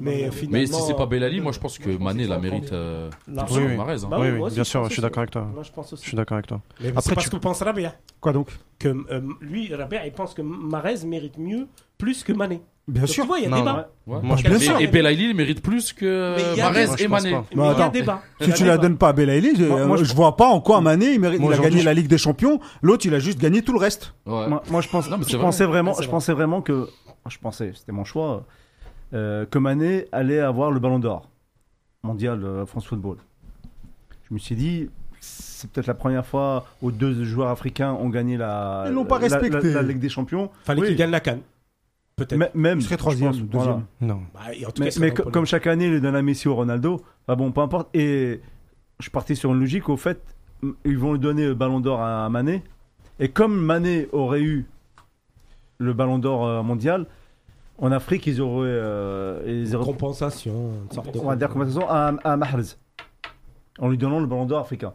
[SPEAKER 4] Mais finalement,
[SPEAKER 3] Mais si c'est pas Bellali, moi je pense que Mané la mérite. euh,
[SPEAKER 4] Là,
[SPEAKER 3] sur
[SPEAKER 5] Oui, oui.
[SPEAKER 3] Mahrez, hein.
[SPEAKER 4] Bah
[SPEAKER 5] oui,
[SPEAKER 4] moi
[SPEAKER 5] oui,
[SPEAKER 4] aussi,
[SPEAKER 5] bien
[SPEAKER 4] je
[SPEAKER 5] sûr,
[SPEAKER 4] pense
[SPEAKER 5] je suis
[SPEAKER 4] aussi.
[SPEAKER 5] d'accord avec toi.
[SPEAKER 4] Moi, je pense
[SPEAKER 5] Je
[SPEAKER 4] aussi.
[SPEAKER 5] suis d'accord avec toi.
[SPEAKER 4] Mais
[SPEAKER 5] Après,
[SPEAKER 4] c'est parce
[SPEAKER 5] tu-
[SPEAKER 4] que pense Rabia.
[SPEAKER 1] Quoi donc
[SPEAKER 4] Que euh, lui, Rabia, il pense que Marez mérite mieux plus que Mané.
[SPEAKER 1] Bien
[SPEAKER 4] Donc, tu
[SPEAKER 1] sûr.
[SPEAKER 4] vois, il y a
[SPEAKER 5] Non,
[SPEAKER 4] débat.
[SPEAKER 3] Ouais.
[SPEAKER 5] Moi,
[SPEAKER 1] Bien
[SPEAKER 3] Et-
[SPEAKER 1] sûr.
[SPEAKER 3] Et Bellali il mérite plus que
[SPEAKER 4] Mais il y a-
[SPEAKER 3] Mahrez
[SPEAKER 5] Moi, je
[SPEAKER 3] et
[SPEAKER 5] pense
[SPEAKER 3] Mané.
[SPEAKER 5] pas.
[SPEAKER 4] Mais il y a
[SPEAKER 1] attends.
[SPEAKER 4] débat. Il y
[SPEAKER 1] Si
[SPEAKER 4] a
[SPEAKER 1] tu la
[SPEAKER 4] débat.
[SPEAKER 1] donnes pas à Belaïli, je,
[SPEAKER 2] Moi- moi,
[SPEAKER 1] euh,
[SPEAKER 2] je-
[SPEAKER 1] je vois pas en quoi Mané il, mérite-
[SPEAKER 5] Moi,
[SPEAKER 1] il a
[SPEAKER 5] aujourd'hui,
[SPEAKER 1] gagné
[SPEAKER 5] je-
[SPEAKER 1] la Ligue des Champions. L'autre, il a juste gagné tout le reste.
[SPEAKER 3] Ouais.
[SPEAKER 2] Moi, moi, je, pense,
[SPEAKER 3] Ah. Non, mais
[SPEAKER 2] je,
[SPEAKER 3] c'est vrai.
[SPEAKER 2] pensais vraiment,
[SPEAKER 4] Ouais, c'est
[SPEAKER 2] je pensais vraiment que. Je pensais, c'était mon choix. euh, que Mané allait avoir le ballon d'or mondial euh, France Football. Je me suis dit, c'est peut-être la première fois où deux joueurs africains ont gagné la,
[SPEAKER 1] Ils l'ont pas
[SPEAKER 2] la- la-
[SPEAKER 1] respecté.
[SPEAKER 2] la Ligue des Champions.
[SPEAKER 4] Fallait
[SPEAKER 2] Oui.
[SPEAKER 4] qu'il gagne la canne. Peut-être.
[SPEAKER 2] Mais- même,
[SPEAKER 1] Il serait
[SPEAKER 2] je
[SPEAKER 1] troisième,
[SPEAKER 2] pense,
[SPEAKER 1] deuxième.
[SPEAKER 2] voilà.
[SPEAKER 5] Non.
[SPEAKER 4] Bah, et en tout
[SPEAKER 2] Mais,
[SPEAKER 4] cas, ça
[SPEAKER 2] mais
[SPEAKER 4] va
[SPEAKER 2] co-
[SPEAKER 4] pas
[SPEAKER 2] comme chaque année, il donne à Messi ou Ronaldo. Ah bon, peu importe. Et je partais sur une logique au fait, m- ils vont lui donner le ballon d'or à Mané. Et comme Mané aurait eu le ballon d'or euh, mondial, en Afrique, ils auraient. euh, ils
[SPEAKER 4] le-
[SPEAKER 2] auraient-
[SPEAKER 4] compensation. une sorte de-
[SPEAKER 2] on va dire comme ça, à, à Mahrez. En lui donnant le ballon d'or africain.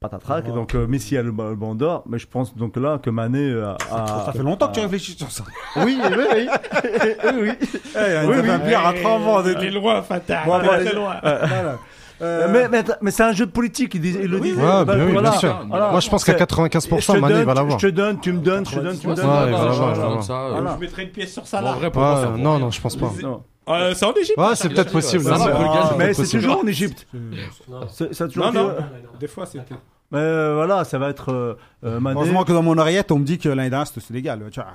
[SPEAKER 2] Patatrac.
[SPEAKER 4] Ah,
[SPEAKER 2] donc euh, Messi a le, ba- le ballon d'or. Mais je pense donc là que Mané euh, a.
[SPEAKER 1] Ça fait longtemps que tu réfléchis sur ça.
[SPEAKER 2] Oui, oui,
[SPEAKER 1] [laughs]
[SPEAKER 2] oui. oui, oui.
[SPEAKER 1] Eh,
[SPEAKER 2] Oui,
[SPEAKER 1] il a
[SPEAKER 2] oui.
[SPEAKER 1] fait bien à 30 ans.
[SPEAKER 4] Elle est loin, Fatah.
[SPEAKER 2] Bon, bon,
[SPEAKER 4] Elle est
[SPEAKER 2] allez.
[SPEAKER 4] loin.
[SPEAKER 1] Voilà. Euh,
[SPEAKER 2] Mais, mais, attends, mais c'est un jeu de politique, ils, disent- ils le
[SPEAKER 4] Oui,
[SPEAKER 2] disent.
[SPEAKER 4] oui,
[SPEAKER 5] Ouais, bien, oui, bien
[SPEAKER 2] Voilà,
[SPEAKER 5] sûr.
[SPEAKER 2] voilà.
[SPEAKER 5] Moi, je pense qu'à
[SPEAKER 2] C'est-
[SPEAKER 5] 95%,
[SPEAKER 2] Je te
[SPEAKER 5] Mané
[SPEAKER 2] donne,
[SPEAKER 5] va l'avoir.
[SPEAKER 2] Je te donne, tu me donnes, je te donne, tu me
[SPEAKER 3] Ouais,
[SPEAKER 2] donnes.
[SPEAKER 5] Ouais,
[SPEAKER 3] ça,
[SPEAKER 5] il va
[SPEAKER 3] ça,
[SPEAKER 5] l'avoir,
[SPEAKER 3] je
[SPEAKER 5] il va
[SPEAKER 3] donne ça, euh,
[SPEAKER 2] Voilà.
[SPEAKER 4] Je mettrais une pièce sur
[SPEAKER 3] En
[SPEAKER 4] Salah.
[SPEAKER 3] vrai, pour moi, ça
[SPEAKER 5] Ouais,
[SPEAKER 3] vaut
[SPEAKER 5] non,
[SPEAKER 3] rien.
[SPEAKER 5] non, je pense pas.
[SPEAKER 2] Non.
[SPEAKER 4] Euh, C'est en Égypte.
[SPEAKER 5] Ouais, c'est
[SPEAKER 3] Il a
[SPEAKER 5] peut-être
[SPEAKER 3] dit,
[SPEAKER 5] possible.
[SPEAKER 3] ouais,
[SPEAKER 5] ça,
[SPEAKER 3] ça
[SPEAKER 5] c'est-
[SPEAKER 3] va,
[SPEAKER 5] ah,
[SPEAKER 3] Bulgarie,
[SPEAKER 5] c'est
[SPEAKER 2] Mais
[SPEAKER 5] peut-être
[SPEAKER 2] c'est
[SPEAKER 5] possible.
[SPEAKER 2] toujours en Égypte.
[SPEAKER 9] Non,
[SPEAKER 2] C'est c'est toujours.
[SPEAKER 4] Non, non.
[SPEAKER 2] été-
[SPEAKER 4] Des fois, c'était.
[SPEAKER 2] Mais euh, voilà, ça va être euh, euh, Mané.
[SPEAKER 1] Heureusement que dans mon oreillette, on me dit que l'année dernière, c'était au Sénégal. Tu vois.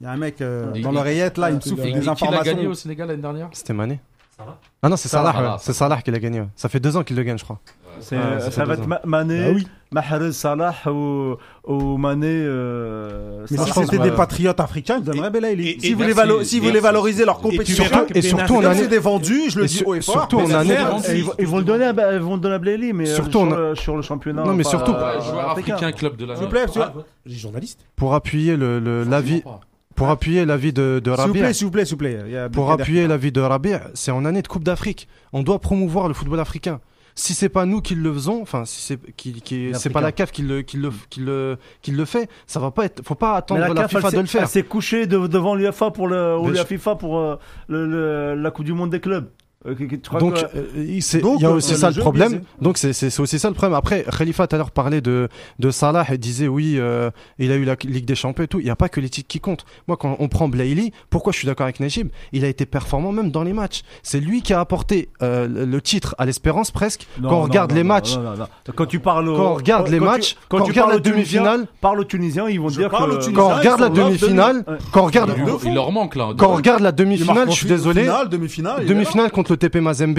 [SPEAKER 1] Il y a un mec euh,
[SPEAKER 3] Et-
[SPEAKER 1] dans l'oreillette, là, il me
[SPEAKER 3] Et-
[SPEAKER 1] souffle
[SPEAKER 3] et
[SPEAKER 1] des
[SPEAKER 3] Qui l'a gagné
[SPEAKER 1] informations.
[SPEAKER 3] au Sénégal l'année dernière
[SPEAKER 5] C'était Mané.
[SPEAKER 9] Ça va
[SPEAKER 5] Ah non, c'est
[SPEAKER 3] Salah,
[SPEAKER 5] Salah, ouais.
[SPEAKER 3] Salah.
[SPEAKER 5] c'est Salah qui l'a gagné. ouais. Ça fait deux ans qu'il le gagne, je crois.
[SPEAKER 2] c'est- euh,
[SPEAKER 5] Ouais, Ah ça
[SPEAKER 2] ça
[SPEAKER 5] fait
[SPEAKER 2] va
[SPEAKER 5] deux
[SPEAKER 2] être
[SPEAKER 5] ans.
[SPEAKER 2] Ma- Mané,
[SPEAKER 4] Bah oui.
[SPEAKER 2] Mahrez Salah ou, ou Mané. euh,
[SPEAKER 1] Mais
[SPEAKER 2] Salah.
[SPEAKER 1] si
[SPEAKER 5] pense
[SPEAKER 1] c'était
[SPEAKER 5] que-
[SPEAKER 1] des patriotes africains, je donnerais Belaïli.
[SPEAKER 4] et-
[SPEAKER 1] Si vous
[SPEAKER 3] merci,
[SPEAKER 1] les valo- si vous
[SPEAKER 3] merci.
[SPEAKER 1] les valorisez leur compétition,
[SPEAKER 4] verras que
[SPEAKER 5] et
[SPEAKER 4] Ben
[SPEAKER 5] surtout,
[SPEAKER 4] Arfa-
[SPEAKER 5] on a-
[SPEAKER 1] comme c'est des vendus, je le
[SPEAKER 5] Et
[SPEAKER 1] dis
[SPEAKER 5] sur-
[SPEAKER 1] haut et fort.
[SPEAKER 5] surtout,
[SPEAKER 1] mais
[SPEAKER 5] on
[SPEAKER 1] ça
[SPEAKER 5] a-
[SPEAKER 1] sert.
[SPEAKER 2] Euh, ils, vont- ils vont le donner, à- bah, ils vont le donner à Bléli, mais euh,
[SPEAKER 5] Surtout,
[SPEAKER 2] sur,
[SPEAKER 5] on a-
[SPEAKER 2] le, sur le championnat.
[SPEAKER 5] Non, mais
[SPEAKER 2] pas,
[SPEAKER 5] surtout,
[SPEAKER 2] euh,
[SPEAKER 3] Ouais, Joueur africain, club de la
[SPEAKER 1] S'il vous plaît, s'il
[SPEAKER 4] Ah, Les journalistes.
[SPEAKER 5] Pour appuyer le, le- l'avis, pour appuyer l'avis de, de
[SPEAKER 1] vous
[SPEAKER 5] Rabia,
[SPEAKER 1] plaît, s'il vous plaît, s'il vous plaît. Il y a
[SPEAKER 5] pour
[SPEAKER 1] Abdelkader.
[SPEAKER 5] appuyer l'avis de Rabia, c'est en année de Coupe d'Afrique. On doit promouvoir le football africain. Si c'est pas nous qui le faisons, enfin, si c'est qui, qui- c'est
[SPEAKER 2] L'Africain.
[SPEAKER 5] pas la CAF qui le, qui le, qui le, qui le fait, ça va pas être, faut pas
[SPEAKER 2] Mais
[SPEAKER 5] attendre la,
[SPEAKER 2] CAF,
[SPEAKER 5] FIFA
[SPEAKER 2] elle
[SPEAKER 5] de
[SPEAKER 2] s'est-
[SPEAKER 5] le faire.
[SPEAKER 2] Elle s'est couchée de- devant l'UFA pour le, ou
[SPEAKER 5] Mais
[SPEAKER 2] la
[SPEAKER 5] je-
[SPEAKER 2] FIFA pour euh, le- le- la Coupe du Monde des clubs. Euh, qui- qui- tu crois
[SPEAKER 5] Donc,
[SPEAKER 2] que-
[SPEAKER 5] euh, il- c'est-
[SPEAKER 1] Donc,
[SPEAKER 5] il y a
[SPEAKER 1] euh,
[SPEAKER 5] aussi
[SPEAKER 1] le
[SPEAKER 5] ça le
[SPEAKER 1] jeu
[SPEAKER 5] problème.
[SPEAKER 1] biaisé.
[SPEAKER 5] Donc, c'est- c'est c'est aussi ça le problème. Après, Khalifa tout à l'heure parlait de, de Salah et disait oui, euh, il a eu la Ligue des Champions et tout. Il n'y a pas que les titres qui comptent. Moi, quand on prend Blaili, pourquoi je suis d'accord avec Najib Il a été performant même dans les matchs. C'est lui qui a apporté euh, le- le titre à l'espérance presque.
[SPEAKER 2] Non,
[SPEAKER 5] quand on
[SPEAKER 2] non,
[SPEAKER 5] regarde
[SPEAKER 2] non,
[SPEAKER 5] les
[SPEAKER 2] non,
[SPEAKER 5] matchs,
[SPEAKER 2] non, non, non. Quand tu parles au-
[SPEAKER 5] quand on regarde les
[SPEAKER 2] tu-
[SPEAKER 5] matchs, quand, on
[SPEAKER 2] tu
[SPEAKER 5] regarde
[SPEAKER 2] parles
[SPEAKER 5] la
[SPEAKER 2] aux Tunisiens,
[SPEAKER 5] demi-finale,
[SPEAKER 2] parle aux Tunisiens, ils vont
[SPEAKER 1] Je
[SPEAKER 2] dire
[SPEAKER 1] parle
[SPEAKER 2] que
[SPEAKER 1] aux Tunisiens,
[SPEAKER 5] quand on
[SPEAKER 1] ils
[SPEAKER 5] regarde
[SPEAKER 1] sont
[SPEAKER 5] la
[SPEAKER 1] leurs
[SPEAKER 5] demi-finale,
[SPEAKER 2] demi- Ouais.
[SPEAKER 5] quand on regarde,
[SPEAKER 1] Ils le font.
[SPEAKER 3] Il leur manque là.
[SPEAKER 5] quand on regarde la
[SPEAKER 1] Il marque
[SPEAKER 5] demi-finale,
[SPEAKER 1] en
[SPEAKER 5] je suis
[SPEAKER 1] fi-
[SPEAKER 5] désolé.
[SPEAKER 1] Finale, demi-finale. Ah, il est là.
[SPEAKER 5] Demi-finale contre le TP Mazembe.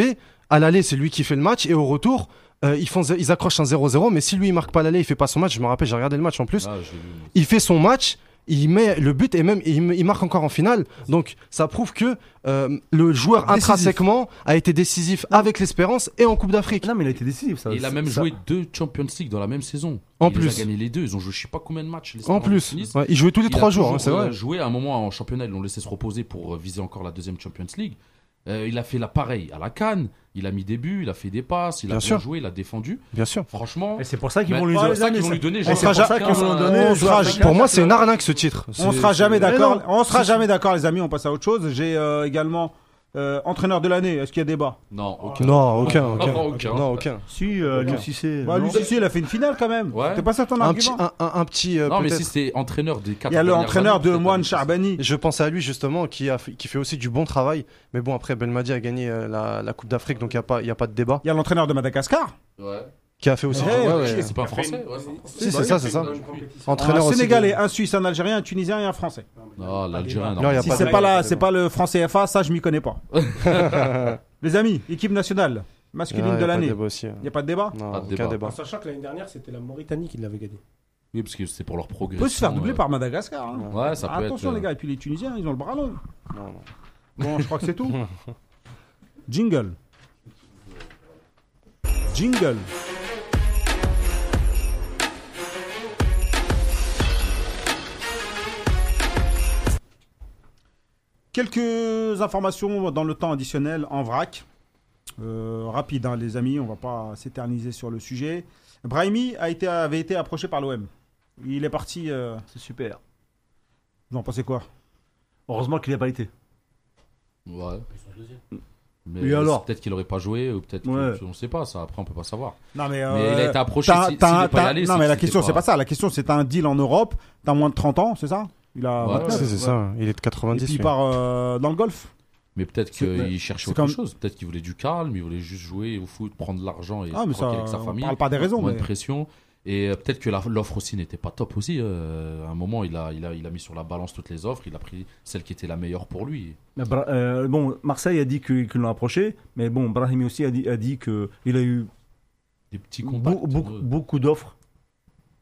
[SPEAKER 5] À l'aller, c'est lui qui fait le match. Et au retour, euh, ils, font, ils accrochent un 0-0. Mais si lui, il marque pas l'aller, il fait pas son match. Je me rappelle, j'ai regardé le match en plus.
[SPEAKER 3] Ah, j'ai vu.
[SPEAKER 5] Il fait son match. Il met le but et même il, il marque encore en finale. Donc ça prouve que euh, le joueur
[SPEAKER 1] Décisif.
[SPEAKER 5] intrinsèquement a été décisif avec l'espérance et en Coupe d'Afrique.
[SPEAKER 2] Non, mais il a été décisif. Ça,
[SPEAKER 3] Il a même
[SPEAKER 2] ça-
[SPEAKER 3] joué deux Champions League dans la même saison.
[SPEAKER 5] En
[SPEAKER 3] il
[SPEAKER 5] plus.
[SPEAKER 3] les a gagné les deux. Ils ont joué je sais pas combien de matchs. les
[SPEAKER 5] En
[SPEAKER 3] Spartans de
[SPEAKER 5] plus,
[SPEAKER 3] Tunis.
[SPEAKER 5] ouais, il jouait tous les
[SPEAKER 3] Il a
[SPEAKER 5] trois jours,
[SPEAKER 3] toujours,
[SPEAKER 5] hein, c'est
[SPEAKER 3] euh,
[SPEAKER 5] vrai.
[SPEAKER 3] joué à un moment en championnat, ils l'ont laissé se reposer pour euh, viser encore la deuxième Champions League. Euh, il a fait la pareille à la canne. Il a mis des buts, il a fait des passes, il a
[SPEAKER 5] Bien
[SPEAKER 3] bien
[SPEAKER 5] sûr.
[SPEAKER 3] joué, il a défendu.
[SPEAKER 5] Bien sûr.
[SPEAKER 3] Franchement,
[SPEAKER 2] Et c'est pour ça qu'ils
[SPEAKER 3] Mais-
[SPEAKER 2] vont lui
[SPEAKER 3] Ouais,
[SPEAKER 2] donner.
[SPEAKER 3] c'est ça qu'ils vont lui donner.
[SPEAKER 2] On
[SPEAKER 3] genre,
[SPEAKER 2] sera
[SPEAKER 3] c'est
[SPEAKER 2] ja-
[SPEAKER 3] pour euh,
[SPEAKER 2] qu'ils vont
[SPEAKER 3] qu'un-
[SPEAKER 2] lui donner-
[SPEAKER 1] on sera-
[SPEAKER 2] Africain,
[SPEAKER 5] Pour moi, c'est une arnaque ce titre.
[SPEAKER 1] On
[SPEAKER 5] C'est-
[SPEAKER 1] sera jamais
[SPEAKER 2] Mais
[SPEAKER 1] d'accord.
[SPEAKER 2] non.
[SPEAKER 1] On sera jamais d'accord, les amis. On passe à autre chose. J'ai euh, également euh, entraîneur de l'année. Est-ce qu'il y a débat
[SPEAKER 3] Non, ok.
[SPEAKER 5] Non, aucun,
[SPEAKER 3] [laughs]
[SPEAKER 5] aucun.
[SPEAKER 3] Non, aucun.
[SPEAKER 5] Non, aucun.
[SPEAKER 2] Si, euh,
[SPEAKER 5] Ok.
[SPEAKER 2] Lou Cissé.
[SPEAKER 1] bah,
[SPEAKER 2] non.
[SPEAKER 1] Lucie, si, il a fait une finale quand même.
[SPEAKER 3] Ouais.
[SPEAKER 1] C'était pas ça ton
[SPEAKER 5] Un petit, Ah,
[SPEAKER 1] argument
[SPEAKER 5] un, un- un petit. euh,
[SPEAKER 3] Non, mais
[SPEAKER 5] peut-être.
[SPEAKER 3] si c'était entraîneur des quatre.
[SPEAKER 1] Il y a
[SPEAKER 3] dernières
[SPEAKER 1] l'entraîneur
[SPEAKER 3] années,
[SPEAKER 1] de
[SPEAKER 3] peut-être,
[SPEAKER 1] Moine
[SPEAKER 3] Abdelaziz.
[SPEAKER 1] Charbani.
[SPEAKER 5] Je pense à lui justement qui, a, fait- qui fait aussi du bon travail. Mais bon, après, Belmadi a gagné euh, la, la Coupe d'Afrique, donc il n'y a, pas- y a pas de débat.
[SPEAKER 1] Il y a l'entraîneur de Madagascar.
[SPEAKER 3] Ouais.
[SPEAKER 5] Qui a fait aussi.
[SPEAKER 1] Eh, Ouais,
[SPEAKER 5] ouais,
[SPEAKER 1] ouais,
[SPEAKER 5] ouais.
[SPEAKER 3] C'est pas un français ouais, c'est un français.
[SPEAKER 5] Si,
[SPEAKER 4] Bah,
[SPEAKER 5] c'est ça, c'est ça.
[SPEAKER 1] Un
[SPEAKER 5] Entraîneur aussi.
[SPEAKER 1] Sénégalais,
[SPEAKER 5] de-
[SPEAKER 1] un Suisse, un Algérien, un Tunisien et un Français.
[SPEAKER 3] Non, l'Algérien,
[SPEAKER 5] Non,
[SPEAKER 3] non.
[SPEAKER 5] il y a
[SPEAKER 1] Si
[SPEAKER 5] pas
[SPEAKER 1] c'est
[SPEAKER 5] de-
[SPEAKER 1] pas la, c'est pas le français FA, ça je m'y connais pas.
[SPEAKER 5] [laughs]
[SPEAKER 1] les amis, équipe nationale
[SPEAKER 5] Ah, y a
[SPEAKER 1] masculine
[SPEAKER 5] pas
[SPEAKER 1] de l'année.
[SPEAKER 5] débat aussi, hein.
[SPEAKER 1] Il y a pas de débat.
[SPEAKER 5] Non,
[SPEAKER 3] Pas de
[SPEAKER 5] aucun
[SPEAKER 3] débat.
[SPEAKER 5] débat.
[SPEAKER 4] En sachant que l'année dernière, c'était la Mauritanie qui l'avait gagné.
[SPEAKER 3] Oui, parce que c'est pour leur
[SPEAKER 1] On
[SPEAKER 3] progrès.
[SPEAKER 1] peut se faire doubler par Madagascar. hein.
[SPEAKER 3] Ouais, ça peut être. euh,
[SPEAKER 1] Attention les gars, et puis les Tunisiens, ils ont le bras long.
[SPEAKER 5] Non, non.
[SPEAKER 1] Bon, je crois que c'est
[SPEAKER 3] [laughs]
[SPEAKER 1] tout. Jingle. Jingle. Quelques informations dans le temps additionnel en vrac. Euh, rapide, hein, les amis, on va pas s'éterniser sur le sujet. Brahimi a été, avait été approché par l'OM. Il est parti. euh,
[SPEAKER 2] C'est super.
[SPEAKER 1] Vous en pensez quoi
[SPEAKER 2] Heureusement qu'il a pas été.
[SPEAKER 3] Ouais. Mm. Mais
[SPEAKER 2] Et alors
[SPEAKER 3] c'est Peut-être qu'il aurait pas joué, ou peut-être.
[SPEAKER 2] Ouais.
[SPEAKER 3] que- On sait pas, ça. Après, on peut pas savoir.
[SPEAKER 1] Non mais,
[SPEAKER 3] Mais il a été approché,
[SPEAKER 1] Euh, t'as-
[SPEAKER 3] si- s'il
[SPEAKER 1] t'as-
[SPEAKER 3] est pas
[SPEAKER 1] t'as-
[SPEAKER 3] allé,
[SPEAKER 1] Non mais
[SPEAKER 3] c'est
[SPEAKER 1] la
[SPEAKER 3] que c'était
[SPEAKER 1] question c'est
[SPEAKER 3] pas-
[SPEAKER 1] pas ça. La question c'est t'as un deal en Europe, t'as moins de 30 ans, c'est ça Il a.
[SPEAKER 3] Ouais.
[SPEAKER 1] 29.
[SPEAKER 5] Si, c'est ça. Il est de
[SPEAKER 1] Et
[SPEAKER 5] 90.
[SPEAKER 1] puis il
[SPEAKER 5] lui.
[SPEAKER 1] part euh, dans le golf.
[SPEAKER 3] Mais peut-être
[SPEAKER 1] C'est-
[SPEAKER 3] qu'il cherchait
[SPEAKER 1] c'est
[SPEAKER 3] autre
[SPEAKER 1] comme-
[SPEAKER 3] chose. Peut-être qu'il voulait du calme, il voulait juste jouer au foot, prendre de l'argent et
[SPEAKER 1] Ah mais
[SPEAKER 3] être
[SPEAKER 1] ça,
[SPEAKER 3] tranquille avec sa
[SPEAKER 1] on
[SPEAKER 3] famille.
[SPEAKER 1] parle pas des raisons.
[SPEAKER 3] moins
[SPEAKER 1] Mais...
[SPEAKER 3] de pression. Et euh, peut-être que la- l'offre aussi n'était pas top aussi. euh, à un moment, il a, il, a, il a mis sur la balance toutes les offres, il a pris celle qui était la meilleure pour lui.
[SPEAKER 2] Mais Bra- euh, bon, Marseille a dit que- qu'ils l'ont approché, mais bon, Brahimi aussi a dit, a dit qu'il a eu
[SPEAKER 3] Des petits contacts.
[SPEAKER 2] beau- beau-
[SPEAKER 3] euh,
[SPEAKER 2] beaucoup d'offres.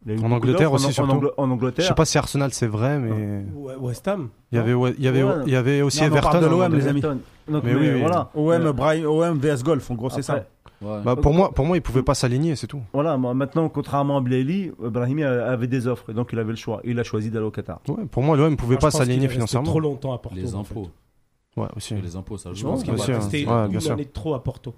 [SPEAKER 2] Il a eu
[SPEAKER 5] En
[SPEAKER 2] beaucoup
[SPEAKER 5] Angleterre
[SPEAKER 2] d'offres,
[SPEAKER 5] aussi,
[SPEAKER 2] en, en
[SPEAKER 5] surtout.
[SPEAKER 2] Angle- en
[SPEAKER 5] Je sais
[SPEAKER 2] Angleterre.
[SPEAKER 5] pas si Arsenal c'est vrai, mais
[SPEAKER 4] Ouais, euh, West Ham
[SPEAKER 5] il y avait, ouais, il y avait,
[SPEAKER 2] Ouais.
[SPEAKER 5] il y avait aussi
[SPEAKER 1] Non, mais on
[SPEAKER 5] Everton.
[SPEAKER 1] parle de
[SPEAKER 5] à un moment
[SPEAKER 1] l'OM, les
[SPEAKER 5] donné.
[SPEAKER 1] amis.
[SPEAKER 2] Donc,
[SPEAKER 5] Mais
[SPEAKER 2] mais,
[SPEAKER 5] oui, oui.
[SPEAKER 2] voilà.
[SPEAKER 1] OM,
[SPEAKER 2] Euh,
[SPEAKER 1] Brian- OM vs golf, en gros c'est ça.
[SPEAKER 2] après,
[SPEAKER 3] ouais.
[SPEAKER 5] Bah, pour moi, pour moi, ils pouvaient pas s'aligner, c'est tout.
[SPEAKER 2] Voilà, moi, maintenant, contrairement à Blaili, Brahimi a- avait des offres, et donc il avait le choix. Il a choisi d'aller au Qatar.
[SPEAKER 5] Ouais, pour moi, l'OM pouvait
[SPEAKER 4] Moi, je
[SPEAKER 5] pas
[SPEAKER 4] pense
[SPEAKER 5] s'aligner
[SPEAKER 4] qu'il est resté
[SPEAKER 5] financièrement.
[SPEAKER 4] trop longtemps à Porto.
[SPEAKER 3] les
[SPEAKER 4] en fait.
[SPEAKER 3] impôts.
[SPEAKER 5] Ouais, aussi.
[SPEAKER 3] Les impôts, ça, je
[SPEAKER 4] Je
[SPEAKER 3] pense
[SPEAKER 4] pense
[SPEAKER 3] qu'il
[SPEAKER 4] qu'il
[SPEAKER 5] qu'il va
[SPEAKER 4] va
[SPEAKER 5] sûr,
[SPEAKER 3] va
[SPEAKER 5] hein.
[SPEAKER 4] rester
[SPEAKER 5] Ouais, bien
[SPEAKER 4] une
[SPEAKER 5] sûr.
[SPEAKER 4] année de trop à Porto.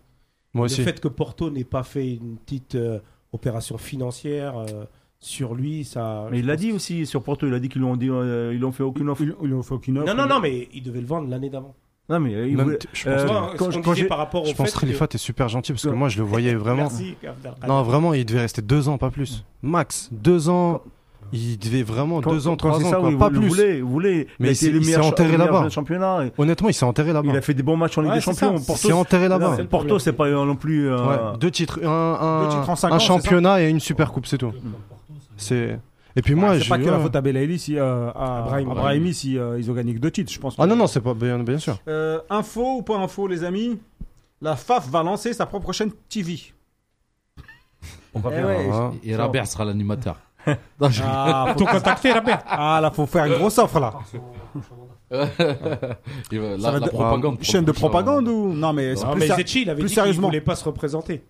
[SPEAKER 5] Moi aussi.
[SPEAKER 4] Le fait que Porto n'ait pas fait une petite euh, opération financière euh, sur lui, ça.
[SPEAKER 2] Mais il l'a dit aussi sur Porto, il a dit qu'ils lui ont dit, euh, ils lui ont fait aucune offre.
[SPEAKER 1] Il, il en faut aucune offre.
[SPEAKER 4] Non, non, non, mais il devait le vendre l'année d'avant.
[SPEAKER 2] Non, mais euh, il
[SPEAKER 5] Même
[SPEAKER 2] voulait-
[SPEAKER 5] t- je
[SPEAKER 2] euh,
[SPEAKER 5] pense,
[SPEAKER 4] Toi, hein,
[SPEAKER 2] quand-
[SPEAKER 4] ce qu'on
[SPEAKER 2] quand
[SPEAKER 4] disait
[SPEAKER 2] j'ai-
[SPEAKER 4] par rapport au
[SPEAKER 5] je pense
[SPEAKER 4] fait
[SPEAKER 5] que Khalifa, t'es super gentil parce que moi, je le voyais
[SPEAKER 4] que...
[SPEAKER 5] vraiment.
[SPEAKER 4] Merci, Abdelkader.
[SPEAKER 5] Non, vraiment, il devait rester deux ans, pas plus. Max, deux ans. Il devait vraiment
[SPEAKER 2] quand-
[SPEAKER 5] deux ans,
[SPEAKER 2] quand
[SPEAKER 5] trois
[SPEAKER 2] c'est
[SPEAKER 5] ans,
[SPEAKER 2] ça,
[SPEAKER 5] quoi,
[SPEAKER 2] oui,
[SPEAKER 5] pas
[SPEAKER 2] vous le
[SPEAKER 5] plus.
[SPEAKER 2] voulez, vous voulez.
[SPEAKER 5] Mais
[SPEAKER 2] a
[SPEAKER 5] il
[SPEAKER 2] été
[SPEAKER 5] s'est-
[SPEAKER 2] le
[SPEAKER 5] il s'est
[SPEAKER 2] meilleur-
[SPEAKER 5] enterré
[SPEAKER 2] le meilleur
[SPEAKER 5] là-bas.
[SPEAKER 2] joueur de championnat.
[SPEAKER 5] Honnêtement, il s'est enterré
[SPEAKER 2] Il
[SPEAKER 5] là-bas.
[SPEAKER 2] a fait des bons matchs en Ligue
[SPEAKER 4] Ouais,
[SPEAKER 2] des
[SPEAKER 4] c'est
[SPEAKER 2] Champions.
[SPEAKER 4] ça,
[SPEAKER 5] Il
[SPEAKER 2] Porto,
[SPEAKER 5] s'est enterré là-bas.
[SPEAKER 2] c'est- Porto, c'est pas non plus. euh,
[SPEAKER 5] Ouais, deux titres, un, un-
[SPEAKER 1] Deux titres en cinq
[SPEAKER 5] un
[SPEAKER 1] ans, c'est ça
[SPEAKER 5] championnat et une super coupe, c'est tout. C'est et puis moi,
[SPEAKER 1] Ah,
[SPEAKER 5] je-
[SPEAKER 1] c'est pas que la
[SPEAKER 5] ouais.
[SPEAKER 1] faute à Belaïli si euh, à,
[SPEAKER 3] Ah,
[SPEAKER 4] Brahimi.
[SPEAKER 1] à Brahimi si euh, ils ont gagné que deux titres, je pense.
[SPEAKER 5] Ah non non, c'est pas bien, bien sûr.
[SPEAKER 1] Euh, info ou pas info, les amis La FAF va lancer sa propre chaîne TV.
[SPEAKER 2] On va
[SPEAKER 1] Eh
[SPEAKER 2] faire-
[SPEAKER 1] ouais.
[SPEAKER 5] Ah,
[SPEAKER 3] Et Robert
[SPEAKER 1] [laughs]
[SPEAKER 3] sera l'animateur. Non, je-
[SPEAKER 1] Ah, faut contacter Robert. Ah là, faut faire une grosse offre là.
[SPEAKER 3] Il va-
[SPEAKER 1] Ça
[SPEAKER 3] euh, la,
[SPEAKER 1] va
[SPEAKER 3] la
[SPEAKER 1] de-
[SPEAKER 3] propagande. euh,
[SPEAKER 1] Chaîne de
[SPEAKER 3] pour-
[SPEAKER 1] propagande ou Non mais c'est
[SPEAKER 4] Non,
[SPEAKER 1] plus
[SPEAKER 4] mais
[SPEAKER 1] ça-
[SPEAKER 4] Zetchi, il avait
[SPEAKER 1] plus
[SPEAKER 4] dit qu'il ne
[SPEAKER 1] sérieusement.
[SPEAKER 4] voulait pas se représenter.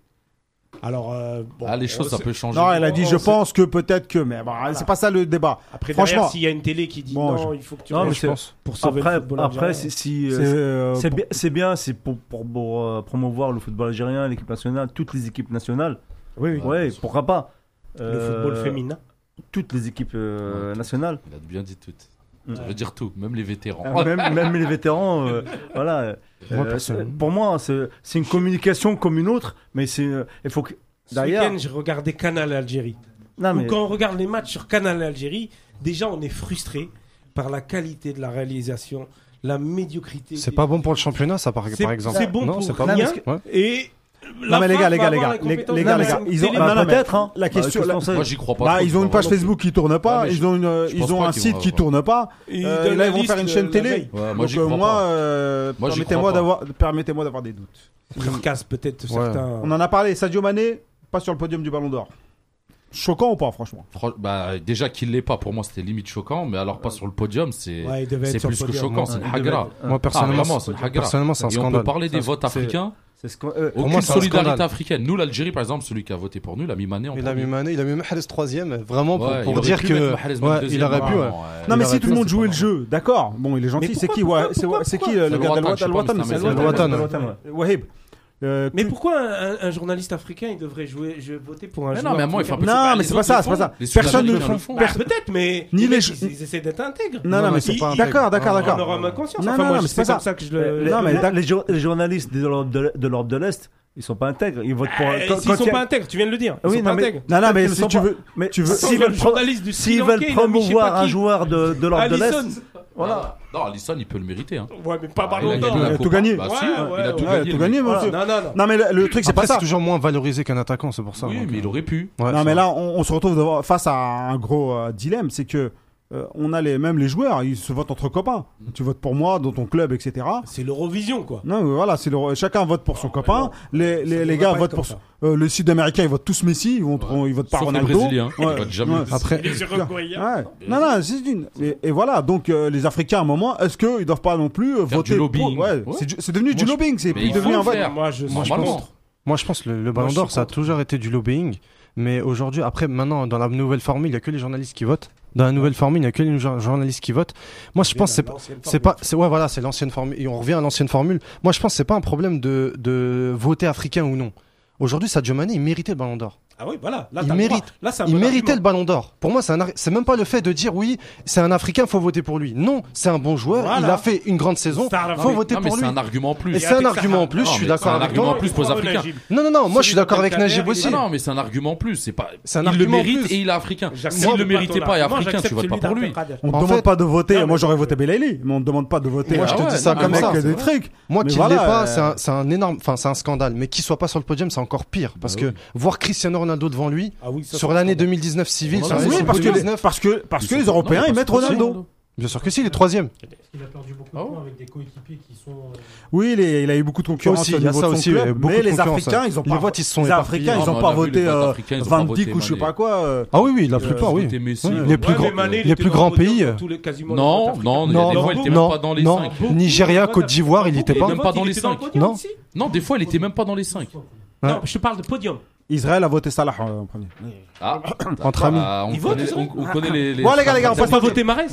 [SPEAKER 4] Alors, euh, bon,
[SPEAKER 3] Ah, les
[SPEAKER 4] on
[SPEAKER 3] choses, ça
[SPEAKER 4] sait-
[SPEAKER 3] peut changer.
[SPEAKER 1] Non, elle a dit
[SPEAKER 4] Oh,
[SPEAKER 1] je
[SPEAKER 4] c'est-
[SPEAKER 1] pense que peut-être que, mais bon, c'est pas ça le débat.
[SPEAKER 4] Après,
[SPEAKER 1] Franchement-
[SPEAKER 4] derrière, s'il y a une télé qui dit
[SPEAKER 1] Bon,
[SPEAKER 4] non, il faut que tu
[SPEAKER 2] Non,
[SPEAKER 4] restes
[SPEAKER 2] mais
[SPEAKER 5] je
[SPEAKER 2] c'est-
[SPEAKER 5] pense.
[SPEAKER 4] pour sauver
[SPEAKER 2] Après,
[SPEAKER 4] le football
[SPEAKER 2] après,
[SPEAKER 4] algérien.
[SPEAKER 2] si- si,
[SPEAKER 1] C'est,
[SPEAKER 2] euh,
[SPEAKER 1] euh,
[SPEAKER 2] C'est
[SPEAKER 1] pour-
[SPEAKER 2] bien, c'est bien, c'est pour, pour, pour, euh, promouvoir le football algérien, l'équipe nationale, toutes les équipes nationales.
[SPEAKER 4] Oui, oui.
[SPEAKER 2] Ouais, pourquoi pas Euh,
[SPEAKER 4] Le football féminin.
[SPEAKER 2] Toutes les équipes euh,
[SPEAKER 3] Ouais.
[SPEAKER 2] nationales.
[SPEAKER 3] Il a bien dit tout.
[SPEAKER 2] Ouais.
[SPEAKER 3] Je veux dire tout, même les vétérans.
[SPEAKER 1] Ah,
[SPEAKER 2] Euh, Même, même les vétérans, euh, voilà. euh,
[SPEAKER 5] Moi,
[SPEAKER 2] euh,
[SPEAKER 5] personne.
[SPEAKER 2] c'est- pour moi, c'est c'est une communication comme une autre, mais c'est, euh, il faut que.
[SPEAKER 4] Ce
[SPEAKER 2] D'ailleurs-
[SPEAKER 4] week-end, j'ai regardé Canal Algérie.
[SPEAKER 2] Non,
[SPEAKER 1] Ah,
[SPEAKER 4] Ou
[SPEAKER 2] mais
[SPEAKER 4] Quand on regarde les matchs sur Canal Algérie, déjà on est frustré par la qualité de la réalisation, la médiocrité.
[SPEAKER 5] C'est
[SPEAKER 4] des-
[SPEAKER 5] pas bon pour le championnat, ça par, par exemple.
[SPEAKER 4] c'est bon
[SPEAKER 5] non,
[SPEAKER 4] pour
[SPEAKER 5] c'est pas
[SPEAKER 4] rien.
[SPEAKER 5] bon. Ouais.
[SPEAKER 4] Et
[SPEAKER 1] Non
[SPEAKER 4] la
[SPEAKER 1] mais les
[SPEAKER 4] fin
[SPEAKER 1] gars, les
[SPEAKER 4] va
[SPEAKER 1] gars, les
[SPEAKER 4] avoir
[SPEAKER 1] gars,
[SPEAKER 4] la
[SPEAKER 1] les,
[SPEAKER 4] compétence
[SPEAKER 1] les
[SPEAKER 4] de
[SPEAKER 1] gars, les
[SPEAKER 4] la
[SPEAKER 1] gars, ils ont Ah,
[SPEAKER 4] télé.
[SPEAKER 2] Bah,
[SPEAKER 1] non, non, mais
[SPEAKER 2] peut-être, hein.
[SPEAKER 1] La
[SPEAKER 2] Bah,
[SPEAKER 1] question,
[SPEAKER 2] qu'est-ce
[SPEAKER 1] la-
[SPEAKER 2] qu'on sait
[SPEAKER 3] Moi, j'y crois pas.
[SPEAKER 1] bah,
[SPEAKER 3] trop,
[SPEAKER 1] ils ont une
[SPEAKER 3] vraiment.
[SPEAKER 1] page Facebook qui tourne pas,
[SPEAKER 3] Ouais, mais
[SPEAKER 1] ils ont une, euh,
[SPEAKER 3] je pense
[SPEAKER 1] ils ont
[SPEAKER 3] pas
[SPEAKER 1] un
[SPEAKER 3] qu'ils
[SPEAKER 1] site
[SPEAKER 3] vont
[SPEAKER 1] qui
[SPEAKER 3] avoir.
[SPEAKER 1] tourne pas.
[SPEAKER 4] Et ils
[SPEAKER 1] Euh,
[SPEAKER 4] donnent
[SPEAKER 1] là,
[SPEAKER 4] la
[SPEAKER 1] ils vont
[SPEAKER 4] liste
[SPEAKER 1] faire une chaîne
[SPEAKER 4] la
[SPEAKER 1] télé.
[SPEAKER 4] veille.
[SPEAKER 3] Ouais, moi,
[SPEAKER 1] Donc
[SPEAKER 3] j'y
[SPEAKER 1] euh,
[SPEAKER 3] crois
[SPEAKER 1] moi,
[SPEAKER 3] pas.
[SPEAKER 1] euh,
[SPEAKER 3] Moi, j'y
[SPEAKER 1] permettez-moi
[SPEAKER 3] crois pas.
[SPEAKER 1] d'avoir, permettez-moi d'avoir des doutes.
[SPEAKER 4] Ils recassent peut-être certains.
[SPEAKER 1] On en a parlé. Sadio Mané pas sur le podium du Ballon d'Or. Choquant ou pas, franchement
[SPEAKER 3] Fran- bah, déjà qu'il l'est pas, pour moi c'était limite choquant, mais alors pas sur le podium, c'est
[SPEAKER 4] Ouais, il devait
[SPEAKER 3] c'est
[SPEAKER 4] être sur
[SPEAKER 3] plus
[SPEAKER 4] le
[SPEAKER 3] que
[SPEAKER 4] podium,
[SPEAKER 1] hein.
[SPEAKER 3] choquant,
[SPEAKER 4] ouais.
[SPEAKER 3] c'est une
[SPEAKER 2] Il
[SPEAKER 3] hagra. Ah,
[SPEAKER 2] devait
[SPEAKER 5] Moi, personnellement,
[SPEAKER 3] vraiment, c'est une hagra.
[SPEAKER 5] personnellement, c'est un
[SPEAKER 3] Et on peut
[SPEAKER 5] scandale.
[SPEAKER 3] parler des
[SPEAKER 2] Ça,
[SPEAKER 3] votes
[SPEAKER 2] c'est-
[SPEAKER 3] africains,
[SPEAKER 2] C'est ce qu'on. euh,
[SPEAKER 5] Pour
[SPEAKER 3] aucune
[SPEAKER 5] moi, c'est un
[SPEAKER 3] solidarité
[SPEAKER 5] scandale.
[SPEAKER 3] africaine. Nous, l'Algérie, par exemple, celui qui a voté pour nous, l'a mis Mané en
[SPEAKER 5] Il a mis
[SPEAKER 3] premier.
[SPEAKER 5] Mané, il a mis Mahrez troisième, vraiment pour,
[SPEAKER 3] Ouais, il
[SPEAKER 5] pour
[SPEAKER 3] aurait
[SPEAKER 5] dire
[SPEAKER 3] pu
[SPEAKER 5] que
[SPEAKER 3] mettre Mahrez même
[SPEAKER 5] ouais, il
[SPEAKER 3] deuxième,
[SPEAKER 5] aurait pu. ouais.
[SPEAKER 3] vraiment, ouais.
[SPEAKER 1] Non, mais si
[SPEAKER 5] aurait
[SPEAKER 1] tout
[SPEAKER 5] pu,
[SPEAKER 1] le monde
[SPEAKER 5] c'est
[SPEAKER 1] jouait
[SPEAKER 5] pas
[SPEAKER 1] le jeu, d'accord. Bon, il est
[SPEAKER 4] Mais
[SPEAKER 1] gentil. C'est
[SPEAKER 4] pourquoi-
[SPEAKER 1] qui ouais,
[SPEAKER 4] pourquoi-
[SPEAKER 1] C'est
[SPEAKER 4] pourquoi-
[SPEAKER 1] c'est qui le le
[SPEAKER 3] C'est
[SPEAKER 1] gars
[SPEAKER 3] le
[SPEAKER 1] d'Al-Watan
[SPEAKER 3] Watan, je sais pas, mais c'est un
[SPEAKER 1] Al-Watan,
[SPEAKER 3] Al-Watan,
[SPEAKER 1] Al-Watan,
[SPEAKER 2] ouais.
[SPEAKER 1] Al-Watan, ouais. Wahib. Euh,
[SPEAKER 10] Mais
[SPEAKER 1] tout-
[SPEAKER 10] pourquoi un, un- un journaliste africain il devrait jouer, je voter pour un
[SPEAKER 3] Mais non,
[SPEAKER 10] joueur
[SPEAKER 3] mais à un moment, il faut
[SPEAKER 10] africain
[SPEAKER 3] un peu
[SPEAKER 1] Non, mais c'est pas ça, c'est pas ça. Personne ne le
[SPEAKER 3] le
[SPEAKER 10] Bah,
[SPEAKER 3] font.
[SPEAKER 10] Peut-être, mais
[SPEAKER 1] Ni
[SPEAKER 10] les
[SPEAKER 1] les
[SPEAKER 10] mecs,
[SPEAKER 1] jeux-
[SPEAKER 10] ils, ils essaient d'être intègres.
[SPEAKER 1] Non, non, mais
[SPEAKER 10] il-
[SPEAKER 1] c'est pas.
[SPEAKER 10] il-
[SPEAKER 1] D'accord, d'accord,
[SPEAKER 10] On
[SPEAKER 1] d'accord.
[SPEAKER 10] aura ma conscience.
[SPEAKER 1] Non,
[SPEAKER 10] enfin,
[SPEAKER 1] non,
[SPEAKER 10] moi,
[SPEAKER 1] non, mais
[SPEAKER 10] c'est
[SPEAKER 1] c'est
[SPEAKER 10] comme
[SPEAKER 1] pas
[SPEAKER 10] ça. que je le.
[SPEAKER 1] Les- Non, mais
[SPEAKER 10] le-
[SPEAKER 1] d'accord.
[SPEAKER 2] les, jour- les journalistes de l'Europe de l'E- de l'Europe de l'Est, ils sont pas intègres. Ils votent pour.
[SPEAKER 10] Eh,
[SPEAKER 2] quand-
[SPEAKER 10] S'ils
[SPEAKER 2] quand
[SPEAKER 10] sont
[SPEAKER 2] il y a-
[SPEAKER 10] pas intègres, tu viens de le dire. Ils
[SPEAKER 2] Oui,
[SPEAKER 10] sont
[SPEAKER 2] non,
[SPEAKER 10] pas
[SPEAKER 2] mais-
[SPEAKER 10] intègres.
[SPEAKER 1] Non, non, mais
[SPEAKER 2] Ils le
[SPEAKER 1] si
[SPEAKER 2] sont
[SPEAKER 1] tu
[SPEAKER 2] pas.
[SPEAKER 1] veux.
[SPEAKER 2] Mais
[SPEAKER 1] tu veux-
[SPEAKER 10] Attends,
[SPEAKER 2] s'ils
[SPEAKER 10] le
[SPEAKER 2] veulent, pro-
[SPEAKER 10] journaliste du Sri
[SPEAKER 2] s'ils
[SPEAKER 10] Lankais,
[SPEAKER 2] veulent
[SPEAKER 10] il a mis je sais
[SPEAKER 2] promouvoir
[SPEAKER 10] pas
[SPEAKER 2] un
[SPEAKER 10] qui.
[SPEAKER 2] joueur de, de l'Europe de l'Est,
[SPEAKER 10] Allison.
[SPEAKER 2] voilà.
[SPEAKER 3] Non, Alisson, il peut le mériter. hein.
[SPEAKER 10] Ouais, mais pas par
[SPEAKER 3] il a
[SPEAKER 10] longtemps.
[SPEAKER 3] gagné la
[SPEAKER 1] Il a
[SPEAKER 3] Copa.
[SPEAKER 1] tout gagné.
[SPEAKER 3] Bah si,
[SPEAKER 10] Ouais,
[SPEAKER 3] hein, il a
[SPEAKER 10] ouais,
[SPEAKER 3] tout
[SPEAKER 10] ouais.
[SPEAKER 1] Ouais,
[SPEAKER 3] gagné.
[SPEAKER 1] tout
[SPEAKER 3] le
[SPEAKER 1] gagné,
[SPEAKER 3] mec.
[SPEAKER 1] mon
[SPEAKER 10] Voilà.
[SPEAKER 1] Dieu.
[SPEAKER 10] Non, non, non.
[SPEAKER 1] Non, mais le- le truc, c'est pas
[SPEAKER 5] Après,
[SPEAKER 1] ça.
[SPEAKER 5] c'est toujours moins valorisé qu'un attaquant, c'est pour ça.
[SPEAKER 3] Oui,
[SPEAKER 5] donc,
[SPEAKER 3] mais
[SPEAKER 5] euh,
[SPEAKER 3] il aurait pu.
[SPEAKER 5] ouais,
[SPEAKER 1] non,
[SPEAKER 5] c'est
[SPEAKER 1] mais
[SPEAKER 5] vrai.
[SPEAKER 1] là, on, on se retrouve devant- face à un gros euh, dilemme. C'est que euh, on a les, même les joueurs, ils se votent entre copains. Tu votes pour moi, dans ton club, etc.
[SPEAKER 10] C'est l'Eurovision, quoi.
[SPEAKER 1] Non, mais voilà, c'est le- chacun vote pour son copain. les les,
[SPEAKER 4] Ça
[SPEAKER 1] les
[SPEAKER 4] devrait
[SPEAKER 1] gars
[SPEAKER 4] pas
[SPEAKER 1] votent
[SPEAKER 4] être
[SPEAKER 1] pour.
[SPEAKER 4] comme
[SPEAKER 1] son- euh, les Sud-Américains, ils votent tous Messi, ils votent, ils votent pas
[SPEAKER 3] Sauf les
[SPEAKER 1] Ronaldo.
[SPEAKER 3] Brésiliens. Ils
[SPEAKER 1] Ouais,
[SPEAKER 3] votent jamais
[SPEAKER 1] ouais.
[SPEAKER 3] Messi.
[SPEAKER 5] Après,
[SPEAKER 10] Les Uruguayens.
[SPEAKER 1] Ouais. Non, non, c'est une. Et, et voilà, donc euh, les Africains, à un moment, est-ce qu'ils doivent pas non plus euh,
[SPEAKER 3] Faire
[SPEAKER 1] voter
[SPEAKER 3] du lobbying.
[SPEAKER 1] pour- Ouais,
[SPEAKER 3] Ouais.
[SPEAKER 1] c'est du- C'est devenu
[SPEAKER 3] Moi,
[SPEAKER 1] du
[SPEAKER 3] je-
[SPEAKER 1] lobbying, c'est
[SPEAKER 3] Mais
[SPEAKER 1] plus
[SPEAKER 3] il faut
[SPEAKER 1] devenu un
[SPEAKER 3] le
[SPEAKER 1] vote.
[SPEAKER 3] faire.
[SPEAKER 10] Moi, je suis
[SPEAKER 3] Normalement.
[SPEAKER 10] contre.
[SPEAKER 5] moi je pense que le, le
[SPEAKER 10] Moi,
[SPEAKER 5] Ballon
[SPEAKER 10] je
[SPEAKER 5] d'Or,
[SPEAKER 10] suis
[SPEAKER 5] ça a
[SPEAKER 10] contre.
[SPEAKER 5] toujours été du lobbying. Mais aujourd'hui, après, maintenant, dans la nouvelle formule, il n'y a que les journalistes qui votent. Dans la nouvelle formule, il n'y a que les jour- journalistes qui votent. Moi, je pense que c'est pas. C'est pas, c'est ouais, voilà, c'est l'ancienne formule. Et on revient à l'ancienne formule. Moi, je pense que c'est pas un problème de, de voter africain ou non. Aujourd'hui, Sadio Mané, il méritait le Ballon d'Or.
[SPEAKER 10] Ah oui, voilà. Là,
[SPEAKER 5] Il
[SPEAKER 10] t'as le
[SPEAKER 5] mérite.
[SPEAKER 10] droit. Là, c'est un
[SPEAKER 5] Il
[SPEAKER 10] bon
[SPEAKER 5] méritait le
[SPEAKER 10] argument.
[SPEAKER 5] Ballon d'Or. Pour moi, c'est un ar- c'est même pas le fait de dire oui, c'est un Africain, faut voter pour lui. Non, c'est un bon joueur.
[SPEAKER 10] Voilà.
[SPEAKER 5] Il a fait une grande saison.
[SPEAKER 10] Star
[SPEAKER 5] Faut
[SPEAKER 10] africain.
[SPEAKER 5] voter
[SPEAKER 3] Non, mais
[SPEAKER 5] pour
[SPEAKER 3] c'est
[SPEAKER 5] lui.
[SPEAKER 3] un argument en
[SPEAKER 5] Et
[SPEAKER 3] plus.
[SPEAKER 10] Et
[SPEAKER 5] c'est un
[SPEAKER 10] avec ça,
[SPEAKER 5] argument en
[SPEAKER 10] non,
[SPEAKER 5] plus.
[SPEAKER 3] non,
[SPEAKER 5] Je suis
[SPEAKER 3] mais c'est
[SPEAKER 5] d'accord
[SPEAKER 3] un
[SPEAKER 5] avec
[SPEAKER 3] argument en
[SPEAKER 5] toi.
[SPEAKER 3] plus pour les
[SPEAKER 10] Oh,
[SPEAKER 3] Africains.
[SPEAKER 10] Najib.
[SPEAKER 5] Non, non, non. Moi, je suis d'accord avec
[SPEAKER 10] Celui de
[SPEAKER 5] Najib
[SPEAKER 10] Qatar, il est
[SPEAKER 5] aussi.
[SPEAKER 3] Ah non, mais c'est un argument en plus. C'est pas.
[SPEAKER 5] C'est un
[SPEAKER 3] il le
[SPEAKER 5] argument en
[SPEAKER 3] mérite
[SPEAKER 5] plus.
[SPEAKER 3] et il est africain.
[SPEAKER 10] J'accepte
[SPEAKER 3] S'il
[SPEAKER 10] ce
[SPEAKER 3] le méritait
[SPEAKER 10] plateau-là.
[SPEAKER 3] pas et
[SPEAKER 10] Moi,
[SPEAKER 3] africain,
[SPEAKER 10] j'accepte
[SPEAKER 3] tu votes
[SPEAKER 10] celui
[SPEAKER 3] pas pour lui.
[SPEAKER 10] d'Abdelkader.
[SPEAKER 1] On ne
[SPEAKER 5] En
[SPEAKER 1] demande
[SPEAKER 5] fait-
[SPEAKER 1] pas de voter.
[SPEAKER 10] Ah, mais
[SPEAKER 1] moi, j'aurais
[SPEAKER 10] je-
[SPEAKER 1] voté Belayli, mais on ne demande pas de voter.
[SPEAKER 5] euh, Moi, je
[SPEAKER 1] euh,
[SPEAKER 5] te dis
[SPEAKER 1] un
[SPEAKER 5] ça comme
[SPEAKER 1] mec
[SPEAKER 5] ça,
[SPEAKER 1] des
[SPEAKER 5] c'est vrai.
[SPEAKER 1] trucs.
[SPEAKER 5] Moi,
[SPEAKER 1] Mais
[SPEAKER 5] qu'il
[SPEAKER 1] voilà,
[SPEAKER 5] l'ait
[SPEAKER 1] euh,
[SPEAKER 5] pas, c'est un, c'est un énorme, enfin, c'est un scandale. Mais qu'il soit pas sur le podium, c'est encore pire. Parce que voir Cristiano Ronaldo devant lui,
[SPEAKER 10] Ah oui, ça,
[SPEAKER 5] sur
[SPEAKER 10] c'est
[SPEAKER 5] l'année
[SPEAKER 10] scandale.
[SPEAKER 5] 2019 civile,
[SPEAKER 3] Voilà,
[SPEAKER 5] sur l'année
[SPEAKER 1] Oui, parce que, les,
[SPEAKER 5] 2019,
[SPEAKER 1] parce que, parce
[SPEAKER 3] Ils
[SPEAKER 1] que
[SPEAKER 3] sont-
[SPEAKER 1] les
[SPEAKER 3] non,
[SPEAKER 1] Européens,
[SPEAKER 3] parce
[SPEAKER 1] ils mettent
[SPEAKER 3] que c'est
[SPEAKER 1] Ronaldo.
[SPEAKER 5] bien sûr que si, il est troisième.
[SPEAKER 8] Parce qu'il a perdu beaucoup de
[SPEAKER 3] Ah ouais.
[SPEAKER 8] points avec des coéquipiers qui sont. euh,
[SPEAKER 1] Oui, il, est- il a eu beaucoup de concurrence
[SPEAKER 5] Aussi,
[SPEAKER 1] au
[SPEAKER 5] il y a
[SPEAKER 1] niveau
[SPEAKER 5] ça
[SPEAKER 1] de son
[SPEAKER 5] aussi, il y a
[SPEAKER 1] club,
[SPEAKER 5] beaucoup
[SPEAKER 1] mais
[SPEAKER 5] de
[SPEAKER 1] les
[SPEAKER 5] concurrence,
[SPEAKER 1] Africains,
[SPEAKER 5] hein.
[SPEAKER 1] ils ont
[SPEAKER 5] Les
[SPEAKER 1] pas
[SPEAKER 5] votes, ils se sont
[SPEAKER 1] les Africains,
[SPEAKER 3] éparpillés.
[SPEAKER 1] ils
[SPEAKER 3] Non,
[SPEAKER 1] ont
[SPEAKER 3] mais on
[SPEAKER 1] pas
[SPEAKER 3] a vu les
[SPEAKER 1] voté
[SPEAKER 3] votes
[SPEAKER 1] euh,
[SPEAKER 3] africains, ils ont pas
[SPEAKER 1] Van
[SPEAKER 3] voté
[SPEAKER 1] Dijk ou je sais
[SPEAKER 3] Mané.
[SPEAKER 1] pas quoi. euh,
[SPEAKER 5] Ah oui, oui, la
[SPEAKER 1] Euh,
[SPEAKER 5] plupart, oui.
[SPEAKER 3] Voter Messi,
[SPEAKER 5] Ouais,
[SPEAKER 3] voter
[SPEAKER 5] les plus
[SPEAKER 10] Ouais, mais
[SPEAKER 5] grands-
[SPEAKER 10] Mané, il
[SPEAKER 5] les
[SPEAKER 10] était
[SPEAKER 5] plus
[SPEAKER 10] dans le
[SPEAKER 5] grands
[SPEAKER 10] podium
[SPEAKER 5] pays,
[SPEAKER 10] dans
[SPEAKER 5] euh,
[SPEAKER 10] tous les- quasiment dans
[SPEAKER 3] Non,
[SPEAKER 10] les votes
[SPEAKER 3] non, il y a des
[SPEAKER 5] Non,
[SPEAKER 3] fois, il était même
[SPEAKER 5] non,
[SPEAKER 3] pas dans les
[SPEAKER 5] non.
[SPEAKER 3] 5.
[SPEAKER 5] Nigeria, Côte d'Ivoire, il était
[SPEAKER 10] africains.
[SPEAKER 5] pas.
[SPEAKER 3] Même pas dans les cinq.
[SPEAKER 10] podium
[SPEAKER 5] Non.
[SPEAKER 10] aussi
[SPEAKER 3] Non, des fois, il était même pas dans les 5.
[SPEAKER 5] Ouais.
[SPEAKER 10] Non, je te parle de podium.
[SPEAKER 1] Israël a voté Salah euh, en premier.
[SPEAKER 3] Ah,
[SPEAKER 5] Entre amis.
[SPEAKER 3] bah, on
[SPEAKER 10] Ils votent,
[SPEAKER 3] connaît-
[SPEAKER 10] ils
[SPEAKER 3] on- on connaît les.
[SPEAKER 1] Bon, les gars, les gars, on
[SPEAKER 10] On peut
[SPEAKER 1] passe
[SPEAKER 10] pas voter Marez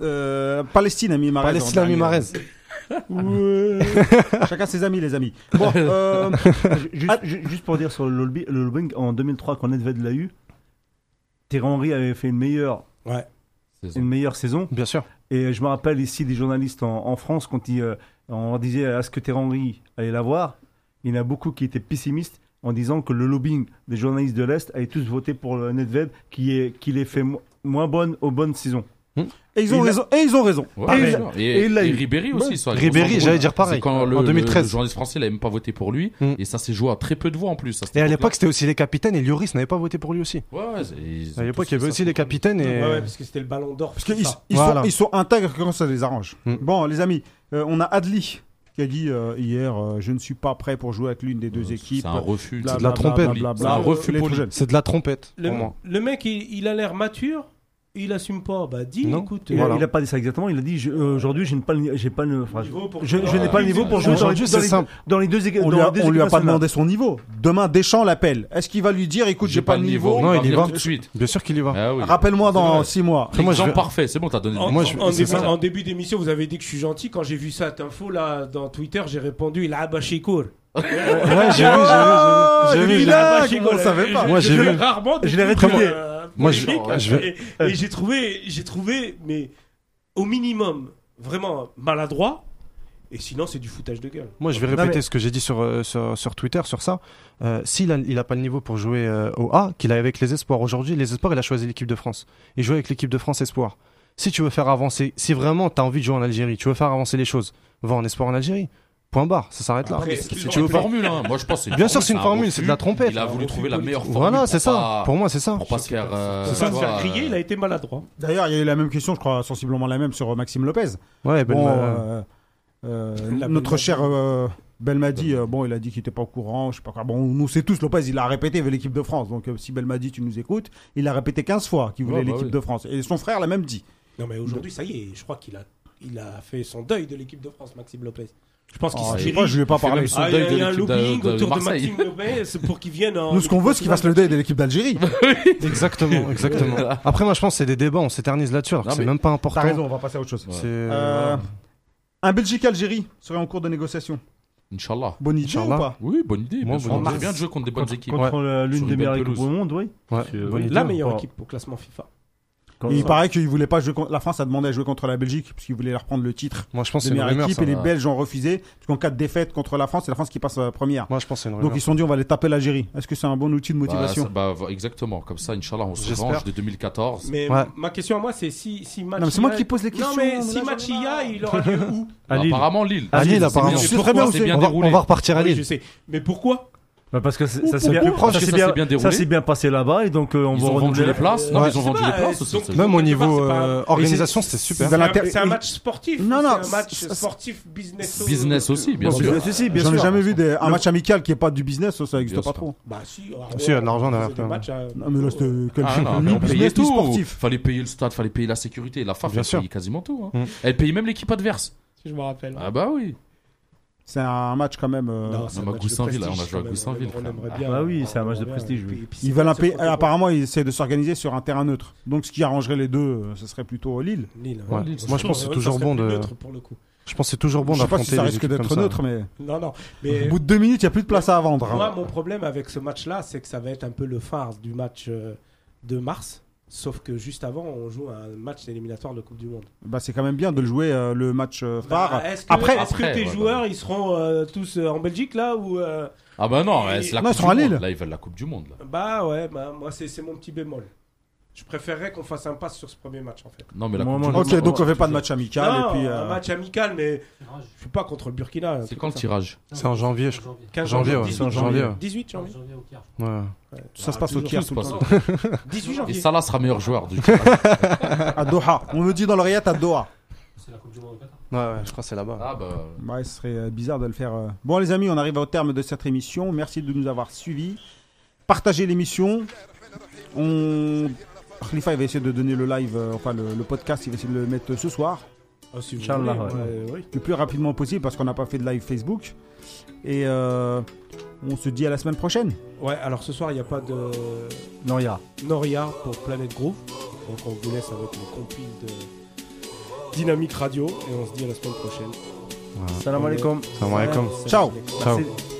[SPEAKER 1] Euh, Palestine a mis Mahrez.
[SPEAKER 5] Palestine
[SPEAKER 1] en
[SPEAKER 5] Ami
[SPEAKER 1] dernier. hein.
[SPEAKER 5] Marez.
[SPEAKER 1] Chacun ses amis, les amis.
[SPEAKER 5] [laughs]
[SPEAKER 1] Bon, euh,
[SPEAKER 2] Ju- Juste,
[SPEAKER 5] Ah.
[SPEAKER 2] ju- juste pour dire sur le lobby- le lobbying, en 2003, quand Nedved l'a eu, Thierry Henry avait fait une meilleure,
[SPEAKER 3] Saison.
[SPEAKER 2] une meilleure saison.
[SPEAKER 5] Bien sûr.
[SPEAKER 2] Et je me rappelle ici des journalistes en, en France, quand ils, euh, on disait à ce que Thierry Henry allait la voir, il y en a beaucoup qui étaient pessimistes en disant que le lobbying des journalistes de l'Est avaient tous voté pour le Nedved, qui, est, qui les fait mo- moins bonnes aux bonnes saisons.
[SPEAKER 1] et ils ont
[SPEAKER 2] Il a-
[SPEAKER 1] raison. Et ils ont raison.
[SPEAKER 3] Ouais,
[SPEAKER 2] Et
[SPEAKER 3] bien
[SPEAKER 2] il-
[SPEAKER 3] sûr. et,
[SPEAKER 2] et il l'a
[SPEAKER 3] et
[SPEAKER 2] eu.
[SPEAKER 3] Ribéry aussi. ça,
[SPEAKER 5] Ribéry,
[SPEAKER 3] on-
[SPEAKER 5] j'allais dire
[SPEAKER 3] C'est
[SPEAKER 5] pareil.
[SPEAKER 3] quand le, le-
[SPEAKER 5] en
[SPEAKER 3] le
[SPEAKER 5] 2013.
[SPEAKER 3] journaliste français, il avait même pas voté pour lui.
[SPEAKER 5] Mm.
[SPEAKER 3] Et ça s'est joué à très peu de voix en plus.
[SPEAKER 5] Et à l'époque, c'était aussi les capitaines et Lloris n'avait pas voté pour lui aussi.
[SPEAKER 3] Ouais, ouais, c'est- ils ont
[SPEAKER 5] À l'époque,
[SPEAKER 3] tous
[SPEAKER 5] il y avait
[SPEAKER 3] fait
[SPEAKER 5] aussi
[SPEAKER 3] ça.
[SPEAKER 5] les capitaines et.
[SPEAKER 10] Ouais, ouais, parce que c'était le ballon d'or.
[SPEAKER 1] Parce
[SPEAKER 10] c'est
[SPEAKER 1] qu'ils
[SPEAKER 10] ça.
[SPEAKER 1] ils
[SPEAKER 5] Voilà.
[SPEAKER 1] sont, ils sont intègres quand ça les arrange.
[SPEAKER 5] Mm.
[SPEAKER 1] Bon, les amis, euh, on a Adli qui a dit euh, hier euh, Je ne suis pas prêt pour jouer avec l'une des deux équipes.
[SPEAKER 3] Euh, C'est un refus.
[SPEAKER 1] Bla,
[SPEAKER 5] de
[SPEAKER 1] bla, bla,
[SPEAKER 5] la trompette.
[SPEAKER 1] bla, bla,
[SPEAKER 3] C'est
[SPEAKER 1] bla.
[SPEAKER 3] un refus
[SPEAKER 1] Les
[SPEAKER 3] poli.
[SPEAKER 1] trop jeunes.
[SPEAKER 5] C'est de la trompette,
[SPEAKER 10] Le,
[SPEAKER 5] pour moi.
[SPEAKER 10] le mec, il, il a l'air mature, il assume pas. Bah, dis,
[SPEAKER 5] Non.
[SPEAKER 10] écoute.
[SPEAKER 2] Il,
[SPEAKER 10] euh,
[SPEAKER 2] n'a
[SPEAKER 5] Voilà.
[SPEAKER 2] a pas dit ça exactement. Il a dit je- euh, aujourd'hui, je n'ai pas, le ni- j'ai pas le- enfin, je-
[SPEAKER 10] niveau pour-
[SPEAKER 2] je, je n'ai pas le niveau pour jouer dans les,
[SPEAKER 5] Ah, Aujourd'hui,
[SPEAKER 2] dans
[SPEAKER 5] c'est
[SPEAKER 2] les-
[SPEAKER 5] simple.
[SPEAKER 2] dans les deux équipes.
[SPEAKER 1] On
[SPEAKER 2] dans
[SPEAKER 1] lui a,
[SPEAKER 2] les deux
[SPEAKER 1] on lui a
[SPEAKER 2] équipes
[SPEAKER 1] pas
[SPEAKER 2] nationales.
[SPEAKER 1] demandé son niveau. Demain, Deschamps l'appelle. Est-ce qu'il va lui dire Écoute, j'ai pas le niveau,
[SPEAKER 5] Non,
[SPEAKER 3] Non, il
[SPEAKER 5] il
[SPEAKER 3] est
[SPEAKER 5] y va.
[SPEAKER 3] tout de suite.
[SPEAKER 5] Bien sûr qu'il y va.
[SPEAKER 3] Ah oui.
[SPEAKER 1] Rappelle-moi dans
[SPEAKER 10] vrai.
[SPEAKER 1] 6 mois.
[SPEAKER 5] Après, moi, je
[SPEAKER 3] Exemple
[SPEAKER 5] vais-
[SPEAKER 3] parfait, c'est bon, t'as donné.
[SPEAKER 10] [laughs] En,
[SPEAKER 5] Moi, je-
[SPEAKER 10] en- en
[SPEAKER 5] c'est
[SPEAKER 10] début,
[SPEAKER 5] ça.
[SPEAKER 10] en début d'émission, vous avez dit que je suis gentil. Quand j'ai vu cette info là dans Twitter, j'ai répondu il a abaché court.
[SPEAKER 5] Ouais, j'ai vu,
[SPEAKER 1] Ah,
[SPEAKER 5] j'ai vu, j'ai vu, j'ai
[SPEAKER 1] il
[SPEAKER 5] vu.
[SPEAKER 1] est là, on savait pas.
[SPEAKER 5] Moi, j'ai vu.
[SPEAKER 10] Rarement. des
[SPEAKER 2] Je l'ai
[SPEAKER 10] trucs,
[SPEAKER 2] répondu.
[SPEAKER 10] euh,
[SPEAKER 5] Moi, je-
[SPEAKER 10] polémiques.
[SPEAKER 5] je
[SPEAKER 10] Et, et j'ai trouvé, j'ai trouvé, mais au minimum, vraiment maladroit. Et sinon, c'est du foutage de gueule.
[SPEAKER 5] Moi, je vais
[SPEAKER 2] Non,
[SPEAKER 5] répéter
[SPEAKER 2] mais-
[SPEAKER 5] ce que j'ai dit sur, euh, sur, sur Twitter, sur ça. Euh, S'il a- il a pas le niveau pour jouer euh, au A, qu'il a avec les espoirs aujourd'hui, les espoirs, il a choisi l'équipe de France. Il joue avec l'équipe de France espoir. Si tu veux faire avancer, si vraiment tu as envie de jouer en Algérie, tu veux faire avancer les choses, va en espoir en Algérie. Point barre, ça s'arrête là.
[SPEAKER 10] Après,
[SPEAKER 5] si
[SPEAKER 10] c'est
[SPEAKER 5] tu veux
[SPEAKER 3] une
[SPEAKER 5] pas.
[SPEAKER 3] formule, hein. Moi, je pense. que
[SPEAKER 5] Bien sûr, c'est une
[SPEAKER 3] un
[SPEAKER 5] formule, c'est de la
[SPEAKER 3] refus.
[SPEAKER 5] trompette.
[SPEAKER 3] Il a voulu trouver la meilleure formule.
[SPEAKER 5] Voilà,
[SPEAKER 3] pour
[SPEAKER 5] c'est ça.
[SPEAKER 3] pas-
[SPEAKER 5] Pour moi, c'est ça.
[SPEAKER 3] Pour pas se faire. euh,
[SPEAKER 10] Pour pas se
[SPEAKER 3] tu
[SPEAKER 4] bah,
[SPEAKER 10] faire
[SPEAKER 3] vois,
[SPEAKER 10] griller, il a été maladroit.
[SPEAKER 1] D'ailleurs, il y a eu la même question, je crois, sensiblement la même sur euh, [laughs] Maxime Lopez.
[SPEAKER 5] Ouais, ben,
[SPEAKER 1] Bon,
[SPEAKER 5] euh,
[SPEAKER 1] euh, euh,
[SPEAKER 10] La belle
[SPEAKER 1] notre
[SPEAKER 10] Madeleine.
[SPEAKER 1] cher euh, Belmadi, euh, bon, il a dit qu'il était pas au courant, je sais pas quoi. Bon, nous c'est tous Lopez, il a répété, il veut l'équipe de France. Donc euh, si Belmadi, tu nous écoutes, il a répété 15 fois qu'il voulait
[SPEAKER 3] Ouais, bah
[SPEAKER 1] l'équipe
[SPEAKER 3] oui.
[SPEAKER 1] de France. Et son frère l'a même dit.
[SPEAKER 4] Non, mais aujourd'hui, ça y est, je crois qu'il a, il a fait son deuil de l'équipe de France, Maxime Lopez. Je pense qu'il
[SPEAKER 1] Ah, je
[SPEAKER 4] se
[SPEAKER 1] sais
[SPEAKER 4] dirige-
[SPEAKER 1] pas, je lui ai pas parlé.
[SPEAKER 3] même son
[SPEAKER 4] Ah, il y
[SPEAKER 3] deuil
[SPEAKER 4] a-
[SPEAKER 3] de
[SPEAKER 4] il y a un
[SPEAKER 3] l'équipe de-
[SPEAKER 4] looking
[SPEAKER 3] de
[SPEAKER 4] autour de
[SPEAKER 3] Marseille.
[SPEAKER 4] Maxime Lopez pour qu'il vienne en.
[SPEAKER 1] Ah, Nous, ce qu'on veut, c'est qu'il fasse le deuil de l'équipe d'Algérie.
[SPEAKER 5] Exactement, exactement. Après, moi, je pense que c'est des débats, on s'éternise là-dessus, alors que
[SPEAKER 3] Non,
[SPEAKER 5] c'est
[SPEAKER 3] mais
[SPEAKER 5] même pas important.
[SPEAKER 1] T'as raison, on va passer à autre chose.
[SPEAKER 5] C'est-
[SPEAKER 1] Euh,
[SPEAKER 5] voilà.
[SPEAKER 1] Un Belgique-Algérie serait en cours de négociation.
[SPEAKER 3] Inch'Allah.
[SPEAKER 1] Bonne idée ou
[SPEAKER 5] Inch'Allah.
[SPEAKER 1] pas
[SPEAKER 3] Oui, bonne idée.
[SPEAKER 5] Moi,
[SPEAKER 3] Bien
[SPEAKER 5] bonne
[SPEAKER 3] sûr. On
[SPEAKER 5] idée.
[SPEAKER 3] a bien de jouer contre des bonnes équipes. Bah,
[SPEAKER 2] Contre euh,
[SPEAKER 3] Sur
[SPEAKER 2] l'une
[SPEAKER 3] une
[SPEAKER 2] des
[SPEAKER 3] belle
[SPEAKER 2] meilleures équipes
[SPEAKER 3] pelouse.
[SPEAKER 2] au monde, oui.
[SPEAKER 5] Ouais,
[SPEAKER 2] C'est, euh,
[SPEAKER 5] bonne idée. hein.
[SPEAKER 4] La meilleure
[SPEAKER 2] Pas-
[SPEAKER 4] équipe au classement FIFA.
[SPEAKER 2] Quand-
[SPEAKER 1] Et il paraît qu'il voulait pas jouer contre la France a demandé à jouer contre la Belgique parce qu'il voulait leur prendre le titre
[SPEAKER 5] Moi, je pense
[SPEAKER 1] de
[SPEAKER 5] que c'est une
[SPEAKER 1] meilleure
[SPEAKER 5] rumeur.
[SPEAKER 1] équipe
[SPEAKER 5] ça.
[SPEAKER 1] et les
[SPEAKER 3] va.
[SPEAKER 1] Belges ont refusé parce qu'en cas de défaite contre la France c'est la France qui passe euh, première.
[SPEAKER 5] Moi, je pense que c'est une
[SPEAKER 1] Donc
[SPEAKER 5] rumeur.
[SPEAKER 1] ils se sont dit on va les taper l'Algérie. Est-ce que c'est un bon outil de
[SPEAKER 3] Bah,
[SPEAKER 1] motivation
[SPEAKER 3] ça- bah, va- exactement. Comme ça, Inch'Allah, on se
[SPEAKER 5] J'espère.
[SPEAKER 3] venge de 2014.
[SPEAKER 4] Mais
[SPEAKER 5] Ouais.
[SPEAKER 4] ma question à moi, c'est si, si match.
[SPEAKER 1] Non, mais c'est
[SPEAKER 4] il
[SPEAKER 1] moi
[SPEAKER 4] y a-
[SPEAKER 1] qui pose les questions.
[SPEAKER 4] Non, mais
[SPEAKER 1] là,
[SPEAKER 4] si
[SPEAKER 1] j'en ai
[SPEAKER 4] match
[SPEAKER 1] marre.
[SPEAKER 4] il y a,
[SPEAKER 5] [laughs]
[SPEAKER 4] il aura lieu où
[SPEAKER 2] À Lille.
[SPEAKER 3] Apparemment, Lille.
[SPEAKER 5] À Lille,
[SPEAKER 3] C'est
[SPEAKER 5] apparemment.
[SPEAKER 3] bien-
[SPEAKER 1] C'est très bien
[SPEAKER 3] pourquoi
[SPEAKER 1] aussi.
[SPEAKER 3] c'est bien
[SPEAKER 5] on, va,
[SPEAKER 3] déroulé.
[SPEAKER 5] on va repartir à
[SPEAKER 4] Ah oui, je
[SPEAKER 5] Lille.
[SPEAKER 4] sais. Mais pourquoi
[SPEAKER 2] Bah, parce que c'est- ça s'est
[SPEAKER 4] Ouh,
[SPEAKER 2] bien,
[SPEAKER 4] ouh, ouh.
[SPEAKER 2] ça
[SPEAKER 3] Parce que
[SPEAKER 2] s'est
[SPEAKER 3] ça
[SPEAKER 2] bien,
[SPEAKER 3] s'est bien déroulé.
[SPEAKER 2] ça s'est bien passé là-bas et donc euh, on
[SPEAKER 3] Ils
[SPEAKER 2] va
[SPEAKER 3] ont vendu
[SPEAKER 2] renouveler
[SPEAKER 3] les
[SPEAKER 2] la-
[SPEAKER 3] places. Non,
[SPEAKER 5] Ouais.
[SPEAKER 3] mais ils ont
[SPEAKER 4] Je sais
[SPEAKER 3] vendu
[SPEAKER 4] pas,
[SPEAKER 3] les places.
[SPEAKER 4] euh,
[SPEAKER 3] aussi,
[SPEAKER 4] donc-
[SPEAKER 3] c'est-
[SPEAKER 5] Même au niveau
[SPEAKER 4] c'est pas-
[SPEAKER 5] euh, organisation, c'était
[SPEAKER 1] c'est
[SPEAKER 5] super.
[SPEAKER 1] dans
[SPEAKER 4] C'est un-
[SPEAKER 1] l'inter-
[SPEAKER 4] C'est un match sportif.
[SPEAKER 1] Non, non,
[SPEAKER 4] C'est un match
[SPEAKER 1] c'est-
[SPEAKER 4] sportif, business.
[SPEAKER 3] Business aussi, bien
[SPEAKER 2] Bon,
[SPEAKER 3] sûr.
[SPEAKER 2] si, si, bien
[SPEAKER 1] J'en ai
[SPEAKER 2] sûr.
[SPEAKER 1] jamais vu des- un match amical qui est pas du business, ça, ça existe
[SPEAKER 3] Bien
[SPEAKER 1] pas
[SPEAKER 3] sûr.
[SPEAKER 1] trop.
[SPEAKER 4] Bah si,
[SPEAKER 5] Si, il y a de l'argent derrière,
[SPEAKER 4] Des
[SPEAKER 5] quand même.
[SPEAKER 4] matchs, euh,
[SPEAKER 1] Non mais là c'était quel
[SPEAKER 3] Ah
[SPEAKER 1] [laughs]
[SPEAKER 3] non, mais
[SPEAKER 1] ni
[SPEAKER 3] on payait
[SPEAKER 1] business ni
[SPEAKER 3] tout.
[SPEAKER 1] sportif.
[SPEAKER 3] Fallait payer le stade, fallait payer la sécurité. La FAF,
[SPEAKER 5] Bien
[SPEAKER 3] elle
[SPEAKER 5] sûr.
[SPEAKER 3] paye quasiment tout. hein.
[SPEAKER 5] Mm.
[SPEAKER 3] Elle paye même l'équipe adverse.
[SPEAKER 4] si je me rappelle.
[SPEAKER 3] Ah bah oui.
[SPEAKER 1] C'est un match quand même. euh,
[SPEAKER 4] Non, c'est un
[SPEAKER 3] même à
[SPEAKER 4] match de
[SPEAKER 3] Goussainville, hein,
[SPEAKER 4] prestige,
[SPEAKER 3] on a joué à
[SPEAKER 4] quand même,
[SPEAKER 3] Goussainville,
[SPEAKER 4] on
[SPEAKER 3] frère.
[SPEAKER 4] aimerait
[SPEAKER 2] Ah
[SPEAKER 4] bien.
[SPEAKER 2] bah oui, c'est un
[SPEAKER 4] on
[SPEAKER 2] match de
[SPEAKER 4] aimerait bien.
[SPEAKER 2] prestige, oui.
[SPEAKER 4] Et puis- et puis c'est
[SPEAKER 1] Ils veulent un
[SPEAKER 4] c'est
[SPEAKER 1] pays-
[SPEAKER 5] euh,
[SPEAKER 4] contre-
[SPEAKER 1] Apparemment, ils essaient de s'organiser sur un terrain neutre. Donc, ce qui arrangerait les deux, euh, ce serait plutôt Lille.
[SPEAKER 4] Lille,
[SPEAKER 5] Ouais.
[SPEAKER 4] hein.
[SPEAKER 3] Lille,
[SPEAKER 5] Moi, je pense que c'est
[SPEAKER 4] Ouais, ça
[SPEAKER 5] toujours
[SPEAKER 4] serait
[SPEAKER 5] bon
[SPEAKER 4] plus
[SPEAKER 5] de.
[SPEAKER 4] neutre pour le coup.
[SPEAKER 5] Je pense que c'est toujours bon
[SPEAKER 1] je sais pas
[SPEAKER 5] d'affronter
[SPEAKER 1] si ça
[SPEAKER 5] les
[SPEAKER 1] risque
[SPEAKER 5] équipes comme
[SPEAKER 1] d'être
[SPEAKER 5] ça.
[SPEAKER 1] neutre, mais
[SPEAKER 4] Non, non.
[SPEAKER 1] au
[SPEAKER 3] [laughs]
[SPEAKER 4] Mais
[SPEAKER 1] bout de deux minutes, il n'y a plus de place à vendre. hein.
[SPEAKER 4] moi, mon problème avec ce match-là, c'est que ça va être un peu le phare du match euh, de mars. Sauf que juste avant, on joue un match éliminatoire de Coupe du Monde.
[SPEAKER 1] Bah, c'est quand même bien de le jouer euh, le match euh, phare.
[SPEAKER 4] Bah, est-ce que,
[SPEAKER 1] Après,
[SPEAKER 4] est-ce que
[SPEAKER 3] Après,
[SPEAKER 4] tes
[SPEAKER 3] ouais,
[SPEAKER 4] joueurs, ils seront euh, tous euh, en Belgique là ou euh,
[SPEAKER 3] Ah bah non, ouais, c'est la
[SPEAKER 1] Non, ils
[SPEAKER 3] Coupe
[SPEAKER 1] sont à
[SPEAKER 3] du
[SPEAKER 1] Lille.
[SPEAKER 3] Monde. Là, ils veulent la Coupe du Monde. là.
[SPEAKER 4] Bah ouais, bah, moi c'est c'est mon petit bémol. Je préférerais qu'on fasse un pass sur ce premier match en fait.
[SPEAKER 3] Non, mais la
[SPEAKER 2] Moi,
[SPEAKER 3] Coupe du
[SPEAKER 2] moi,
[SPEAKER 3] Monde.
[SPEAKER 1] ok, donc on fait pas de match amical.
[SPEAKER 4] Non,
[SPEAKER 1] et puis,
[SPEAKER 4] un
[SPEAKER 1] euh,
[SPEAKER 4] match amical, mais
[SPEAKER 8] Tirage.
[SPEAKER 4] je suis pas contre le Burkina. un
[SPEAKER 3] C'est
[SPEAKER 4] truc
[SPEAKER 3] quand le
[SPEAKER 4] comme ça.
[SPEAKER 3] tirage
[SPEAKER 5] C'est en janvier, je crois.
[SPEAKER 8] janvier.
[SPEAKER 4] 15
[SPEAKER 5] Janvier, ouais,
[SPEAKER 2] c'est en
[SPEAKER 4] 18
[SPEAKER 2] janvier, ouais.
[SPEAKER 4] 18 janvier.
[SPEAKER 8] janvier au Caire.
[SPEAKER 5] Ouais.
[SPEAKER 1] ça se passe au Caire tout le temps.
[SPEAKER 4] 18
[SPEAKER 3] Et
[SPEAKER 4] janvier.
[SPEAKER 3] Salah sera meilleur joueur du
[SPEAKER 1] À Doha. On me dit dans l'oreillette à Doha.
[SPEAKER 8] C'est la Coupe du Monde au Qatar.
[SPEAKER 5] Ouais, ouais, je crois que c'est là-bas.
[SPEAKER 3] Ah bah.
[SPEAKER 1] Ouais, ce serait euh, bizarre de le faire. euh. Bon, les amis, on arrive au terme de cette émission. Merci de nous avoir suivis. Partagez l'émission. On. Khalifa, il va essayer de donner le live, euh, enfin le, le podcast, il va essayer de le mettre ce soir,
[SPEAKER 4] Ah, si vous
[SPEAKER 2] Inch'Allah,
[SPEAKER 4] voulez,
[SPEAKER 2] ouais.
[SPEAKER 4] ouais, oui.
[SPEAKER 1] le plus rapidement possible parce qu'on n'a pas fait de live Facebook. Et euh, on se dit à la semaine prochaine.
[SPEAKER 4] Ouais, alors ce soir, il n'y a pas de
[SPEAKER 2] Non, il y a.
[SPEAKER 4] Noria pour Planète Groove. Donc on vous laisse avec une compil de Dynamique Radio et on se dit à la semaine prochaine.
[SPEAKER 2] Salam alaikum.
[SPEAKER 5] Salam alaikum.
[SPEAKER 1] Ciao.
[SPEAKER 5] Ciao.
[SPEAKER 4] Merci.